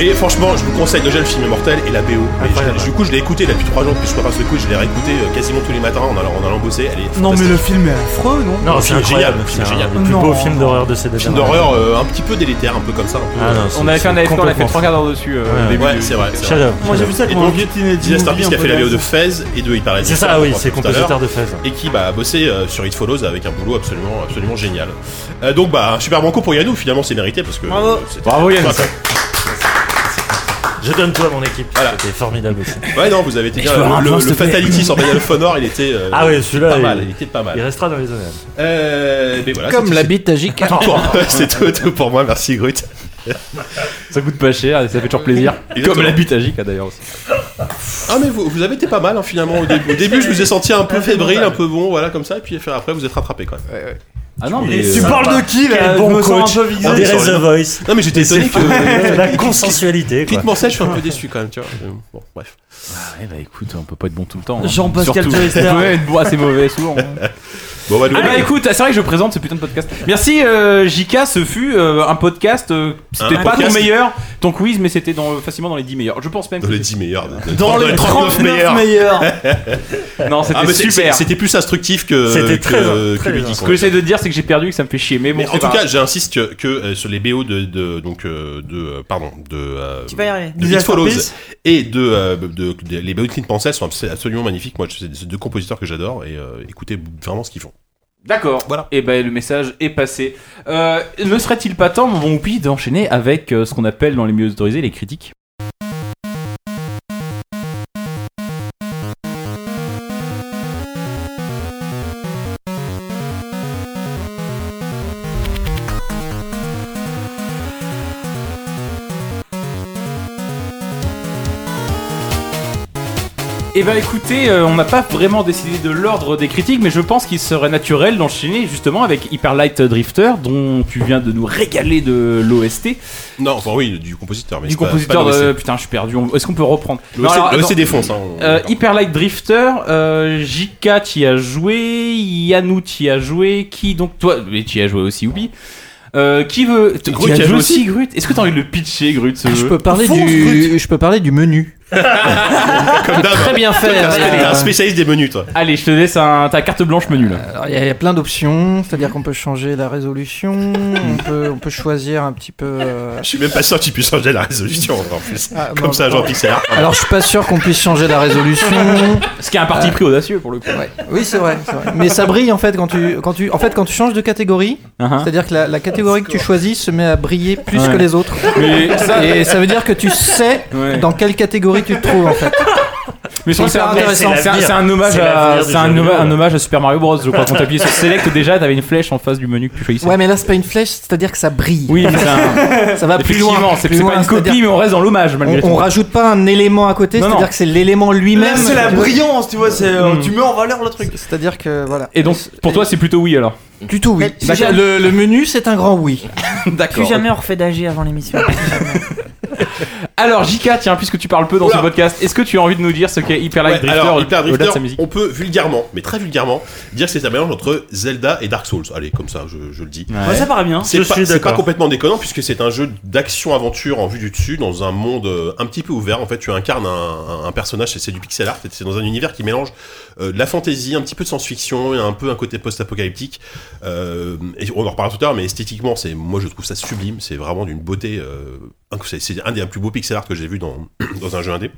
[SPEAKER 5] Et franchement, je vous conseille déjà le film Immortel et la BO. Et
[SPEAKER 6] Incroyable.
[SPEAKER 5] je- du coup, je l'ai écouté là depuis 3 jours, puis je prépare ce coup, je l'ai réécouté euh, quasiment tous les matins en allant, en allant bosser. Elle est
[SPEAKER 4] Non, mais
[SPEAKER 5] fantastique.
[SPEAKER 4] le film est affreux, non
[SPEAKER 5] Non,
[SPEAKER 6] Non,
[SPEAKER 5] c'est
[SPEAKER 6] c'est
[SPEAKER 5] génial,
[SPEAKER 6] incroyable.
[SPEAKER 5] c'est
[SPEAKER 6] C'est
[SPEAKER 5] génial.
[SPEAKER 6] un des plus
[SPEAKER 4] Non.
[SPEAKER 6] beaux films d'horreur de ces
[SPEAKER 5] film
[SPEAKER 6] dernières années.
[SPEAKER 5] d'horreur euh, un petit peu délétère, un peu comme ça. Un peu,
[SPEAKER 6] Ah non, c'est-
[SPEAKER 2] On avait fait un
[SPEAKER 6] c'est
[SPEAKER 2] AFK, on a fait
[SPEAKER 6] complètement
[SPEAKER 2] trois quarts d'heure dessus. euh,
[SPEAKER 6] Ouais.
[SPEAKER 2] au début
[SPEAKER 5] ouais,
[SPEAKER 2] du-
[SPEAKER 5] c'est vrai. c'est vrai.
[SPEAKER 6] Chef-d'œuvre.
[SPEAKER 4] Moi j'ai vu ça avec
[SPEAKER 5] Et
[SPEAKER 4] mon
[SPEAKER 5] donc,
[SPEAKER 4] vieux teenage
[SPEAKER 5] Dynastar
[SPEAKER 4] movie,
[SPEAKER 5] Beast qui a
[SPEAKER 4] un
[SPEAKER 5] fait
[SPEAKER 4] peu
[SPEAKER 5] la vidéo de
[SPEAKER 4] d'Alf.
[SPEAKER 5] Fez et de Hyper
[SPEAKER 6] C'est ça, oui, c'est compositeur de Fève.
[SPEAKER 5] et qui bah, a bossé euh, sur It Follows avec un boulot absolument, absolument génial. Euh, donc bah un super banco pour Yannou finalement c'est mérité parce que
[SPEAKER 7] Bravo.
[SPEAKER 5] c'était-
[SPEAKER 2] Bravo Yann.
[SPEAKER 5] Enfin,
[SPEAKER 6] Je donne toi à mon équipe.
[SPEAKER 5] Voilà.
[SPEAKER 6] C'était formidable aussi.
[SPEAKER 5] ouais non vous avez été bien
[SPEAKER 6] veux un
[SPEAKER 5] le, le-
[SPEAKER 6] point,
[SPEAKER 5] le
[SPEAKER 6] s'il te plaît.
[SPEAKER 5] Fatality sur Battle of Honor il était euh,
[SPEAKER 6] Ah oui, celui-là,
[SPEAKER 5] pas
[SPEAKER 6] il-
[SPEAKER 5] mal il était pas
[SPEAKER 6] Il
[SPEAKER 5] mal
[SPEAKER 6] restera dans les honneurs.
[SPEAKER 5] euh, mais voilà,
[SPEAKER 3] Comme
[SPEAKER 5] c'est-
[SPEAKER 3] la bite à J4.
[SPEAKER 5] c'est tout pour- c'est tout, tout pour moi merci Grut
[SPEAKER 2] Ça coûte pas cher, et ça fait toujours plaisir.
[SPEAKER 5] Exactement.
[SPEAKER 2] Comme la bite à Jika, d'ailleurs aussi.
[SPEAKER 5] ah mais vous, vous avez été pas mal hein, finalement au début, au début je vous ai senti un peu fébrile un peu bon voilà comme ça et puis après vous êtes rattrapé quoi
[SPEAKER 2] Ah non,
[SPEAKER 6] mais-
[SPEAKER 4] Tu
[SPEAKER 6] Euh,
[SPEAKER 4] parles
[SPEAKER 3] bah,
[SPEAKER 4] de qui là
[SPEAKER 6] Quel
[SPEAKER 4] Je
[SPEAKER 6] bon
[SPEAKER 4] me
[SPEAKER 6] coach.
[SPEAKER 4] sens un peu visé.
[SPEAKER 6] On dirait
[SPEAKER 5] sur
[SPEAKER 6] The Voice.
[SPEAKER 5] non mais j'étais étonné que
[SPEAKER 6] La consensualité, quoi.
[SPEAKER 5] Pete Morcel je suis un peu déçu quand même tu vois Euh, bon bref
[SPEAKER 2] Ouais, bah écoute, on peut pas être bon tout le temps. hein.
[SPEAKER 4] Jean-Pascal
[SPEAKER 2] Surtout-
[SPEAKER 4] Toester.
[SPEAKER 2] Ouais, être bon, assez mauvais souvent. hein.
[SPEAKER 5] bon bah, nous,
[SPEAKER 2] Ah bah écoute, c'est vrai que je présente ce putain de podcast. Merci euh, JK, ce fut euh, un podcast. euh, c'était
[SPEAKER 5] Un
[SPEAKER 2] pas
[SPEAKER 5] podcast.
[SPEAKER 2] ton meilleur, ton quiz, mais c'était dans, facilement dans les 10 meilleurs. Je pense même.
[SPEAKER 5] dans
[SPEAKER 2] que
[SPEAKER 5] les
[SPEAKER 2] c'est-
[SPEAKER 5] 10 meilleurs
[SPEAKER 2] Dans les
[SPEAKER 5] 39 meilleurs
[SPEAKER 4] meilleur.
[SPEAKER 2] Non, c'était
[SPEAKER 5] Ah, mais c'est-
[SPEAKER 2] super.
[SPEAKER 5] c'est- C'était plus instructif que
[SPEAKER 6] C'était
[SPEAKER 5] que,
[SPEAKER 6] très-
[SPEAKER 5] que
[SPEAKER 6] très
[SPEAKER 5] ludique,
[SPEAKER 2] Ce
[SPEAKER 5] on
[SPEAKER 2] que
[SPEAKER 5] va
[SPEAKER 2] j'essaie
[SPEAKER 5] dire.
[SPEAKER 2] de dire, c'est que j'ai perdu, que ça me fait chier. Mais bon,
[SPEAKER 5] Mais en
[SPEAKER 2] c'est
[SPEAKER 5] tout
[SPEAKER 2] pas
[SPEAKER 5] cas,
[SPEAKER 2] grave.
[SPEAKER 5] j'insiste que, que, euh, sur les BO de, de- donc euh, de euh, pardon de euh,
[SPEAKER 7] Tu peux y arriver.
[SPEAKER 5] de It Follows et de, euh, de- de- les BO de Clint Mansell sont abs- absolument magnifiques. Moi, je- c'est c'est deux compositeurs que j'adore et euh, écoutez vraiment ce qu'ils font.
[SPEAKER 2] D'accord.
[SPEAKER 5] Voilà.
[SPEAKER 2] Et ben le message est passé. Euh, ne serait-il pas temps, mon bon Whoopi, d'enchaîner avec euh, ce qu'on appelle dans les milieux autorisés les critiques Eh ben écoutez, euh, on n'a pas vraiment décidé de l'ordre des critiques, mais je pense qu'il serait naturel d'enchaîner justement avec Hyper Light Drifter, dont tu viens de nous régaler de l'OST,
[SPEAKER 5] Non, enfin oui, du compositeur, mais
[SPEAKER 2] du
[SPEAKER 5] c'est pas-
[SPEAKER 2] compositeur
[SPEAKER 5] pas
[SPEAKER 2] de...
[SPEAKER 5] l'OST.
[SPEAKER 2] Putain, je suis perdu, on- est-ce qu'on peut reprendre Non, alors,
[SPEAKER 5] L'OST
[SPEAKER 2] attends.
[SPEAKER 5] L'OST défonce. hein.
[SPEAKER 2] Euh, Hyper Light Drifter, euh, JK t'y as joué, Yanou t'y as joué, qui donc toi, mais t'y as joué aussi, Oubi. Euh, qui veut Grut
[SPEAKER 5] y as joué aussi
[SPEAKER 2] Grut Est-ce que t'as envie de le pitcher Grut ce
[SPEAKER 3] Ah, Je
[SPEAKER 2] jeu
[SPEAKER 3] peux parler
[SPEAKER 2] Fonce, Grut.
[SPEAKER 3] du, je peux parler du menu.
[SPEAKER 5] Comme d'hab,
[SPEAKER 3] Très bien fait.
[SPEAKER 5] t'es un- t'es un
[SPEAKER 3] euh,
[SPEAKER 5] spécialiste des menus, toi.
[SPEAKER 2] Allez, je te laisse un, ta carte blanche menu là.
[SPEAKER 3] Alors, il y, a- il y a plein d'options, c'est-à-dire qu'on peut changer la résolution, on peut, on peut choisir un petit peu. euh,
[SPEAKER 5] Je suis même pas sûr que tu puisses changer la résolution en plus.
[SPEAKER 3] ah,
[SPEAKER 5] Comme
[SPEAKER 3] bon,
[SPEAKER 5] ça, Jean Pixel.
[SPEAKER 3] Alors, je suis pas sûr qu'on puisse changer la résolution.
[SPEAKER 2] Ce qui est un parti
[SPEAKER 3] Euh.
[SPEAKER 2] pris audacieux pour le coup.
[SPEAKER 3] Ouais. Oui, c'est vrai, c'est vrai. Mais ça brille en fait quand tu, quand tu, en fait, quand tu changes de catégorie.
[SPEAKER 2] Hein, hein.
[SPEAKER 3] C'est-à-dire que la, la catégorie que tu choisis se met à briller plus
[SPEAKER 2] Ouais.
[SPEAKER 3] que les autres.
[SPEAKER 2] Mais ça-
[SPEAKER 3] Et ça veut dire que tu sais
[SPEAKER 2] Ouais.
[SPEAKER 3] dans quelle catégorie tu te trouves en fait.
[SPEAKER 2] Mais je trouve que c'est
[SPEAKER 3] Hyper
[SPEAKER 2] intéressant.
[SPEAKER 6] intéressant.
[SPEAKER 2] C'est un, c'est un hommage,
[SPEAKER 6] C'est
[SPEAKER 2] à,
[SPEAKER 6] l'avenir du
[SPEAKER 2] c'est un,
[SPEAKER 6] jeu
[SPEAKER 2] hommage-
[SPEAKER 6] vidéo,
[SPEAKER 2] un
[SPEAKER 6] ouais.
[SPEAKER 2] hommage à Super Mario Bros. Je crois qu'on t'appuyait sur Select déjà, t'avais une flèche en face du menu que tu choisissais.
[SPEAKER 3] Ouais, mais là c'est pas une flèche, c'est-à-dire que ça brille.
[SPEAKER 2] Oui, mais c'est un-
[SPEAKER 3] Ça va Ah, plus
[SPEAKER 2] effectivement,
[SPEAKER 3] loin.
[SPEAKER 2] c'est
[SPEAKER 3] plus
[SPEAKER 2] c'est
[SPEAKER 3] loin,
[SPEAKER 2] pas une
[SPEAKER 3] c'est-à-dire
[SPEAKER 2] copie, mais on reste dans l'hommage malgré
[SPEAKER 3] On, on
[SPEAKER 2] tout.
[SPEAKER 3] rajoute pas un élément à côté,
[SPEAKER 2] Non, non.
[SPEAKER 3] c'est-à-dire que c'est l'élément lui-même.
[SPEAKER 4] Là, c'est la
[SPEAKER 3] Tu vois,
[SPEAKER 4] brillance, tu vois, c'est euh,
[SPEAKER 2] Mm.
[SPEAKER 4] tu mets en valeur le truc.
[SPEAKER 3] C'est-à-dire que voilà.
[SPEAKER 2] Et donc, pour toi, c'est plutôt oui alors.
[SPEAKER 3] du tout oui.
[SPEAKER 7] Mais- D'accord.
[SPEAKER 3] Le, le menu c'est un grand oui.
[SPEAKER 7] Plus jamais on refait d'AG avant l'émission.
[SPEAKER 2] Alors, JK, tiens, puisque tu parles peu dans
[SPEAKER 5] Oula.
[SPEAKER 2] ce podcast, est-ce que tu as envie de nous dire ce qu'est Hyper Light
[SPEAKER 5] Ouais,
[SPEAKER 2] Drifter
[SPEAKER 5] alors,
[SPEAKER 2] au-
[SPEAKER 5] Hyper
[SPEAKER 2] au-delà de
[SPEAKER 5] Drifter,
[SPEAKER 2] sa musique
[SPEAKER 5] on peut vulgairement, mais très vulgairement, dire que c'est un mélange entre Zelda et Dark Souls. Allez, comme ça, je, je le dis.
[SPEAKER 2] Ouais.
[SPEAKER 4] Ouais, ça paraît bien.
[SPEAKER 5] C'est
[SPEAKER 6] Je
[SPEAKER 5] pas,
[SPEAKER 6] suis
[SPEAKER 5] c'est
[SPEAKER 6] d'accord.
[SPEAKER 5] pas complètement déconnant puisque c'est un jeu d'action-aventure en vue du dessus dans un monde euh, un petit peu ouvert. En fait, tu incarnes un, un- un personnage, c'est- c'est du pixel art, et c'est dans un univers qui mélange euh, de la fantasy, un petit peu de science-fiction et un peu un côté post-apocalyptique. Euh, et on en reparlera tout à l'heure, mais esthétiquement, c'est moi je trouve ça sublime. C'est vraiment d'une beauté. euh, inc- c'est- c'est un des plus beaux pixel art que j'ai vu dans, dans un jeu indé.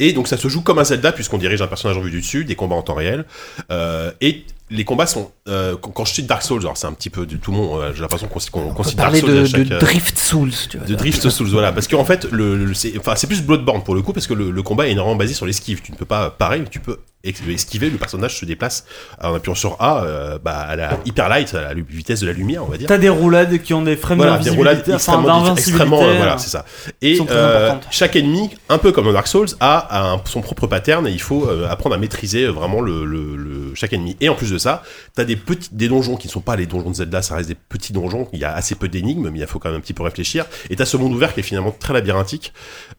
[SPEAKER 5] Et donc ça se joue comme un Zelda puisqu'on dirige un personnage en vue du dessus, des combats en temps réel. Euh, et les combats sont euh, quand quand je cite Dark Souls, alors c'est un petit peu de tout le monde. euh, J'ai l'impression qu'on qu'on
[SPEAKER 3] On peut
[SPEAKER 5] considère Dark
[SPEAKER 3] parler
[SPEAKER 5] Souls
[SPEAKER 3] de,
[SPEAKER 5] à chaque,
[SPEAKER 3] de
[SPEAKER 5] euh,
[SPEAKER 3] Drift Souls, tu vois.
[SPEAKER 5] de Drift Souls, voilà. Parce qu'en fait, le, le- c'est enfin, c'est plus Bloodborne pour le coup, parce que le, le combat est énormément basé sur l'esquive. Tu ne peux pas parer, mais tu peux ex- esquiver, le personnage se déplace en appuyant sur A euh, bah, à la hyper light, à la lu- vitesse de la lumière, on va dire.
[SPEAKER 4] T'as des roulades qui ont des frames
[SPEAKER 5] Voilà, des roulades
[SPEAKER 4] d'invisibilité, enfin
[SPEAKER 5] extrêmement, diff- extrêmement euh,
[SPEAKER 4] d'invincibilité.
[SPEAKER 5] voilà, c'est ça. Et
[SPEAKER 4] sont très
[SPEAKER 5] euh,
[SPEAKER 4] importantes.
[SPEAKER 5] chaque ennemi, un peu comme dans Dark Souls, a un- son propre pattern et il faut euh, apprendre à maîtriser euh, vraiment le, le- le- chaque ennemi. Et en plus de ça, t'as des petits des donjons qui ne sont pas les donjons de Zelda, ça reste des petits donjons. Il y a assez peu d'énigmes, mais il faut quand même un petit peu réfléchir. Et t'as ce monde ouvert qui est finalement très labyrinthique,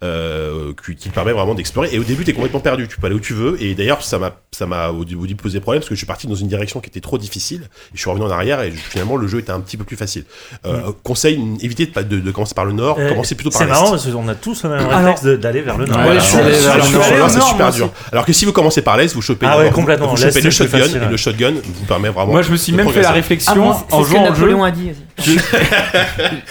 [SPEAKER 5] euh, qui, qui te permet vraiment d'explorer. Et au début, t'es complètement perdu. Tu peux aller où tu veux. Et d'ailleurs, ça m'a, ça m'a au, dé- au début posé problème parce que je suis parti dans une direction qui était trop difficile. Et je suis revenu en arrière et je- finalement le jeu était un petit peu plus facile. Euh, Conseil, n- évitez de, pas- de, de commencer par le nord,
[SPEAKER 6] Mm. Euh,
[SPEAKER 5] commencez plutôt par
[SPEAKER 6] C'est
[SPEAKER 5] l'est.
[SPEAKER 6] marrant parce qu'on a tous le même réflexe de- d'aller vers le nord.
[SPEAKER 5] Ouais,
[SPEAKER 2] Ouais,
[SPEAKER 5] je suis allé vers le
[SPEAKER 2] je
[SPEAKER 5] nord,
[SPEAKER 2] suis allé
[SPEAKER 5] c'est
[SPEAKER 2] au nord,
[SPEAKER 5] super
[SPEAKER 2] moi
[SPEAKER 5] dur. Alors que si vous commencez par l'est, vous chopez,
[SPEAKER 6] Ah ouais,
[SPEAKER 5] vous-
[SPEAKER 6] complètement,
[SPEAKER 5] vous
[SPEAKER 6] l'est,
[SPEAKER 5] chopez le
[SPEAKER 6] c'est plus
[SPEAKER 5] shotgun
[SPEAKER 6] facile,
[SPEAKER 5] et
[SPEAKER 6] ouais.
[SPEAKER 5] le shotgun vous permet vraiment. euh,
[SPEAKER 2] Moi, je me suis
[SPEAKER 5] de
[SPEAKER 2] même fait la
[SPEAKER 5] progresser.
[SPEAKER 7] Ah
[SPEAKER 2] réflexion
[SPEAKER 7] bon, c'est
[SPEAKER 2] en
[SPEAKER 7] ce que
[SPEAKER 2] jouant au jeu.
[SPEAKER 7] Napoléon a dit aussi.
[SPEAKER 2] Je,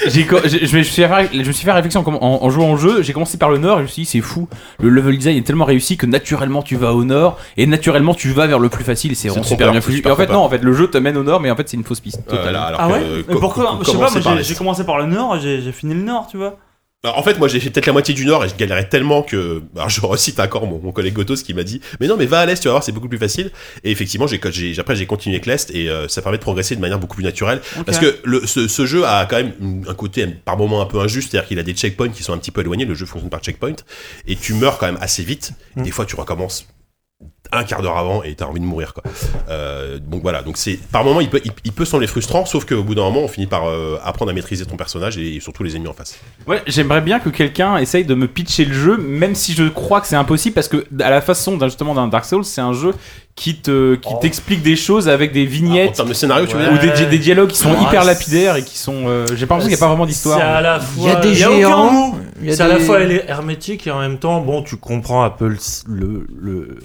[SPEAKER 2] j'ai co- j'ai- je me suis fait la- je me suis fait la réflexion en, en- en jouant au jeu. J'ai commencé par le nord et je me suis dit, c'est fou. Le level design est tellement réussi que naturellement tu vas au nord et naturellement tu vas vers le plus facile et c'est vraiment
[SPEAKER 5] trop
[SPEAKER 2] super
[SPEAKER 5] peur,
[SPEAKER 2] bien
[SPEAKER 5] c'est
[SPEAKER 2] foutu.
[SPEAKER 5] super
[SPEAKER 2] Et en fait,
[SPEAKER 5] peur.
[SPEAKER 2] non, en fait, le jeu t'amène au nord, mais en fait, c'est une fausse piste.
[SPEAKER 5] Euh,
[SPEAKER 2] totale.
[SPEAKER 5] là, alors
[SPEAKER 4] Ah
[SPEAKER 5] que,
[SPEAKER 4] ouais
[SPEAKER 5] euh,
[SPEAKER 4] Mais
[SPEAKER 5] co-
[SPEAKER 4] Pourquoi
[SPEAKER 5] co-
[SPEAKER 4] Je sais pas,
[SPEAKER 5] commencez
[SPEAKER 4] moi
[SPEAKER 5] par
[SPEAKER 4] j'ai-
[SPEAKER 5] l'est.
[SPEAKER 4] j'ai commencé par le nord, j'ai j'ai fini le nord, tu vois.
[SPEAKER 5] Alors, Bah, en fait, moi, j'ai fait peut-être la moitié du Nord et je galérais tellement que. Alors, je recite encore mon, mon collègue Gotos qui m'a dit Mais non, mais va à l'Est, tu vas voir, c'est beaucoup plus facile. Et effectivement, j'ai, j'ai- après, j'ai continué avec l'Est et euh, ça permet de progresser de manière beaucoup plus naturelle.
[SPEAKER 4] euh,
[SPEAKER 5] Parce que le, ce, ce jeu a quand même une- un côté par moment un peu injuste, c'est-à-dire qu'il a des checkpoints qui sont un petit peu éloignés, le jeu fonctionne par checkpoint, et tu meurs quand même assez vite. Et des fois, tu recommences un quart d'heure avant et t'as envie de mourir quoi. Euh, donc voilà, donc c'est par moment il peut, il, il peut sembler frustrant, sauf qu'au bout d'un moment on finit par euh, apprendre à maîtriser ton personnage et surtout les ennemis en face.
[SPEAKER 2] Ouais, j'aimerais bien que quelqu'un essaye de me pitcher le jeu, même si je crois que c'est impossible, parce que à la façon d'un- justement d'un Dark Souls, c'est un jeu qui te qui
[SPEAKER 4] Oh.
[SPEAKER 2] t'explique des choses avec des
[SPEAKER 5] en
[SPEAKER 2] vignettes
[SPEAKER 5] termes de
[SPEAKER 6] Ah,
[SPEAKER 5] scénario, tu veux dire
[SPEAKER 2] ou des, des dialogues qui sont
[SPEAKER 6] euh, Ouais,
[SPEAKER 2] hyper
[SPEAKER 6] c'est-
[SPEAKER 2] lapidaires et qui sont. euh, J'ai pas l'impression qu'il n'y a pas vraiment d'histoire. hein.
[SPEAKER 6] C'est à la
[SPEAKER 3] Il y a
[SPEAKER 6] fois.
[SPEAKER 3] des
[SPEAKER 6] il y a aucun mot.
[SPEAKER 3] géants. il y a
[SPEAKER 6] C'est à la
[SPEAKER 3] des-
[SPEAKER 6] fois elle est hermétique et en même temps, bon, tu comprends un peu le, le, le,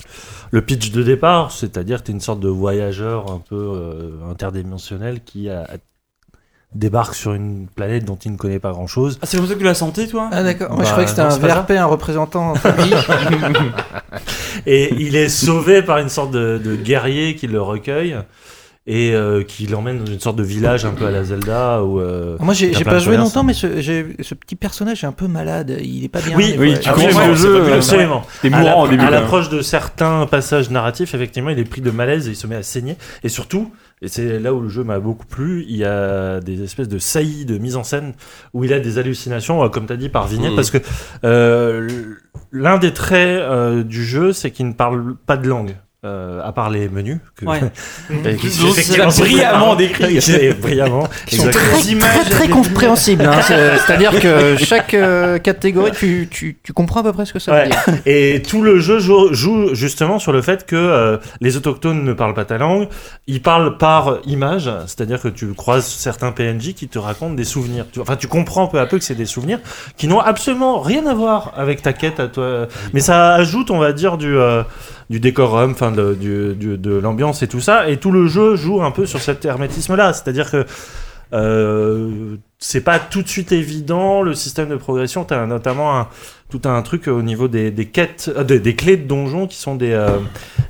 [SPEAKER 6] le pitch de départ, c'est-à-dire que tu es une sorte de voyageur un peu euh, interdimensionnel qui a- débarque sur une planète dont il ne connaît pas grand-chose.
[SPEAKER 4] Ah, c'est comme ça que tu l'as senti, toi
[SPEAKER 3] Ah d'accord, moi je
[SPEAKER 6] Bah,
[SPEAKER 3] croyais que c'était
[SPEAKER 6] non,
[SPEAKER 3] un
[SPEAKER 6] c'est pas ça.
[SPEAKER 3] VRP, un représentant.
[SPEAKER 6] Et il est sauvé par une sorte de, de guerrier qui le recueille et euh, qui l'emmène dans une sorte de village un peu à la Zelda où... euh,
[SPEAKER 3] moi j'ai
[SPEAKER 6] T'as
[SPEAKER 3] j'ai
[SPEAKER 6] plein
[SPEAKER 3] pas
[SPEAKER 6] de
[SPEAKER 3] joué
[SPEAKER 6] moyens,
[SPEAKER 3] longtemps,
[SPEAKER 6] ça.
[SPEAKER 3] mais ce, j'ai- ce petit personnage est un peu malade, il est pas bien.
[SPEAKER 6] Oui,
[SPEAKER 3] des
[SPEAKER 2] oui,
[SPEAKER 3] fois.
[SPEAKER 2] tu
[SPEAKER 6] Ah,
[SPEAKER 2] comprends
[SPEAKER 6] oui,
[SPEAKER 2] le
[SPEAKER 6] oui,
[SPEAKER 2] jeu. euh,
[SPEAKER 6] Absolument.
[SPEAKER 2] T'es
[SPEAKER 6] À la-
[SPEAKER 2] mourant au début.
[SPEAKER 6] À
[SPEAKER 2] quoi.
[SPEAKER 6] l'approche de certains passages narratifs, effectivement, il est pris de malaise et il se met à saigner. Et surtout, et c'est là où le jeu m'a beaucoup plu, il y a des espèces de saillies de mise en scène où il a des hallucinations, euh, comme tu as dit, par
[SPEAKER 2] Mm.
[SPEAKER 6] vignette.
[SPEAKER 5] Mhm.
[SPEAKER 6] Parce que euh, l'un des traits euh, du jeu, c'est qu'il ne parle pas de langue. euh, à part les menus que,
[SPEAKER 4] Ouais.
[SPEAKER 6] et qui
[SPEAKER 4] Donc,
[SPEAKER 6] effectivement,
[SPEAKER 4] c'est
[SPEAKER 6] sont
[SPEAKER 4] brillamment
[SPEAKER 6] décrits C'est brillamment
[SPEAKER 3] Ils sont
[SPEAKER 6] exactement.
[SPEAKER 3] très, très, très compréhensibles. hein. C'est- C'est-à-dire que chaque euh, catégorie, tu, tu, tu comprends à peu près ce que ça
[SPEAKER 6] Ouais.
[SPEAKER 3] veut dire.
[SPEAKER 6] Et tout le jeu joue, joue justement sur le fait que euh, les autochtones ne parlent pas ta langue, ils parlent par image, c'est-à-dire que tu croises certains PNJ qui te racontent des souvenirs. Tu- enfin, tu comprends peu à peu que c'est des souvenirs qui n'ont absolument rien à voir avec ta quête à toi. Mais ça ajoute, on va dire, du, euh, du décorum, enfin, de, du- du- de l'ambiance et tout ça. Et tout le jeu joue un peu sur cet hermétisme-là, c'est-à-dire que euh, c'est pas tout de suite évident. Le système de progression, t'as notamment un, tout un truc au niveau des, des quêtes, euh, des, des clés de donjons qui sont des euh,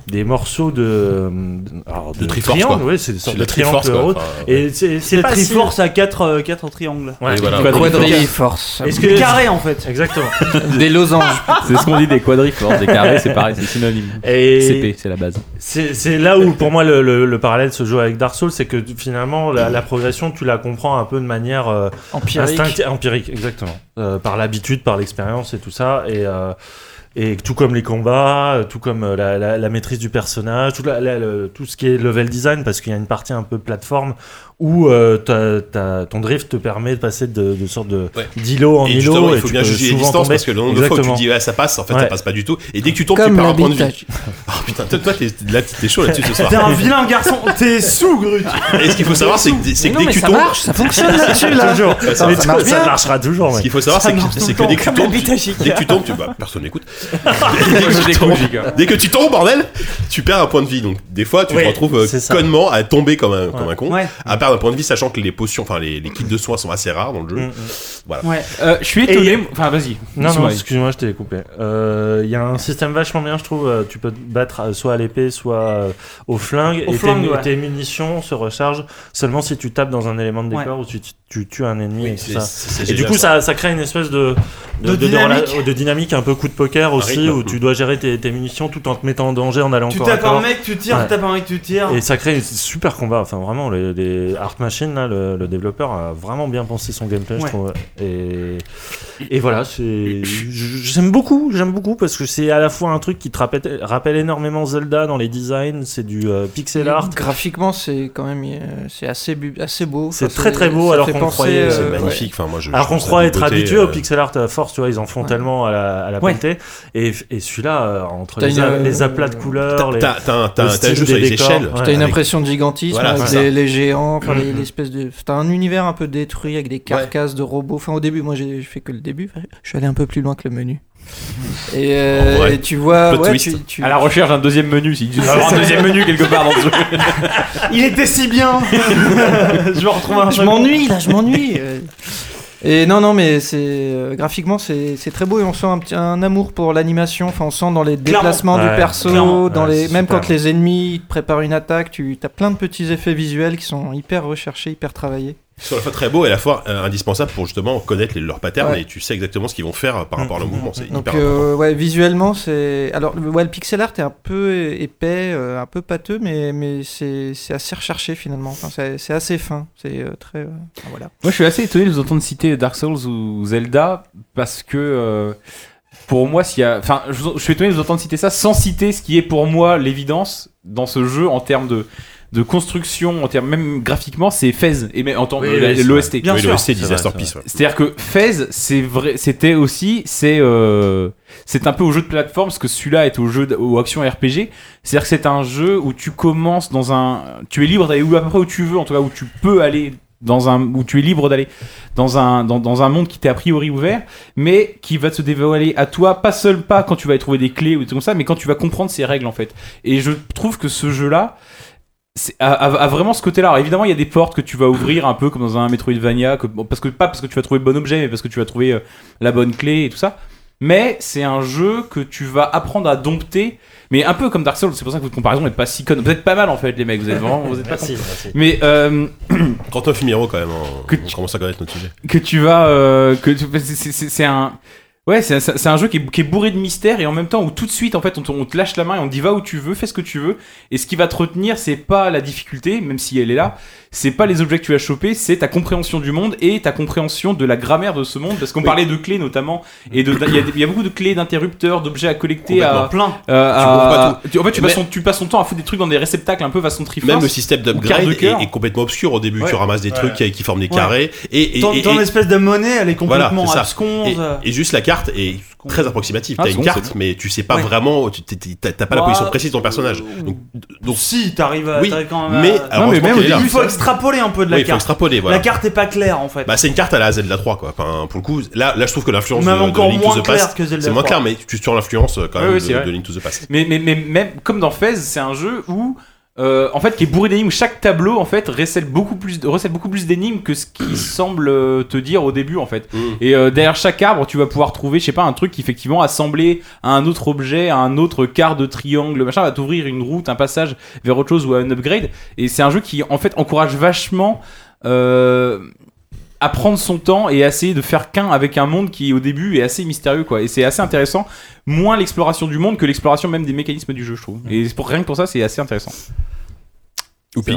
[SPEAKER 6] des morceaux de euh, alors, de,
[SPEAKER 5] Triforce,
[SPEAKER 6] triangle,
[SPEAKER 5] quoi.
[SPEAKER 6] ouais, c'est des sortes
[SPEAKER 5] C'est
[SPEAKER 6] de
[SPEAKER 5] la
[SPEAKER 6] triangles
[SPEAKER 5] Triforce quoi.
[SPEAKER 6] hautes.
[SPEAKER 5] Enfin,
[SPEAKER 6] Et c'est
[SPEAKER 4] C'est
[SPEAKER 6] c'est
[SPEAKER 4] la
[SPEAKER 6] pas si-
[SPEAKER 4] Triforce à euh, 4 en triangle.
[SPEAKER 6] Ouais.
[SPEAKER 5] et voilà.
[SPEAKER 3] Quadriforce.
[SPEAKER 6] Est-ce
[SPEAKER 4] Des
[SPEAKER 6] que
[SPEAKER 4] carrés en fait.
[SPEAKER 6] exactement
[SPEAKER 3] Des losanges.
[SPEAKER 2] C'est ce qu'on dit des quadriforces, des carrés, c'est pareil, c'est synonyme.
[SPEAKER 6] Et
[SPEAKER 2] CP, c'est la base.
[SPEAKER 6] C'est c'est là où pour moi le, le- le parallèle se joue avec Dark Souls, c'est que finalement la, la progression tu la comprends un peu de manière euh,
[SPEAKER 3] Empirique.
[SPEAKER 6] instinctive- empirique, exactement, Euh, par l'habitude, par l'expérience et tout ça, et euh, et tout comme les combats, euh, tout comme euh, la, la- la maîtrise du personnage, tout, la- la- le- tout ce qui est level design, parce qu'il y a une partie un peu plateforme où euh, t'as- t'as- ton drift te permet de passer de, de sorte de
[SPEAKER 5] Ouais.
[SPEAKER 6] d'îlo en
[SPEAKER 5] Et
[SPEAKER 6] îlot
[SPEAKER 5] justement,
[SPEAKER 6] et
[SPEAKER 5] il faut
[SPEAKER 6] tu
[SPEAKER 5] bien
[SPEAKER 6] peux
[SPEAKER 5] juger les
[SPEAKER 6] souvent
[SPEAKER 5] distances
[SPEAKER 6] tomber.
[SPEAKER 5] parce que le nombre de fois que tu
[SPEAKER 6] Exactement.
[SPEAKER 5] dis ah, ça passe, en fait ça
[SPEAKER 6] Ouais.
[SPEAKER 5] passe pas du tout. Et dès que tu tombes, tu
[SPEAKER 3] Comme
[SPEAKER 5] perds
[SPEAKER 3] la
[SPEAKER 5] un point de vie.
[SPEAKER 3] bitache.
[SPEAKER 5] Ah putain, toi, toi, t'es- là t'es chaud là-dessus ce soir.
[SPEAKER 4] T'es un vilain garçon, t'es sous, Grut.
[SPEAKER 5] Et ce qu'il faut savoir, c'est que, c'est
[SPEAKER 3] Mais
[SPEAKER 5] que
[SPEAKER 3] non,
[SPEAKER 5] dès que
[SPEAKER 3] mais
[SPEAKER 5] tu
[SPEAKER 3] ça
[SPEAKER 5] tombes,
[SPEAKER 3] marche, ça fonctionne là-dessus là.
[SPEAKER 6] Toujours.
[SPEAKER 5] ça- ça
[SPEAKER 6] Mais
[SPEAKER 3] marche
[SPEAKER 6] tu-
[SPEAKER 3] bien.
[SPEAKER 6] marchera toujours.
[SPEAKER 5] ce
[SPEAKER 6] mais-
[SPEAKER 5] qu'il faut savoir, c'est que,
[SPEAKER 4] marche tout
[SPEAKER 5] c'est
[SPEAKER 4] le
[SPEAKER 5] que dès
[SPEAKER 4] temps,
[SPEAKER 5] que tu
[SPEAKER 4] comme la
[SPEAKER 5] tombes, tu-
[SPEAKER 4] bite à chic.
[SPEAKER 5] dès que tu tombes, tu bah, personne n'écoute. dès, que tu tombes- dès que tu tombes, bordel, tu perds un point de vie. Donc des fois, tu
[SPEAKER 6] Ouais,
[SPEAKER 5] te retrouves euh,
[SPEAKER 6] c'est ça.
[SPEAKER 5] connement à tomber comme un, comme un con,
[SPEAKER 4] Ouais.
[SPEAKER 5] à perdre un point de vie, sachant que les potions, enfin les, les kits de soins sont assez rares dans le jeu.
[SPEAKER 6] Mm.
[SPEAKER 2] Euh, je suis étonné. Enfin, vas-y.
[SPEAKER 6] Non, non,
[SPEAKER 2] dis-moi.
[SPEAKER 6] excuse-moi, je t'ai coupé. Euh, Il y a un système vachement bien, je trouve. euh, Tu peux te battre euh, soit à l'épée, soit euh, au flingue.
[SPEAKER 4] Au
[SPEAKER 6] et
[SPEAKER 4] flingue,
[SPEAKER 6] tes,
[SPEAKER 4] ouais.
[SPEAKER 6] tes munitions se rechargent seulement si tu tapes dans un élément de
[SPEAKER 4] Ouais.
[SPEAKER 6] décor ou si tu, tu tues un ennemi. et tout
[SPEAKER 5] C'est-
[SPEAKER 6] ça.
[SPEAKER 5] c'est- c'est
[SPEAKER 6] Et du
[SPEAKER 5] génial,
[SPEAKER 6] coup, ça, ça crée une espèce de,
[SPEAKER 4] De dynamique.
[SPEAKER 6] rela- de dynamique, un peu coup de poker aussi,
[SPEAKER 5] rythme.
[SPEAKER 6] où tu dois gérer tes, tes munitions tout en te mettant en danger, en allant
[SPEAKER 4] Tu
[SPEAKER 6] corps à
[SPEAKER 4] tapes un
[SPEAKER 6] corps.
[SPEAKER 4] mec, tu tires,
[SPEAKER 6] Ouais.
[SPEAKER 4] tu tapes un mec, tu tires.
[SPEAKER 6] Et ça crée un super combat. Enfin, vraiment, les, les Art Machine, là, le, le développeur a vraiment bien pensé son gameplay,
[SPEAKER 4] Ouais.
[SPEAKER 6] je trouve. Et, et voilà, c'est. j- J'aime beaucoup, j'aime beaucoup parce que c'est à la fois un truc qui te rappelle, rappelle énormément Zelda dans les designs, c'est du euh, pixel art.
[SPEAKER 3] Graphiquement, c'est quand même euh, c'est assez bu- assez beau.
[SPEAKER 6] C'est
[SPEAKER 3] Enfin,
[SPEAKER 6] très, très beau,
[SPEAKER 3] ça
[SPEAKER 6] alors
[SPEAKER 3] fait
[SPEAKER 6] qu'on
[SPEAKER 3] penser,
[SPEAKER 6] croyait,
[SPEAKER 5] c'est
[SPEAKER 6] euh,
[SPEAKER 5] magnifique. Enfin, moi, je,
[SPEAKER 6] Alors
[SPEAKER 5] je
[SPEAKER 6] qu'on
[SPEAKER 5] trouve ça
[SPEAKER 6] croit
[SPEAKER 5] d'une
[SPEAKER 6] être
[SPEAKER 5] beauté,
[SPEAKER 6] habitué au
[SPEAKER 5] euh,
[SPEAKER 6] pixel art à force force, tu vois, ils en font
[SPEAKER 7] Ouais.
[SPEAKER 6] tellement à la, à la
[SPEAKER 4] Ouais.
[SPEAKER 6] bonté. Et, et celui-là, euh, entre
[SPEAKER 3] T'as
[SPEAKER 6] les,
[SPEAKER 3] une,
[SPEAKER 6] a-
[SPEAKER 3] euh,
[SPEAKER 6] les aplats de couleurs, les.
[SPEAKER 5] T'as t'as un- t'as
[SPEAKER 6] le
[SPEAKER 5] un t'as un
[SPEAKER 6] style
[SPEAKER 5] jeu
[SPEAKER 6] des
[SPEAKER 5] sur les
[SPEAKER 6] décors,
[SPEAKER 5] échelles.
[SPEAKER 6] ouais.
[SPEAKER 3] T'as une
[SPEAKER 5] Avec-
[SPEAKER 3] impression de gigantisme
[SPEAKER 5] Voilà,
[SPEAKER 3] avec
[SPEAKER 5] c'est Mm-hmm.
[SPEAKER 3] les, les géants, enfin, les, les espèces de. T'as un univers un peu détruit avec des carcasses de robots. Enfin, au début, moi j'ai fait que le début. Je suis allé un peu plus loin que le menu. Et, euh,
[SPEAKER 5] En vrai.
[SPEAKER 3] et tu vois,
[SPEAKER 5] Plot
[SPEAKER 3] ouais,
[SPEAKER 5] twist.
[SPEAKER 3] tu, tu-
[SPEAKER 2] À la recherche d'un deuxième menu, s'il doit y avoir un deuxième menu quelque part dans ce jeu.
[SPEAKER 4] Il était si bien Je me retrouve un
[SPEAKER 3] je m'ennuie là, je m'ennuie. euh. Et non, non, mais c'est euh, graphiquement c'est c'est très beau et on sent un, petit- un amour pour l'animation. Enfin, on sent dans les
[SPEAKER 4] Clairement.
[SPEAKER 3] déplacements
[SPEAKER 6] Ouais,
[SPEAKER 3] du perso,
[SPEAKER 6] clairement.
[SPEAKER 3] dans
[SPEAKER 6] Ouais,
[SPEAKER 3] les
[SPEAKER 6] c'est
[SPEAKER 3] même
[SPEAKER 6] super.
[SPEAKER 3] quand les ennemis te préparent une attaque, tu as plein de petits effets visuels qui sont hyper recherchés, hyper travaillés.
[SPEAKER 5] Ils sont à la fois très beaux et à la fois euh, indispensables pour justement connaître les- leurs patterns
[SPEAKER 3] Ouais.
[SPEAKER 5] et tu sais exactement ce qu'ils vont faire euh, par rapport à leur mouvement. C'est
[SPEAKER 3] Donc
[SPEAKER 5] hyper important.
[SPEAKER 3] euh, ouais, visuellement c'est alors le- ouais, le pixel art est un peu épais, euh, un peu pâteux, mais mais c'est c'est assez recherché finalement. Enfin, c'est c'est assez fin, c'est euh, très euh, enfin, voilà.
[SPEAKER 2] Moi, je suis assez étonné de vous entendre citer Dark Souls ou Zelda parce que. euh, Pour moi, s'il y a, enfin, je, je suis étonné de vous entendre citer ça sans citer ce qui est pour moi l'évidence dans ce jeu en termes de, de construction, en termes même graphiquement, c'est Fez et mais en tant que
[SPEAKER 6] Oui, oui, c'est
[SPEAKER 2] l'OST.
[SPEAKER 4] Bien
[SPEAKER 5] oui,
[SPEAKER 4] sûr.
[SPEAKER 5] le OST
[SPEAKER 6] C'est
[SPEAKER 5] Disaster
[SPEAKER 6] vrai,
[SPEAKER 5] Piece. ouais.
[SPEAKER 2] C'est-à-dire que Fez, c'est vrai, c'était aussi, c'est, euh, c'est un peu au jeu de plateforme, ce que celui-là est au jeu, d- au action RPG. C'est-à-dire que c'est un jeu où tu commences dans un, tu es libre d'aller où à peu près où tu veux, en tout cas où tu peux aller dans un, où tu es libre d'aller dans un, dans, dans un monde qui t'est a priori ouvert, mais qui va te dévoiler à toi, pas seul pas quand tu vas y trouver des clés ou des trucs comme ça, mais quand tu vas comprendre ses règles en fait. Et je trouve que ce jeu-là, c'est- a, a- a vraiment ce côté-là. Alors évidemment, il y a des portes que tu vas ouvrir un peu comme dans un Metroidvania, que- bon, parce que pas parce que tu vas trouver le bon objet, mais parce que tu vas trouver euh, la bonne clé et tout ça. Mais c'est un jeu que tu vas apprendre à dompter, mais un peu comme Dark Souls. C'est pour ça que votre comparaison n'est pas si conne. Vous êtes pas mal en fait, les mecs. Vous êtes vraiment, vous êtes pas.
[SPEAKER 6] Merci, merci.
[SPEAKER 2] Mais euh,
[SPEAKER 5] 39 000 euros quand même, on,
[SPEAKER 2] Que
[SPEAKER 5] on
[SPEAKER 2] tu-
[SPEAKER 5] commence à connaître notre sujet.
[SPEAKER 2] que tu vas, euh, que tu- c'est- c'est c'est- c'est un. Ouais, c'est c'est- c'est un jeu qui est, qui est bourré de mystères et en même temps où tout de suite en fait on te, on te lâche la main et on te dit va où tu veux, fais ce que tu veux et ce qui va te retenir c'est pas la difficulté même si elle est là, c'est pas les objets que tu vas choper, c'est ta compréhension du monde et ta compréhension de la grammaire de ce monde parce qu'on parlait de clés notamment et de il y, a des- il y a beaucoup de clés d'interrupteurs, d'objets à collecter à,
[SPEAKER 4] plein.
[SPEAKER 2] euh,
[SPEAKER 5] Tu
[SPEAKER 2] à-
[SPEAKER 5] comprends pas
[SPEAKER 2] tu- en fait tu passes,
[SPEAKER 5] Mais-
[SPEAKER 2] ton, tu passes ton temps à foutre des trucs dans des réceptacles un peu façon triforce.
[SPEAKER 5] Même le système d'upgrade
[SPEAKER 2] Ou quart de
[SPEAKER 5] est,
[SPEAKER 2] cœur.
[SPEAKER 5] est complètement obscur au début.
[SPEAKER 6] Ouais.
[SPEAKER 5] Tu ramasses des
[SPEAKER 6] Ouais.
[SPEAKER 5] trucs qui, qui forment des
[SPEAKER 4] Ouais.
[SPEAKER 5] carrés et, et,
[SPEAKER 4] ton
[SPEAKER 5] et-
[SPEAKER 4] ton
[SPEAKER 5] et-
[SPEAKER 4] espèce de monnaie, elle est
[SPEAKER 5] Voilà,
[SPEAKER 4] complètement
[SPEAKER 5] c'est ça.
[SPEAKER 4] absconce.
[SPEAKER 5] et- et juste la carte est très approximative.
[SPEAKER 2] Ah,
[SPEAKER 5] T'as
[SPEAKER 2] c'est
[SPEAKER 5] une
[SPEAKER 2] bon,
[SPEAKER 5] carte,
[SPEAKER 2] c'est
[SPEAKER 5] mais tu sais pas
[SPEAKER 4] Ouais.
[SPEAKER 5] vraiment, tu t'es- t'es- t'as t'as pas la
[SPEAKER 4] Bah,
[SPEAKER 5] position précise de ton personnage. Donc, donc
[SPEAKER 4] si, t'arrives à-
[SPEAKER 5] Oui,
[SPEAKER 4] t'arrives quand même à-
[SPEAKER 5] mais
[SPEAKER 2] Non, mais
[SPEAKER 5] heureusement
[SPEAKER 2] même
[SPEAKER 5] qu'elle
[SPEAKER 2] au
[SPEAKER 5] est là.
[SPEAKER 4] Il faut extrapoler un peu de la
[SPEAKER 5] Oui, il faut
[SPEAKER 4] carte.
[SPEAKER 5] extrapoler. voilà.
[SPEAKER 4] La carte est pas claire en fait.
[SPEAKER 5] Bah, c'est une carte à la Zelda 3 quoi. Enfin, pour le coup, là, là je trouve que l'influence de,
[SPEAKER 4] Même
[SPEAKER 5] de
[SPEAKER 4] encore
[SPEAKER 5] Link to
[SPEAKER 4] moins
[SPEAKER 5] the Past,
[SPEAKER 4] claire que Zelda.
[SPEAKER 5] c'est moins
[SPEAKER 4] 3.
[SPEAKER 5] clair, mais tu sur l'influence euh, quand
[SPEAKER 2] Ouais,
[SPEAKER 5] même
[SPEAKER 2] ouais,
[SPEAKER 5] de,
[SPEAKER 2] c'est vrai.
[SPEAKER 5] de Link to the Past.
[SPEAKER 2] Mais, mais, mais même comme dans Fez, c'est un jeu où, euh, en fait, qui est bourré d'énigmes. Chaque tableau, en fait, recèle beaucoup plus, recèle beaucoup plus d'énigmes que ce qui semble euh, te dire au début, en fait. Et euh, derrière chaque arbre, tu vas pouvoir trouver, je sais pas, un truc qui effectivement assemblé à un autre objet, à un autre quart de triangle, machin, va t'ouvrir une route, un passage vers autre chose ou à un upgrade. Et c'est un jeu qui, en fait, encourage vachement. euh, à prendre son temps et à essayer de faire qu'un avec un monde qui au début est assez mystérieux quoi et c'est assez intéressant moins l'exploration du monde que l'exploration même des mécanismes du jeu je trouve et c'est pour rien que pour ça c'est assez intéressant
[SPEAKER 5] Oupi.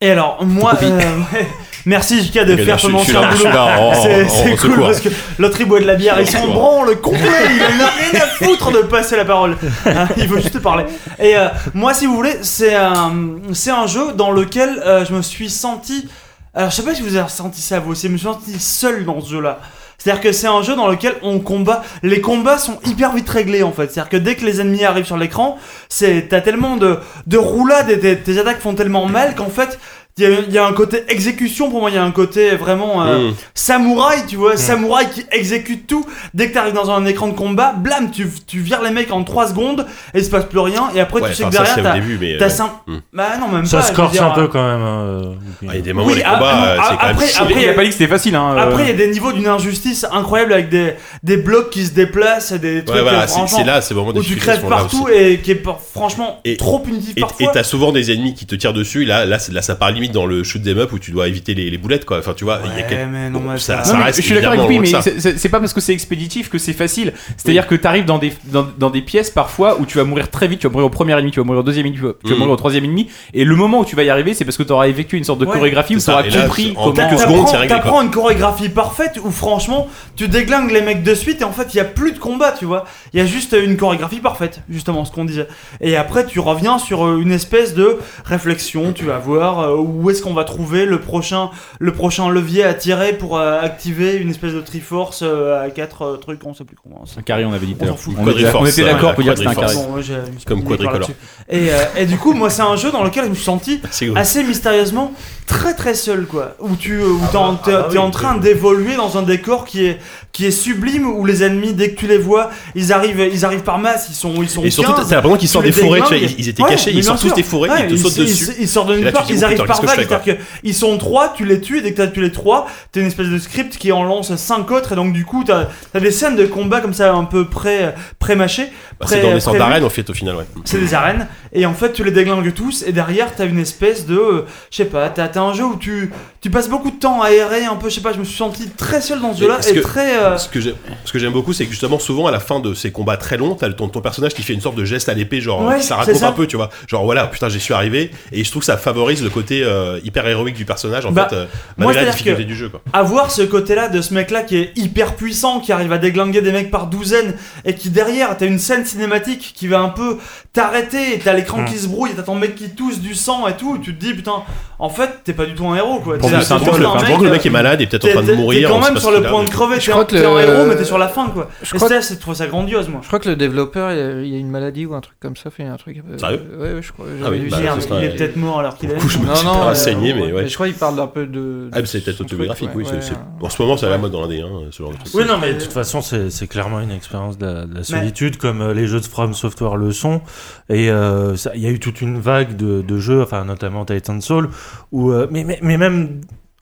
[SPEAKER 4] Et alors, moi, euh, ouais. merci JK de
[SPEAKER 5] Et là,
[SPEAKER 4] faire
[SPEAKER 5] je-
[SPEAKER 4] ton
[SPEAKER 5] je suis là-
[SPEAKER 4] ancien
[SPEAKER 5] je suis
[SPEAKER 4] boulot.
[SPEAKER 5] là en- en-
[SPEAKER 4] C'est
[SPEAKER 5] en
[SPEAKER 4] c'est cool
[SPEAKER 5] secours.
[SPEAKER 4] parce que l'autre il boit de la bière,
[SPEAKER 5] En
[SPEAKER 4] il s'en
[SPEAKER 5] secours.
[SPEAKER 4] branle complet, il en a rien à foutre de passer la parole. Hein, il veut juste parler. Et euh, moi, si vous voulez, c'est un, c'est un jeu dans lequel euh, je me suis senti. Alors, je sais pas si vous avez ressenti ça vous aussi, mais je me suis senti seul dans ce jeu-là. C'est-à-dire que c'est un jeu dans lequel on combat. Les combats sont hyper vite réglés en fait. C'est-à-dire que dès que les ennemis arrivent sur l'écran, c'est t'as tellement de, de roulades et tes, tes attaques font tellement mal qu'en fait, il y a, il y a un côté exécution pour moi, il y a un côté vraiment euh,
[SPEAKER 5] Mm.
[SPEAKER 4] samouraï, tu
[SPEAKER 5] Hmm.
[SPEAKER 4] vois, samouraï qui exécute tout. Dès que t'arrives dans un écran de combat, blam, tu, tu vires les mecs en 3 secondes et il se passe plus rien. Et après,
[SPEAKER 5] Ouais,
[SPEAKER 4] tu sais
[SPEAKER 5] enfin,
[SPEAKER 4] que
[SPEAKER 5] ça
[SPEAKER 4] derrière,
[SPEAKER 5] c'est au
[SPEAKER 4] t'as.
[SPEAKER 5] début, mais
[SPEAKER 4] T'as
[SPEAKER 5] euh,
[SPEAKER 4] cinq-
[SPEAKER 5] Mm.
[SPEAKER 4] Bah non, même
[SPEAKER 6] Ça
[SPEAKER 4] pas. je
[SPEAKER 6] se
[SPEAKER 4] veux
[SPEAKER 6] corse
[SPEAKER 4] dire,
[SPEAKER 6] un peu quand même. euh,
[SPEAKER 5] ah, il y a des moments
[SPEAKER 4] Oui,
[SPEAKER 5] les
[SPEAKER 4] ah,
[SPEAKER 5] combats, euh,
[SPEAKER 4] ah,
[SPEAKER 5] c'est quand même
[SPEAKER 4] après-
[SPEAKER 5] chiant.
[SPEAKER 2] après il y a pas dit que c'était facile hein euh,
[SPEAKER 4] Après, il y a des niveaux d'une injustice incroyable avec des, des blocs qui se déplacent, des trucs
[SPEAKER 5] Ouais, voilà,
[SPEAKER 4] euh,
[SPEAKER 5] c'est
[SPEAKER 4] franchement,
[SPEAKER 5] c'est là, c'est vraiment des
[SPEAKER 4] où tu
[SPEAKER 5] difficultés
[SPEAKER 4] crèves
[SPEAKER 5] sont là
[SPEAKER 4] partout
[SPEAKER 5] aussi.
[SPEAKER 4] et qui est par- franchement
[SPEAKER 5] Et-
[SPEAKER 4] trop punitif
[SPEAKER 5] Et
[SPEAKER 4] parfois.
[SPEAKER 5] et t'as souvent des ennemis qui te tirent dessus. Là, là, c'est- là, ça part limite dans le shoot them up où tu dois éviter les, les boulettes, quoi. Enfin, tu vois, il y a
[SPEAKER 4] Ouais,
[SPEAKER 5] quelques-
[SPEAKER 4] mais non,
[SPEAKER 5] bon,
[SPEAKER 4] mais
[SPEAKER 5] ça-
[SPEAKER 4] ça-
[SPEAKER 5] ça-
[SPEAKER 2] Non, mais
[SPEAKER 5] reste
[SPEAKER 2] je suis d'accord avec
[SPEAKER 5] évidemment
[SPEAKER 2] lui,
[SPEAKER 5] loin
[SPEAKER 2] mais
[SPEAKER 5] de ça.
[SPEAKER 2] c'est- c'est c'est pas parce que c'est expéditif que c'est facile. C'est-à-dire que t'arrives dans des dans, dans des pièces parfois où tu vas mourir très vite, tu vas mourir au premier ennemi, tu vas mourir au deuxième ennemi, tu vas, tu vas
[SPEAKER 5] Mm.
[SPEAKER 2] mourir au troisième ennemi, et le moment où tu vas y arriver, c'est parce que t'auras effectué une sorte de
[SPEAKER 4] Ouais.
[SPEAKER 2] chorégraphie où
[SPEAKER 5] C'est ça,
[SPEAKER 2] t'auras
[SPEAKER 5] et là,
[SPEAKER 2] compris
[SPEAKER 5] en
[SPEAKER 2] comment.
[SPEAKER 5] quelques
[SPEAKER 4] T'apprends-
[SPEAKER 5] secondes, c'est réglé, quoi.
[SPEAKER 4] T'apprends une chorégraphie parfaite où franchement tu déglingues les mecs de suite et en fait il y a plus de combat, tu vois. Il y a juste une chorégraphie parfaite, justement ce qu'on disait. Et après tu reviens sur euh, une espèce de réflexion, tu vas voir, euh, où où est-ce qu'on va trouver le prochain, le prochain levier à tirer pour euh, activer une espèce de Triforce euh, à quatre euh, trucs, on sait plus comment. c'est-
[SPEAKER 2] Un carré, on avait dit tout à
[SPEAKER 4] On
[SPEAKER 2] l'heure.
[SPEAKER 4] s'en fout.
[SPEAKER 2] On était- On
[SPEAKER 5] Quadriforce,
[SPEAKER 2] était d'accord
[SPEAKER 5] ouais,
[SPEAKER 2] pour dire que c'était un carré.
[SPEAKER 5] quadriforce.
[SPEAKER 4] Bon, ouais, j'ai- j'ai
[SPEAKER 5] Comme
[SPEAKER 4] pas
[SPEAKER 5] quadricolore.
[SPEAKER 4] là-dessus. Et, euh, et du coup, moi, c'est un jeu dans lequel je me suis senti
[SPEAKER 5] C'est gros.
[SPEAKER 4] assez mystérieusement très très seul quoi où tu euh, où t'es en, t'es-
[SPEAKER 8] ah bah
[SPEAKER 4] t'es
[SPEAKER 8] oui.
[SPEAKER 4] en train d'évoluer dans un décor qui est qui est sublime où les ennemis dès que tu les vois ils arrivent ils arrivent par masse ils sont ils sont
[SPEAKER 5] Et surtout,
[SPEAKER 4] 15,
[SPEAKER 5] t'as l'impression qu'ils
[SPEAKER 4] tu
[SPEAKER 5] sortent
[SPEAKER 4] les
[SPEAKER 5] des forêts, tu vois,
[SPEAKER 4] déglingues.
[SPEAKER 5] ils, ils étaient
[SPEAKER 4] Ouais,
[SPEAKER 5] cachés,
[SPEAKER 4] mais
[SPEAKER 5] ils sortent
[SPEAKER 4] bien
[SPEAKER 5] tous
[SPEAKER 4] sûr.
[SPEAKER 5] des forêts,
[SPEAKER 4] Ouais,
[SPEAKER 5] ils te sautent
[SPEAKER 4] ils-
[SPEAKER 5] dessus.
[SPEAKER 4] Ils, ils sortent d'une
[SPEAKER 5] Et là, tu
[SPEAKER 4] part,
[SPEAKER 5] te dis,
[SPEAKER 4] ils
[SPEAKER 5] oh,
[SPEAKER 4] arrivent
[SPEAKER 5] putain,
[SPEAKER 4] par
[SPEAKER 5] qu'est-ce que
[SPEAKER 4] vague,
[SPEAKER 5] je fais, quoi.
[SPEAKER 4] c'est-à-dire qu'ils sont trois, tu les tues, et dès que t'as tué les trois, t'as une espèce de script qui en lance cinq autres, et donc du coup, t'as as des scènes de combat comme ça un peu pré, pré-mâchées.
[SPEAKER 5] Bah, C'est
[SPEAKER 4] pré-
[SPEAKER 5] dans des sortes
[SPEAKER 4] prévues.
[SPEAKER 5] d'arènes, en fait, au final, ouais.
[SPEAKER 4] C'est des arènes, et en fait tu les déglingues tous, et derrière t'as une espèce de. euh, je sais pas, t'as t'as un jeu où tu, tu passes beaucoup de temps à errer un peu, je sais pas, je me suis senti très seul dans ce
[SPEAKER 5] Mais
[SPEAKER 4] jeu-là,
[SPEAKER 5] est-ce
[SPEAKER 4] et
[SPEAKER 5] que-
[SPEAKER 4] très. euh,
[SPEAKER 5] Ce que j'ai- ce que j'aime beaucoup, c'est que justement, souvent, à la fin de ces combats très longs, t'as le- ton, ton personnage qui fait une sorte de geste à l'épée, genre,
[SPEAKER 4] Ouais,
[SPEAKER 5] euh, ça
[SPEAKER 4] c'est
[SPEAKER 5] raconte
[SPEAKER 4] ça.
[SPEAKER 5] un peu, tu vois. Genre, voilà, putain, j'y suis arrivé. Et je trouve que ça favorise le côté euh, hyper héroïque du personnage, en
[SPEAKER 4] Bah,
[SPEAKER 5] fait, euh,
[SPEAKER 4] moi,
[SPEAKER 5] malgré la
[SPEAKER 4] c'est-à-dire
[SPEAKER 5] difficulté
[SPEAKER 4] que-
[SPEAKER 5] du jeu, quoi.
[SPEAKER 4] avoir ce côté-là de ce mec-là qui est hyper puissant, qui arrive à déglinguer des mecs par douzaines, et qui derrière, t'as une scène cinématique qui va un peu t'arrêter, et t'as
[SPEAKER 5] Hmm.
[SPEAKER 4] l'écran qui se brouille, et t'as ton mec qui tousse du sang et tout, et tu te dis putain, en fait, t'es pas du tout un héros quoi.
[SPEAKER 2] Pour
[SPEAKER 4] T'es
[SPEAKER 2] moi,
[SPEAKER 4] là,
[SPEAKER 2] c'est un
[SPEAKER 4] t'es
[SPEAKER 2] drôle,
[SPEAKER 4] juste
[SPEAKER 2] enfin,
[SPEAKER 5] Je crois que le mec est
[SPEAKER 4] euh,
[SPEAKER 5] malade et peut-être en train de
[SPEAKER 4] t'es- t'es-
[SPEAKER 5] mourir.
[SPEAKER 4] T'es quand
[SPEAKER 5] on sait
[SPEAKER 4] même
[SPEAKER 5] pas
[SPEAKER 4] sur
[SPEAKER 5] ce
[SPEAKER 4] le
[SPEAKER 5] qu'il a,
[SPEAKER 4] point
[SPEAKER 5] mais-
[SPEAKER 4] de crever,
[SPEAKER 3] Je
[SPEAKER 4] t'es un,
[SPEAKER 3] crois que
[SPEAKER 4] t'es un
[SPEAKER 3] le-
[SPEAKER 4] héros, mais t'es sur la fin quoi.
[SPEAKER 3] Je
[SPEAKER 4] Et
[SPEAKER 3] crois,
[SPEAKER 4] ça, c'est trouvé ça grandiose moi.
[SPEAKER 3] je crois que le développeur, il a- il y a une maladie ou un truc comme ça. Fait un truc. euh,
[SPEAKER 5] Sérieux
[SPEAKER 3] Ouais, ouais, je crois.
[SPEAKER 5] Ah oui,
[SPEAKER 3] j'avais vu
[SPEAKER 5] bah,
[SPEAKER 3] ça.
[SPEAKER 5] ce
[SPEAKER 4] Merde,
[SPEAKER 5] serait-
[SPEAKER 4] il est peut-être mort alors qu'il est.
[SPEAKER 5] Du coup, je me
[SPEAKER 3] Non,
[SPEAKER 5] suis
[SPEAKER 3] non,
[SPEAKER 5] pas
[SPEAKER 3] euh,
[SPEAKER 5] renseigné, mais ouais.
[SPEAKER 3] Je crois qu'il parle un peu de.
[SPEAKER 5] Ah, mais c'est peut-être autobiographique, oui. c'est- c'est- En ce moment, c'est à la mode dans l'indé, hein, ce genre de truc.
[SPEAKER 4] Oui, non,
[SPEAKER 6] Mais
[SPEAKER 4] mais
[SPEAKER 6] de toute façon, c'est c'est clairement une expérience de la, de
[SPEAKER 4] Bah,
[SPEAKER 6] la solitude, comme euh, les jeux de From Software le sont. Et euh, ça- il y a eu toute une vague de, de jeux, enfin notamment Titan Soul, où euh, mais, mais, mais même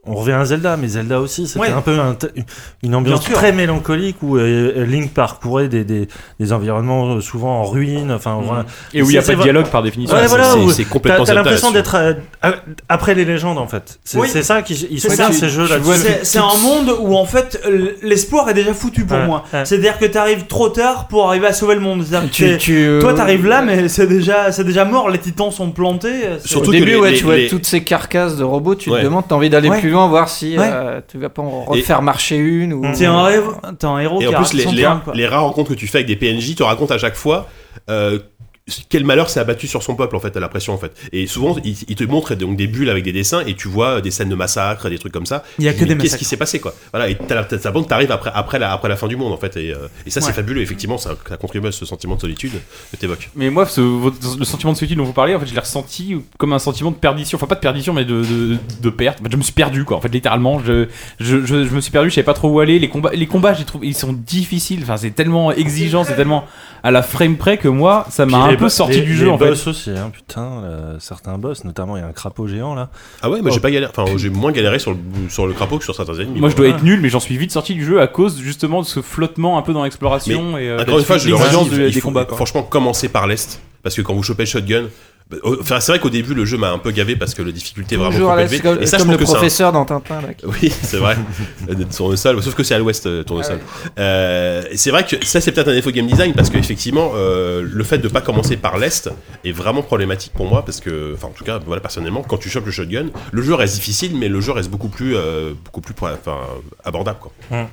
[SPEAKER 6] on revient à Zelda, mais Zelda aussi, c'était
[SPEAKER 4] Ouais.
[SPEAKER 6] un peu un t- une ambiance
[SPEAKER 4] Bien sûr.
[SPEAKER 6] très mélancolique où euh, Link parcourait des, des, des environnements euh, souvent en ruine.
[SPEAKER 4] Mm-hmm.
[SPEAKER 6] Enfin, voilà.
[SPEAKER 2] Et où il n'y a pas
[SPEAKER 6] C'est-
[SPEAKER 2] de
[SPEAKER 6] c'est-
[SPEAKER 2] dialogue par définition.
[SPEAKER 6] Ouais,
[SPEAKER 5] c'est-
[SPEAKER 6] voilà,
[SPEAKER 5] c'est-
[SPEAKER 6] où
[SPEAKER 5] c'est
[SPEAKER 6] T'as
[SPEAKER 5] complètement
[SPEAKER 6] t'as
[SPEAKER 5] Zelda,
[SPEAKER 6] l'impression
[SPEAKER 5] là-dessus.
[SPEAKER 6] d'être euh, à- après les légendes en fait. C'est
[SPEAKER 4] Oui.
[SPEAKER 6] c'est ça qui ils
[SPEAKER 4] C'est
[SPEAKER 6] sont
[SPEAKER 4] ça.
[SPEAKER 6] ces jeux là.
[SPEAKER 4] c'est c'est un monde où en fait l- l'espoir est déjà foutu pour
[SPEAKER 6] Ouais,
[SPEAKER 4] moi.
[SPEAKER 6] ouais.
[SPEAKER 4] C'est-à-dire que t'arrives trop tard pour arriver à sauver le monde. C'est-à-dire que t'es-
[SPEAKER 3] tu, euh,
[SPEAKER 4] Toi, t'arrives là, mais c'est déjà, c'est déjà mort. Les titans sont plantés. euh, c'est-
[SPEAKER 5] Surtout
[SPEAKER 3] Au
[SPEAKER 5] que
[SPEAKER 3] début,
[SPEAKER 5] les-
[SPEAKER 3] ouais,
[SPEAKER 5] les-
[SPEAKER 3] tu vois
[SPEAKER 5] les-
[SPEAKER 3] toutes ces carcasses de robots, tu
[SPEAKER 5] Ouais.
[SPEAKER 3] te demandes, t'as envie d'aller
[SPEAKER 4] Ouais.
[SPEAKER 3] plus loin, voir si
[SPEAKER 4] Ouais.
[SPEAKER 3] euh, tu vas pas en refaire marcher une ou.
[SPEAKER 4] T'es un, héros- t'es un héros
[SPEAKER 5] Et
[SPEAKER 4] qui
[SPEAKER 5] en
[SPEAKER 4] a
[SPEAKER 5] plus, les,
[SPEAKER 4] son
[SPEAKER 5] les-
[SPEAKER 4] terrain, quoi.
[SPEAKER 5] les rares rencontres que tu fais avec des PNJ te racontent à chaque fois euh, quel malheur s'est abattu sur son peuple, en fait, à la pression, en fait. Et souvent, ils, ils te montrent donc, des bulles avec des dessins et tu vois des scènes de massacre, des trucs comme ça.
[SPEAKER 4] Il y a
[SPEAKER 5] Tu
[SPEAKER 4] que
[SPEAKER 5] dis,
[SPEAKER 4] des
[SPEAKER 5] mais Qu'est-ce
[SPEAKER 4] massacres.
[SPEAKER 5] qui s'est passé, quoi Voilà, et t'as la- t'as- ça bande t'arrives après, après, la, après la fin du monde, en fait. Et, euh, et ça, c'est
[SPEAKER 4] Ouais.
[SPEAKER 5] fabuleux, effectivement, ça, ça contribue à ce sentiment de solitude que t'évoques.
[SPEAKER 2] Mais moi, ce- votre- le sentiment de solitude dont vous parlez, en fait, je l'ai ressenti comme un sentiment de perdition. Enfin, pas de perdition, mais de, de, de perte. En fait, je me suis perdu, quoi. En fait, littéralement, je, je, je, je me suis perdu. Je savais pas trop où aller. Les combats, les combats, j'ai trouvé, ils sont difficiles. Enfin, c'est tellement exigeant, c'est tellement à la frame près que moi, ça m'a un peu sorti du jeu, en fait.
[SPEAKER 6] boss aussi, hein, putain, euh, certains boss, notamment il y a un crapaud géant là.
[SPEAKER 5] Ah ouais, mais
[SPEAKER 6] Oh.
[SPEAKER 5] j'ai pas galéré, enfin, j'ai moins galéré sur le, sur le crapaud que sur certains ennemis.
[SPEAKER 2] Moi, je dois être nul, mais j'en suis vite sorti du jeu à cause justement de ce flottement un peu dans l'exploration et euh,
[SPEAKER 5] Encore une fois, je le redis,
[SPEAKER 2] l'exigence de-
[SPEAKER 5] il
[SPEAKER 2] des
[SPEAKER 5] faut
[SPEAKER 2] combats. quoi.
[SPEAKER 5] franchement commencer par l'est, parce que quand vous chopez le shotgun, bah, oh, enfin, c'est vrai qu'au début le jeu m'a un peu gavé parce que la difficulté est vraiment
[SPEAKER 3] Toujours
[SPEAKER 5] trop
[SPEAKER 3] à la- c'est
[SPEAKER 5] élevée.
[SPEAKER 3] comme,
[SPEAKER 5] Et ça,
[SPEAKER 3] comme
[SPEAKER 5] je pense
[SPEAKER 3] le
[SPEAKER 5] que c'est un-
[SPEAKER 3] professeur dans Tintin. Là, qui-
[SPEAKER 5] Oui, c'est vrai. Euh, de tournesol, sauf que c'est à l'ouest euh,
[SPEAKER 3] Ah
[SPEAKER 5] tournesol. Euh, et c'est vrai que ça c'est peut-être un défaut game design parce que effectivement euh, le fait de pas commencer par l'est est vraiment problématique pour moi parce que enfin en tout cas voilà personnellement quand tu chopes le shotgun, le jeu reste difficile mais le jeu reste beaucoup plus euh, beaucoup plus enfin, abordable quoi.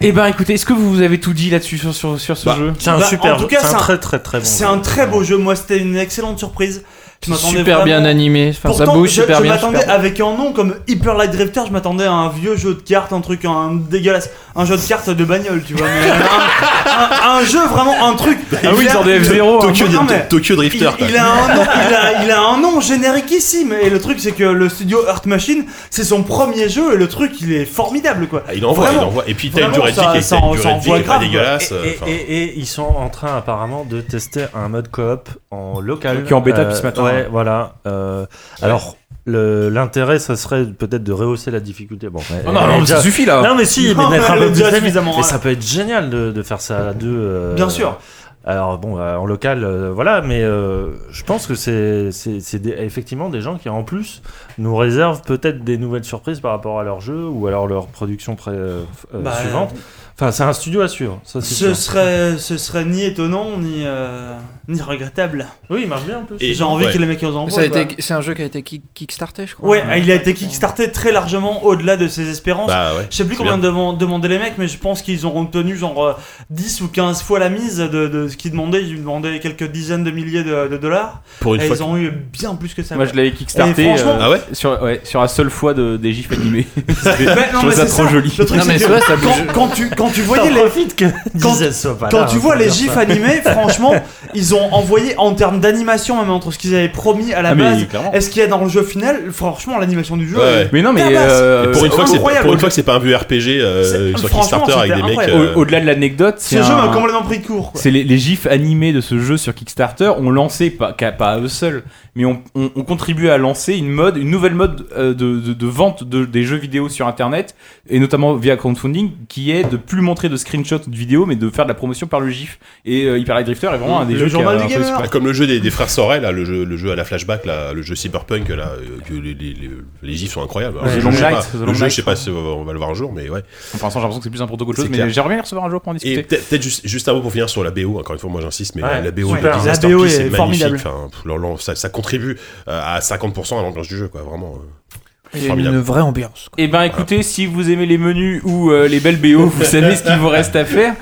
[SPEAKER 1] Eh ben écoutez, est-ce que vous avez tout dit là-dessus sur, sur, sur ce
[SPEAKER 5] Bah,
[SPEAKER 1] jeu
[SPEAKER 6] C'est un
[SPEAKER 4] Bah,
[SPEAKER 6] super,
[SPEAKER 4] en tout
[SPEAKER 6] jeu,
[SPEAKER 4] cas,
[SPEAKER 6] c'est
[SPEAKER 4] c'est
[SPEAKER 6] un
[SPEAKER 4] un-
[SPEAKER 6] très très très bon.
[SPEAKER 4] C'est
[SPEAKER 6] jeu.
[SPEAKER 4] un très beau jeu. Moi, c'était une excellente surprise. Je m'attendais
[SPEAKER 3] Super bien
[SPEAKER 4] vraiment-
[SPEAKER 3] animé, enfin, ça
[SPEAKER 4] Pourtant,
[SPEAKER 3] bouge
[SPEAKER 4] je,
[SPEAKER 3] super
[SPEAKER 4] je
[SPEAKER 3] bien.
[SPEAKER 4] m'attendais
[SPEAKER 3] super-
[SPEAKER 4] avec un nom comme Hyper Light Drifter, je m'attendais à un vieux jeu de cartes, un truc un dégueulasse, un jeu de cartes de bagnole, tu vois. mais un, un- un jeu vraiment un truc.
[SPEAKER 2] Ah oui,
[SPEAKER 4] Il
[SPEAKER 2] genre
[SPEAKER 4] a-
[SPEAKER 2] des F0. hein.
[SPEAKER 5] Tokyo,
[SPEAKER 4] non, mais-
[SPEAKER 5] Tokyo
[SPEAKER 4] il,
[SPEAKER 5] Drifter. quoi.
[SPEAKER 4] il a un nom, il, a, il a un nom génériquissime et le truc c'est que le studio Earth Machine c'est son premier jeu et le truc il est formidable quoi.
[SPEAKER 5] Ah, il envoie,
[SPEAKER 4] Vraiment.
[SPEAKER 5] il envoie. Et puis t'as une
[SPEAKER 4] Vraiment,
[SPEAKER 5] durée de vie
[SPEAKER 4] ça-
[SPEAKER 5] qui est-
[SPEAKER 4] ça
[SPEAKER 5] t'as une
[SPEAKER 4] en-
[SPEAKER 5] durée
[SPEAKER 4] ça
[SPEAKER 5] de vie qui
[SPEAKER 4] envoie
[SPEAKER 5] est pas
[SPEAKER 4] grave, quoi.
[SPEAKER 5] dégueulasse.
[SPEAKER 6] euh, Et, et-
[SPEAKER 5] enfin.
[SPEAKER 6] et- et ils sont en train apparemment de tester un mode coop en local.
[SPEAKER 2] Qui est en bêta
[SPEAKER 6] Euh,
[SPEAKER 2] depuis ce matin. hein.
[SPEAKER 6] Ouais, voilà. Euh, alors, le- l'intérêt, ça serait peut-être de rehausser la difficulté. Bon, mais-
[SPEAKER 2] Ah non, non,
[SPEAKER 6] mais
[SPEAKER 2] ça
[SPEAKER 6] déjà-
[SPEAKER 2] suffit là.
[SPEAKER 6] Non, mais si,
[SPEAKER 4] Non,
[SPEAKER 6] mais mettre un
[SPEAKER 4] elle
[SPEAKER 6] peu
[SPEAKER 4] le
[SPEAKER 6] plus
[SPEAKER 4] dit
[SPEAKER 6] d'amis.
[SPEAKER 4] suffisamment,
[SPEAKER 2] hein.
[SPEAKER 6] Mais
[SPEAKER 4] ouais.
[SPEAKER 6] ça peut être génial de, de faire ça à deux. euh,
[SPEAKER 4] Bien sûr.
[SPEAKER 6] Alors bon, euh, en local, euh, voilà, mais euh, je pense que c'est c'est- c'est des- effectivement des gens qui en plus nous réservent peut-être des nouvelles surprises par rapport à leur jeu ou alors leur production pré- euh, f- euh,
[SPEAKER 4] Bah,
[SPEAKER 6] suivante. Enfin, c'est un studio à suivre. Ça, c'est
[SPEAKER 4] Ce
[SPEAKER 6] sûr.
[SPEAKER 4] serait, ce serait ni étonnant ni, euh, ni regrettable.
[SPEAKER 6] Oui, il marche bien en plus.
[SPEAKER 5] Et-
[SPEAKER 4] J'ai envie
[SPEAKER 5] ouais.
[SPEAKER 4] que les mecs en
[SPEAKER 3] Ça a
[SPEAKER 4] envoient. quoi.
[SPEAKER 3] été- C'est un jeu qui a été kick- kickstarté, je crois.
[SPEAKER 4] Ouais, il a été kickstarté très largement au-delà de ses espérances.
[SPEAKER 5] Bah ouais.
[SPEAKER 4] Je sais plus
[SPEAKER 5] C'est
[SPEAKER 4] combien deman- demandaient les mecs, mais je pense qu'ils ont obtenu genre euh, 10 ou 15 fois la mise de, de ce qu'ils demandaient. Ils demandaient quelques dizaines de milliers de, de dollars.
[SPEAKER 5] Pour Oh, une
[SPEAKER 4] Et
[SPEAKER 5] fois.
[SPEAKER 4] ils ont eu bien plus que ça.
[SPEAKER 2] Moi, je l'avais
[SPEAKER 4] Et
[SPEAKER 2] kickstarté euh,
[SPEAKER 4] franchement-
[SPEAKER 5] Ah ouais
[SPEAKER 2] sur, ouais, sur la seule fois de, des gifs animés.
[SPEAKER 4] Mais bah, non,
[SPEAKER 2] je trouve
[SPEAKER 4] mais
[SPEAKER 2] ça
[SPEAKER 4] c'est
[SPEAKER 2] trop
[SPEAKER 4] ça.
[SPEAKER 2] joli.
[SPEAKER 4] Le truc,
[SPEAKER 3] Non,
[SPEAKER 4] c'est
[SPEAKER 3] mais
[SPEAKER 4] que
[SPEAKER 3] ouais, ça
[SPEAKER 4] quand, quand tu, quand tu voyais les,
[SPEAKER 6] profite que Disney soit pas
[SPEAKER 4] Quand
[SPEAKER 6] là,
[SPEAKER 4] tu
[SPEAKER 6] hein,
[SPEAKER 4] vois
[SPEAKER 6] pour
[SPEAKER 4] les
[SPEAKER 6] dire
[SPEAKER 4] gifs
[SPEAKER 6] ça.
[SPEAKER 4] animés, franchement, ils ont envoyé en termes d'animation, même entre ce qu'ils avaient promis à la
[SPEAKER 2] Ah,
[SPEAKER 4] base,
[SPEAKER 2] mais clairement.
[SPEAKER 4] est-ce qu'il y a dans le jeu final, franchement, l'animation du jeu.
[SPEAKER 5] Ouais.
[SPEAKER 4] elle-
[SPEAKER 2] Mais non, mais
[SPEAKER 4] Tabasse.
[SPEAKER 2] euh,
[SPEAKER 5] Et pour une fois que c'est pas-
[SPEAKER 4] incroyable.
[SPEAKER 5] pour une fois que c'est pas un vieux RPG euh,
[SPEAKER 4] C'est-
[SPEAKER 5] sur
[SPEAKER 4] franchement,
[SPEAKER 5] Kickstarter avec
[SPEAKER 4] c'était
[SPEAKER 5] des mecs.
[SPEAKER 4] incroyable.
[SPEAKER 5] euh,
[SPEAKER 2] au- au-delà de l'anecdote,
[SPEAKER 4] Ce
[SPEAKER 2] c'est
[SPEAKER 4] jeu hein,
[SPEAKER 2] un-
[SPEAKER 4] m'a complètement pris de court. quoi.
[SPEAKER 2] C'est les, les gifs animés de ce jeu sur Kickstarter, on lançait, pas, qu'à- pas à eux seuls, mais on, on, on contribuait à lancer une mode, une nouvelle mode euh, de, de- de vente de- des jeux vidéo sur internet, et notamment via crowdfunding, qui est de plus montrer de screenshots de vidéos, mais de faire de la promotion par le gif. Et euh, Hyper Light Drifter est vraiment un des
[SPEAKER 4] Le
[SPEAKER 2] jeux qui
[SPEAKER 4] journal
[SPEAKER 2] a un
[SPEAKER 4] du
[SPEAKER 2] peu
[SPEAKER 4] gamer.
[SPEAKER 2] explosé.
[SPEAKER 5] Ah, Comme le jeu des, des frères Sorel, là, le, jeu, le jeu à la flashback, là, le jeu cyberpunk, là, euh, que les, les, les, les gifs sont incroyables. Alors,
[SPEAKER 2] Ouais,
[SPEAKER 5] je-
[SPEAKER 2] Long
[SPEAKER 5] je sais
[SPEAKER 2] Night,
[SPEAKER 5] pas,
[SPEAKER 2] The
[SPEAKER 5] le
[SPEAKER 2] Long
[SPEAKER 5] jeu,
[SPEAKER 2] Night,
[SPEAKER 5] je sais pas si on va le voir un jour, mais ouais.
[SPEAKER 2] Enfin, j'ai l'impression que c'est plus un protocole
[SPEAKER 5] C'est
[SPEAKER 2] chose, mais
[SPEAKER 5] clair.
[SPEAKER 2] j'aimerais bien les recevoir un jour pour en
[SPEAKER 5] Et
[SPEAKER 2] discuter.
[SPEAKER 5] peut-être peut-être juste, juste un mot pour finir sur la BO, encore une fois, moi j'insiste, mais
[SPEAKER 6] Ouais,
[SPEAKER 5] la BO
[SPEAKER 6] super.
[SPEAKER 5] de Disaster
[SPEAKER 4] La BO
[SPEAKER 5] Peace
[SPEAKER 4] est
[SPEAKER 5] est, magnifique.
[SPEAKER 4] formidable.
[SPEAKER 5] Enfin, pff, leur- leur- ça, ça contribue euh, à 50% à l'ambiance du jeu, quoi, vraiment. euh.
[SPEAKER 3] Il y a
[SPEAKER 5] Formidable.
[SPEAKER 3] une vraie ambiance. quoi.
[SPEAKER 2] Eh ben écoutez, si vous aimez les menus ou euh, les belles BO, vous savez ce qu'il vous reste à faire.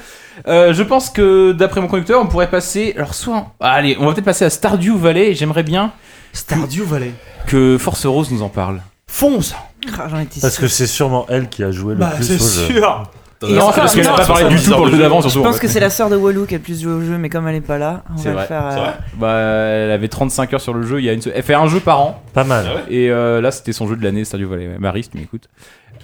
[SPEAKER 2] Euh, je pense que d'après mon conducteur, on pourrait passer. Alors soit, ah, allez, on va peut-être passer à Stardew Valley. et J'aimerais bien
[SPEAKER 4] Stardew Valley.
[SPEAKER 2] que Force Rose nous en parle.
[SPEAKER 4] Fonce
[SPEAKER 7] Ah, J'en étais
[SPEAKER 6] Parce
[SPEAKER 7] sûre.
[SPEAKER 6] que c'est sûrement elle qui a joué le
[SPEAKER 4] Bah,
[SPEAKER 6] plus
[SPEAKER 4] c'est
[SPEAKER 6] au jeu.
[SPEAKER 4] sûr
[SPEAKER 2] Et
[SPEAKER 7] Non,
[SPEAKER 2] enfin, parce qu'elle n'a
[SPEAKER 7] non,
[SPEAKER 2] pas parlé du tout pour le jeu d'avant, surtout.
[SPEAKER 7] Je
[SPEAKER 2] en
[SPEAKER 7] pense
[SPEAKER 2] fait.
[SPEAKER 7] que c'est la sœur de Walou qui a le plus joué au jeu, mais comme elle est pas là, on
[SPEAKER 2] C'est
[SPEAKER 7] va
[SPEAKER 2] vrai,
[SPEAKER 7] le faire.
[SPEAKER 5] c'est
[SPEAKER 7] euh,
[SPEAKER 5] vrai.
[SPEAKER 2] Bah, elle avait 35 heures sur le jeu. Il y a une... se- Elle fait un jeu par an.
[SPEAKER 6] Pas mal.
[SPEAKER 5] Ah ouais
[SPEAKER 2] Et euh, là, c'était son jeu de l'année, Stardew Valley. Marie, si tu m'écoutes.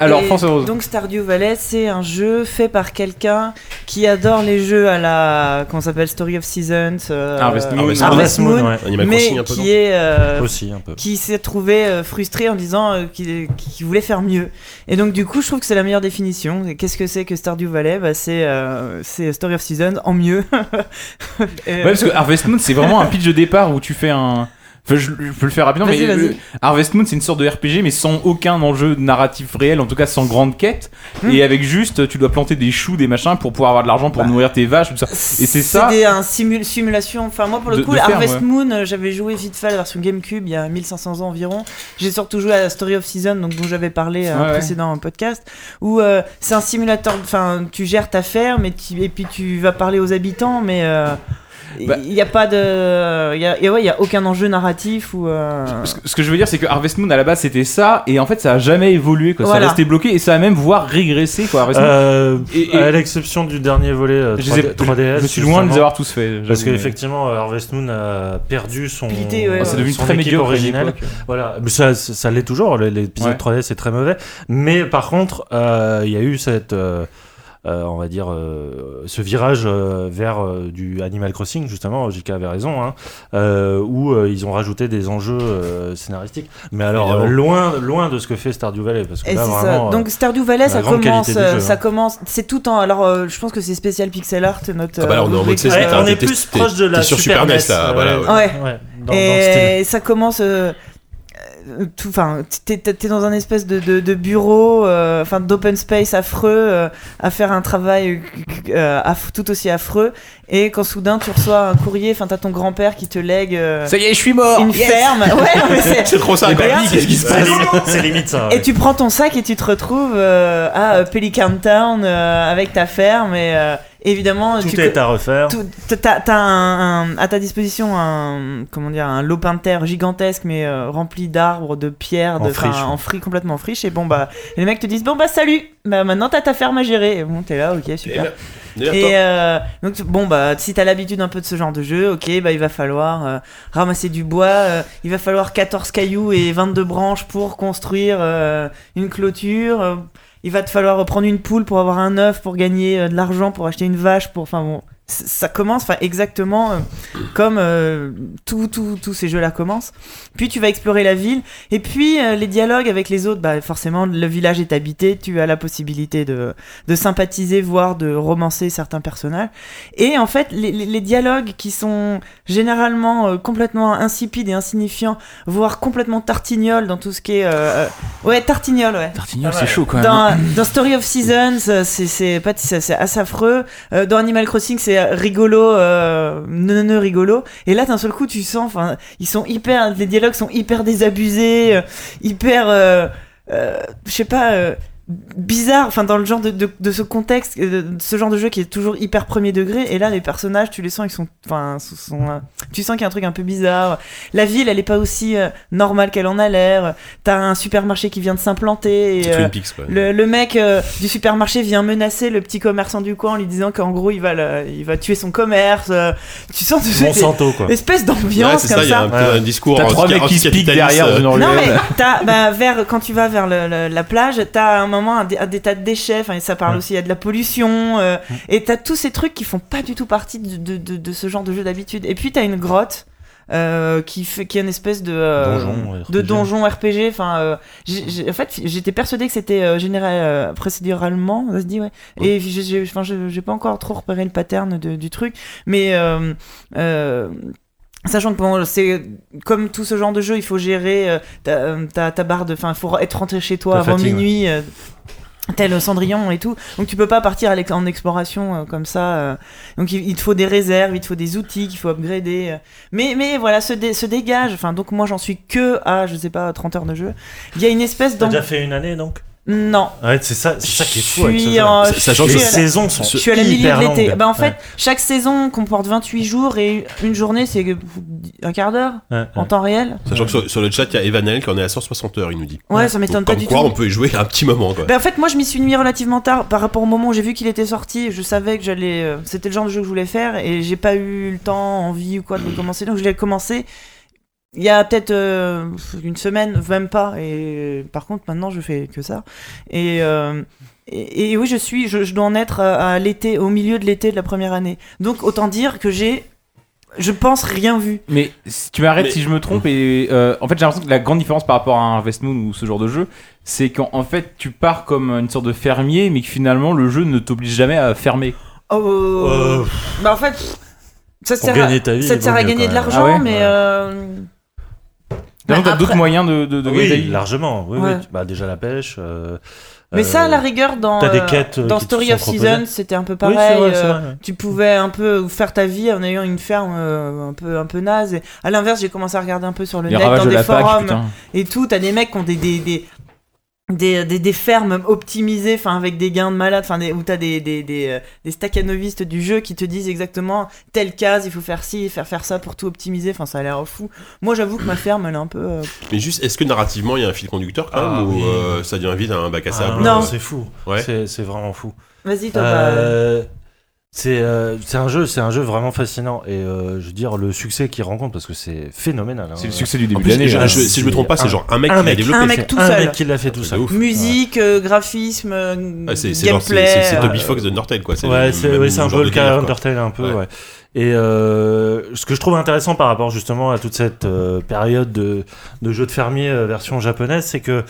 [SPEAKER 2] Alors,
[SPEAKER 7] Et
[SPEAKER 2] Force Rose.
[SPEAKER 7] Donc Stardew Valley, c'est un jeu fait par quelqu'un qui adore les jeux à la qu'on s'appelle Story of Seasons, euh,
[SPEAKER 2] Harvest Moon.
[SPEAKER 5] Harvest
[SPEAKER 7] Harvest Moon,
[SPEAKER 6] ouais.
[SPEAKER 5] Animal
[SPEAKER 7] mais
[SPEAKER 5] Crossing, un peu, non
[SPEAKER 7] qui est euh,
[SPEAKER 6] Aussi, un peu.
[SPEAKER 7] qui s'est trouvé euh, frustré en disant euh, qu'il qu'il voulait faire mieux. Et donc du coup, je trouve que c'est la meilleure définition. Et Qu'est-ce que c'est que Stardew Valley bah, c'est euh, c'est Story of Seasons en mieux. Et-
[SPEAKER 2] Ouais, parce que Harvest Moon, c'est vraiment un pitch de départ où tu fais un. Enfin, je, je peux le faire rapidement, mais
[SPEAKER 7] Vas-y, vas-y.
[SPEAKER 2] euh, Harvest Moon, c'est une sorte de RPG, mais sans aucun enjeu narratif réel, en tout cas sans grande quête.
[SPEAKER 7] Hmm.
[SPEAKER 2] Et avec juste, tu dois planter des choux, des machins pour pouvoir avoir de l'argent pour
[SPEAKER 7] Bah.
[SPEAKER 2] nourrir tes vaches, tout ça. Et c'est ça.
[SPEAKER 7] des un simul- simulation. Enfin, moi, pour le
[SPEAKER 2] De-
[SPEAKER 7] coup,
[SPEAKER 2] de ferme,
[SPEAKER 7] Harvest
[SPEAKER 2] ouais.
[SPEAKER 7] Moon, euh, j'avais joué vite fait à la version GameCube il y a 1500 ans environ. J'ai surtout joué à Story of Season, donc dont j'avais parlé à un
[SPEAKER 2] Ouais, ouais.
[SPEAKER 7] précédent podcast, où euh, c'est un simulateur. Enfin, tu gères ta ferme et, tu- et puis tu vas parler aux habitants, mais. euh, il
[SPEAKER 2] Bah.
[SPEAKER 7] n'y a pas de. il Y a, et ouais, il n'y a aucun enjeu narratif ou. euh,
[SPEAKER 2] Ce que- ce que je veux dire, c'est que Harvest Moon à la base c'était ça, et en fait ça a jamais évolué, quoi. ça
[SPEAKER 7] Voilà.
[SPEAKER 2] a resté bloqué, et ça a même voire régressé, quoi. Harvest Moon.
[SPEAKER 6] Euh,
[SPEAKER 2] Et- et-
[SPEAKER 6] À l'exception du dernier volet euh,
[SPEAKER 2] Je, les ai-
[SPEAKER 6] 3D, 3DS.
[SPEAKER 2] je suis loin de les
[SPEAKER 6] justement,
[SPEAKER 2] avoir tous faits.
[SPEAKER 6] Parce
[SPEAKER 2] j'avoue, mais-
[SPEAKER 6] qu'effectivement, euh, Harvest Moon a perdu son,
[SPEAKER 7] Utilité, ouais,
[SPEAKER 2] Oh, c'est devenu
[SPEAKER 6] son
[SPEAKER 2] très
[SPEAKER 6] équipe
[SPEAKER 2] médiocre
[SPEAKER 6] originale.
[SPEAKER 2] original.
[SPEAKER 6] Voilà, mais ça, ça, ça l'est toujours, l- l'épisode
[SPEAKER 2] Ouais.
[SPEAKER 6] 3D c'est très mauvais. Mais par contre, euh, il y a eu cette, euh, euh, on va dire, euh, ce virage euh, vers euh, du Animal Crossing, justement, JK avait raison, hein, euh, où euh, ils ont rajouté des enjeux euh, scénaristiques. Mais alors,
[SPEAKER 5] Évidemment.
[SPEAKER 6] euh, loin, loin de ce que fait Stardew Valley, parce que
[SPEAKER 7] Et
[SPEAKER 6] là,
[SPEAKER 7] Eh, c'est ça.
[SPEAKER 6] vraiment, euh,
[SPEAKER 7] Donc Stardew Valley,
[SPEAKER 6] la
[SPEAKER 7] ça
[SPEAKER 6] grande
[SPEAKER 7] commence,
[SPEAKER 6] qualité du
[SPEAKER 7] euh,
[SPEAKER 6] jeu, hein.
[SPEAKER 7] ça commence, c'est tout en. Alors, euh, je pense que c'est spécial pixel art, notre.
[SPEAKER 5] Ah bah là, on est en mode
[SPEAKER 7] rubrique,
[SPEAKER 5] c'est-
[SPEAKER 7] euh,
[SPEAKER 5] c'est
[SPEAKER 6] on
[SPEAKER 5] t'es-
[SPEAKER 6] est plus
[SPEAKER 5] t'es-
[SPEAKER 6] proche de la
[SPEAKER 5] t'es sur
[SPEAKER 6] Super
[SPEAKER 5] Super NES,
[SPEAKER 6] NES,
[SPEAKER 5] là,
[SPEAKER 6] euh,
[SPEAKER 5] voilà. ouais.
[SPEAKER 7] ouais.
[SPEAKER 6] ouais, dans, dans le style.
[SPEAKER 7] et ça commence. euh, euh, tout, enfin, t'es, t'es- t'es dans un espèce de, de- de bureau, euh, enfin d'open space affreux, euh, à faire un travail euh, aff- tout aussi affreux, et quand soudain tu reçois un courrier, enfin t'as ton grand-père qui te lègue euh,
[SPEAKER 2] Ça y est, je suis mort.
[SPEAKER 3] Oh,
[SPEAKER 7] une ferme, ouais, non, mais c'est-
[SPEAKER 5] C'est trop ça,
[SPEAKER 7] Et
[SPEAKER 5] quoi.
[SPEAKER 7] bah,
[SPEAKER 5] Qu'est-ce qui se
[SPEAKER 6] C'est
[SPEAKER 5] passe
[SPEAKER 6] limite- C'est limite ça.
[SPEAKER 7] Et tu prends ton sac et tu te retrouves euh, à euh, Pelican Town euh, avec ta ferme et euh, évidemment tu
[SPEAKER 6] Tout
[SPEAKER 7] co-
[SPEAKER 6] est à refaire.
[SPEAKER 7] tout- t'as- T'as t'as un- un- à ta disposition un comment dire un lopin de terre gigantesque mais euh, rempli d'arbres, de pierres,
[SPEAKER 6] En
[SPEAKER 7] de enfin,
[SPEAKER 6] friche, ouais.
[SPEAKER 7] en friche complètement en friche et bon bah et les mecs te disent bon bah salut bah maintenant t'as ta ferme à gérer et bon t'es là ok
[SPEAKER 5] Et
[SPEAKER 7] super
[SPEAKER 5] merde. Et merde,
[SPEAKER 7] et euh, donc tu- bon bah si t'as l'habitude un peu de ce genre de jeu, ok bah il va falloir euh, ramasser du bois, euh, il va falloir 14 cailloux et 22 branches pour construire euh, une clôture. euh, il va te falloir prendre une poule pour avoir un œuf, pour gagner euh, de l'argent, pour acheter une vache, pour enfin bon. c- ça commence enfin exactement euh, comme euh, tous tous- tous ces jeux-là commencent. Puis tu vas explorer la ville, et puis euh, les dialogues avec les autres, bah, forcément le village est habité, tu as la possibilité de, de sympathiser, voire de romancer certains personnages. Et en fait, les, les- les dialogues qui sont généralement euh, complètement insipides et insignifiants, voire complètement tartignoles dans tout ce qui est... euh, euh, ouais, tartignole, Ah ouais.
[SPEAKER 1] Tartignol, c'est chaud quand même. hein.
[SPEAKER 7] Dans, dans Story of Seasons, euh, c'est c'est pas c'est c'est assez affreux. Euh, dans Animal Crossing, c'est rigolo, euh, non non rigolo. Et là, d'un seul coup, tu sens, enfin, ils sont hyper, les dialogues sont hyper désabusés, euh, hyper, euh, euh, je sais pas. euh, bizarre, enfin dans le genre de, de, de ce contexte, euh, de ce genre de jeu qui est toujours hyper premier degré, et là les personnages, tu les sens, ils sont, enfin, sont- sont, euh, tu sens qu'il y a un truc un peu bizarre. La ville, elle est pas aussi euh, normale qu'elle en a l'air. T'as un supermarché qui vient de s'implanter. et,
[SPEAKER 5] C'est
[SPEAKER 7] euh,
[SPEAKER 5] Twin Peaks, quoi.
[SPEAKER 7] le, le mec euh, du supermarché vient menacer le petit commerçant du coin en lui disant qu'en gros il va, le- il va tuer son commerce. euh, tu sens tout cette
[SPEAKER 6] Monsanto, quoi.
[SPEAKER 7] espèce
[SPEAKER 5] Ouais,
[SPEAKER 7] d'ambiance
[SPEAKER 5] c'est
[SPEAKER 7] comme
[SPEAKER 5] ça, il y a un, peu
[SPEAKER 6] Ouais.
[SPEAKER 5] un discours
[SPEAKER 2] T'as trois
[SPEAKER 5] anti-
[SPEAKER 2] mecs qui se piquent
[SPEAKER 5] anticapitaliste,
[SPEAKER 2] derrière
[SPEAKER 5] euh,
[SPEAKER 2] dans le
[SPEAKER 7] non mais t'as, bah, vers, quand tu vas vers le- le- la plage, t'as à un moment un dé- un des tas de déchets, enfin, et ça parle
[SPEAKER 6] Ouais.
[SPEAKER 7] aussi, il y a de la pollution, euh, et t'as tous ces trucs qui font pas du tout partie de, de, de- de ce genre de jeu d'habitude. Et puis t'as une grotte euh, qui, fait, qui est une espèce de, euh,
[SPEAKER 6] Donjon, RPG.
[SPEAKER 7] de donjon RPG. Enfin, euh, j'ai- j'ai- en fait, j'étais persuadé que c'était euh, général, euh, procéduralement, on se dit, ouais. Et j'ai- j'ai enfin, j'ai- j'ai pas encore trop repéré le pattern de- du truc, mais. euh, euh, Sachant que bon, c'est euh, comme tout ce genre de jeu, il faut gérer euh, ta, euh, ta, ta barre de. Enfin, il faut être rentré chez toi
[SPEAKER 6] Ta
[SPEAKER 7] avant
[SPEAKER 6] fatigue, ouais.
[SPEAKER 7] minuit, euh, tel Cendrillon et tout. Donc tu peux pas partir à l'ex- en exploration euh, comme ça. euh. Donc il, il te faut des réserves, il te faut des outils qu'il faut upgrader. euh. Mais, mais voilà, se, dé- se dégage. Enfin, donc moi j'en suis que à, je sais pas, 30 heures de jeu. Il y a une espèce
[SPEAKER 6] T'as
[SPEAKER 7] d'en...
[SPEAKER 6] déjà fait une année, donc
[SPEAKER 7] Non.
[SPEAKER 6] Ouais, c'est ça, c'est ça qui est fou avec
[SPEAKER 7] Je
[SPEAKER 6] ce jeu. hein.
[SPEAKER 7] suis en-
[SPEAKER 5] Sa- sachant
[SPEAKER 7] je
[SPEAKER 5] que
[SPEAKER 6] Les
[SPEAKER 7] suis à la-
[SPEAKER 6] saisons sont
[SPEAKER 7] je suis à la milieu
[SPEAKER 6] hyper
[SPEAKER 7] de l'été.
[SPEAKER 6] longues.
[SPEAKER 7] Bah, en fait,
[SPEAKER 6] Ouais,
[SPEAKER 7] chaque saison comporte 28 jours et une journée c'est un quart d'heure
[SPEAKER 6] ouais, ouais.
[SPEAKER 7] en temps réel.
[SPEAKER 5] Sachant que sur, sur le chat, il y a Evanel qui en est à 160 heures, il nous dit.
[SPEAKER 7] Ouais, ça m'étonne
[SPEAKER 5] Donc,
[SPEAKER 7] pas
[SPEAKER 5] comme
[SPEAKER 7] du
[SPEAKER 5] quoi,
[SPEAKER 7] tout.
[SPEAKER 5] on peut y jouer un petit moment, quoi.
[SPEAKER 7] Ben, en fait, moi, je m'y suis mis relativement tard par rapport au moment où j'ai vu qu'il était sorti. Je savais que j'allais. euh, C'était le genre de jeu que je voulais faire et j'ai pas eu le temps, envie ou quoi de le commencer. Donc, je l'ai commencé il y a peut-être euh, une semaine, même pas. Et euh, par contre, maintenant, je fais que ça. Et. euh, et, et oui, je suis, je, je dois en être à, à l'été, au milieu de l'été de la première année. Donc autant dire que j'ai, je pense rien vu.
[SPEAKER 2] Mais si- tu m'arrêtes
[SPEAKER 5] Mais-
[SPEAKER 2] si je me trompe. Et euh, en fait, j'ai l'impression que la grande différence par rapport à un Harvest Moon ou ce genre de jeu, c'est qu'en en fait, tu pars comme une sorte de fermier, mais que finalement, le jeu ne t'oblige jamais à fermer.
[SPEAKER 7] Oh,
[SPEAKER 6] Euh,
[SPEAKER 7] bah en fait, ça
[SPEAKER 6] pour
[SPEAKER 7] sert à,
[SPEAKER 6] gagner ta vie.
[SPEAKER 7] ça
[SPEAKER 6] il
[SPEAKER 7] te sert
[SPEAKER 6] vaut
[SPEAKER 7] à
[SPEAKER 6] mieux
[SPEAKER 7] gagner
[SPEAKER 6] quand
[SPEAKER 7] de
[SPEAKER 6] même.
[SPEAKER 7] l'argent,
[SPEAKER 2] Ah ouais
[SPEAKER 7] mais.
[SPEAKER 6] Ouais.
[SPEAKER 7] euh,
[SPEAKER 2] T'as
[SPEAKER 7] bah,
[SPEAKER 2] d'autres
[SPEAKER 7] après-
[SPEAKER 2] moyens de, de, de gagner ta
[SPEAKER 6] Oui,
[SPEAKER 2] vie.
[SPEAKER 6] largement. Oui,
[SPEAKER 7] Ouais.
[SPEAKER 6] oui. Bah, déjà la pêche. euh,
[SPEAKER 7] Mais ça,
[SPEAKER 6] euh,
[SPEAKER 7] à la rigueur, dans,
[SPEAKER 6] t'as des
[SPEAKER 7] euh,
[SPEAKER 6] quêtes, euh,
[SPEAKER 7] dans
[SPEAKER 6] qui te
[SPEAKER 7] Story
[SPEAKER 6] sont
[SPEAKER 7] of
[SPEAKER 6] proposées.
[SPEAKER 7] Seasons, c'était un peu
[SPEAKER 6] Oui,
[SPEAKER 7] pareil.
[SPEAKER 6] c'est vrai, c'est
[SPEAKER 7] euh,
[SPEAKER 6] vrai, ouais.
[SPEAKER 7] Tu pouvais un peu faire ta vie en ayant une ferme euh, un peu un peu naze. Et à l'inverse, j'ai commencé à regarder un peu sur le
[SPEAKER 2] Les
[SPEAKER 7] net, dans
[SPEAKER 2] ravages de
[SPEAKER 7] des
[SPEAKER 2] la PAC,
[SPEAKER 7] forums
[SPEAKER 2] putain.
[SPEAKER 7] et tout. T'as des mecs qui ont des des, des, des, des- des fermes optimisées, enfin avec des gains de malade, enfin des- où t'as des des, des, euh, des staccanovistes du jeu qui te disent exactement telle case, il faut faire ci, faire faire ça pour tout optimiser. Enfin, ça a l'air fou. Moi, j'avoue que ma ferme, elle est un peu. euh,
[SPEAKER 5] Mais juste, est-ce que narrativement, il y a un fil conducteur, quand même,
[SPEAKER 6] Ah,
[SPEAKER 5] ou
[SPEAKER 6] oui.
[SPEAKER 5] euh, ça devient vite un bac à
[SPEAKER 6] Ah,
[SPEAKER 5] sable euh,
[SPEAKER 7] Non.
[SPEAKER 6] C'est fou.
[SPEAKER 5] Ouais.
[SPEAKER 6] C'est c'est vraiment fou.
[SPEAKER 7] Vas-y, toi. bah,
[SPEAKER 6] Euh, C'est euh, c'est un jeu, c'est un jeu vraiment fascinant et euh, je veux dire le succès qu'il rencontre parce que c'est phénoménal. hein.
[SPEAKER 2] C'est le succès du début
[SPEAKER 5] En
[SPEAKER 2] de
[SPEAKER 5] plus,
[SPEAKER 2] l'année.
[SPEAKER 5] je-
[SPEAKER 2] hein.
[SPEAKER 5] je- si je me trompe pas, c'est genre un mec
[SPEAKER 6] Un
[SPEAKER 5] qui l'a
[SPEAKER 6] mec.
[SPEAKER 5] développé.
[SPEAKER 7] Un mec
[SPEAKER 6] C'est
[SPEAKER 7] tout
[SPEAKER 6] un
[SPEAKER 7] seul.
[SPEAKER 6] mec qui l'a fait tout
[SPEAKER 5] C'est
[SPEAKER 6] seul. Ah,
[SPEAKER 5] ouf.
[SPEAKER 7] Musique, euh, graphisme, euh,
[SPEAKER 5] Ah, c'est- c'est genre- c'est-
[SPEAKER 7] gameplay.
[SPEAKER 5] c'est- c'est
[SPEAKER 7] euh,
[SPEAKER 5] Toby Fox de Nortel, quoi.
[SPEAKER 6] Ouais,
[SPEAKER 5] le
[SPEAKER 6] c'est
[SPEAKER 5] même
[SPEAKER 6] ouais, c'est un
[SPEAKER 5] genre
[SPEAKER 6] peu
[SPEAKER 5] de
[SPEAKER 6] le cas
[SPEAKER 5] délire, quoi.
[SPEAKER 6] Undertale un peu.
[SPEAKER 5] Ouais.
[SPEAKER 6] Ouais. Et euh, ce que je trouve intéressant par rapport justement à toute cette euh, période de, de jeu de fermier euh, version japonaise, c'est que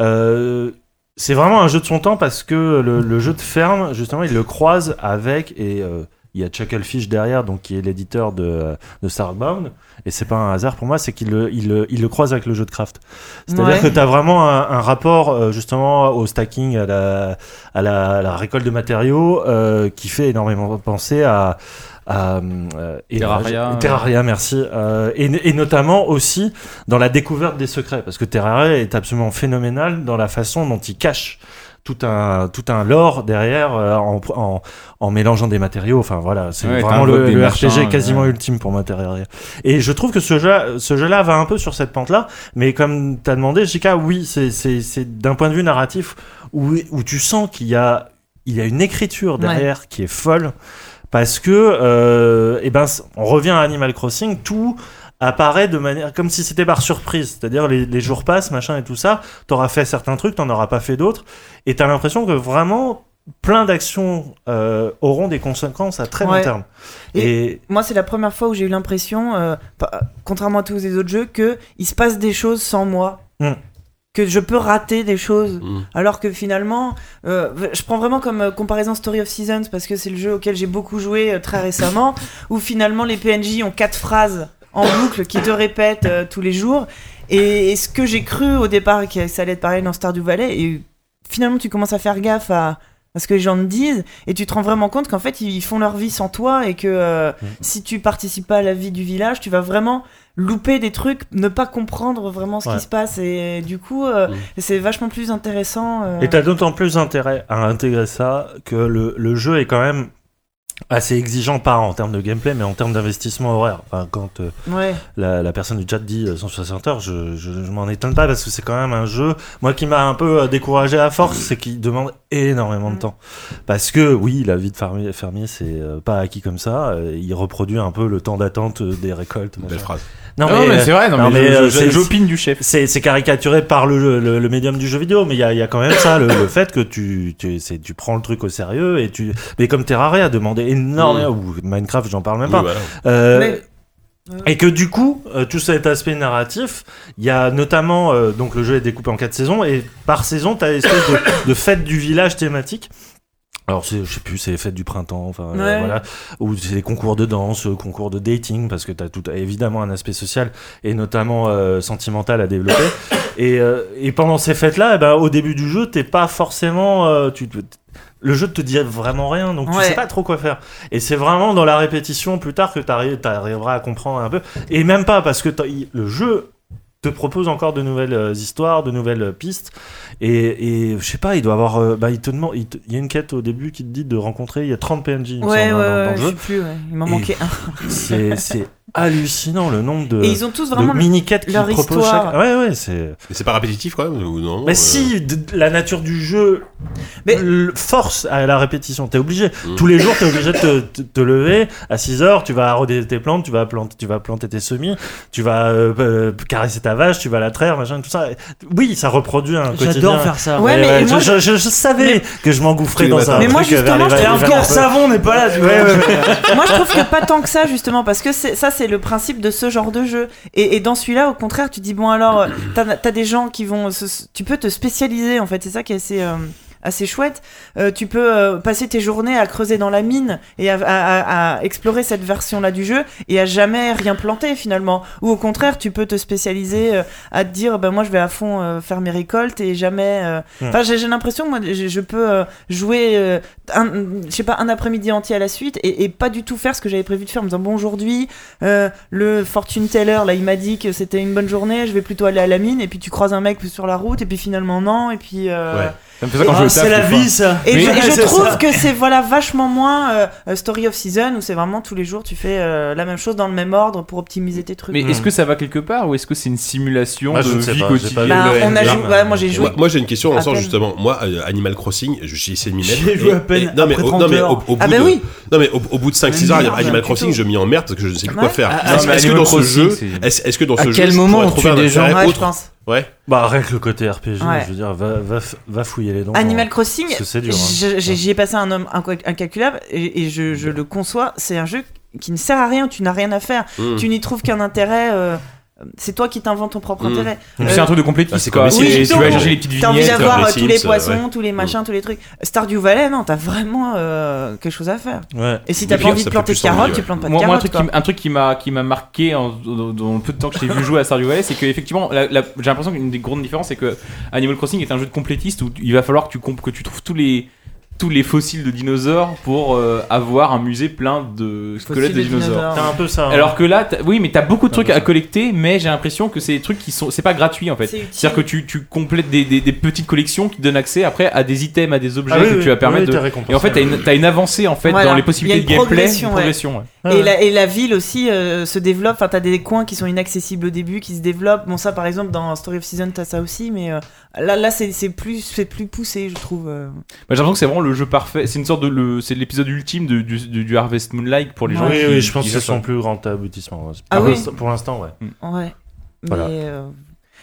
[SPEAKER 6] euh, c'est vraiment un jeu de son temps parce que le, le jeu de ferme, justement, il le croise avec et euh, il y a Chucklefish derrière, donc qui est l'éditeur de, de Starbound. Et c'est pas un hasard pour moi, c'est qu'il le, il le, il le croise avec le jeu de craft. C'est-à-dire
[SPEAKER 7] Ouais.
[SPEAKER 6] que tu as vraiment un, un rapport euh, justement au stacking, à la, à la, à la récolte de matériaux, euh, qui fait énormément penser à, à, euh, élevage-
[SPEAKER 2] Terraria.
[SPEAKER 6] Terraria, merci. Euh, et, et notamment aussi dans la découverte des secrets, parce que Terraria est absolument phénoménal dans la façon dont il cache tout un tout un lore derrière euh, en, en, en mélangeant des matériaux enfin voilà c'est
[SPEAKER 2] Ouais,
[SPEAKER 6] vraiment
[SPEAKER 2] t'invoques
[SPEAKER 6] le,
[SPEAKER 2] des
[SPEAKER 6] le
[SPEAKER 2] machins,
[SPEAKER 6] RPG quasiment
[SPEAKER 2] ouais.
[SPEAKER 6] ultime pour moi Terraria et je trouve que ce jeu ce jeu là va un peu sur cette pente là mais comme t'as demandé, JK, oui, c'est- c'est c'est d'un point de vue narratif où, où tu sens qu'il y a, il y a une écriture derrière qui est folle. Parce que, euh, eh ben, c- on revient à Animal Crossing, tout apparaît de manière comme si c'était par surprise. C'est-à-dire les, les jours passent, machin et tout ça. T'auras fait certains trucs, t'en auras pas fait d'autres, et t'as l'impression que vraiment plein d'actions euh, auront des conséquences à très long
[SPEAKER 7] Ouais.
[SPEAKER 6] terme.
[SPEAKER 7] Et-
[SPEAKER 6] Et
[SPEAKER 7] Moi, c'est la première fois où j'ai eu l'impression, euh, pas- contrairement à tous les autres jeux, que il se passe des choses sans moi.
[SPEAKER 6] Mm.
[SPEAKER 7] Que je peux rater des choses.
[SPEAKER 5] Mm.
[SPEAKER 7] Alors que finalement, euh, je prends vraiment comme euh, comparaison Story of Seasons parce que c'est le jeu auquel j'ai beaucoup joué euh, très récemment, où finalement les PNJ ont quatre phrases en boucle qui te répètent euh, tous les jours. Et, et ce que j'ai cru au départ que ça allait être pareil dans Stardew Valley, et finalement tu commences à faire gaffe à, à ce que les gens te disent, et tu te rends vraiment compte qu'en fait ils font leur vie sans toi, et que euh,
[SPEAKER 6] Mm.
[SPEAKER 7] si tu participes pas à la vie du village, tu vas vraiment louper des trucs, ne pas comprendre vraiment ce
[SPEAKER 6] Ouais.
[SPEAKER 7] qui se passe, et du coup euh,
[SPEAKER 5] Mm.
[SPEAKER 7] c'est vachement plus intéressant. euh.
[SPEAKER 6] Et t'as d'autant plus intérêt à intégrer ça que le, le jeu est quand même assez exigeant, pas en termes de gameplay, mais en termes d'investissement horaire. Enfin, quand euh,
[SPEAKER 7] Ouais.
[SPEAKER 6] la, la personne du chat dit euh, 160 heures, je, je, je m'en étonne pas parce que c'est quand même un jeu, moi qui m'a un peu euh, découragé à force, c'est qu'il demande énormément de
[SPEAKER 7] Mm.
[SPEAKER 6] temps. Parce que oui, la vie de fermier, fermier c'est euh, pas acquis comme ça, euh, il reproduit un peu le temps d'attente euh, des récoltes.
[SPEAKER 5] Belle
[SPEAKER 6] machin.
[SPEAKER 5] phrase.
[SPEAKER 6] Non,
[SPEAKER 2] Non, mais
[SPEAKER 6] euh,
[SPEAKER 2] c'est vrai, non,
[SPEAKER 6] non,
[SPEAKER 2] mais
[SPEAKER 6] mais,
[SPEAKER 2] je-
[SPEAKER 6] euh,
[SPEAKER 2] je-
[SPEAKER 6] c'est-
[SPEAKER 2] j'opine du chef.
[SPEAKER 6] c'est c'est caricaturé par le, le, le médium du jeu vidéo, mais il y a, il y a quand même ça, le, le fait que tu, tu, c'est- tu prends le truc au sérieux et tu. Mais comme Terraria demandait énormément, ou Minecraft, j'en parle même
[SPEAKER 5] Oui,
[SPEAKER 6] pas.
[SPEAKER 5] voilà.
[SPEAKER 6] Euh,
[SPEAKER 7] Mais-
[SPEAKER 6] Et que du coup, euh, tout cet aspect narratif, il y a notamment euh, donc le jeu est découpé en quatre saisons et par saison, t'as l'espèce de, de fête du village thématique. Alors c'est- je sais plus, c'est les fêtes du printemps, enfin euh,
[SPEAKER 7] Ouais.
[SPEAKER 6] voilà, ou c'est les concours de danse, euh, concours de dating, parce que t'as tout évidemment un aspect social et notamment euh, sentimental à développer. et, euh, et pendant ces fêtes-là, eh ben, au début du jeu, t'es pas forcément, euh, tu, tu- le jeu te dit vraiment rien, donc tu
[SPEAKER 7] Ouais.
[SPEAKER 6] sais pas trop quoi faire. Et c'est vraiment dans la répétition plus tard que t'arri- t'arriveras à comprendre un peu. Et même pas parce que t'as- il- le jeu te propose encore de nouvelles euh, histoires, de nouvelles euh, pistes. Et, et je sais pas, il doit avoir. euh, bah, il te demande. Il, te- il y a une quête au début qui te dit de rencontrer. Il y a 30 PNJ il me
[SPEAKER 7] Ouais, ouais,
[SPEAKER 6] semble, hein,
[SPEAKER 7] ouais,
[SPEAKER 6] dans, dans
[SPEAKER 7] je
[SPEAKER 6] le
[SPEAKER 7] sais
[SPEAKER 6] jeu.
[SPEAKER 7] plus, ouais. il m'en
[SPEAKER 6] Et- euh,
[SPEAKER 7] manquait un.
[SPEAKER 6] C'est c'est hallucinant le nombre de,
[SPEAKER 7] Et ils ont tous
[SPEAKER 6] de
[SPEAKER 7] vraiment.
[SPEAKER 6] mini-quêtes qu'ils
[SPEAKER 7] leur
[SPEAKER 6] proposent
[SPEAKER 7] histoire.
[SPEAKER 6] chaque. Ouais, ouais, c'est.
[SPEAKER 5] Mais c'est pas répétitif quand même ou non
[SPEAKER 6] Mais
[SPEAKER 5] euh,
[SPEAKER 6] Bah, si, de- la nature du jeu
[SPEAKER 7] Mais-
[SPEAKER 6] le- force à la répétition. T'es obligé.
[SPEAKER 5] Mm.
[SPEAKER 6] Tous les jours, t'es obligé de te, te- te lever à 6 heures. Tu vas arroder tes plantes, tu vas planter, tu vas planter tes semis, tu vas euh, euh, caresser ta vache, tu vas la traire, machin, tout ça. Oui, ça reproduit un quotidien.
[SPEAKER 4] J'adore faire ça.
[SPEAKER 7] Ouais, mais
[SPEAKER 6] je,
[SPEAKER 7] moi,
[SPEAKER 6] je- je- je savais que je
[SPEAKER 5] Tous
[SPEAKER 6] m'engouffrais
[SPEAKER 5] les
[SPEAKER 6] dans
[SPEAKER 5] matins.
[SPEAKER 6] un
[SPEAKER 7] Mais moi,
[SPEAKER 6] truc, euh,
[SPEAKER 7] justement,
[SPEAKER 6] vers
[SPEAKER 7] je
[SPEAKER 6] les- vers les
[SPEAKER 7] trouve
[SPEAKER 6] vers-
[SPEAKER 7] qu'en ça-
[SPEAKER 4] savon n'est pas là. tu vois.
[SPEAKER 6] Ouais, ouais,
[SPEAKER 7] moi, je trouve que pas tant que ça, justement, parce que c'est- ça, c'est le principe de ce genre de jeu. Et, et dans celui-là, au contraire, tu dis, bon, alors, euh, t'as as des gens qui vont. se- tu peux te spécialiser, en fait, c'est ça qui est assez. euh, assez chouette, Euh, tu peux euh, passer tes journées à creuser dans la mine et à, à- à- à explorer cette version-là du jeu et à jamais rien planter finalement. Ou au contraire, tu peux te spécialiser euh, à te dire, ben moi je vais à fond euh, faire mes récoltes et jamais. euh,
[SPEAKER 6] Hmm.
[SPEAKER 7] Enfin, j'ai j'ai l'impression que moi je, je peux euh, jouer, euh, un, je sais pas, un après-midi entier à la suite et, et pas du tout faire ce que j'avais prévu de faire en me disant bon aujourd'hui euh, le fortune teller là il m'a dit que c'était une bonne journée, je vais plutôt aller à la mine et puis tu croises un mec sur la route et puis finalement non et puis. euh,
[SPEAKER 5] Ouais.
[SPEAKER 2] Ça me fait ça quand
[SPEAKER 4] Ah,
[SPEAKER 2] je vais au taf,
[SPEAKER 4] c'est la
[SPEAKER 2] des fois.
[SPEAKER 4] vie, ça.
[SPEAKER 7] et
[SPEAKER 2] Mais
[SPEAKER 7] je,
[SPEAKER 2] ouais,
[SPEAKER 7] et je
[SPEAKER 2] c'est
[SPEAKER 7] trouve
[SPEAKER 2] ça.
[SPEAKER 7] que c'est voilà vachement moins euh, euh, Story of Season où c'est vraiment tous les jours tu fais euh, la même chose dans le même ordre pour optimiser tes trucs.
[SPEAKER 2] Mais
[SPEAKER 6] Hmm.
[SPEAKER 2] est-ce que ça va quelque part ou est-ce que c'est une simulation
[SPEAKER 6] Moi,
[SPEAKER 2] de
[SPEAKER 6] je ne sais
[SPEAKER 2] vie
[SPEAKER 6] pas, j'ai pas
[SPEAKER 2] quotidienne
[SPEAKER 6] vu.
[SPEAKER 7] Bah,
[SPEAKER 6] le
[SPEAKER 7] on a
[SPEAKER 6] NGR,
[SPEAKER 7] joué, ouais, moi j'ai joué.
[SPEAKER 5] Moi, moi, j'ai une question en
[SPEAKER 7] À
[SPEAKER 5] sens
[SPEAKER 7] peine.
[SPEAKER 5] justement. Moi, euh, Animal Crossing, je- j'ai essayé de m'y mettre.
[SPEAKER 4] J'y ai joué
[SPEAKER 5] et-
[SPEAKER 4] à peine
[SPEAKER 5] et- non, mais,
[SPEAKER 4] après
[SPEAKER 5] au-
[SPEAKER 4] 30
[SPEAKER 5] non, mais au,
[SPEAKER 4] heures.
[SPEAKER 5] au bout
[SPEAKER 7] Ah bah
[SPEAKER 5] de,
[SPEAKER 7] oui.
[SPEAKER 5] non, mais au, au bout de 5-6
[SPEAKER 7] Mais
[SPEAKER 5] heures,
[SPEAKER 7] merde,
[SPEAKER 5] Animal
[SPEAKER 7] plutôt.
[SPEAKER 5] Crossing, je m'y emmerde parce que je ne sais plus quoi
[SPEAKER 7] Ouais.
[SPEAKER 5] faire.
[SPEAKER 2] Ah,
[SPEAKER 5] est-ce
[SPEAKER 2] mais
[SPEAKER 5] est-ce que
[SPEAKER 2] Animal
[SPEAKER 5] dans ce
[SPEAKER 2] Crossing,
[SPEAKER 5] jeu,
[SPEAKER 2] c'est-
[SPEAKER 5] est-ce est-ce que dans
[SPEAKER 9] À
[SPEAKER 5] ce
[SPEAKER 9] quel
[SPEAKER 5] jeu, je
[SPEAKER 9] moment
[SPEAKER 5] pourrais
[SPEAKER 9] on
[SPEAKER 5] trouver
[SPEAKER 9] tue
[SPEAKER 5] un
[SPEAKER 9] des gens
[SPEAKER 5] intérêt
[SPEAKER 7] Ouais, je
[SPEAKER 5] autre
[SPEAKER 7] pense.
[SPEAKER 5] Ouais.
[SPEAKER 6] Bah, rien que le côté RPG,
[SPEAKER 7] Ouais.
[SPEAKER 6] je veux dire, va, va, f- va fouiller les dents.
[SPEAKER 7] Animal Crossing,
[SPEAKER 6] Parce que c'est dur, hein.
[SPEAKER 7] je- j'ai- j'y ai passé un homme inco- incalculable et, et je, je le conçois, c'est un jeu qui ne sert à rien, tu n'as rien à faire,
[SPEAKER 5] Hmm.
[SPEAKER 7] tu n'y trouves qu'un intérêt, euh, c'est toi qui t'inventes ton propre
[SPEAKER 5] Mm.
[SPEAKER 7] intérêt.
[SPEAKER 6] euh,
[SPEAKER 2] Et puis C'est un truc de complétisme.
[SPEAKER 5] Ah, c'est
[SPEAKER 2] quoi.
[SPEAKER 5] comme
[SPEAKER 7] les
[SPEAKER 2] tu
[SPEAKER 7] Sims.
[SPEAKER 2] vas
[SPEAKER 7] Oui,
[SPEAKER 2] chercher les petites
[SPEAKER 7] T'as envie
[SPEAKER 2] vignettes.
[SPEAKER 7] d'avoir
[SPEAKER 5] les
[SPEAKER 7] euh, tous les
[SPEAKER 5] Sims,
[SPEAKER 7] poissons, tous les machins, tous les trucs. Stardew Valley, non, t'as vraiment euh, quelque chose à faire.
[SPEAKER 6] Ouais.
[SPEAKER 7] Et si
[SPEAKER 5] Mais
[SPEAKER 7] t'as
[SPEAKER 5] puis,
[SPEAKER 7] pas envie
[SPEAKER 5] ça fait
[SPEAKER 7] de planter de
[SPEAKER 5] plus envie,
[SPEAKER 7] carottes,
[SPEAKER 5] ouais.
[SPEAKER 7] tu plantes pas de
[SPEAKER 2] Moi, moi, un
[SPEAKER 7] carottes.
[SPEAKER 2] truc qui,
[SPEAKER 7] quoi.
[SPEAKER 2] m- un truc qui m'a qui m'a marqué en- dans, dans le peu de temps que j'ai vu jouer à Stardew Valley, c'est que effectivement, la- la- j'ai l'impression qu'une des grandes différences, c'est que Animal Crossing est un jeu de complétiste où tu- il va falloir que tu comp- que tu trouves tous les tous les fossiles de dinosaures pour euh, avoir un musée plein de squelettes
[SPEAKER 7] Fossiles
[SPEAKER 2] de
[SPEAKER 7] de
[SPEAKER 2] dinosaures.
[SPEAKER 7] dinosaures.
[SPEAKER 6] T'as un peu ça. hein.
[SPEAKER 2] Alors que là, t'as- oui, mais t'as beaucoup de trucs à collecter, mais j'ai l'impression que c'est des trucs qui sont, c'est pas gratuit en fait.
[SPEAKER 7] C'est utile.
[SPEAKER 2] C'est-à-dire que tu, tu complètes des, des- des petites collections qui te donnent accès après à des items, à des objets
[SPEAKER 6] Ah oui,
[SPEAKER 2] que
[SPEAKER 6] oui,
[SPEAKER 2] tu vas permettre
[SPEAKER 6] oui, t'es
[SPEAKER 2] de.
[SPEAKER 6] récompensé.
[SPEAKER 2] Et en fait, t'as une, t'as une avancée en fait
[SPEAKER 7] Voilà.
[SPEAKER 2] dans les
[SPEAKER 7] Il y
[SPEAKER 2] possibilités
[SPEAKER 7] a
[SPEAKER 2] de
[SPEAKER 7] une
[SPEAKER 2] gameplay,
[SPEAKER 7] progression, ouais.
[SPEAKER 2] progression. ouais.
[SPEAKER 6] Ah,
[SPEAKER 7] Et,
[SPEAKER 6] ouais.
[SPEAKER 7] la, et la ville aussi euh, se développe. Enfin, t'as des coins qui sont inaccessibles au début, qui se développent. Bon, ça, par exemple, dans Story of Season, t'as ça aussi, mais euh, là, là, c'est c'est plus, c'est plus poussé, je trouve. euh.
[SPEAKER 2] Bah, j'ai l'impression que c'est vraiment le jeu parfait. C'est une sorte de le, c'est l'épisode ultime de- du, du- du Harvest Moonlight pour les gens.
[SPEAKER 6] Oui,
[SPEAKER 2] qui-
[SPEAKER 6] oui, je pense
[SPEAKER 2] qui
[SPEAKER 6] que c'est
[SPEAKER 2] jouent à
[SPEAKER 6] son plus grand aboutissement. ouais.
[SPEAKER 7] Ah
[SPEAKER 6] pour
[SPEAKER 7] oui.
[SPEAKER 6] l'instant- Pour l'instant, ouais.
[SPEAKER 7] Ouais.
[SPEAKER 6] Voilà.
[SPEAKER 7] Mais, euh,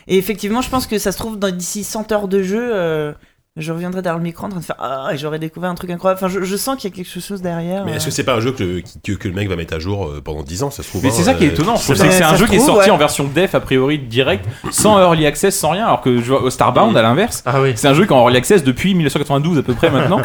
[SPEAKER 7] Et effectivement, je pense que ça se trouve dans d'ici 100 heures de jeu. euh, je reviendrai derrière le micro en train de faire ah et j'aurais découvert un truc incroyable. Enfin, je, je sens qu'il y a quelque chose derrière. euh.
[SPEAKER 5] Mais est-ce que c'est pas un jeu que, que, que le mec va mettre à jour euh, pendant 10 ans, ça se trouve
[SPEAKER 2] Mais
[SPEAKER 5] hein,
[SPEAKER 2] c'est ça qui est
[SPEAKER 5] euh,
[SPEAKER 2] étonnant, je trouve,
[SPEAKER 7] ça-
[SPEAKER 2] c'est que c'est
[SPEAKER 7] ça
[SPEAKER 2] un
[SPEAKER 7] se
[SPEAKER 2] jeu qui est
[SPEAKER 7] trouve,
[SPEAKER 2] sorti
[SPEAKER 7] ouais.
[SPEAKER 2] en version def a priori direct, sans early access, sans rien, alors que je vois Starbound à l'inverse,
[SPEAKER 6] Ah oui.
[SPEAKER 2] c'est un jeu qui est en early access depuis 1992 à peu près maintenant,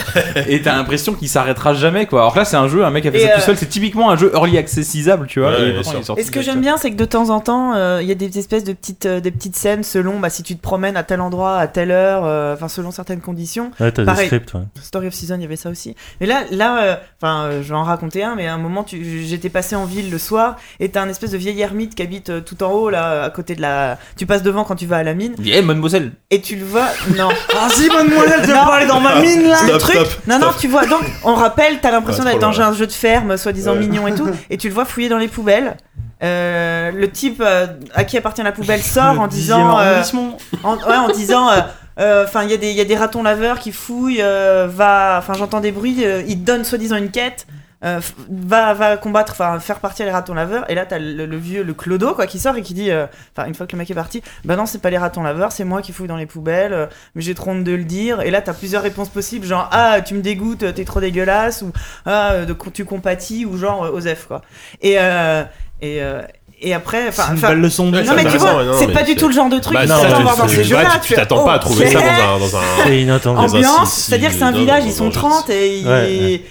[SPEAKER 2] et t'as l'impression qu'il s'arrêtera jamais quoi. Alors que là c'est un jeu, un mec a fait
[SPEAKER 7] Et
[SPEAKER 2] ça tout
[SPEAKER 7] euh,
[SPEAKER 2] seul, c'est typiquement un jeu early accessisable, tu vois.
[SPEAKER 5] Ouais,
[SPEAKER 2] et
[SPEAKER 5] ouais,
[SPEAKER 2] pourtant,
[SPEAKER 5] sûr.
[SPEAKER 2] il est sorti
[SPEAKER 7] Et ce que
[SPEAKER 2] direct.
[SPEAKER 7] j'aime bien, c'est que de temps en temps, euh, il y a des espèces de petites, euh, des petites scènes selon bah, si tu te promènes à tel endroit, à telle heure, euh, enfin selon certaines conditions.
[SPEAKER 6] Ouais, t'as des
[SPEAKER 7] Pareil.
[SPEAKER 6] scripts, ouais.
[SPEAKER 7] Story of Season, il y avait ça aussi. Mais là, là, euh, enfin, euh, je vais en raconter un, mais à un moment, tu- j'étais passé en ville le soir et t'as un espèce de vieil ermite qui habite euh, tout en haut, là, à côté de la. Tu passes devant quand tu vas à la mine
[SPEAKER 2] Il dit, Eh, mademoiselle,
[SPEAKER 7] et tu le vois. Non.
[SPEAKER 4] Ah si, mademoiselle, tu vas parler dans ma mine là
[SPEAKER 5] Stop,
[SPEAKER 7] le truc.
[SPEAKER 5] stop,
[SPEAKER 7] non, non, tu vois. Donc, on rappelle, t'as l'impression
[SPEAKER 5] Ouais, trop
[SPEAKER 7] d'être dans
[SPEAKER 5] loin,
[SPEAKER 7] un jeu de ferme, soi-disant
[SPEAKER 5] Ouais.
[SPEAKER 7] mignon et tout, et tu le vois fouiller dans les poubelles. Euh, le type euh, à qui appartient la poubelle sort
[SPEAKER 4] Le
[SPEAKER 7] en
[SPEAKER 4] dixième
[SPEAKER 7] disant, euh,
[SPEAKER 4] arrondissement.
[SPEAKER 7] en, ouais, en disant, euh, euh, enfin, il y, a des- il y a des ratons laveurs qui fouillent, euh, va, enfin, j'entends des bruits, euh, il te donne soi-disant une quête. euh, f- va, va combattre, enfin faire partir les ratons laveurs, et là t'as le, le vieux, le clodo quoi, qui sort et qui dit, euh, enfin une fois que le mec est parti, bah non c'est pas les ratons laveurs, c'est moi qui fouille dans les poubelles, euh, mais j'ai trop honte de le dire, et là t'as plusieurs réponses possibles, genre ah tu me dégoûtes, t'es trop dégueulasse, ou ah euh, de, tu compatis, ou genre euh, Osef quoi. Et euh, et euh, et après,
[SPEAKER 4] C'est
[SPEAKER 7] enfin,
[SPEAKER 4] une
[SPEAKER 7] enfin,
[SPEAKER 4] belle leçon de
[SPEAKER 5] Ouais,
[SPEAKER 4] vie.
[SPEAKER 5] ça
[SPEAKER 7] non mais tu
[SPEAKER 5] intéressant,
[SPEAKER 7] vois,
[SPEAKER 5] ouais, non,
[SPEAKER 7] c'est
[SPEAKER 5] mais
[SPEAKER 7] pas du
[SPEAKER 5] c'est-
[SPEAKER 7] tout le genre de truc
[SPEAKER 5] Bah,
[SPEAKER 7] que
[SPEAKER 5] non,
[SPEAKER 7] t'attends
[SPEAKER 5] tu-
[SPEAKER 7] voir dans
[SPEAKER 5] tu-
[SPEAKER 7] ces
[SPEAKER 5] tu-
[SPEAKER 7] jeux-là.
[SPEAKER 5] tu- Tu t'attends
[SPEAKER 7] fais,
[SPEAKER 5] pas à trouver
[SPEAKER 7] ok.
[SPEAKER 5] ça dans un- dans un.
[SPEAKER 6] C'est inattendu.
[SPEAKER 5] Ambiance.
[SPEAKER 7] Ambiance,
[SPEAKER 5] si,
[SPEAKER 7] c'est-à-dire que c'est un
[SPEAKER 5] non,
[SPEAKER 7] village,
[SPEAKER 5] non,
[SPEAKER 7] ils
[SPEAKER 5] non,
[SPEAKER 7] sont
[SPEAKER 5] je-
[SPEAKER 7] 30 et il-
[SPEAKER 6] Ouais,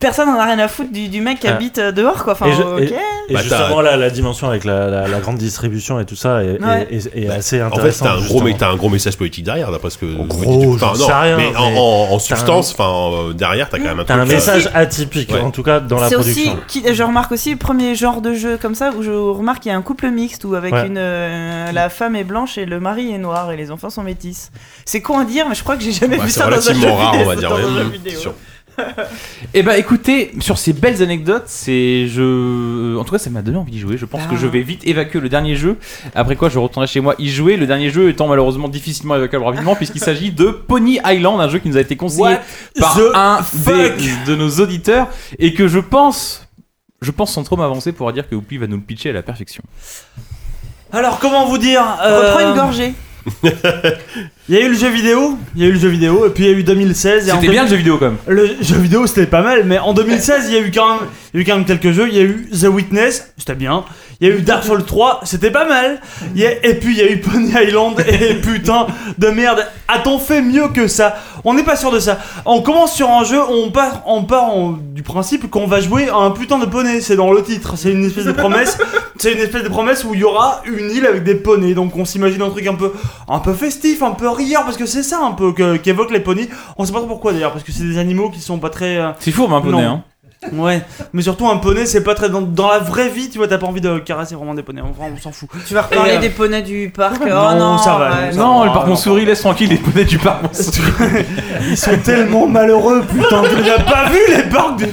[SPEAKER 7] personne n'en a rien à foutre du, du mec qui
[SPEAKER 6] Ah.
[SPEAKER 7] habite euh, dehors quoi. Enfin,
[SPEAKER 6] Et je-
[SPEAKER 7] ok.
[SPEAKER 6] et- Et
[SPEAKER 5] Bah,
[SPEAKER 6] justement, là, la dimension avec la, la- la grande distribution et tout ça est,
[SPEAKER 7] Ouais.
[SPEAKER 6] est- est- est
[SPEAKER 5] Bah,
[SPEAKER 6] assez
[SPEAKER 5] En fait,
[SPEAKER 6] intéressant.
[SPEAKER 5] t'as un, gros, mais
[SPEAKER 6] justement.
[SPEAKER 5] t'as un gros message politique derrière, d'après ce que. vous
[SPEAKER 6] gros,
[SPEAKER 5] dites.
[SPEAKER 6] j'en sais rien,
[SPEAKER 5] mais, en,
[SPEAKER 6] mais
[SPEAKER 5] en- en substance, enfin, euh, derrière, t'as quand même un
[SPEAKER 6] T'as
[SPEAKER 5] truc.
[SPEAKER 6] un
[SPEAKER 5] euh,
[SPEAKER 6] message atypique,
[SPEAKER 5] Ouais.
[SPEAKER 6] en tout cas dans la
[SPEAKER 7] C'est aussi,
[SPEAKER 6] production.
[SPEAKER 7] qui- je remarque aussi le premier genre de jeu comme ça où je remarque qu'il y a un couple mixte où avec
[SPEAKER 6] Ouais.
[SPEAKER 7] une euh, la femme est blanche et le mari est noir et les enfants sont métis. C'est con à dire mais je crois que j'ai jamais
[SPEAKER 5] bah,
[SPEAKER 7] vu
[SPEAKER 5] c'est
[SPEAKER 7] ça dans un jeu
[SPEAKER 5] relativement rare, on va
[SPEAKER 7] vidéo-
[SPEAKER 5] dire.
[SPEAKER 7] dans
[SPEAKER 5] ouais,
[SPEAKER 7] un jeu
[SPEAKER 5] mm,
[SPEAKER 7] vidéo.
[SPEAKER 5] sûr.
[SPEAKER 2] Eh ben écoutez, sur ces belles anecdotes, c'est je en tout cas ça m'a donné envie d'y jouer. Je pense
[SPEAKER 7] Ah.
[SPEAKER 2] que je vais vite évacuer le dernier jeu. Après quoi, je retournerai chez moi y jouer. Le dernier jeu étant malheureusement difficilement évacuable rapidement puisqu'il s'agit de Pony Island, un jeu qui nous a été conseillé
[SPEAKER 4] What
[SPEAKER 2] par
[SPEAKER 4] the
[SPEAKER 2] un
[SPEAKER 4] fuck
[SPEAKER 2] des- de nos auditeurs et que je pense je pense sans trop m'avancer pouvoir dire que Oupi va nous le pitcher à la perfection.
[SPEAKER 4] Alors comment vous dire euh,
[SPEAKER 7] Reprends une gorgée.
[SPEAKER 4] Il y a eu le jeu vidéo, il y a eu le jeu vidéo, et puis il y a eu 2016. et en
[SPEAKER 2] C'était bien le jeu vidéo quand même.
[SPEAKER 4] Le jeu vidéo c'était pas mal, mais en 2016 il y a eu quand même, il y a eu quand même quelques jeux. Il y a eu The Witness, c'était bien. Il y a eu Dark Souls 3, c'était pas mal. Il y a- et puis il y a eu Pony Island, et putain de merde, a-t-on fait mieux que ça On n'est pas sûr de ça. On commence sur un jeu, on part, on part en- du principe qu'on va jouer à un putain de poney. C'est dans le titre, c'est une espèce de promesse. c'est une espèce de promesse où il y aura une île avec des poneys. Donc on s'imagine un truc un peu, un peu festif, un peu rieur, parce que c'est ça un peu que- qu'évoquent les poneys. On sait pas trop pourquoi d'ailleurs, parce que c'est des animaux qui sont pas très. euh,
[SPEAKER 2] C'est fourbe un poney
[SPEAKER 4] Non.
[SPEAKER 2] hein.
[SPEAKER 4] Ouais, mais surtout un poney, c'est pas très. Dans, dans la vraie vie, tu vois, t'as pas envie de caresser vraiment des poneys. Enfin, on s'en fout.
[SPEAKER 7] Tu vas reparler
[SPEAKER 4] euh,
[SPEAKER 7] des poneys du parc. Oh
[SPEAKER 4] non,
[SPEAKER 7] non,
[SPEAKER 4] ça va,
[SPEAKER 7] ouais.
[SPEAKER 4] non, ça va.
[SPEAKER 2] Non,
[SPEAKER 4] Non,
[SPEAKER 2] le parc
[SPEAKER 4] non,
[SPEAKER 2] mon souris laisse tranquille les poneys du parc mon souris.
[SPEAKER 4] Ils sont tellement malheureux, putain, tu les as pas vu les parcs du...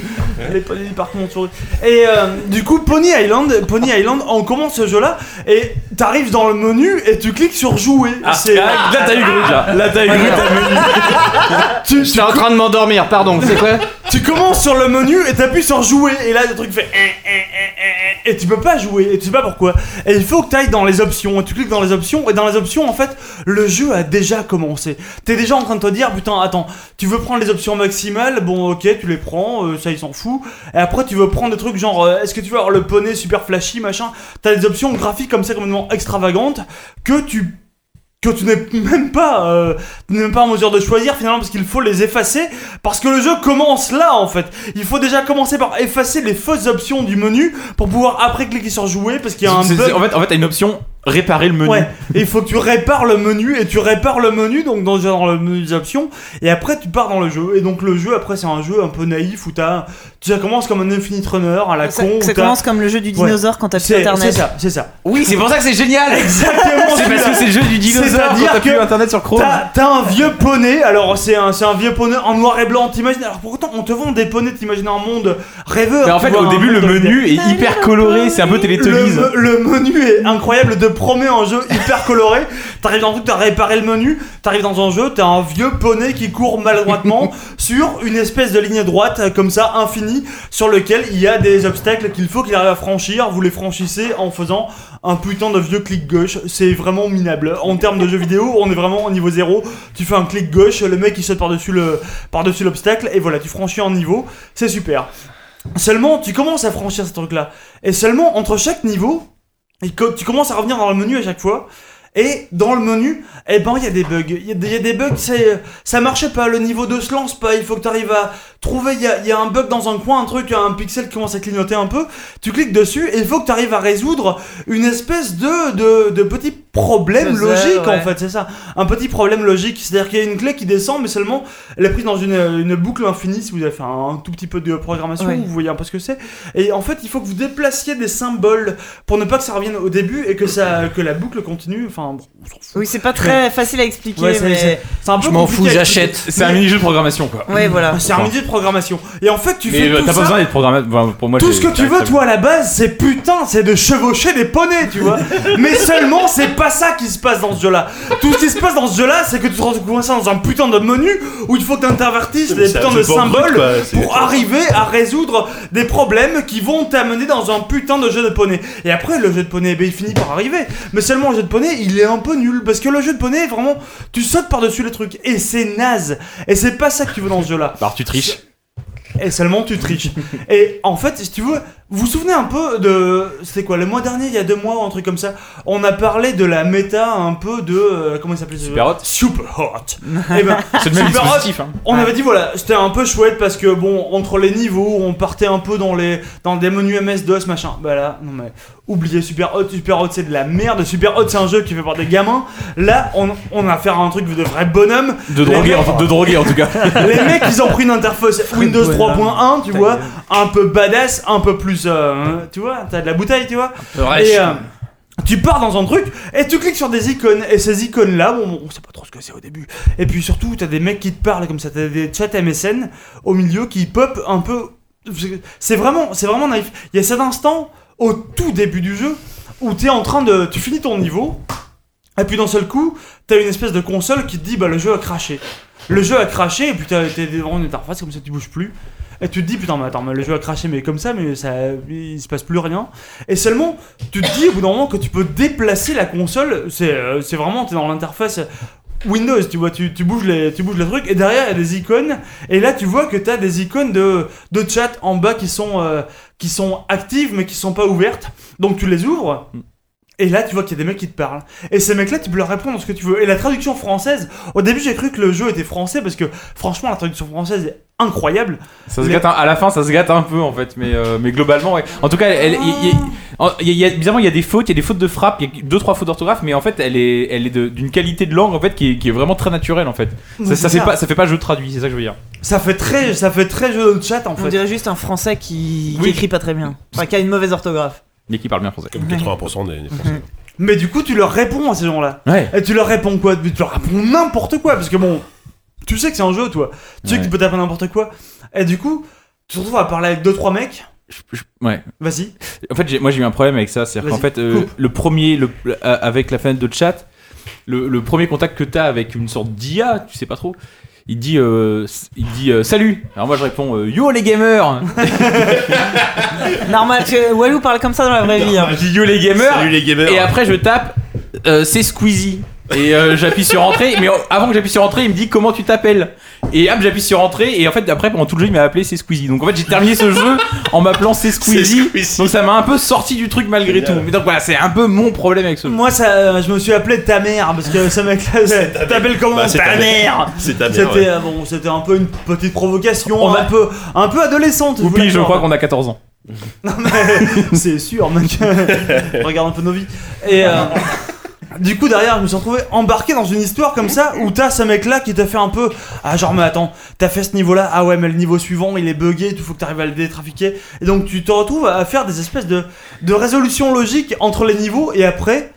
[SPEAKER 4] Les poneys du parc Montsouris. Et euh, du coup, Pony Island, Pony Island, on commence ce jeu-là, et t'arrives dans le menu, et tu cliques sur jouer. C'est-
[SPEAKER 2] Ah, là t'as eu Grudge, là. Là t'as eu Grudge.
[SPEAKER 9] Je suis en train de m'endormir, pardon, c'est quoi
[SPEAKER 4] Tu commences sur le menu et t'appuies sur jouer et là le truc fait eh, eh, eh, eh, eh, et tu peux pas jouer et tu sais pas pourquoi. Et il faut que t'ailles dans les options et tu cliques dans les options et dans les options en fait le jeu a déjà commencé. T'es déjà en train de te dire putain attends tu veux prendre les options maximales bon ok tu les prends euh, ça il s'en fout et après tu veux prendre des trucs genre euh, est-ce que tu veux avoir le poney super flashy machin t'as des options graphiques comme ça complètement extravagantes que tu que tu n'es même pas euh, tu n'es même pas en mesure de choisir finalement parce qu'il faut les effacer parce que le jeu commence là en fait. Il faut déjà commencer par effacer les fausses options du menu pour pouvoir après cliquer sur jouer parce qu'il y a un
[SPEAKER 2] C'est-
[SPEAKER 4] bug.
[SPEAKER 2] c'est- En fait en fait t'as une option réparer le menu.
[SPEAKER 4] Ouais, et il faut que tu répares le menu et tu répares le menu donc dans, dans le menu des options et après tu pars dans le jeu et donc le jeu après c'est un jeu un peu naïf où t'as tu ça commence comme un infinite runner à la
[SPEAKER 7] Ça,
[SPEAKER 4] con où
[SPEAKER 7] ça
[SPEAKER 4] t'as-
[SPEAKER 7] commence comme le jeu du
[SPEAKER 4] Ouais.
[SPEAKER 7] dinosaure quand t'as plus
[SPEAKER 4] c'est c'est
[SPEAKER 7] internet.
[SPEAKER 4] ça c'est ça
[SPEAKER 2] Oui, c'est pour ça que c'est génial.
[SPEAKER 4] exactement
[SPEAKER 2] C'est parce
[SPEAKER 4] celui-là.
[SPEAKER 2] que c'est le jeu du dinosaure quand
[SPEAKER 4] C'est-à-dire
[SPEAKER 2] t'as plus
[SPEAKER 4] que
[SPEAKER 2] internet sur Chrome.
[SPEAKER 4] T'as t'as un vieux poney, alors c'est un, c'est un vieux poney en noir et blanc, t'imagines. Alors pourtant, on te vend des poneys, t'imagines un monde rêveur.
[SPEAKER 2] Mais en
[SPEAKER 4] tu
[SPEAKER 2] fait,
[SPEAKER 4] vois,
[SPEAKER 2] au
[SPEAKER 4] un
[SPEAKER 2] début, le
[SPEAKER 4] monde-
[SPEAKER 2] menu est
[SPEAKER 7] Salut,
[SPEAKER 2] hyper
[SPEAKER 7] la
[SPEAKER 2] coloré,
[SPEAKER 7] police.
[SPEAKER 2] c'est un peu
[SPEAKER 4] Le,
[SPEAKER 2] Télétubbies.
[SPEAKER 4] me- le menu est incroyable de promet un jeu hyper coloré. T'arrives dans le truc, t'as réparé le menu, t'arrives dans un jeu, t'as un vieux poney qui court maladroitement sur une espèce de ligne droite, euh, comme ça, infinie, sur lequel il y a des obstacles qu'il faut qu'il arrive à franchir. Vous les franchissez en faisant un putain de vieux clic gauche. C'est vraiment minable. En termes de jeu vidéo, on est vraiment au niveau zéro. Tu fais un clic gauche, le mec il saute par-dessus le, par-dessus l'obstacle, et voilà, tu franchis un niveau. C'est super. Seulement, tu commences à franchir ce truc-là. Et seulement, entre chaque niveau, il co- tu commences à revenir dans le menu à chaque fois. Et dans le menu, eh ben, il y a des bugs. Il y, a des- il y a des bugs, c'est, ça marchait pas, le niveau 2 se lance pas, il faut que t'arrives à trouver, il y a, il y a un bug dans un coin, un truc, un pixel qui commence à clignoter un peu. Tu cliques dessus et il faut que t'arrives à résoudre une espèce de, de, de petit problème
[SPEAKER 7] Puzzle,
[SPEAKER 4] logique, en
[SPEAKER 7] ouais.
[SPEAKER 4] fait, c'est ça. Un petit problème logique, c'est-à-dire qu'il y a une clé qui descend, mais seulement elle est prise dans une, une boucle infinie. Si vous avez fait un tout petit peu de programmation,
[SPEAKER 7] Ouais.
[SPEAKER 4] vous voyez un peu ce que c'est. Et en fait, il faut que vous déplaciez des symboles pour ne pas que ça revienne au début et que ça, que la boucle continue. Enfin, bon, on s'en fout.
[SPEAKER 7] Oui, c'est pas très facile à expliquer,
[SPEAKER 4] Ouais, c'est-
[SPEAKER 7] mais.
[SPEAKER 4] c'est un peu
[SPEAKER 9] Je m'en
[SPEAKER 4] compliqué
[SPEAKER 9] fous,
[SPEAKER 4] à
[SPEAKER 9] j'achète.
[SPEAKER 4] expliquer.
[SPEAKER 2] C'est un mini-jeu de programmation, quoi.
[SPEAKER 7] Ouais, voilà.
[SPEAKER 4] C'est un midi de programmation. Et en fait, tu
[SPEAKER 2] Mais
[SPEAKER 4] fais
[SPEAKER 2] euh,
[SPEAKER 4] tout
[SPEAKER 2] t'as pas
[SPEAKER 4] ça.
[SPEAKER 2] besoin d'être programmateur. Enfin, pour moi,
[SPEAKER 4] Tout
[SPEAKER 2] j'ai-
[SPEAKER 4] ce que tu veux, toi, à la base, c'est putain, c'est de chevaucher des poneys, tu vois. Mais seulement, c'est pas ça qui se passe dans ce jeu-là. Tout ce qui se passe dans ce jeu-là, c'est que tu te retrouves coincé dans un putain de menu où il faut que t'intervertisses des putains de symboles pour arriver à résoudre des problèmes qui vont t'amener dans un putain de jeu de poney. Et après, le jeu de poney, eh ben, il finit par arriver. Mais seulement, le jeu de poney, il est un peu nul. Parce que le jeu de poney, vraiment, tu sautes par-dessus les trucs. Et c'est naze. Et c'est pas ça que tu veux dans ce jeu-là.
[SPEAKER 2] Alors, tu triches.
[SPEAKER 4] Et seulement, tu triches. Et en fait, si tu veux, vous vous souvenez un peu de. C'était quoi Le mois dernier, il y a deux mois, ou un truc comme ça, on a parlé de la méta un peu de. euh, comment il s'appelait ce jeu
[SPEAKER 2] Super Hot.
[SPEAKER 4] Super Hot. Eh ben,
[SPEAKER 2] C'est le même
[SPEAKER 4] Super
[SPEAKER 2] dispositif, hein.
[SPEAKER 4] on avait dit voilà, c'était un peu chouette parce que bon, entre les niveaux, on partait un peu dans les dans des menus MS DOS machin. Bah là, non mais oubliez Super Hot, Super Hot c'est de la merde, Super Hot c'est un jeu qui fait par des gamins. Là, on, on a affaire à un truc de vrai bonhomme.
[SPEAKER 2] De droguer, en, de droguer, en tout cas.
[SPEAKER 4] les mecs, ils ont pris une interface Windows 3.1, tu vois, un peu badass, un peu plus euh, tu vois, t'as de la bouteille, tu vois. Et, euh, tu pars dans un truc et tu cliques sur des icônes et ces icônes là bon on sait pas trop ce que c'est au début et puis surtout t'as des mecs qui te parlent comme ça t'as des chats MSN au milieu qui pop un peu c'est vraiment c'est vraiment naïf il y a cet instant au tout début du jeu où t'es en train de tu finis ton niveau et puis d'un seul coup t'as une espèce de console qui te dit bah le jeu a craché le jeu a craché et puis t'as- t'es devant une interface comme ça tu bouges plus et tu te dis putain mais attends mais le jeu a craché mais comme ça mais ça il se passe plus rien et seulement tu te dis au bout d'un moment que tu peux déplacer la console, c'est euh, c'est vraiment, t'es dans l'interface Windows, tu vois, tu, tu bouges les, tu bouges le truc, et derrière il y a des icônes, et là tu vois que t'as des icônes de, de chat en bas qui sont, euh, qui sont actives mais qui sont pas ouvertes, donc tu les ouvres. Et là, tu vois qu'il y a des mecs qui te parlent. Et ces mecs-là, tu peux leur répondre ce que tu veux. Et la traduction française, au début, j'ai cru que le jeu était français parce que, franchement, la traduction française est incroyable.
[SPEAKER 2] Ça se
[SPEAKER 4] Mais-
[SPEAKER 2] gâte un- à la fin, ça se gâte un peu en fait, mais, euh, mais globalement, ouais. En tout cas, elle, elle- il- il- en- il y a- bizarrement, il y a des fautes, il y a des fautes de frappe, il y a deux trois fautes d'orthographe, mais en fait, elle est, elle est de- d'une qualité de langue en fait qui est, qui est vraiment très naturelle en fait. Ça, ça, fait pas, ça fait pas jeu traduit, c'est ça que je veux dire.
[SPEAKER 4] ça fait très, ça fait très jeu de chat en
[SPEAKER 7] On
[SPEAKER 4] fait.
[SPEAKER 7] dirait juste un français qui... qui
[SPEAKER 2] Oui.
[SPEAKER 7] écrit pas très bien. Enfin, qui a une mauvaise orthographe.
[SPEAKER 2] Mais qui parle bien français.
[SPEAKER 5] Comme 80% des, des Français.
[SPEAKER 4] Mais du coup, tu leur réponds à ces gens-là.
[SPEAKER 2] Ouais.
[SPEAKER 4] Et tu leur réponds quoi Tu leur réponds n'importe quoi, parce que bon, tu sais que c'est un jeu, toi. Tu sais que
[SPEAKER 2] Ouais.
[SPEAKER 4] tu peux taper n'importe quoi. Et du coup, tu te retrouves à parler avec deux trois mecs.
[SPEAKER 2] Je- je- ouais.
[SPEAKER 4] Vas-y.
[SPEAKER 2] En fait, j'ai- moi j'ai eu un problème avec ça, c'est-à-dire qu'en
[SPEAKER 4] Vas-y,
[SPEAKER 2] fait, euh, le premier, le, le- euh, avec la fenêtre de chat, le, le premier contact que t'as avec une sorte d'IA, tu sais pas trop. Il dit, euh, s- il dit euh, salut. Alors moi je réponds euh, yo les gamers.
[SPEAKER 7] Normal, parce que Walou parle comme ça dans la vraie vie. hein.
[SPEAKER 2] Je dis yo les gamers.
[SPEAKER 5] Salut les gamers. hein.
[SPEAKER 2] Et après, je tape euh, c'est Squeezie. Et euh, j'appuie sur entrée, mais euh, avant que j'appuie sur entrée, il me dit comment tu t'appelles. Et hop, j'appuie sur entrée, et en fait, après, pendant tout le jeu, il m'a appelé c'est Squeezie. Donc en fait, j'ai terminé ce jeu en m'appelant c'est Squeezie. Donc ça m'a un peu sorti du truc malgré tout.
[SPEAKER 5] Génial.
[SPEAKER 2] Mais donc voilà, c'est un peu mon problème avec ce jeu.
[SPEAKER 4] Moi, ça, euh, je me suis appelé ta mère, parce que ce mec-là, t'appelles comment
[SPEAKER 5] Bah, c'est
[SPEAKER 4] ta,
[SPEAKER 5] ta mère.
[SPEAKER 4] mère.
[SPEAKER 5] C'est ta mère.
[SPEAKER 4] C'était
[SPEAKER 5] ouais.
[SPEAKER 4] euh, bon, c'était un peu une petite provocation,
[SPEAKER 2] On
[SPEAKER 4] un
[SPEAKER 2] va-
[SPEAKER 4] peu, un peu adolescente. vous
[SPEAKER 2] Oupi, je
[SPEAKER 4] l'accorde.
[SPEAKER 2] crois qu'on a 14 ans.
[SPEAKER 4] C'est sûr, mec. Regarde un peu nos vies. Et euh, du coup, derrière, je me suis retrouvé embarqué dans une histoire comme ça où t'as ce mec-là qui t'a fait un peu. Ah, genre, mais attends, t'as fait ce niveau-là. Ah ouais, mais le niveau suivant, il est buggé. Il faut que t'arrives à le détrafiquer. Et donc, tu te retrouves à faire des espèces de, de résolutions logiques entre les niveaux. Et après,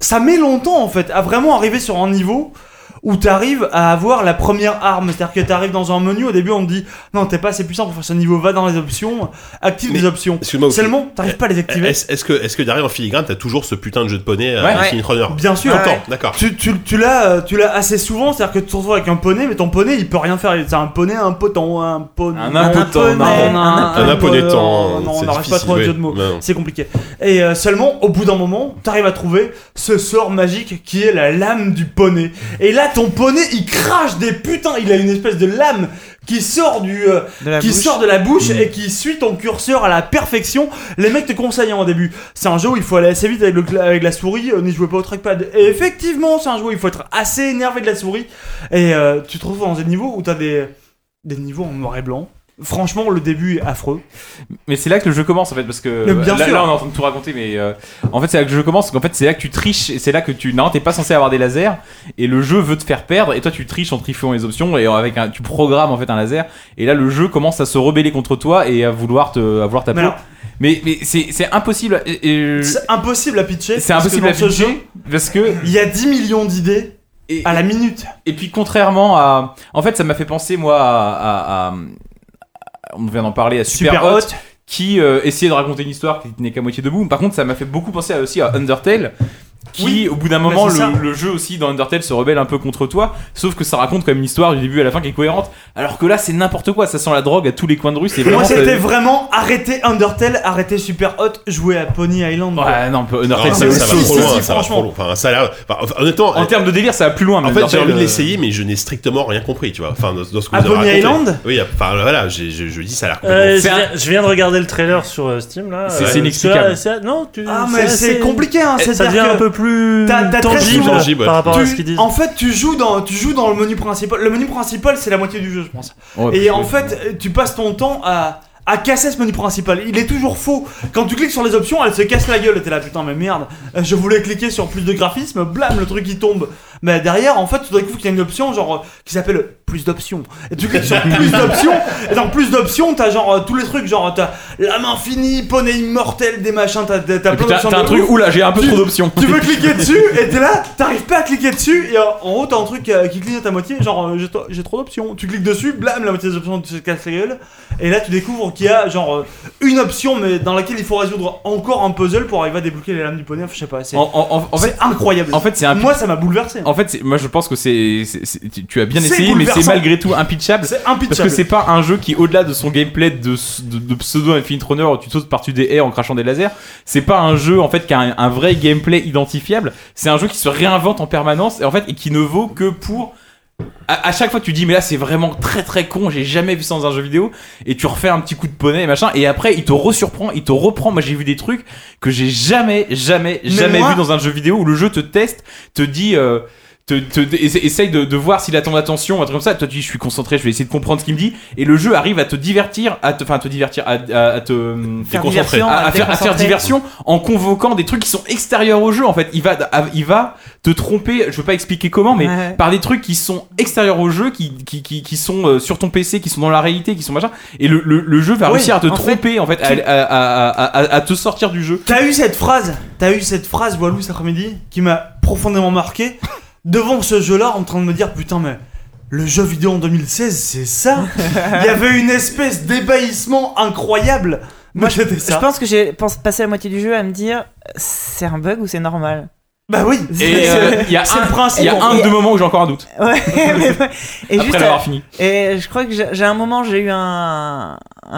[SPEAKER 4] ça met longtemps en fait à vraiment arriver sur un niveau où t'arrives à avoir la première arme. C'est-à-dire que t'arrives dans un menu, au début on te dit non, t'es pas assez puissant pour faire ce niveau, va dans les options, active
[SPEAKER 5] Mais-
[SPEAKER 4] les options.
[SPEAKER 5] Excuse-moi,
[SPEAKER 4] Seulement, t'arrives
[SPEAKER 5] Eh,
[SPEAKER 4] pas à les activer.
[SPEAKER 5] Est-ce est-ce que, est que derrière en filigrane, t'as toujours ce putain de jeu de poney euh,
[SPEAKER 4] Ouais.
[SPEAKER 5] Infinite Runner
[SPEAKER 4] Bien sûr.
[SPEAKER 5] Attends, d'accord.
[SPEAKER 4] Tu, tu, tu l'as euh, tu l'as assez souvent, c'est-à-dire que tu te retrouves avec un poney, mais ton poney il peut rien faire. C'est un poney, un poton, un poney.
[SPEAKER 2] Un impotent,
[SPEAKER 4] poney,
[SPEAKER 2] un-
[SPEAKER 5] Un imponétant,
[SPEAKER 4] Ah, bah, Non, on
[SPEAKER 5] c'est
[SPEAKER 4] n'arrive pas
[SPEAKER 5] difficile,
[SPEAKER 4] à trouver
[SPEAKER 5] ouais.
[SPEAKER 4] de jeu de mots.
[SPEAKER 5] Non.
[SPEAKER 4] C'est compliqué. Et euh, seulement, au bout d'un moment, t'arrives à trouver ce sort magique qui est la lame du poney. Et là, ton poney, il crache des putains. Il a une espèce de lame qui sort du, euh,
[SPEAKER 3] De la
[SPEAKER 4] qui
[SPEAKER 3] bouche. Mm.
[SPEAKER 4] sort de la bouche et qui suit ton curseur à la perfection. Les mecs te conseillent hein, au début. C'est un jeu où il faut aller assez vite avec, le cla- avec la souris. euh, N'y jouez pas au trackpad. Et effectivement, c'est un jeu où il faut être assez énervé de la souris. Et euh, tu te retrouves dans des niveaux où t'as des des niveaux en noir et blanc. Franchement, le début est affreux.
[SPEAKER 2] Mais c'est là que le jeu commence en fait parce que euh,
[SPEAKER 4] Mais bien
[SPEAKER 2] là,
[SPEAKER 4] sûr.
[SPEAKER 2] là, on est en train de tout raconter mais euh, en fait c'est là que le jeu commence donc en fait c'est là que tu triches et c'est là que tu non t'es pas censé avoir des lasers et le jeu veut te faire perdre et toi tu triches en trifouant les options et euh, avec un tu programmes en fait un laser et là le jeu commence à se rebeller contre toi et à vouloir te à vouloir
[SPEAKER 4] Mais
[SPEAKER 2] taper.
[SPEAKER 4] alors-
[SPEAKER 2] Mais mais c'est c'est impossible et- et-
[SPEAKER 4] C'est impossible à pitcher.
[SPEAKER 2] Euh, c'est
[SPEAKER 4] parce que
[SPEAKER 2] impossible à
[SPEAKER 4] dans ce jeu,
[SPEAKER 2] figer parce que
[SPEAKER 4] Il y a 10 millions d'idées
[SPEAKER 2] et-
[SPEAKER 4] à la minute.
[SPEAKER 2] et puis contrairement à, en fait, ça m'a fait penser moi à, à- à- on vient d'en parler à Super, Hot, qui euh, essayait de raconter une histoire qui n'est qu'à moitié debout. Par contre, ça m'a fait beaucoup penser à- aussi à Undertale. Qui,
[SPEAKER 4] Oui,
[SPEAKER 2] au bout d'un
[SPEAKER 4] bah,
[SPEAKER 2] moment,
[SPEAKER 4] c'est ça.
[SPEAKER 2] le, le jeu aussi dans Undertale se rebelle un peu contre toi, sauf que ça raconte quand même une histoire du début à la fin qui est cohérente. Alors que là, c'est n'importe quoi, ça sent la drogue à tous les coins de rue. C'est vraiment.
[SPEAKER 4] Moi, c'était
[SPEAKER 2] ça-
[SPEAKER 4] vraiment arrêter Undertale, arrêter Super Hot, jouer à Pony Island.
[SPEAKER 2] Ouais, non, Undertale,
[SPEAKER 5] Non,
[SPEAKER 2] c'est
[SPEAKER 5] Ah, ça, ça va
[SPEAKER 2] aussi-
[SPEAKER 5] trop
[SPEAKER 4] si,
[SPEAKER 5] loin, ça
[SPEAKER 4] si,
[SPEAKER 5] va trop
[SPEAKER 4] franchement.
[SPEAKER 5] loin. Enfin, ça a l'air. enfin, enfin, honnêtement,
[SPEAKER 2] En termes de délire, ça va plus loin. mais
[SPEAKER 5] en fait, j'ai
[SPEAKER 2] Undertale,
[SPEAKER 5] envie de
[SPEAKER 2] euh,
[SPEAKER 5] l'essayer, mais je n'ai strictement rien compris, tu vois. Enfin, dans, dans ce que
[SPEAKER 4] À
[SPEAKER 5] vous avez
[SPEAKER 4] Pony
[SPEAKER 5] raconté.
[SPEAKER 4] Island
[SPEAKER 5] Oui, enfin, voilà, j'ai- je, je dis, ça a l'air complètement
[SPEAKER 6] Euh, je,
[SPEAKER 2] C'est un-
[SPEAKER 6] viens, je viens de regarder le trailer sur euh, Steam là.
[SPEAKER 2] C'est-
[SPEAKER 6] Euh,
[SPEAKER 2] c'est
[SPEAKER 6] tu
[SPEAKER 2] inexplicable.
[SPEAKER 6] as- c'est- non, tu-
[SPEAKER 4] Ah, mais c'est
[SPEAKER 6] assez-
[SPEAKER 4] compliqué, hein.
[SPEAKER 6] eh,
[SPEAKER 4] C'est
[SPEAKER 6] Ça devient un peu plus
[SPEAKER 4] T'as- t'as très
[SPEAKER 6] tangible,
[SPEAKER 5] souvent- Tangible, ouais.
[SPEAKER 6] par rapport à ce qu'ils
[SPEAKER 4] Tu,
[SPEAKER 6] disent.
[SPEAKER 4] en fait, tu joues, dans, tu joues dans le menu principal. Le menu principal, c'est la moitié du jeu, je pense.
[SPEAKER 2] ouais,
[SPEAKER 4] Et
[SPEAKER 2] parce
[SPEAKER 4] en
[SPEAKER 2] que-
[SPEAKER 4] fait, tu passes ton temps à, à casser ce menu principal. Il est toujours faux. Quand tu cliques sur les options, elle se casse la gueule. T'es là, putain, mais merde, euh, je voulais cliquer sur plus de graphisme, blam, le truc il tombe. Mais derrière, en fait, tu découvres qu'il y a une option genre euh, qui s'appelle plus d'options. Et tu cliques sur plus d'options, et dans plus d'options, t'as genre euh, tous les trucs, genre t'as l'âme infinie, poney immortel, des machins, t'as, t'as,
[SPEAKER 2] Et
[SPEAKER 4] t'as
[SPEAKER 2] puis
[SPEAKER 4] plein
[SPEAKER 2] t'as
[SPEAKER 4] d'options.
[SPEAKER 2] t'as un
[SPEAKER 4] de
[SPEAKER 2] truc,
[SPEAKER 4] ouf.
[SPEAKER 2] oula, j'ai un peu
[SPEAKER 4] Tu-
[SPEAKER 2] trop d'options.
[SPEAKER 4] Tu veux cliquer dessus et t'es là, t'arrives pas à cliquer dessus et euh, en haut t'as un truc euh, qui clignote à moitié, genre euh, j'ai to- j'ai trop d'options. Tu cliques dessus, blâme la moitié des options se casse la gueule et là tu découvres qu'il y a genre euh, une option mais dans laquelle il faut résoudre encore un puzzle pour arriver à débloquer les lames du poney, enfin, je sais pas, c'est
[SPEAKER 2] En- en- en- en fait,
[SPEAKER 4] c'est incroyable.
[SPEAKER 2] en fait, c'est un
[SPEAKER 4] Moi ça m'a bouleversé.
[SPEAKER 2] En fait, c'est- moi je pense que c'est, c'est- c'est- tu- tu as bien
[SPEAKER 4] C'est
[SPEAKER 2] essayé, mais c'est
[SPEAKER 4] bouleversant.
[SPEAKER 2] malgré tout impitchable.
[SPEAKER 4] C'est impitchable.
[SPEAKER 2] Parce que c'est pas un jeu qui, au-delà de son gameplay de, de, de pseudo Infinite Runner où tu sautes par-dessus des haies en crachant des lasers, c'est pas un jeu en fait qui a un, un vrai gameplay identifiable. C'est un jeu qui se réinvente en permanence et en fait et qui ne vaut que pour à, à chaque fois tu dis mais là c'est vraiment très très con, j'ai jamais vu ça dans un jeu vidéo et tu refais un petit coup de poney et machin et après il te resurprend, il te reprend. Moi j'ai vu des trucs que j'ai jamais jamais jamais
[SPEAKER 4] moi-
[SPEAKER 2] vu dans un jeu vidéo où le jeu te teste, te dit euh, te, te- te- essa- essaye de, de voir s'il a ton attention, un truc comme ça. Toi, tu dis, je suis concentré, je vais essayer de comprendre ce qu'il me dit. Et le jeu arrive à te divertir, à te, enfin, à te divertir, à, à- à te,
[SPEAKER 5] T'es concentré.
[SPEAKER 2] à, à faire, à faire diversion en convoquant des trucs qui sont extérieurs au jeu. En fait, il va, à- il va te tromper. Je veux pas expliquer comment, mais
[SPEAKER 7] Ouais.
[SPEAKER 2] par des trucs qui sont extérieurs au jeu, qui, qui, qui, qui sont euh, sur ton PC, qui sont dans la réalité, qui sont machin. Et le, le, le jeu va
[SPEAKER 7] Oui,
[SPEAKER 2] réussir à te
[SPEAKER 7] en fait,
[SPEAKER 2] tromper, en fait, à, à, à, à- à- à te sortir du jeu.
[SPEAKER 4] T'as eu cette phrase, t'as eu cette phrase, Walou, cet après-midi, qui m'a profondément marqué. Devant ce jeu-là, en train de me dire, putain, mais le jeu vidéo en 2016, c'est ça Il y avait une espèce d'ébahissement incroyable. Moi, j'étais
[SPEAKER 7] Je
[SPEAKER 4] ça.
[SPEAKER 7] pense que j'ai pense- passé la moitié du jeu à me dire c'est un bug ou c'est normal.
[SPEAKER 4] Bah oui,
[SPEAKER 2] Et
[SPEAKER 4] c'est
[SPEAKER 2] euh, il y a
[SPEAKER 4] c'est
[SPEAKER 2] un,
[SPEAKER 4] le principe.
[SPEAKER 2] il y a un ou deux moments où j'ai encore un doute.
[SPEAKER 7] Ouais, mais ouais. et
[SPEAKER 2] après
[SPEAKER 7] juste euh,
[SPEAKER 2] l'avoir fini.
[SPEAKER 7] et je crois que j'ai j'ai un moment j'ai eu un, un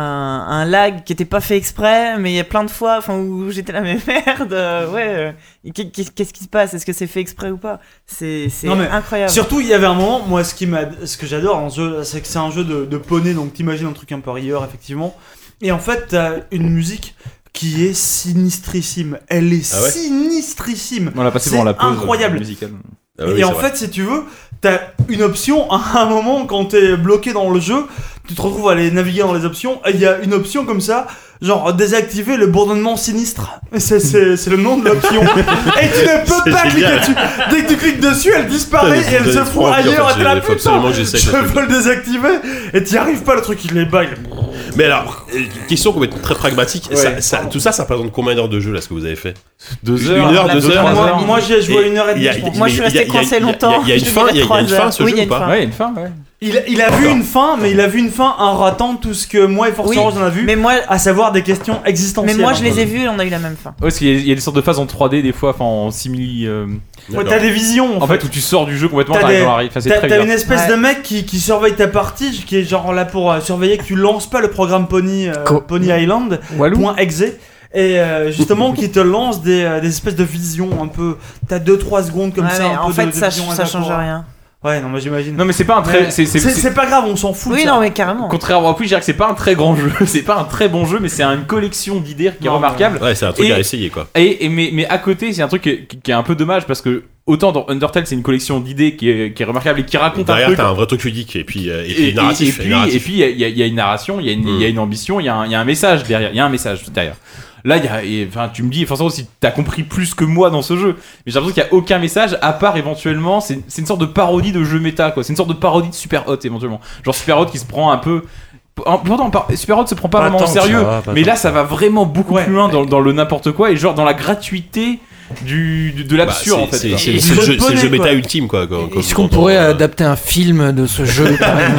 [SPEAKER 7] un lag qui était pas fait exprès mais il y a plein de fois enfin où j'étais là mais merde euh, ouais euh, qu'est- qu'est- qu'est-ce qui se passe est-ce que c'est fait exprès ou pas c'est c'est
[SPEAKER 4] Non, mais
[SPEAKER 7] incroyable
[SPEAKER 4] Surtout, il y avait un moment, moi, ce, qui m'a, ce que j'adore en ce jeu, c'est que c'est un jeu de, de poney, donc t'imagines un truc un peu rieur, effectivement. Et en fait, t'as une musique qui est sinistrissime. Elle est
[SPEAKER 5] Ah ouais
[SPEAKER 4] sinistrissime.
[SPEAKER 2] On l'a passé
[SPEAKER 4] C'est
[SPEAKER 2] pendant la pause euh,
[SPEAKER 4] incroyable.
[SPEAKER 2] musicale.
[SPEAKER 5] Ah oui,
[SPEAKER 4] et
[SPEAKER 5] c'est
[SPEAKER 4] en
[SPEAKER 5] vrai.
[SPEAKER 4] fait, si tu veux, t'as une option à un moment quand t'es bloqué dans le jeu, tu te retrouves à aller naviguer dans les options. et Il y a une option comme ça, genre désactiver le bourdonnement sinistre. C'est, c'est, c'est le nom de l'option. et tu ne peux
[SPEAKER 5] C'est
[SPEAKER 4] pas cliquer
[SPEAKER 5] génial.
[SPEAKER 4] dessus. Dès que tu cliques dessus, elle disparaît
[SPEAKER 5] Putain,
[SPEAKER 4] et elle
[SPEAKER 5] j'ai
[SPEAKER 4] se
[SPEAKER 5] trop
[SPEAKER 4] fout
[SPEAKER 5] envie, en
[SPEAKER 4] ailleurs.
[SPEAKER 5] fait,
[SPEAKER 4] et t'es là,
[SPEAKER 5] j'ai- faut
[SPEAKER 4] putain,
[SPEAKER 5] absolument que j'essaie
[SPEAKER 4] je
[SPEAKER 5] ce truc.
[SPEAKER 4] veux le désactiver et t'y arrives pas. Le truc il est bas. il est-
[SPEAKER 5] Mais alors, euh, question complètement très pragmatique. ça- ça- tout ça, ça présente combien d'heures de jeu là, ce que vous avez fait
[SPEAKER 2] Deux
[SPEAKER 5] Une
[SPEAKER 2] heures.
[SPEAKER 5] heure,
[SPEAKER 7] la
[SPEAKER 5] deux
[SPEAKER 7] plupart
[SPEAKER 5] heures.
[SPEAKER 1] trois
[SPEAKER 4] Moi, moi, j'y ai joué
[SPEAKER 5] Et
[SPEAKER 4] une heure et
[SPEAKER 5] il y
[SPEAKER 4] demie.
[SPEAKER 5] a-
[SPEAKER 4] je pense.
[SPEAKER 7] Moi, je suis
[SPEAKER 5] il y a-
[SPEAKER 7] resté
[SPEAKER 5] il y a-
[SPEAKER 7] coincé
[SPEAKER 5] il y a-
[SPEAKER 7] longtemps.
[SPEAKER 5] il y a une
[SPEAKER 7] Je
[SPEAKER 5] fin,
[SPEAKER 7] dirais
[SPEAKER 5] il y a- il y a une
[SPEAKER 7] trois
[SPEAKER 5] fin, ce
[SPEAKER 7] heures. Oui,
[SPEAKER 5] jeu,
[SPEAKER 7] il y a
[SPEAKER 5] ou
[SPEAKER 7] une
[SPEAKER 5] pas
[SPEAKER 7] fin.
[SPEAKER 2] Ouais, une fin, ouais.
[SPEAKER 4] Il, il a vu une fin, mais il a vu une fin en ratant tout ce que moi et Force
[SPEAKER 7] Oui.
[SPEAKER 4] Orange on a vu,
[SPEAKER 7] Mais moi,
[SPEAKER 4] à savoir des questions
[SPEAKER 7] mais
[SPEAKER 4] existentielles.
[SPEAKER 7] moi, je les ai vus et on a eu la même fin.
[SPEAKER 2] Ouais, parce qu'il y, a- il y a des sortes de phases en 3D des fois, enfin en simili. euh,
[SPEAKER 4] Ouais, T'as des visions.
[SPEAKER 2] En fait, où tu sors du jeu complètement,
[SPEAKER 4] T'as
[SPEAKER 2] t'arrives
[SPEAKER 4] des-
[SPEAKER 2] dans la ré- enfin, c'est
[SPEAKER 4] T'as
[SPEAKER 2] très
[SPEAKER 4] t'as
[SPEAKER 2] bizarre.
[SPEAKER 4] une espèce
[SPEAKER 7] Ouais.
[SPEAKER 4] de mec qui, qui surveille ta partie, qui est genre là pour euh, surveiller que tu lances pas le programme Pony, euh,
[SPEAKER 9] Co-
[SPEAKER 4] Pony Island,
[SPEAKER 2] Walou.
[SPEAKER 4] point exe, et euh, justement qui te lance des, euh, des espèces de visions un peu. T'as 2-3 secondes comme
[SPEAKER 7] Ouais,
[SPEAKER 4] ça.
[SPEAKER 7] mais
[SPEAKER 4] un
[SPEAKER 7] en
[SPEAKER 4] peu
[SPEAKER 7] fait,
[SPEAKER 4] de- de
[SPEAKER 7] ça,
[SPEAKER 4] vision à
[SPEAKER 7] ça
[SPEAKER 4] la
[SPEAKER 7] change
[SPEAKER 4] cour.
[SPEAKER 7] rien.
[SPEAKER 4] Ouais, non, mais j'imagine.
[SPEAKER 2] Non, mais c'est pas un très.
[SPEAKER 4] Ouais.
[SPEAKER 2] c'est-
[SPEAKER 4] C'est
[SPEAKER 2] c'est-
[SPEAKER 4] c'est pas grave, on s'en fout. de
[SPEAKER 7] Oui,
[SPEAKER 4] ça.
[SPEAKER 7] non, mais carrément.
[SPEAKER 2] Contrairement à Puy, je dirais que c'est pas un très grand jeu, c'est pas un très bon jeu, mais c'est une collection d'idées qui est
[SPEAKER 4] Non,
[SPEAKER 2] remarquable.
[SPEAKER 5] Ouais, c'est un truc
[SPEAKER 2] Et-
[SPEAKER 5] à essayer quoi.
[SPEAKER 2] Et, et- mais, mais à côté, c'est un truc qui, qui- qui est un peu dommage parce que autant dans Undertale, c'est une collection d'idées qui, est- qui est remarquable et qui
[SPEAKER 5] Et
[SPEAKER 2] raconte un
[SPEAKER 5] Derrière,
[SPEAKER 2] truc.
[SPEAKER 5] t'as un vrai truc ludique et puis euh, et
[SPEAKER 2] Et,
[SPEAKER 5] puis
[SPEAKER 2] et-
[SPEAKER 5] narratif.
[SPEAKER 2] et
[SPEAKER 5] et
[SPEAKER 2] puis,
[SPEAKER 5] narratif.
[SPEAKER 2] et puis, il y a- il y, a- il y a une narration, il y, a une-
[SPEAKER 5] Hmm.
[SPEAKER 2] il y a une ambition, il y, a un- il y a un message derrière. Il y a un message derrière. Là, il y a, et, enfin, tu me dis forcément si t'as compris plus que moi dans ce jeu, mais j'ai l'impression qu'il n'y a aucun message à part éventuellement. C'est c'est une sorte de parodie de jeu méta, quoi. C'est une sorte de parodie de Super Hot éventuellement. Genre Super Hot qui se prend un peu. en- Pourtant, par- Super Hot se prend pas,
[SPEAKER 6] Pas
[SPEAKER 2] vraiment
[SPEAKER 6] tant
[SPEAKER 2] au
[SPEAKER 6] que ça,
[SPEAKER 2] sérieux,
[SPEAKER 6] pas tant
[SPEAKER 2] mais là,
[SPEAKER 6] que
[SPEAKER 2] ça va vraiment beaucoup
[SPEAKER 4] Ouais.
[SPEAKER 2] plus loin dans, dans le n'importe quoi et genre dans la gratuité du, du- de
[SPEAKER 5] Bah,
[SPEAKER 2] l'absurde en
[SPEAKER 5] c'est-
[SPEAKER 2] fait.
[SPEAKER 5] c'est-
[SPEAKER 2] quoi.
[SPEAKER 5] C'est
[SPEAKER 4] Et
[SPEAKER 5] c'est le
[SPEAKER 4] je
[SPEAKER 5] jeu- c'est le jeu
[SPEAKER 4] connais,
[SPEAKER 5] méta
[SPEAKER 4] quoi.
[SPEAKER 5] ultime quoi. quand- quand-
[SPEAKER 9] Est-ce qu'on
[SPEAKER 5] quand on-
[SPEAKER 9] pourrait adapter un film de ce jeu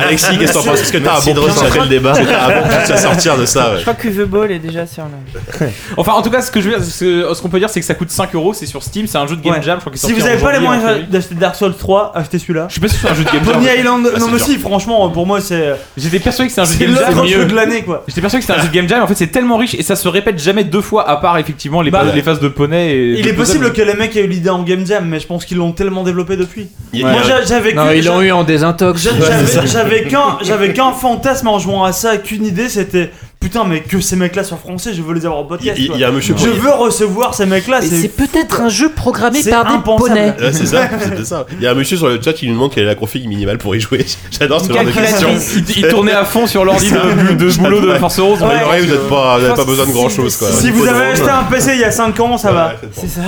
[SPEAKER 5] Alexis, qu'est-ce que t'en penses Est-ce que t'as un bon ressenti le débat avant de se sortir de ça ouais.
[SPEAKER 7] Je crois que The Ball est déjà sur le.
[SPEAKER 2] Enfin, en tout cas, ce que je veux dire, ce, ce qu'on peut dire, c'est que ça coûte 5 euros, c'est sur Steam, c'est un jeu de Game
[SPEAKER 4] Ouais.
[SPEAKER 2] Jam. Je crois qu'il est
[SPEAKER 4] Si vous
[SPEAKER 2] sorti en
[SPEAKER 4] avez pas les
[SPEAKER 2] janvier, en
[SPEAKER 4] moyens
[SPEAKER 2] février.
[SPEAKER 4] d'acheter Dark Souls 3, achetez celui-là.
[SPEAKER 2] Je sais pas si c'est un jeu de Game Jam.
[SPEAKER 4] Pony Island,
[SPEAKER 5] Ah,
[SPEAKER 4] non
[SPEAKER 5] c'est
[SPEAKER 4] mais
[SPEAKER 5] dur.
[SPEAKER 4] si, franchement, pour moi c'est
[SPEAKER 2] J'étais persuadé que c'est un jeu de
[SPEAKER 4] c'est
[SPEAKER 2] Game
[SPEAKER 4] l'autre
[SPEAKER 2] Jam.
[SPEAKER 4] jeu de l'année quoi.
[SPEAKER 2] J'étais persuadé que c'était un jeu de Game Jam. En fait, c'est tellement riche et ça se répète jamais deux fois, à part effectivement les,
[SPEAKER 4] Bah,
[SPEAKER 2] les phases de poney. Et
[SPEAKER 4] Il
[SPEAKER 2] de
[SPEAKER 4] est
[SPEAKER 2] puzzle.
[SPEAKER 4] possible que les mecs aient eu l'idée en Game Jam, mais je pense qu'ils l'ont tellement développé depuis.
[SPEAKER 5] Il y a-
[SPEAKER 4] Moi
[SPEAKER 5] il y a-
[SPEAKER 4] j'a- j'avais
[SPEAKER 9] Non,
[SPEAKER 4] que-
[SPEAKER 9] ils l'ont
[SPEAKER 4] j'a-
[SPEAKER 9] eu en désintox.
[SPEAKER 4] j'a- j'avais- J'avais qu'un, j'avais qu'un fantasme en jouant à ça, qu'une idée, c'était putain mais que ces mecs-là soient français, je veux les avoir au
[SPEAKER 5] il y a-
[SPEAKER 4] podcast.
[SPEAKER 5] il
[SPEAKER 4] quoi.
[SPEAKER 5] y a un monsieur
[SPEAKER 4] Je veux recevoir ces mecs-là.
[SPEAKER 9] Et
[SPEAKER 4] C'est
[SPEAKER 9] peut-être un jeu programmé
[SPEAKER 4] c'est impensable.
[SPEAKER 5] Ouais, c'est ça, c'était ça. Il y a un monsieur sur le chat qui nous demande quelle est la config minimale pour y jouer. J'adore ce genre de questions.
[SPEAKER 2] Il, il tournait à fond sur l'ordi de, de ce boulot de Force Rose.
[SPEAKER 5] Ouais, ouais, vous n'êtes pas, vous n'avez
[SPEAKER 4] pense
[SPEAKER 5] pas besoin de
[SPEAKER 4] si-
[SPEAKER 5] grand chose quoi.
[SPEAKER 4] Si vous avez acheté un bah, PC il y a 5 ans, ça va.
[SPEAKER 5] C'est ça.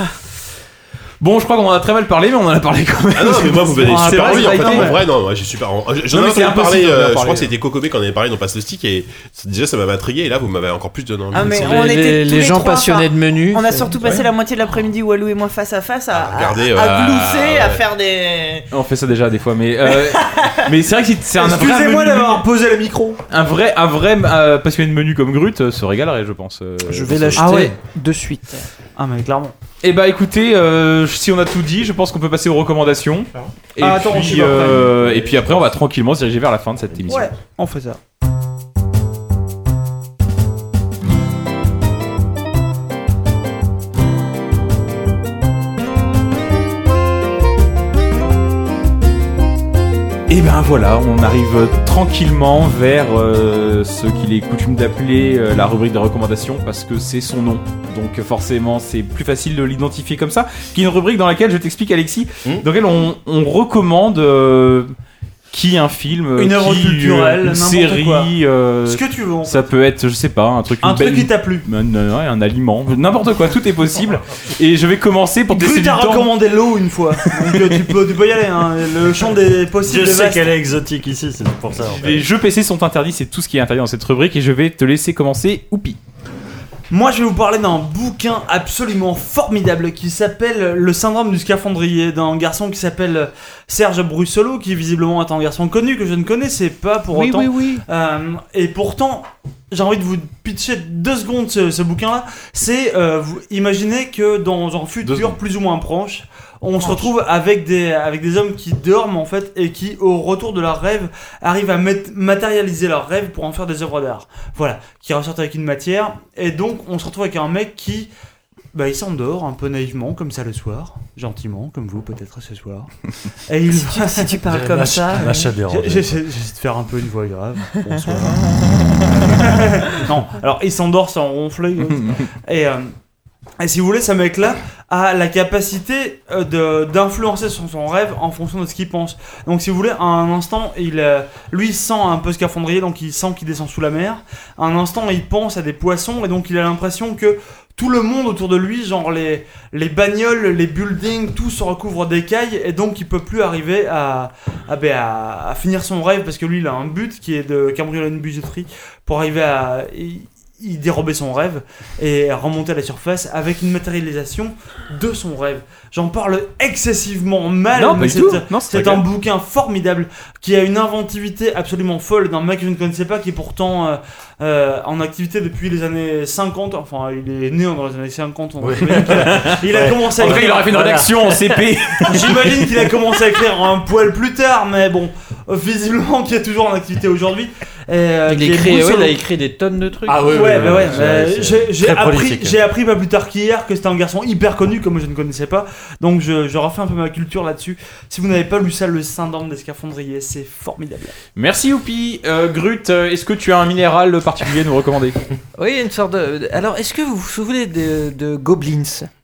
[SPEAKER 2] Bon, je crois qu'on en a très mal parlé, mais on en a parlé quand même.
[SPEAKER 5] Ah non, mais moi vous m'avez
[SPEAKER 2] Ah, c'est
[SPEAKER 5] super
[SPEAKER 2] vrai,
[SPEAKER 5] envie en
[SPEAKER 2] c'est
[SPEAKER 5] fait.
[SPEAKER 2] vrai,
[SPEAKER 5] En
[SPEAKER 2] ouais.
[SPEAKER 5] vrai, non, moi, j'ai super. en-
[SPEAKER 2] Non,
[SPEAKER 5] J'en ai
[SPEAKER 2] mais c'est
[SPEAKER 5] entendu parler,
[SPEAKER 2] impossible d'en
[SPEAKER 5] euh, je
[SPEAKER 2] parler,
[SPEAKER 5] crois que
[SPEAKER 2] ouais.
[SPEAKER 5] c'était Cocobé quand on avait parlé dans Passe le Stick et déjà ça m'avait intrigué et là vous m'avez encore plus donné envie.
[SPEAKER 7] Ah, mais
[SPEAKER 9] Les,
[SPEAKER 7] on était
[SPEAKER 9] les-
[SPEAKER 7] tous
[SPEAKER 9] les gens
[SPEAKER 7] trois,
[SPEAKER 9] passionnés de menu.
[SPEAKER 7] On a surtout passé la moitié de l'après-midi, Walou et moi, face à face, à,
[SPEAKER 5] À regarder,
[SPEAKER 7] à-
[SPEAKER 5] Ah, ouais,
[SPEAKER 7] à glousser, à
[SPEAKER 5] ouais.
[SPEAKER 7] faire des.
[SPEAKER 2] On fait ça déjà des fois, mais euh, mais c'est vrai que c'est- c'est un vrai
[SPEAKER 4] Excusez-moi
[SPEAKER 2] menu.
[SPEAKER 4] d'avoir posé le micro.
[SPEAKER 2] un vrai un vrai euh, passionné de menu comme Grut euh, se régalerait, je pense. euh,
[SPEAKER 9] Je
[SPEAKER 2] dans
[SPEAKER 9] vais
[SPEAKER 2] ce-
[SPEAKER 9] l'acheter
[SPEAKER 4] Ah ouais.
[SPEAKER 9] de suite.
[SPEAKER 4] Ah mais clairement.
[SPEAKER 2] Eh bah écoutez, euh, si on a tout dit, je pense qu'on peut passer aux recommandations. Et,
[SPEAKER 4] Ah, attends, on
[SPEAKER 2] puis,
[SPEAKER 4] suit après.
[SPEAKER 2] euh, et puis après, on va tranquillement se diriger vers la fin de cette émission.
[SPEAKER 4] Ouais, on fait ça.
[SPEAKER 2] Et ben voilà, on arrive tranquillement vers euh, ce qu'il est coutume d'appeler euh, la rubrique des recommandations parce que c'est son nom. Donc euh, forcément, c'est plus facile de l'identifier comme ça. Qui est une rubrique dans laquelle je t'explique, Alexis,
[SPEAKER 8] Hmm.
[SPEAKER 2] dans laquelle on, on recommande euh, qui un film, euh,
[SPEAKER 4] Une œuvre
[SPEAKER 2] qui, euh,
[SPEAKER 4] culturelle,
[SPEAKER 2] une
[SPEAKER 4] n'importe
[SPEAKER 2] série.
[SPEAKER 4] quoi.
[SPEAKER 2] euh,
[SPEAKER 4] Ce que tu veux. en fait.
[SPEAKER 2] ça peut être, je sais pas, un truc,
[SPEAKER 4] Un
[SPEAKER 2] une belle-
[SPEAKER 4] truc qui t'a plu.
[SPEAKER 2] un, un- un aliment, n'importe quoi, tout est possible. Et je vais commencer pour te laisser
[SPEAKER 4] Gru
[SPEAKER 2] du
[SPEAKER 4] t'a
[SPEAKER 2] temps.
[SPEAKER 4] recommandé l'eau une fois. Donc euh, tu peux, tu peux y aller. hein. Le champ des possibles.
[SPEAKER 10] Je
[SPEAKER 4] est
[SPEAKER 10] sais
[SPEAKER 4] vaste.
[SPEAKER 10] qu'elle est exotique ici, c'est pour ça. en fait.
[SPEAKER 2] Les jeux PC sont interdits, c'est tout ce qui est interdit dans cette rubrique et je vais te laisser commencer, Oupi.
[SPEAKER 4] Moi, je vais vous parler d'un bouquin absolument formidable qui s'appelle Le syndrome du scaphandrier d'un garçon qui s'appelle Serge Brussolo, qui visiblement est un garçon connu que je ne connaissais pas pour autant.
[SPEAKER 9] oui.
[SPEAKER 4] Euh, et pourtant, j'ai envie de vous pitcher deux secondes ce, ce bouquin-là. C'est, euh, vous imaginez que dans un futur plus ou moins proche, on se retrouve avec des, avec des hommes qui dorment en fait et qui, au retour de leurs rêves, arrivent à mat- matérialiser leurs rêves pour en faire des œuvres d'art. Voilà, qui ressortent avec une matière. Et donc, on se retrouve avec un mec qui. Bah, il s'endort un peu naïvement, comme ça le soir, gentiment, comme vous peut-être ce soir. Et il va-
[SPEAKER 7] Si tu parles comme ça.
[SPEAKER 6] Un achat de
[SPEAKER 4] j'ai- J'essaie j'essaie de faire un peu une voix grave. Bonsoir. non, alors il s'endort sans ronfler. et, euh, et si vous voulez, ce mec-là a la capacité euh, de- d'influencer son, son rêve en fonction de ce qu'il pense. Donc si vous voulez, à un instant, il, euh, lui sent un peu scaphandrier, donc il sent qu'il descend sous la mer. À un instant, il pense à des poissons, et donc il a l'impression que tout le monde autour de lui, genre les, les bagnoles, les buildings, tout se recouvre d'écailles, et donc il peut plus arriver à, à, ben, à- à finir son rêve, parce que lui, il a un but qui est de cambrioler une budgeterie pour arriver à... y- y dérober son rêve et à remonter à la surface avec une matérialisation de son rêve. J'en parle excessivement mal,
[SPEAKER 11] Non, pas
[SPEAKER 4] mais
[SPEAKER 11] du
[SPEAKER 4] Ah, c'est
[SPEAKER 11] tout.
[SPEAKER 4] un-
[SPEAKER 11] Non, c'est
[SPEAKER 4] c'est
[SPEAKER 11] pas
[SPEAKER 4] un
[SPEAKER 11] grave.
[SPEAKER 4] bouquin formidable qui a une inventivité absolument folle d'un mec que je ne connaissais pas qui est pourtant euh, euh, en activité depuis les années 50. Enfin, il est né dans les années 50. on-
[SPEAKER 11] Oui.
[SPEAKER 4] Il a, il a
[SPEAKER 11] Ouais.
[SPEAKER 4] commencé à
[SPEAKER 11] En tout cas, il aurait fait une
[SPEAKER 4] Voilà.
[SPEAKER 11] rédaction en CP.
[SPEAKER 4] J'imagine qu'il a commencé à écrire un poil plus tard, mais bon, euh, visiblement qui est toujours en activité aujourd'hui. Et, euh,
[SPEAKER 3] Il
[SPEAKER 4] qui est
[SPEAKER 3] écrit-
[SPEAKER 4] Bruce
[SPEAKER 3] ouais, il a
[SPEAKER 4] Holo-
[SPEAKER 3] écrit des tonnes de trucs.
[SPEAKER 4] Ah ouais, ouais, bah ouais, bah,
[SPEAKER 3] c'est-
[SPEAKER 4] j'ai- j'ai
[SPEAKER 3] très
[SPEAKER 4] appris,
[SPEAKER 3] prolifique.
[SPEAKER 4] j'ai appris pas plus tard qu'hier que c'était un garçon hyper connu comme je ne connaissais pas. Donc je, je refais un peu ma culture là-dessus. Si vous n'avez pas lu ça, le syndrome des scaphandriers, c'est formidable.
[SPEAKER 2] Merci Youpi. Euh, Grut, euh, est-ce que tu as un minéral particulier à nous recommander
[SPEAKER 3] Oui, une sorte de. Alors, est-ce que vous vous souvenez de, de Goblins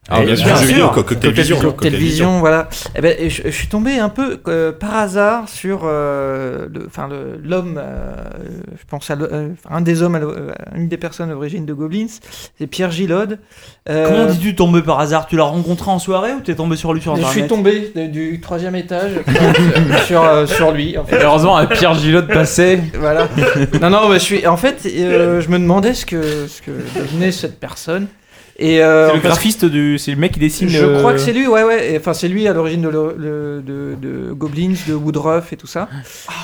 [SPEAKER 5] Ah, bien sûr, jeux vidéo, co- cocktail vision,
[SPEAKER 3] Cocktail
[SPEAKER 5] cocktail
[SPEAKER 3] vision,
[SPEAKER 5] vision.
[SPEAKER 3] voilà. Eh ben, je, je suis tombé un peu euh, par hasard sur euh, le- enfin, le- l'homme, euh, je pense à le- euh, un des hommes, à l'o- euh, une des personnes à l'origine de Goblins, c'est Pierre Gilode. Euh,
[SPEAKER 4] Comment dis-tu tomber par hasard Tu l'as rencontré en soirée ou t'es tombé sur lui sur
[SPEAKER 3] je
[SPEAKER 4] internet
[SPEAKER 3] suis tombé de- du troisième étage euh, sur, euh, sur lui. en fait.
[SPEAKER 2] Heureusement, un Pierre Gillot passait.
[SPEAKER 3] Voilà. Non, non, mais je suis. En fait, euh, je me demandais ce que, ce que devenait cette personne. Et euh,
[SPEAKER 2] C'est le
[SPEAKER 3] en fait,
[SPEAKER 2] graphiste du. C'est le mec qui dessine.
[SPEAKER 3] je
[SPEAKER 2] euh,
[SPEAKER 3] crois que c'est lui, ouais, ouais. Et, Enfin, c'est lui à l'origine de, le- le- de- de Goblins, de Woodruff et tout ça.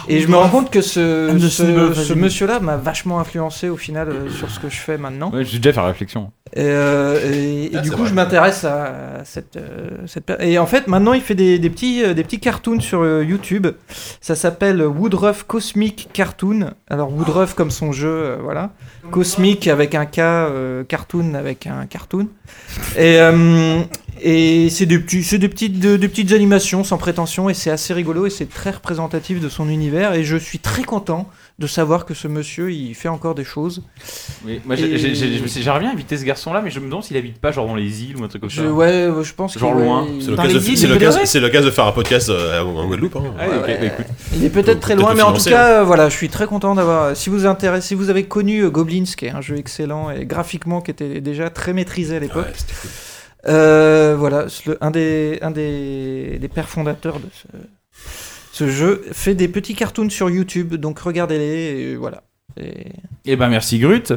[SPEAKER 3] et je me rends compte que ce,
[SPEAKER 4] Ah, de
[SPEAKER 3] ce,
[SPEAKER 4] Sylvain,
[SPEAKER 3] ce
[SPEAKER 4] vas-y.
[SPEAKER 3] monsieur-là m'a vachement influencé au final euh, sur ce que je fais maintenant.
[SPEAKER 2] Ouais, j'ai déjà fait la réflexion.
[SPEAKER 3] Et, euh, et- et
[SPEAKER 5] Ah,
[SPEAKER 3] du
[SPEAKER 5] c'est
[SPEAKER 3] coup,
[SPEAKER 5] vrai.
[SPEAKER 3] je m'intéresse à cette, euh, cette per- Et en fait, maintenant, il fait des, des petits, euh, des petits cartoons sur euh, YouTube. Ça s'appelle Woodruff Cosmic Cartoon. Alors, Woodruff comme son jeu, euh, voilà. Cosmic avec un K, euh, cartoon avec un cartoon. Et, euh, et c'est des, petits, c'est des, petites, de- des petites animations sans prétention. Et c'est assez rigolo et c'est très représentatif de son univers. Et je suis très content de savoir que ce monsieur, il fait encore des choses.
[SPEAKER 2] Oui, moi j'ai-
[SPEAKER 3] Et-
[SPEAKER 2] j'ai- j'ai- j'ai- j'aimerais bien inviter ce garçon là, mais je me demande s'il habite pas genre dans les îles ou un truc comme ça.
[SPEAKER 3] Je, ouais, ouais, je pense que,
[SPEAKER 2] Genre
[SPEAKER 3] ouais,
[SPEAKER 2] loin.
[SPEAKER 3] il-
[SPEAKER 5] C'est le
[SPEAKER 3] dans
[SPEAKER 5] cas de-
[SPEAKER 3] les îles,
[SPEAKER 5] c'est
[SPEAKER 3] il
[SPEAKER 5] le
[SPEAKER 3] peut-
[SPEAKER 5] cas- c'est le cas de faire un podcast euh, en Guadeloupe. hein.
[SPEAKER 2] Ah, ok,
[SPEAKER 3] ouais.
[SPEAKER 2] bah, écoute.
[SPEAKER 3] Il est peut-être très
[SPEAKER 5] Peut-être
[SPEAKER 3] loin,
[SPEAKER 5] le
[SPEAKER 3] mais en tout
[SPEAKER 5] financer,
[SPEAKER 3] cas, euh, voilà, je suis très content d'avoir. Si vous intéressez, si vous avez connu euh, Goblins, qui est un jeu excellent et graphiquement qui était déjà très maîtrisé à l'époque,
[SPEAKER 5] Ouais, c'était cool.
[SPEAKER 3] euh, voilà, c'est le- un des un des, des pères fondateurs de ce, ce jeu fait des petits cartoons sur YouTube, donc regardez-les, et voilà. Et-
[SPEAKER 2] Eh ben merci Grut.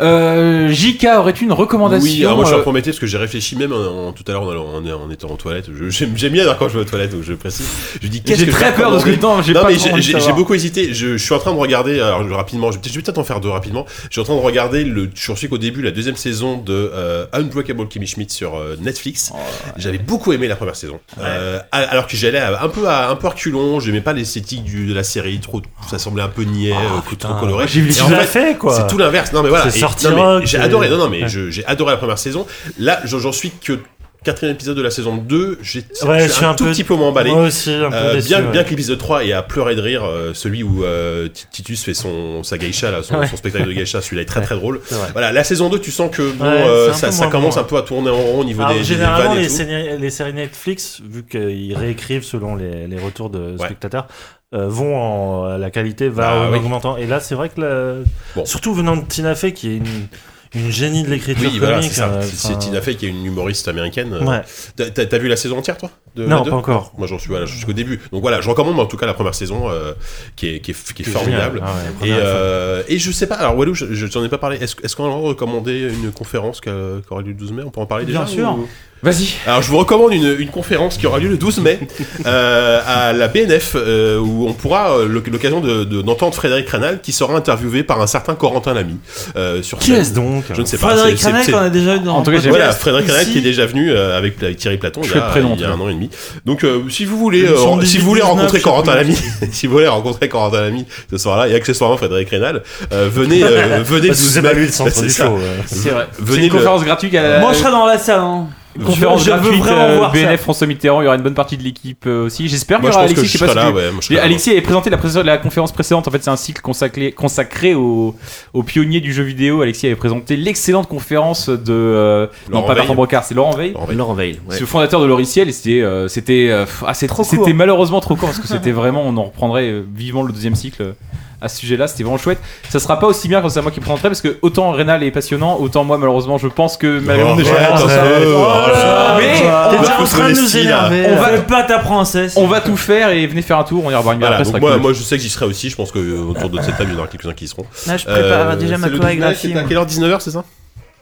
[SPEAKER 2] Euh, JK, aurais-tu une recommandation
[SPEAKER 5] Oui, alors moi je
[SPEAKER 2] euh,
[SPEAKER 5] suis promettais parce que j'ai réfléchi même en- en- tout à l'heure en, allant- en, en étant en toilette. Je- J'aime j'aime bien d'ailleurs quand je vais aux toilettes, donc je précise. Je dis qu'est-ce
[SPEAKER 2] J'ai
[SPEAKER 5] que
[SPEAKER 2] très
[SPEAKER 5] je
[SPEAKER 2] peur de ce que
[SPEAKER 5] recommanderais
[SPEAKER 2] non, j'ai
[SPEAKER 5] non
[SPEAKER 2] pas
[SPEAKER 5] mais
[SPEAKER 2] trop envie de
[SPEAKER 5] j'ai- j'ai j'ai
[SPEAKER 2] savoir.
[SPEAKER 5] beaucoup hésité. Je, je suis en train de regarder alors je- rapidement. Je, vais peut-être- je vais peut-être en faire deux rapidement. Je suis en train de regarder le. Je suis qu'au début la deuxième saison de euh, Unbreakable Kimmy Schmidt sur euh, Netflix. J'avais beaucoup aimé la première saison. Euh, a- alors que j'allais à- un peu à un peu à reculons. J'aimais pas l'esthétique du- de la série. Trop, ça semblait un peu niais, euh, trop coloré.
[SPEAKER 12] J'ai vu
[SPEAKER 5] Et
[SPEAKER 12] ce
[SPEAKER 5] en
[SPEAKER 12] qu'il a
[SPEAKER 5] fait,
[SPEAKER 12] fait, quoi.
[SPEAKER 5] c'est tout l'inverse. Non mais voilà.
[SPEAKER 12] C'est
[SPEAKER 5] Et-
[SPEAKER 12] sorti
[SPEAKER 5] non, mais
[SPEAKER 12] rock,
[SPEAKER 5] J'ai
[SPEAKER 12] et-
[SPEAKER 5] adoré. Non non mais
[SPEAKER 12] Ouais.
[SPEAKER 5] je- j'ai adoré la première saison. Là j'en j'en suis que quatrième épisode de la saison 2. J'ai
[SPEAKER 6] Ouais,
[SPEAKER 5] je suis un, tout petit peu moins emballé.
[SPEAKER 6] Moi aussi, un peu
[SPEAKER 5] Euh,
[SPEAKER 6] déçu.
[SPEAKER 5] bien,
[SPEAKER 6] ouais.
[SPEAKER 5] bien que l'épisode 3 est à pleurer de rire, euh, celui où euh, Ti- Titus fait son, sa geisha, là, son, son spectacle de geisha, celui-là est très très drôle.
[SPEAKER 6] C'est vrai.
[SPEAKER 5] Voilà, la saison 2, tu sens que bon,
[SPEAKER 6] Ouais,
[SPEAKER 5] euh,
[SPEAKER 6] c'est
[SPEAKER 5] ça,
[SPEAKER 6] un peu
[SPEAKER 5] ça
[SPEAKER 6] moins
[SPEAKER 5] commence
[SPEAKER 6] bon,
[SPEAKER 5] un peu à tourner en rond au niveau
[SPEAKER 6] Alors,
[SPEAKER 5] des, des
[SPEAKER 6] généralement,
[SPEAKER 5] vannes et
[SPEAKER 6] les,
[SPEAKER 5] tout.
[SPEAKER 6] séries, les séries Netflix, vu qu'ils réécrivent selon les, les retours de
[SPEAKER 5] Ouais.
[SPEAKER 6] spectateurs, euh, vont en, la qualité va
[SPEAKER 5] Ah, oui.
[SPEAKER 6] augmentant. Et là, c'est vrai que la-
[SPEAKER 5] Bon.
[SPEAKER 6] surtout venant de Tina Fey, qui est une, une génie de l'écriture
[SPEAKER 5] Oui,
[SPEAKER 6] comique.
[SPEAKER 5] voilà, c'est ça.
[SPEAKER 6] euh,
[SPEAKER 5] C'est- c'est
[SPEAKER 6] enfin,
[SPEAKER 5] Tina Fey qui est une humoriste américaine. euh,
[SPEAKER 6] Ouais.
[SPEAKER 5] t'as- T'as t'as vu la saison entière, toi de la
[SPEAKER 6] Non,
[SPEAKER 5] deux
[SPEAKER 6] pas encore.
[SPEAKER 5] Moi, j'en suis, voilà, jusqu'au début. Donc voilà, je recommande en tout cas la première saison euh, qui, est, qui, est, qui est formidable.
[SPEAKER 6] Ah ouais, la
[SPEAKER 5] Et,
[SPEAKER 6] première fois.
[SPEAKER 5] euh, et je sais pas, alors Walou, je, je t'en ai pas parlé. Est-ce est-ce qu'on leur recommandait une conférence qui a- qui aura lieu le 12 mai On peut en parler
[SPEAKER 4] Bien
[SPEAKER 5] déjà
[SPEAKER 4] sûr.
[SPEAKER 5] ou-
[SPEAKER 2] Vas-y.
[SPEAKER 5] Alors je vous recommande une, une conférence qui aura lieu le 12 mai euh, à la BNF euh, où on pourra euh, l'oc- l'occasion de- de- d'entendre Frédéric Ranal qui sera interviewé par un certain Corentin Lamy euh, sur
[SPEAKER 6] Qui
[SPEAKER 5] scène.
[SPEAKER 6] est-ce donc
[SPEAKER 5] Je ne sais pas.
[SPEAKER 4] Frédéric
[SPEAKER 5] c'est- c'est-
[SPEAKER 4] Ranel
[SPEAKER 5] c'est-
[SPEAKER 4] qu'on a déjà eu dans
[SPEAKER 2] En tout cas, j'ai-
[SPEAKER 5] voilà, Frédéric Ranal
[SPEAKER 4] Ici.
[SPEAKER 5] qui est déjà venu euh, avec, avec Thierry Platon il
[SPEAKER 2] Je
[SPEAKER 5] y,
[SPEAKER 2] fais
[SPEAKER 5] a,
[SPEAKER 2] le prénom,
[SPEAKER 5] il y a
[SPEAKER 2] toi.
[SPEAKER 5] un an et demi. Donc euh, si vous voulez,
[SPEAKER 4] L'émission
[SPEAKER 5] euh, si
[SPEAKER 4] 18,
[SPEAKER 5] vous voulez
[SPEAKER 4] 19,
[SPEAKER 5] rencontrer
[SPEAKER 4] je sais
[SPEAKER 5] Corentin Lamy,
[SPEAKER 4] plus.
[SPEAKER 5] si vous voulez rencontrer Corentin Lamy ce soir-là et accessoirement Frédéric Ranal, euh, venez, euh, venez. vous
[SPEAKER 6] Parce que c'est pas lui le centre du show.
[SPEAKER 2] C'est vrai.
[SPEAKER 5] Venez
[SPEAKER 2] C'est une
[SPEAKER 5] le-
[SPEAKER 2] conférence gratuite à la.
[SPEAKER 4] Moi, je serai dans la salle. hein.
[SPEAKER 2] Conférence
[SPEAKER 4] je veux
[SPEAKER 2] gratuite,
[SPEAKER 4] vraiment
[SPEAKER 2] euh,
[SPEAKER 4] voir ça.
[SPEAKER 2] BNF François Mitterrand, il y aura une bonne partie de l'équipe euh, aussi. J'espère qu'il
[SPEAKER 5] Moi,
[SPEAKER 2] y
[SPEAKER 5] je
[SPEAKER 2] aura
[SPEAKER 5] pense que
[SPEAKER 2] Alexis, je sais
[SPEAKER 5] je
[SPEAKER 2] pas si
[SPEAKER 5] serai là,
[SPEAKER 2] tu-
[SPEAKER 5] ouais. moi, je serai
[SPEAKER 2] Et
[SPEAKER 5] là.
[SPEAKER 2] Alexis avait présenté la, pré- la conférence précédente. En fait, c'est un cycle consacré, consacré au, aux pionniers du jeu vidéo. Alexis avait présenté l'excellente conférence de. euh, non,
[SPEAKER 5] Laurent
[SPEAKER 2] pas Bertrand
[SPEAKER 5] Veil.
[SPEAKER 2] Brocard, c'est Laurent Veil.
[SPEAKER 5] Laurent Veil.
[SPEAKER 8] Laurent Veil. ouais.
[SPEAKER 2] C'est le fondateur de Loriciel et c'était euh, c'était euh, pff, ah, c'est-
[SPEAKER 7] Trop
[SPEAKER 2] c'était
[SPEAKER 7] court.
[SPEAKER 2] malheureusement trop court parce que c'était vraiment on en reprendrait euh, vivement le deuxième cycle euh, à ce sujet-là c'était vraiment chouette ça sera pas aussi bien quand c'est à moi qui présenterai parce que autant Rénal est passionnant autant moi malheureusement je pense que ma-
[SPEAKER 5] Oh,
[SPEAKER 2] on est-
[SPEAKER 5] arrête,
[SPEAKER 6] arrête,
[SPEAKER 5] un peu,
[SPEAKER 6] arrête.
[SPEAKER 5] voilà.
[SPEAKER 2] Mais
[SPEAKER 5] Ah, On
[SPEAKER 4] T'es
[SPEAKER 5] va
[SPEAKER 4] déjà en
[SPEAKER 5] pousser
[SPEAKER 4] train
[SPEAKER 5] les
[SPEAKER 4] de nous
[SPEAKER 5] styles, là.
[SPEAKER 4] énerver.
[SPEAKER 2] On
[SPEAKER 4] On
[SPEAKER 2] va-
[SPEAKER 4] va pas ta princesse.
[SPEAKER 2] on va tout faire et venez faire un tour on ira boire une bière
[SPEAKER 5] Voilà,
[SPEAKER 2] après, ça
[SPEAKER 5] donc
[SPEAKER 2] sera
[SPEAKER 5] moi,
[SPEAKER 2] cool.
[SPEAKER 5] moi je sais que j'y serai aussi, je pense que euh, autour de cette table il y en aura quelques-uns qui y seront. Euh,
[SPEAKER 7] Là, je prépare déjà ma
[SPEAKER 5] c'est le
[SPEAKER 7] chorégraphie.
[SPEAKER 5] 19, C'est à
[SPEAKER 7] moi.
[SPEAKER 5] quelle heure 19h c'est ça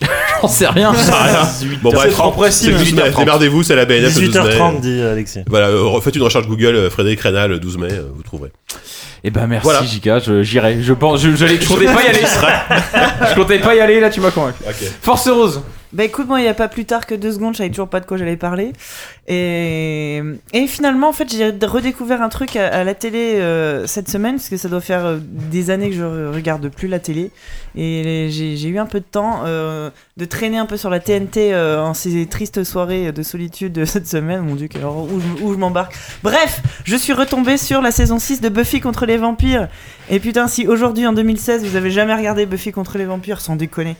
[SPEAKER 2] j'en sais rien
[SPEAKER 5] Bon bref,
[SPEAKER 2] trop précis,
[SPEAKER 5] c'est le
[SPEAKER 2] même.
[SPEAKER 5] 19, démerdez-vous, c'est la BNF le 12 mai.
[SPEAKER 6] 18h30, dit Alexis.
[SPEAKER 5] Voilà, euh, refaites une recherche Google, euh, Frédéric Rénal, le 12 mai, euh, vous trouverez.
[SPEAKER 2] et ben merci
[SPEAKER 5] Voilà.
[SPEAKER 2] Jika je- j'irai je pense je, je- je comptais pas y aller je comptais pas y aller là tu m'as convaincu Force Rose
[SPEAKER 7] Bah écoute, moi, il n'y a pas plus tard que deux secondes, je savais toujours pas de quoi j'allais parler. Et... et finalement, en fait, j'ai redécouvert un truc à, à la télé euh, cette semaine, parce que ça doit faire euh, des années que je re- regarde plus la télé. Et j'ai j'ai eu un peu de temps euh, de traîner un peu sur la TNT euh, en ces tristes soirées de solitude de cette semaine. Mon dieu, quelle horreur, où je, où je m'embarque. Bref, je suis retombée sur la saison 6 de Buffy contre les vampires. Et putain, si aujourd'hui, en 2016, vous avez jamais regardé Buffy contre les vampires, sans déconner.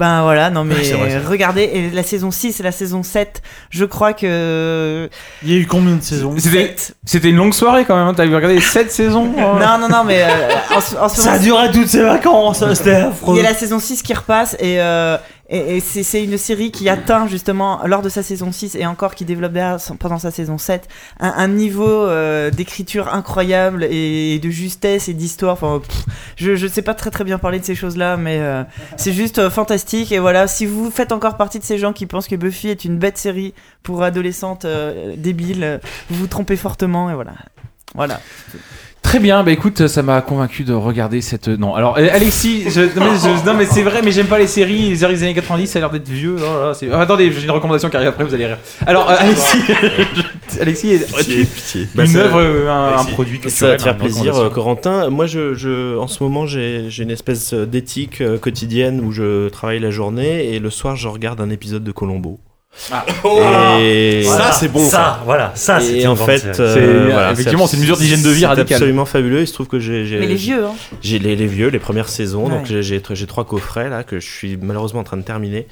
[SPEAKER 7] Ben voilà, non mais
[SPEAKER 5] Ouais, c'est vrai, ça.
[SPEAKER 7] regardez, et la saison 6 et la saison 7, je crois que...
[SPEAKER 4] Il y a eu combien de saisons
[SPEAKER 2] c'était c'était une longue soirée quand même hein. t'as regardé 7 saisons hein.
[SPEAKER 7] Non, non, non, mais euh, en, ce- en ce
[SPEAKER 4] Ça a
[SPEAKER 7] moment,
[SPEAKER 4] duré toutes ces vacances, euh, c'était
[SPEAKER 7] Il y
[SPEAKER 4] affreux.
[SPEAKER 7] a la saison 6 qui repasse et, euh, et, et c'est c'est une série qui atteint justement lors de sa saison 6 et encore qui développe derrière son- pendant sa saison 7 un, un niveau euh, d'écriture incroyable et de justesse et d'histoire. Enfin, pff, je je sais pas très très bien parler de ces choses-là, mais euh, c'est juste euh, fantastique. Et voilà, si vous faites encore partie de ces gens qui pensent que Buffy est une bête série pour adolescentes euh, débiles, euh, vous vous trompez fortement et voilà. Voilà.
[SPEAKER 2] Très bien, bah écoute, ça m'a convaincu de regarder cette. Non, alors euh, Alexis, je- non mais, je- non, mais c'est vrai, mais j'aime pas les séries, les séries des années 90, ça a l'air d'être vieux. oh là là, c'est- Ah, attendez, j'ai une recommandation qui arrive après, vous allez rire. Alors euh, Alexis, Alexis,
[SPEAKER 5] Pitié, pitié.
[SPEAKER 8] Bah,
[SPEAKER 2] une
[SPEAKER 8] ça-
[SPEAKER 2] œuvre, euh, un, un
[SPEAKER 5] Alexis,
[SPEAKER 2] produit
[SPEAKER 8] Ça va
[SPEAKER 2] culturel, hein,
[SPEAKER 8] te faire
[SPEAKER 2] une
[SPEAKER 8] plaisir, euh,
[SPEAKER 2] recommandation.
[SPEAKER 8] Corentin. Moi, je, je- en ce moment, j'ai j'ai une espèce d'éthique euh, quotidienne où je travaille la journée et le soir, je regarde un épisode de Colombo.
[SPEAKER 4] Ah,
[SPEAKER 8] et
[SPEAKER 5] Ça c'est bon ça.
[SPEAKER 6] Ça, voilà,
[SPEAKER 2] Ah,
[SPEAKER 6] ça, c'est
[SPEAKER 8] et
[SPEAKER 6] une
[SPEAKER 8] en
[SPEAKER 6] vente,
[SPEAKER 8] fait,
[SPEAKER 6] euh,
[SPEAKER 8] euh,
[SPEAKER 2] C'est-
[SPEAKER 8] voilà,
[SPEAKER 2] effectivement, c'est une mesure d'hygiène de vie
[SPEAKER 8] c'est
[SPEAKER 2] radicale.
[SPEAKER 8] absolument fabuleux. Il se trouve que j'ai j'ai-
[SPEAKER 7] Mais les vieux, hein.
[SPEAKER 8] j'ai les, les vieux, les premières saisons.
[SPEAKER 7] Ouais.
[SPEAKER 8] Donc j'ai- j'ai j'ai trois coffrets là que je suis malheureusement en train de terminer.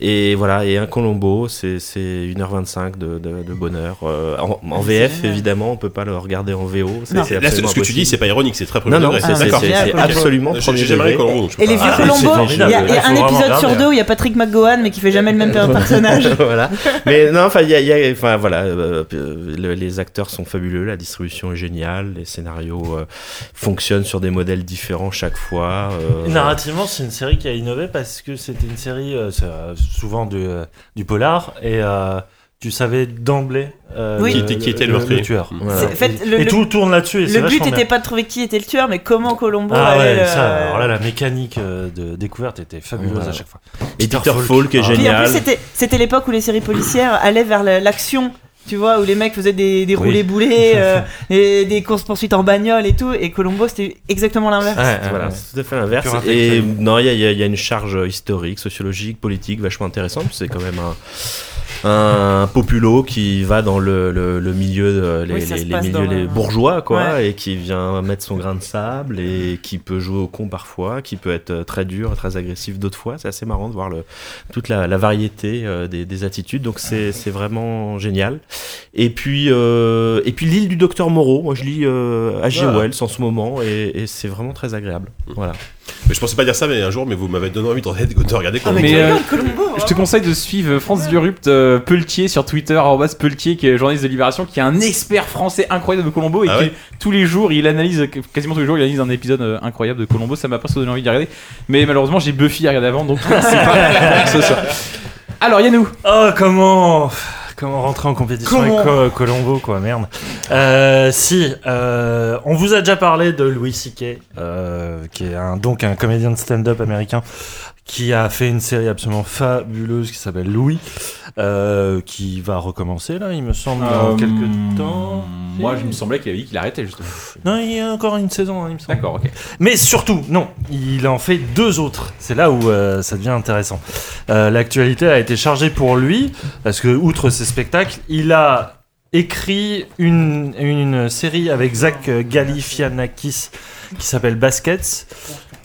[SPEAKER 8] Et voilà, et un Colombo, c'est c'est 1h25 de, de- de bonheur. Euh, en, en VF,
[SPEAKER 7] génial.
[SPEAKER 8] évidemment, on peut pas le regarder en VO. c'est-
[SPEAKER 7] Non.
[SPEAKER 8] c'est
[SPEAKER 5] Là, ce
[SPEAKER 8] absolument
[SPEAKER 5] que tu dis
[SPEAKER 8] impossible.
[SPEAKER 5] c'est pas ironique, c'est très premier
[SPEAKER 8] Non, non,
[SPEAKER 5] degré,
[SPEAKER 8] c'est
[SPEAKER 5] d'accord.
[SPEAKER 8] c'est-
[SPEAKER 7] génial,
[SPEAKER 8] c'est
[SPEAKER 7] ok.
[SPEAKER 8] absolument
[SPEAKER 5] J'ai-
[SPEAKER 8] premier
[SPEAKER 5] J'ai jamais
[SPEAKER 8] degré.
[SPEAKER 5] les Colombo, donc je peux
[SPEAKER 7] Et les
[SPEAKER 5] pas-
[SPEAKER 7] vieux
[SPEAKER 8] Ah, c'est
[SPEAKER 7] Colombo, il y
[SPEAKER 8] formidable.
[SPEAKER 7] a, il y a
[SPEAKER 6] Faut
[SPEAKER 7] un
[SPEAKER 6] vraiment
[SPEAKER 7] épisode
[SPEAKER 6] regarder. hein.
[SPEAKER 7] sur deux où il y a Patrick McGowan mais qui fait jamais le même personnage.
[SPEAKER 8] voilà. Mais non, enfin, il y a, il y a- enfin voilà, euh, euh, le- les acteurs sont fabuleux, la distribution est géniale, les scénarios euh, fonctionnent sur des modèles différents chaque fois. euh,
[SPEAKER 6] Narrativement, c'est une série qui a innové parce que c'était une série euh, ça- souvent du, euh, du polar et euh, tu savais d'emblée euh,
[SPEAKER 7] Oui. Mm.
[SPEAKER 5] Qui était- qui était le meurtrier.
[SPEAKER 6] tueur.
[SPEAKER 8] voilà.
[SPEAKER 7] C'est- en fait,
[SPEAKER 6] Et-
[SPEAKER 7] le-
[SPEAKER 6] et
[SPEAKER 7] le-
[SPEAKER 6] tout tourne là-dessus. et c'est
[SPEAKER 7] Le but
[SPEAKER 6] vachement bien.
[SPEAKER 7] était euh, pas de trouver qui était le tueur, mais comment Colombo
[SPEAKER 6] Ah
[SPEAKER 7] allait
[SPEAKER 6] ouais,
[SPEAKER 7] le-
[SPEAKER 6] ça, alors là, la mécanique euh, de découverte était fabuleuse
[SPEAKER 8] Ouais.
[SPEAKER 6] à chaque fois.
[SPEAKER 8] Et Peter Falk est
[SPEAKER 7] Puis
[SPEAKER 6] ah.
[SPEAKER 7] en
[SPEAKER 8] génial.
[SPEAKER 7] plus, c'était- c'était l'époque où les séries policières allaient vers la- l'action. Tu vois, où les mecs faisaient des, des
[SPEAKER 6] Oui.
[SPEAKER 7] roulés-boulés, euh, et des courses-poursuites en bagnole et tout, et Colombo c'était exactement l'inverse.
[SPEAKER 8] Ouais, Euh, voilà, c'est tout à fait l'inverse.
[SPEAKER 6] Pure
[SPEAKER 8] Et
[SPEAKER 6] intellectuelle.
[SPEAKER 8] non, il y, a- il y a- il y a une charge historique, sociologique, politique vachement intéressante. C'est quand même un, un populo qui va dans le, le- le milieu, de- les,
[SPEAKER 7] Oui, ça
[SPEAKER 8] les-
[SPEAKER 7] se
[SPEAKER 8] les
[SPEAKER 7] passe
[SPEAKER 8] milieux
[SPEAKER 7] dans le-
[SPEAKER 8] les bourgeois, quoi, et qui vient mettre son grain de sable et qui peut jouer au con parfois, qui peut être euh, très dur, très agressif d'autres fois. C'est assez marrant de voir le, toute la, la variété euh, des, des attitudes. Donc c'est c'est vraiment génial. Et puis, euh, et puis l'île du docteur Moreau. Moi, je lis euh, H.G.
[SPEAKER 5] Ah.
[SPEAKER 8] Wells en ce moment et, et c'est vraiment très agréable. Voilà.
[SPEAKER 5] Mais Je pensais pas dire ça, mais un jour, mais vous m'avez donné envie de regarder- de regarder Ah Colombo.
[SPEAKER 2] Mais, euh,
[SPEAKER 7] Colombo,
[SPEAKER 2] Je te conseille de suivre France Durupt euh, Pelletier sur Twitter, arrobas Pelletier, qui est journaliste de Libération, qui est un expert français incroyable de Colombo et
[SPEAKER 5] Ah
[SPEAKER 2] qui
[SPEAKER 5] ouais
[SPEAKER 2] tous les jours, il analyse, quasiment tous les jours, il analyse un épisode euh, incroyable de Colombo. Ça m'a presque donné envie d'y regarder. Mais malheureusement, j'ai Buffy à regarder avant, donc c'est pas ce soir. Alors, Yannou,
[SPEAKER 6] Oh, comment comment rentrer en compétition avec Co- Colombo, quoi, merde. Euh, si, euh, on vous a déjà parlé de Louis C.K., euh, qui est un, donc un comédien de stand-up américain qui a fait une série absolument fabuleuse qui s'appelle Louis, euh, qui va recommencer là, il me semble, dans
[SPEAKER 2] Euh,
[SPEAKER 6] quelques temps.
[SPEAKER 2] Moi, je me semblais qu'il avait dit qu'il arrêtait justement.
[SPEAKER 6] Non, il y a encore une saison, hein, il me semble.
[SPEAKER 2] D'accord, ok.
[SPEAKER 6] Mais surtout, non, il en fait deux autres. C'est là où euh, ça devient intéressant. Euh, L'actualité a été chargée pour lui, parce que, outre ses spectacles, il a écrit une, une série avec Zach Galifianakis qui s'appelle Baskets.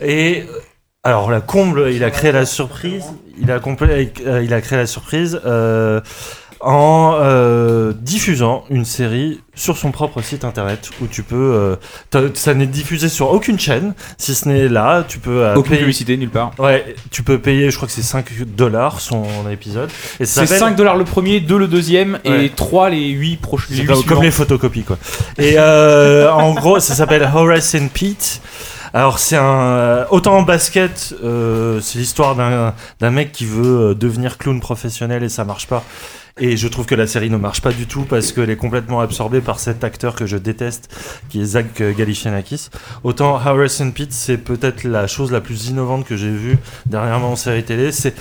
[SPEAKER 6] Et. euh, Alors, la comble, il a créé la surprise. Il a, complé- euh, il a créé la surprise euh, en euh, diffusant une série sur son propre site internet où tu peux euh, T'as- Ça n'est diffusé sur aucune chaîne, si ce n'est là. Tu peux euh,
[SPEAKER 2] Aucune
[SPEAKER 6] payer.
[SPEAKER 2] publicité nulle part.
[SPEAKER 6] Ouais, tu peux payer, je crois que c'est 5 dollars son épisode. Et ça
[SPEAKER 2] C'est
[SPEAKER 6] s'appelle-
[SPEAKER 2] 5 dollars le premier, 2 le deuxième et
[SPEAKER 6] Ouais.
[SPEAKER 2] 3 les 8 prochains.
[SPEAKER 6] C'est comme, comme les photocopies, quoi. Et euh, en gros, ça s'appelle Horace and Pete. Alors, c'est un. euh, Autant en basket, euh, c'est l'histoire d'un d'un mec qui veut euh, devenir clown professionnel et ça marche pas. Et je trouve que la série ne marche pas du tout parce qu'elle est complètement absorbée par cet acteur que je déteste, qui est Zach euh, Galifianakis. Autant Horace and Pete, c'est peut-être la chose la plus innovante que j'ai vue dernièrement en série télé. C'est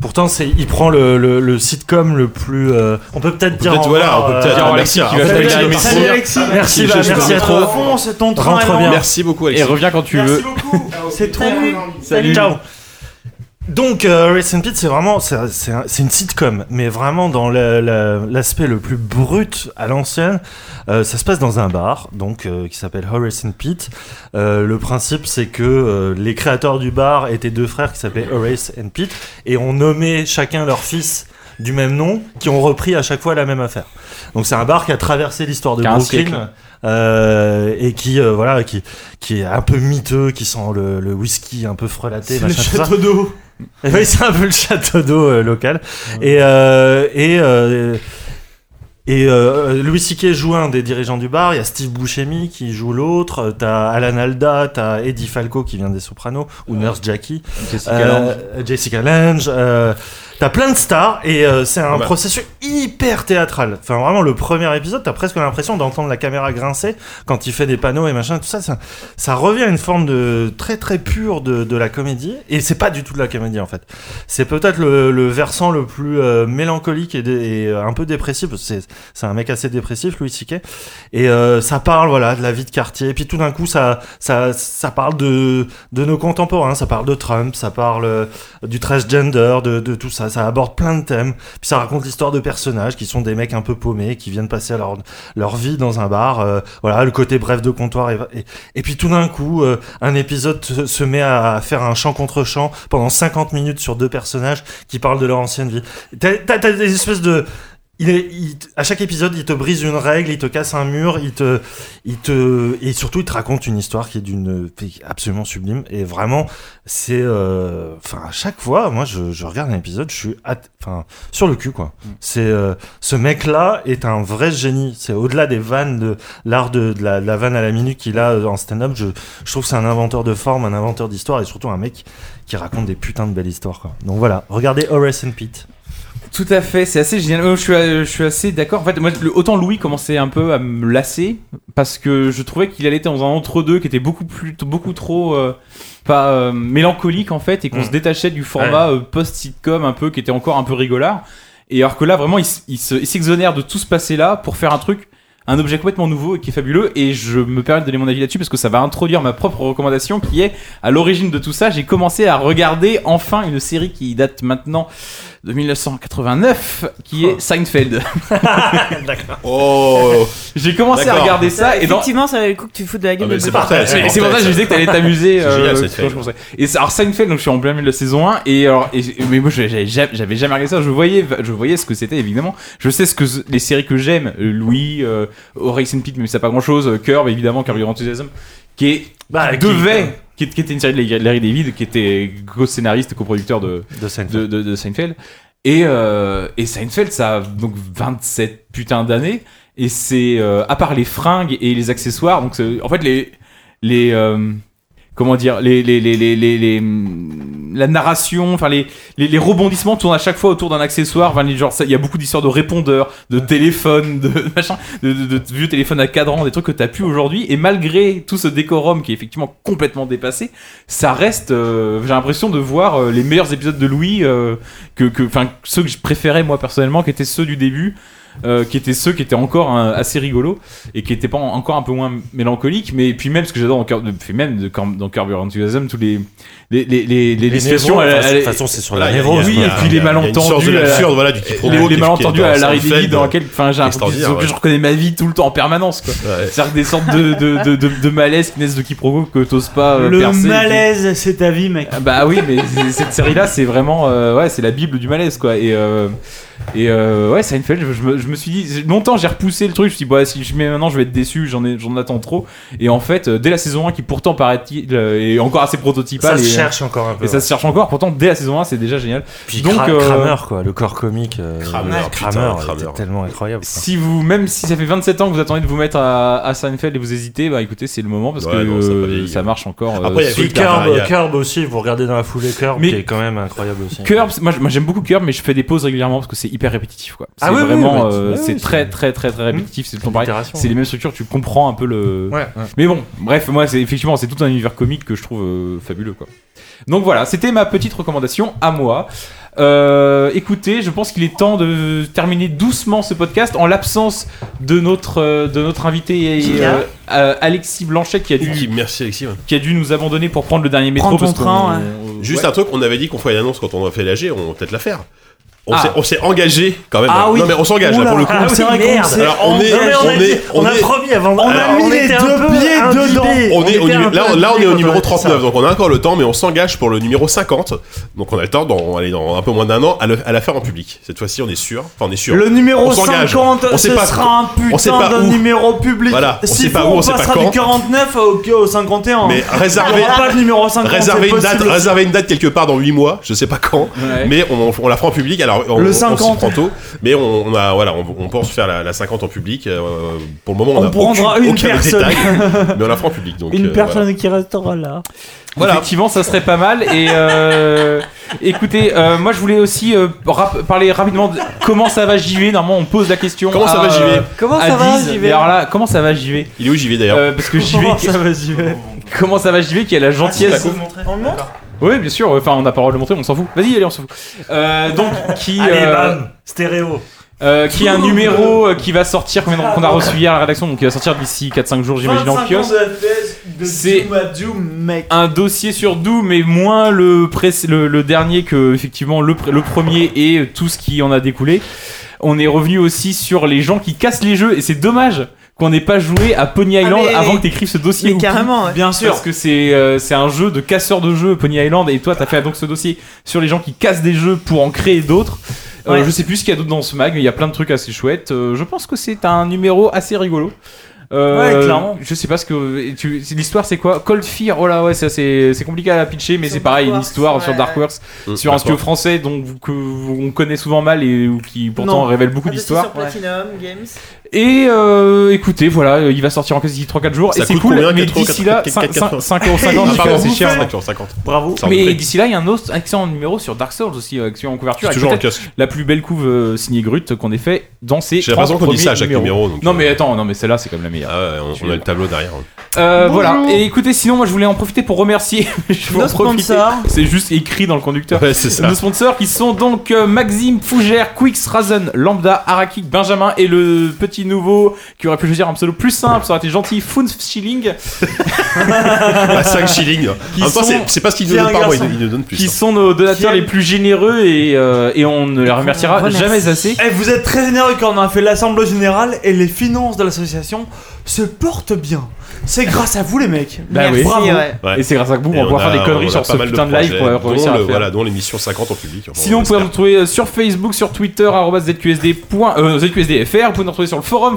[SPEAKER 6] Pourtant, c'est, il prend le, le, le sitcom le plus. euh, on peut peut-être dire.
[SPEAKER 5] Peut-être
[SPEAKER 6] au
[SPEAKER 5] voilà, on
[SPEAKER 6] revoir,
[SPEAKER 5] peut
[SPEAKER 6] euh,
[SPEAKER 5] peut-être
[SPEAKER 2] Pierre Alexis
[SPEAKER 5] merci,
[SPEAKER 2] qui
[SPEAKER 5] à-
[SPEAKER 2] va faire
[SPEAKER 5] merci, Alexis.
[SPEAKER 4] Ah, Salut Alexis
[SPEAKER 6] Merci,
[SPEAKER 5] Je-
[SPEAKER 6] bah,
[SPEAKER 5] je-
[SPEAKER 6] merci à toi.
[SPEAKER 4] Fonce, ton train
[SPEAKER 6] Rentre
[SPEAKER 4] est
[SPEAKER 6] bien.
[SPEAKER 5] Merci beaucoup
[SPEAKER 2] Et
[SPEAKER 5] Alexis.
[SPEAKER 2] reviens quand tu
[SPEAKER 4] Merci
[SPEAKER 2] veux.
[SPEAKER 4] beaucoup.
[SPEAKER 5] Ah,
[SPEAKER 4] C'est trop
[SPEAKER 7] Salut.
[SPEAKER 4] cool.
[SPEAKER 6] Salut. Ciao. Donc, euh, Race and Pete, c'est vraiment c'est c'est un- c'est une sitcom, mais vraiment dans la- la- l'aspect le plus brut à l'ancienne. Euh, ça se passe dans un bar, donc euh, qui s'appelle Horace and Pete. Euh, le principe, c'est que euh, les créateurs du bar étaient deux frères qui s'appelaient Horace and Pete, et on nommait chacun leur fils du même nom, qui ont repris à chaque fois la même affaire. Donc c'est un bar qui a traversé l'histoire de
[SPEAKER 2] Qui a un
[SPEAKER 6] Brooklyn
[SPEAKER 2] siècle.
[SPEAKER 6] euh, et qui euh, voilà qui qui est un peu miteux, qui sent le, le whisky un peu frelaté,
[SPEAKER 4] Le
[SPEAKER 6] machin, tout ça.
[SPEAKER 4] château d'eau.
[SPEAKER 6] Et oui, c'est un peu le château d'eau euh, local. Et euh, et euh, et euh, Louis Siquet joue un des dirigeants du bar. Il y a Steve Buscemi qui joue l'autre. Euh, T'as Alan Alda, t'as Eddie Falco qui vient des Sopranos ou Nurse Jackie, euh, Jessica Lange. euh, t'as plein de stars et euh, c'est un
[SPEAKER 5] Bah.
[SPEAKER 6] processus hyper théâtral. Enfin vraiment le premier épisode, t'as presque l'impression d'entendre la caméra grincer quand il fait des panneaux et machin. Tout ça, ça, ça revient à une forme de très très pure de, de la comédie. Et c'est pas du tout de la comédie en fait. C'est peut-être le, le versant le plus euh, mélancolique et, dé- et, euh, un peu dépressif. parce que C'est c'est un mec assez dépressif, Louis Siquet. Et euh, ça parle voilà de la vie de quartier. Et puis tout d'un coup, ça ça ça parle de de nos contemporains. Ça parle de Trump. Ça parle euh, du transgender, de de tout ça. Ça aborde plein de thèmes. Puis ça raconte l'histoire de personnages qui sont des mecs un peu paumés qui viennent passer leur leur vie dans un bar. euh, voilà le côté bref de comptoir. Et, et, et puis tout d'un coup, euh, un épisode se, se met à faire un chant contre chant pendant 50 minutes sur deux personnages qui parlent de leur ancienne vie. T'as t'as- t'as des espèces de il est, il- à chaque épisode, il te brise une règle, il te casse un mur, il te, il te, et surtout, il te raconte une histoire qui est d'une, qui est absolument sublime. Et vraiment, c'est, euh, enfin, à chaque fois, moi, je, je regarde un épisode, je suis, at- enfin, sur le cul, quoi. C'est, euh, ce mec-là est un vrai génie. C'est au-delà des vannes de l'art de, de la, de la vanne à la minute qu'il a euh, en stand-up. Je, je trouve que c'est un inventeur de forme, un inventeur d'histoire et surtout un mec qui raconte des putains de belles histoires, quoi. Donc voilà, regardez Horace and Pete.
[SPEAKER 2] Tout à fait, c'est assez génial. Euh, Je suis, euh, je suis assez d'accord. En fait, moi, le- autant Louis commençait un peu à me lasser parce que je trouvais qu'il allait être dans un entre-deux qui était beaucoup plus, beaucoup trop euh, pas euh, mélancolique en fait et qu'on
[SPEAKER 6] Mm.
[SPEAKER 2] se détachait du format euh, post-sitcom un peu qui était encore un peu rigolard. Et alors que là, vraiment, il, s- il se- il s'exonère de tout ce passé-là pour faire un truc, un objet complètement nouveau et qui est fabuleux. Et je me permets de donner mon avis là-dessus parce que ça va introduire ma propre recommandation qui est à l'origine de tout ça. J'ai commencé à regarder enfin une série qui date maintenant de 1989 qui est Seinfeld.
[SPEAKER 5] Oh,
[SPEAKER 2] J'ai commencé à
[SPEAKER 5] D'accord.
[SPEAKER 2] regarder ça Ah, et dans
[SPEAKER 7] Effectivement, ça valait le coup que tu foutes de la
[SPEAKER 5] Ah,
[SPEAKER 7] gueule.
[SPEAKER 5] mais
[SPEAKER 7] de
[SPEAKER 5] c'est
[SPEAKER 7] Benoît.
[SPEAKER 5] mortel.
[SPEAKER 2] et c'est pour ça que je
[SPEAKER 5] mortel.
[SPEAKER 2] disais que t'allais t'amuser.
[SPEAKER 5] C'est
[SPEAKER 2] euh,
[SPEAKER 5] génial,
[SPEAKER 2] quand
[SPEAKER 5] Seinfeld.
[SPEAKER 2] je pensais. Et c'est- alors Seinfeld, donc je suis en plein milieu de la saison 1 et alors et- mais moi je- j'avais jamais, j'avais jamais regardé ça. Je voyais, je voyais ce que c'était évidemment. Je sais ce que z- les séries que j'aime, euh, Louis, euh, Horace and Pete, mais ça pas grand chose. Curb évidemment, Curb Your Enthusiasm, qui est
[SPEAKER 6] Bah,
[SPEAKER 5] Ah,
[SPEAKER 2] qui
[SPEAKER 6] qui-
[SPEAKER 2] devait, qui, qui était une série de Larry David, qui était co-scénariste, coproducteur de
[SPEAKER 6] De Seinfeld.
[SPEAKER 2] de, de, de Seinfeld. Et, euh, et Seinfeld, ça a donc 27 putains d'années. Et c'est, euh, à part les fringues et les accessoires, donc c'est- en fait, les, les, euh, comment dire les les les les, les, les- hum, la narration enfin les, les les rebondissements tournent à chaque fois autour d'un accessoire enfin, les- genre ça- il y a beaucoup d'histoires de répondeurs de téléphones de machin de, de- de vieux téléphones à cadran des trucs que t'as plus aujourd'hui et malgré tout ce décorum qui est effectivement complètement dépassé ça reste euh, j'ai l'impression de voir euh, les meilleurs épisodes de Louis euh, que que- enfin ceux que je préférais moi personnellement qui étaient ceux du début euh, qui étaient ceux qui étaient encore hein, assez rigolos et qui était pas en- encore un peu moins mélancolique mais puis même ce que j'adore dans Curb puis même de Curb- dans Curb Your Enthusiasm tous les les les les, les, les situations
[SPEAKER 6] névroses,
[SPEAKER 2] à la- à
[SPEAKER 6] enfin, de
[SPEAKER 2] la-
[SPEAKER 6] toute façon, c'est sur
[SPEAKER 5] Voilà, il
[SPEAKER 6] la
[SPEAKER 5] y a-
[SPEAKER 6] névrose.
[SPEAKER 5] il y a-
[SPEAKER 2] oui, et puis
[SPEAKER 5] il y
[SPEAKER 2] les
[SPEAKER 5] a- il y a une
[SPEAKER 2] malentendus,
[SPEAKER 5] sorte de
[SPEAKER 2] euh,
[SPEAKER 5] l'absurde, voilà, du
[SPEAKER 2] les,
[SPEAKER 5] quiproquo
[SPEAKER 2] les
[SPEAKER 5] qui- qui est
[SPEAKER 2] malentendus
[SPEAKER 5] dans
[SPEAKER 2] à Larry
[SPEAKER 5] Seinfeld.
[SPEAKER 2] David dans laquelle enfin j'ai l'impression
[SPEAKER 5] Extraordinaire,
[SPEAKER 2] que je
[SPEAKER 5] ouais.
[SPEAKER 2] reconnais ma vie tout le temps en permanence quoi
[SPEAKER 5] Ouais.
[SPEAKER 2] c'est-à-dire que des sortes Euh, de de de, de, de malaise qui naissent de quiproquo que t'oses pas euh,
[SPEAKER 4] Le
[SPEAKER 2] percer, et qui-
[SPEAKER 4] malaise, c'est ta vie, mec.
[SPEAKER 2] Ah Bah oui, mais c'est- cette série-là, c'est vraiment, euh, ouais, c'est la bible du malaise, quoi. Et euh, et euh, ouais, Seinfeld, je, je me, je me suis dit longtemps, j'ai repoussé le truc. Je me suis dit, bah si je mets maintenant, je vais être déçu. J'en ai, j'en attends trop. Et en fait, euh, dès la saison 1, qui pourtant paraît-il euh, est encore assez
[SPEAKER 6] Ça
[SPEAKER 2] prototypale,
[SPEAKER 6] se
[SPEAKER 2] et, euh,
[SPEAKER 6] cherche encore un peu.
[SPEAKER 2] et ça se cherche encore. Pourtant, dès la saison 1, c'est déjà génial.
[SPEAKER 6] Puis
[SPEAKER 2] Donc,
[SPEAKER 6] Kra-
[SPEAKER 2] euh,
[SPEAKER 6] Kramer, quoi, le corps comique. euh,
[SPEAKER 5] Kramer, putain,
[SPEAKER 6] Kramer,
[SPEAKER 5] Kramer.
[SPEAKER 6] était tellement incroyable. quoi.
[SPEAKER 2] Si vous, même si ça fait 27 ans que vous attendez de vous mettre à, à Seinfeld et vous hésitez, bah écoutez, c'est le moment parce
[SPEAKER 5] Ouais,
[SPEAKER 2] que
[SPEAKER 5] non, ça a pas
[SPEAKER 2] euh,
[SPEAKER 5] vieilli.
[SPEAKER 2] ça marche encore. euh,
[SPEAKER 5] Après, il y a
[SPEAKER 2] sur-
[SPEAKER 6] Puis
[SPEAKER 5] Puis Kramer, il y
[SPEAKER 6] Curb,
[SPEAKER 5] a-
[SPEAKER 6] Curb aussi, vous regardez dans la foulée Curb,
[SPEAKER 2] Mais-
[SPEAKER 6] qui est quand même incroyable aussi.
[SPEAKER 2] Curb, moi, je- moi, j'aime beaucoup Curb, mais je fais des pauses régulièrement parce que c'est hyper répétitif. Quoi. C'est
[SPEAKER 6] Ah oui, oui,
[SPEAKER 2] vraiment,
[SPEAKER 6] oui,
[SPEAKER 2] euh,
[SPEAKER 6] oui,
[SPEAKER 2] c'est
[SPEAKER 6] oui,
[SPEAKER 2] très, très, très, très répétitif. C'est tout le temps pareil.
[SPEAKER 6] L'itération.
[SPEAKER 2] C'est les mêmes structures, tu comprends un peu le.
[SPEAKER 6] Ouais, ouais.
[SPEAKER 2] Mais bon, bref, moi, c'est effectivement, c'est tout un univers comique que je trouve euh, fabuleux, quoi. Donc voilà, c'était ma petite recommandation à moi. Euh, écoutez, je pense qu'il est temps de terminer doucement ce podcast en l'absence de notre euh, de notre invité euh, euh, Alexis Blanchet qui a
[SPEAKER 5] Qui-
[SPEAKER 2] dû
[SPEAKER 5] Merci Alexis.
[SPEAKER 2] qui a dû nous abandonner pour prendre le dernier métro.
[SPEAKER 7] Prends ton
[SPEAKER 2] parce qu'on-
[SPEAKER 7] train, hein. ouais.
[SPEAKER 2] on-
[SPEAKER 5] Juste un truc, on avait dit qu'on ferait une annonce quand on a fait l'AG, on va peut-être la faire. On
[SPEAKER 2] Ah.
[SPEAKER 5] s'est- on s'est engagé quand même.
[SPEAKER 4] Ah
[SPEAKER 5] hein.
[SPEAKER 4] oui.
[SPEAKER 5] Non mais on s'engage là pour le coup.
[SPEAKER 6] Ah oui,
[SPEAKER 4] c'est vrai qu'on
[SPEAKER 6] merde.
[SPEAKER 4] s'est
[SPEAKER 5] Alors, on est-
[SPEAKER 6] Non, mais on,
[SPEAKER 5] on
[SPEAKER 6] a dit-
[SPEAKER 5] est-
[SPEAKER 6] on a
[SPEAKER 5] on est-
[SPEAKER 6] promis avant.
[SPEAKER 4] On a
[SPEAKER 6] alors,
[SPEAKER 4] mis
[SPEAKER 6] on
[SPEAKER 4] les
[SPEAKER 6] était un
[SPEAKER 4] deux
[SPEAKER 6] peu
[SPEAKER 4] pieds
[SPEAKER 6] imbibés.
[SPEAKER 4] dedans.
[SPEAKER 5] On est au
[SPEAKER 6] était
[SPEAKER 5] nu-
[SPEAKER 6] un peu
[SPEAKER 5] là, là, on est
[SPEAKER 6] imbibés
[SPEAKER 5] au
[SPEAKER 6] quand on
[SPEAKER 5] numéro
[SPEAKER 6] a fait ça.
[SPEAKER 5] 39, donc on a encore le temps, mais on s'engage pour le numéro 50. Donc on a le temps, dans, allez, dans un peu moins d'un an, à, le- à la faire en public. Cette fois-ci, on est sûr. Enfin, on est bah, sûr.
[SPEAKER 4] Le numéro
[SPEAKER 5] On s'engage.
[SPEAKER 4] 50,
[SPEAKER 5] On
[SPEAKER 4] ce
[SPEAKER 5] sait pas-
[SPEAKER 4] sera un
[SPEAKER 5] on sait
[SPEAKER 4] putain
[SPEAKER 5] pas
[SPEAKER 4] de
[SPEAKER 5] où.
[SPEAKER 4] numéro public.
[SPEAKER 5] Voilà, on
[SPEAKER 4] si
[SPEAKER 5] sait pas
[SPEAKER 4] faut,
[SPEAKER 5] où, on
[SPEAKER 4] on
[SPEAKER 5] sait pas
[SPEAKER 4] passera
[SPEAKER 5] quand.
[SPEAKER 4] du 49 au, au 51.
[SPEAKER 5] Mais réservez,
[SPEAKER 4] On aura pas de numéro 50.
[SPEAKER 5] réservez
[SPEAKER 4] c'est
[SPEAKER 5] une date,
[SPEAKER 4] possible.
[SPEAKER 5] réservez une date quelque part dans 8 mois, je sais pas quand,
[SPEAKER 2] Ouais.
[SPEAKER 5] mais on, on la fera en public. Alors, on,
[SPEAKER 4] Le
[SPEAKER 5] on s'y
[SPEAKER 4] 50.
[SPEAKER 5] prend tôt, mais on, on a, voilà, on, on pense faire la, la 50 en public. euh, pour le moment, on,
[SPEAKER 4] On
[SPEAKER 5] a
[SPEAKER 4] prendra
[SPEAKER 5] aucun,
[SPEAKER 4] une
[SPEAKER 5] aucun
[SPEAKER 4] personne.
[SPEAKER 5] détail, mais on la fera en public. Donc,
[SPEAKER 7] Une
[SPEAKER 5] euh,
[SPEAKER 7] personne qui restera là.
[SPEAKER 5] Voilà.
[SPEAKER 2] Effectivement, ça serait pas mal. Et euh, écoutez, euh, moi je voulais aussi euh, rap- parler rapidement de comment ça va JV. Normalement, on pose la question.
[SPEAKER 5] Comment ça
[SPEAKER 2] à,
[SPEAKER 5] va, JV?
[SPEAKER 2] euh,
[SPEAKER 7] Comment
[SPEAKER 2] à
[SPEAKER 7] ça va,
[SPEAKER 2] 10.
[SPEAKER 7] JV
[SPEAKER 2] Mais alors là, comment ça va JV
[SPEAKER 5] Il est où j'y vais d'ailleurs
[SPEAKER 2] Euh, Parce que JV,
[SPEAKER 4] Comment ça va, j'y vais
[SPEAKER 2] comment ça va JV qui a la gentillesse.
[SPEAKER 6] On le montre
[SPEAKER 2] oui, bien sûr. Enfin, on n'a pas le droit de le montrer, on s'en fout. Vas-y, allez, on s'en fout. Euh, donc, qui.
[SPEAKER 6] Allez,
[SPEAKER 2] euh,
[SPEAKER 6] bam Stéréo.
[SPEAKER 2] euh, qui a un numéro euh, qui va sortir qu'on a- qu'on a reçu hier à la rédaction, donc qui va sortir d'ici 4-5 jours, j'imagine, en
[SPEAKER 4] 25 ans
[SPEAKER 2] kiosque.
[SPEAKER 4] de FPS de
[SPEAKER 2] C'est-
[SPEAKER 4] Doom à Doom, mec.
[SPEAKER 2] un dossier sur Doom, mais moins le, pré- le, le dernier que effectivement le, pr- le premier et tout ce qui en a découlé. On est revenu aussi sur les gens qui cassent les jeux et c'est dommage qu'on n'ait pas joué à Pony Island
[SPEAKER 7] Ah, mais-
[SPEAKER 2] avant que t'écrives ce dossier.
[SPEAKER 7] Mais
[SPEAKER 2] Whoopi.
[SPEAKER 7] carrément, ouais. Ah,
[SPEAKER 2] Bien sûr, parce que c'est euh, c'est un jeu de casseur de jeux, Pony Island, et toi t'as fait donc ce dossier sur les gens qui cassent des jeux pour en créer d'autres. Euh,
[SPEAKER 7] Ouais.
[SPEAKER 2] Je sais plus ce qu'il y a d'autre dans ce mag, mais il y a plein de trucs assez chouettes. Euh, je pense que c'est un numéro assez rigolo. Euh,
[SPEAKER 4] Ouais, clairement.
[SPEAKER 2] Je sais pas ce que et tu- c'est- l'histoire c'est quoi. Cold Fear, oh là ouais, c'est assez- c'est compliqué à pitcher, mais
[SPEAKER 7] Sur
[SPEAKER 2] c'est pareil, une
[SPEAKER 7] Darkworks,
[SPEAKER 2] histoire sur
[SPEAKER 7] ouais.
[SPEAKER 2] Darkworks,
[SPEAKER 5] Hum,
[SPEAKER 2] sur un
[SPEAKER 5] d'accord.
[SPEAKER 2] studio français dont vous- que vous- on connaît souvent mal et ou qui pourtant
[SPEAKER 7] Non.
[SPEAKER 2] révèle
[SPEAKER 7] Un
[SPEAKER 2] beaucoup
[SPEAKER 7] dossier
[SPEAKER 2] d'histoires.
[SPEAKER 7] bah, sur Platinum Games.
[SPEAKER 2] Et euh, écoutez, voilà, euh, il va sortir en quasi 3-4 jours
[SPEAKER 5] Ça
[SPEAKER 2] et c'est
[SPEAKER 5] coûte
[SPEAKER 2] cool.
[SPEAKER 5] combien,
[SPEAKER 2] mais
[SPEAKER 5] 4 euros,
[SPEAKER 2] d'ici là, 5
[SPEAKER 5] 4 euros.
[SPEAKER 2] euros
[SPEAKER 5] Ah, pardon,
[SPEAKER 2] c'est cher.
[SPEAKER 5] 50, 50.
[SPEAKER 4] Bravo.
[SPEAKER 5] Ça, on le
[SPEAKER 2] Mais
[SPEAKER 5] fait.
[SPEAKER 2] d'ici là, il y a un autre excellent numéro sur Dark Souls aussi, euh, qui est en couverture.
[SPEAKER 5] C'est
[SPEAKER 2] avec
[SPEAKER 5] toujours en
[SPEAKER 2] peut-être
[SPEAKER 5] kiosque.
[SPEAKER 2] la plus belle couve euh, signée Grut qu'on ait fait dans ces.
[SPEAKER 5] J'ai l'impression
[SPEAKER 2] 30
[SPEAKER 5] qu'on dit ça à chaque
[SPEAKER 2] premiers numéros.
[SPEAKER 5] numéro. donc,
[SPEAKER 2] Non mais
[SPEAKER 5] euh,
[SPEAKER 2] attends, non mais celle-là c'est quand même la meilleure.
[SPEAKER 5] Ah ouais, on, on a le tableau derrière.
[SPEAKER 2] Euh, voilà. Et écoutez, sinon moi je voulais en profiter pour Bah remercier. je vais en
[SPEAKER 7] Nos
[SPEAKER 2] profiter.
[SPEAKER 7] sponsors.
[SPEAKER 2] C'est juste écrit dans le conducteur.
[SPEAKER 5] Ouais, c'est ça.
[SPEAKER 2] Nos sponsors qui sont donc euh, Maxime, Fougère, Quix, Razen, Lambda, Arakik, Benjamin et le petit nouveau qui aurait pu choisir un pseudo plus simple, ça aurait été gentil, Foon Shilling,
[SPEAKER 5] À 5 shillings. En même temps,
[SPEAKER 2] sont-
[SPEAKER 5] c'est- c'est pas ce qu'ils nous
[SPEAKER 4] qui est
[SPEAKER 5] donnent
[SPEAKER 4] un
[SPEAKER 5] par mois, ils
[SPEAKER 4] garçon.
[SPEAKER 5] ils nous donnent plus.
[SPEAKER 2] qui
[SPEAKER 5] hein.
[SPEAKER 2] sont nos donateurs les plus généreux et, euh, et on ne les remerciera
[SPEAKER 7] remercie.
[SPEAKER 2] jamais assez.
[SPEAKER 4] Eh, vous êtes très généreux quand on a fait l'assemblée générale et les finances de l'association se portent bien. C'est grâce à vous les mecs.
[SPEAKER 2] Bah oui.
[SPEAKER 7] Merci,
[SPEAKER 4] Bravo.
[SPEAKER 7] ouais.
[SPEAKER 5] Ouais.
[SPEAKER 2] Et c'est grâce à vous
[SPEAKER 5] Et
[SPEAKER 2] qu'on va pouvoir
[SPEAKER 5] a-
[SPEAKER 2] faire des
[SPEAKER 5] on
[SPEAKER 2] conneries
[SPEAKER 5] a
[SPEAKER 2] sur
[SPEAKER 5] pas
[SPEAKER 2] ce
[SPEAKER 5] mal de
[SPEAKER 2] putain de live
[SPEAKER 5] projets,
[SPEAKER 2] pour
[SPEAKER 5] dont
[SPEAKER 2] réussir à
[SPEAKER 5] le-
[SPEAKER 2] le faire.
[SPEAKER 5] Voilà, dont l'émission 50 en public. Bon,
[SPEAKER 2] Sinon,
[SPEAKER 5] on
[SPEAKER 2] vous pouvez nous
[SPEAKER 5] espère.
[SPEAKER 2] retrouver sur Facebook, sur Twitter, arobase ZQSD.fr, euh, ZQSDFR. Vous pouvez nous retrouver sur le forum,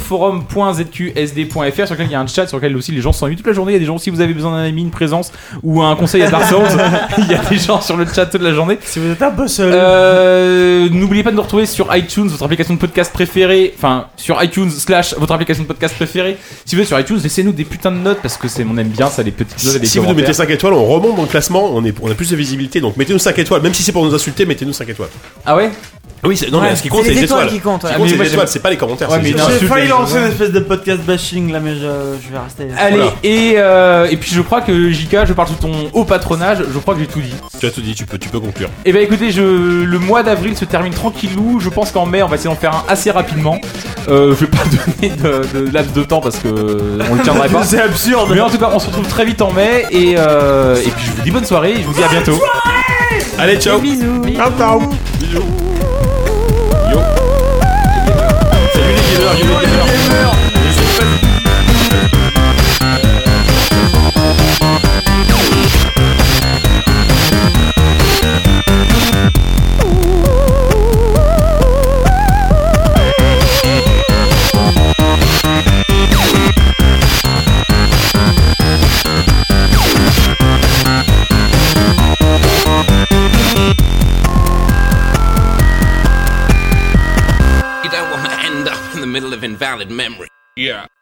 [SPEAKER 2] forum.zqsd.fr, sur lequel il y a un chat, sur lequel aussi les gens s'ennuient toute la journée. Il y a des gens, si vous avez besoin d'un ami, une présence ou un conseil à Dark Souls, il y a des gens sur le chat toute la journée.
[SPEAKER 4] Si vous êtes un peu seul.
[SPEAKER 2] Euh, N'oubliez pas de nous retrouver sur iTunes, votre application de podcast préférée. Enfin, sur iTunes slash votre application de podcast préférée. Si vous êtes sur iTunes, laissez-nous des putains putain de notes parce que c'est on aime bien ça les petites notes et les
[SPEAKER 5] Si vous nous
[SPEAKER 2] commentaires.
[SPEAKER 5] mettez 5 étoiles, on remonte dans le classement, on, est, on a plus de visibilité, donc mettez-nous 5 étoiles, même si c'est pour nous insulter, mettez-nous 5 étoiles.
[SPEAKER 2] Ah ouais
[SPEAKER 5] Oui, c'est- non, mais
[SPEAKER 7] Ouais,
[SPEAKER 5] ce qui compte,
[SPEAKER 7] c'est
[SPEAKER 5] c'est
[SPEAKER 7] les
[SPEAKER 5] les
[SPEAKER 7] étoiles
[SPEAKER 5] étoiles.
[SPEAKER 7] qui comptent, ouais.
[SPEAKER 5] Ce qui
[SPEAKER 2] Ah, mais
[SPEAKER 5] compte, c'est
[SPEAKER 2] moi,
[SPEAKER 5] les étoiles, c'est pas les commentaires.
[SPEAKER 2] Ouais,
[SPEAKER 5] c'est
[SPEAKER 2] mais
[SPEAKER 5] les
[SPEAKER 2] non,
[SPEAKER 5] étoiles.
[SPEAKER 4] J'ai
[SPEAKER 2] insulte
[SPEAKER 4] failli
[SPEAKER 2] les
[SPEAKER 4] lancer
[SPEAKER 2] gens.
[SPEAKER 4] une espèce de podcast bashing là, mais je, je vais rester.
[SPEAKER 2] Allez,
[SPEAKER 5] Voilà.
[SPEAKER 2] et, euh, et puis je crois que JK, je parle sous ton haut patronage, je crois que j'ai tout dit.
[SPEAKER 5] Tu as tout dit, tu peux, tu peux conclure.
[SPEAKER 2] Et bah écoutez, je, le mois d'avril se termine tranquillou, je pense qu'en mai on va essayer d'en faire un assez rapidement. Euh, je vais pas donner de, de laps de temps parce que on le tiendrait pas.
[SPEAKER 4] C'est absurde.
[SPEAKER 2] Mais en tout cas, on se retrouve très vite en mai et, euh, et puis je vous dis bonne soirée et je vous dis à bientôt.
[SPEAKER 5] Allez, ciao
[SPEAKER 7] Bisous.
[SPEAKER 5] Bisous. Yo. Salut les gamers, yo les gamers.
[SPEAKER 13] You don't want to end up in the middle of invalid memory. Yeah.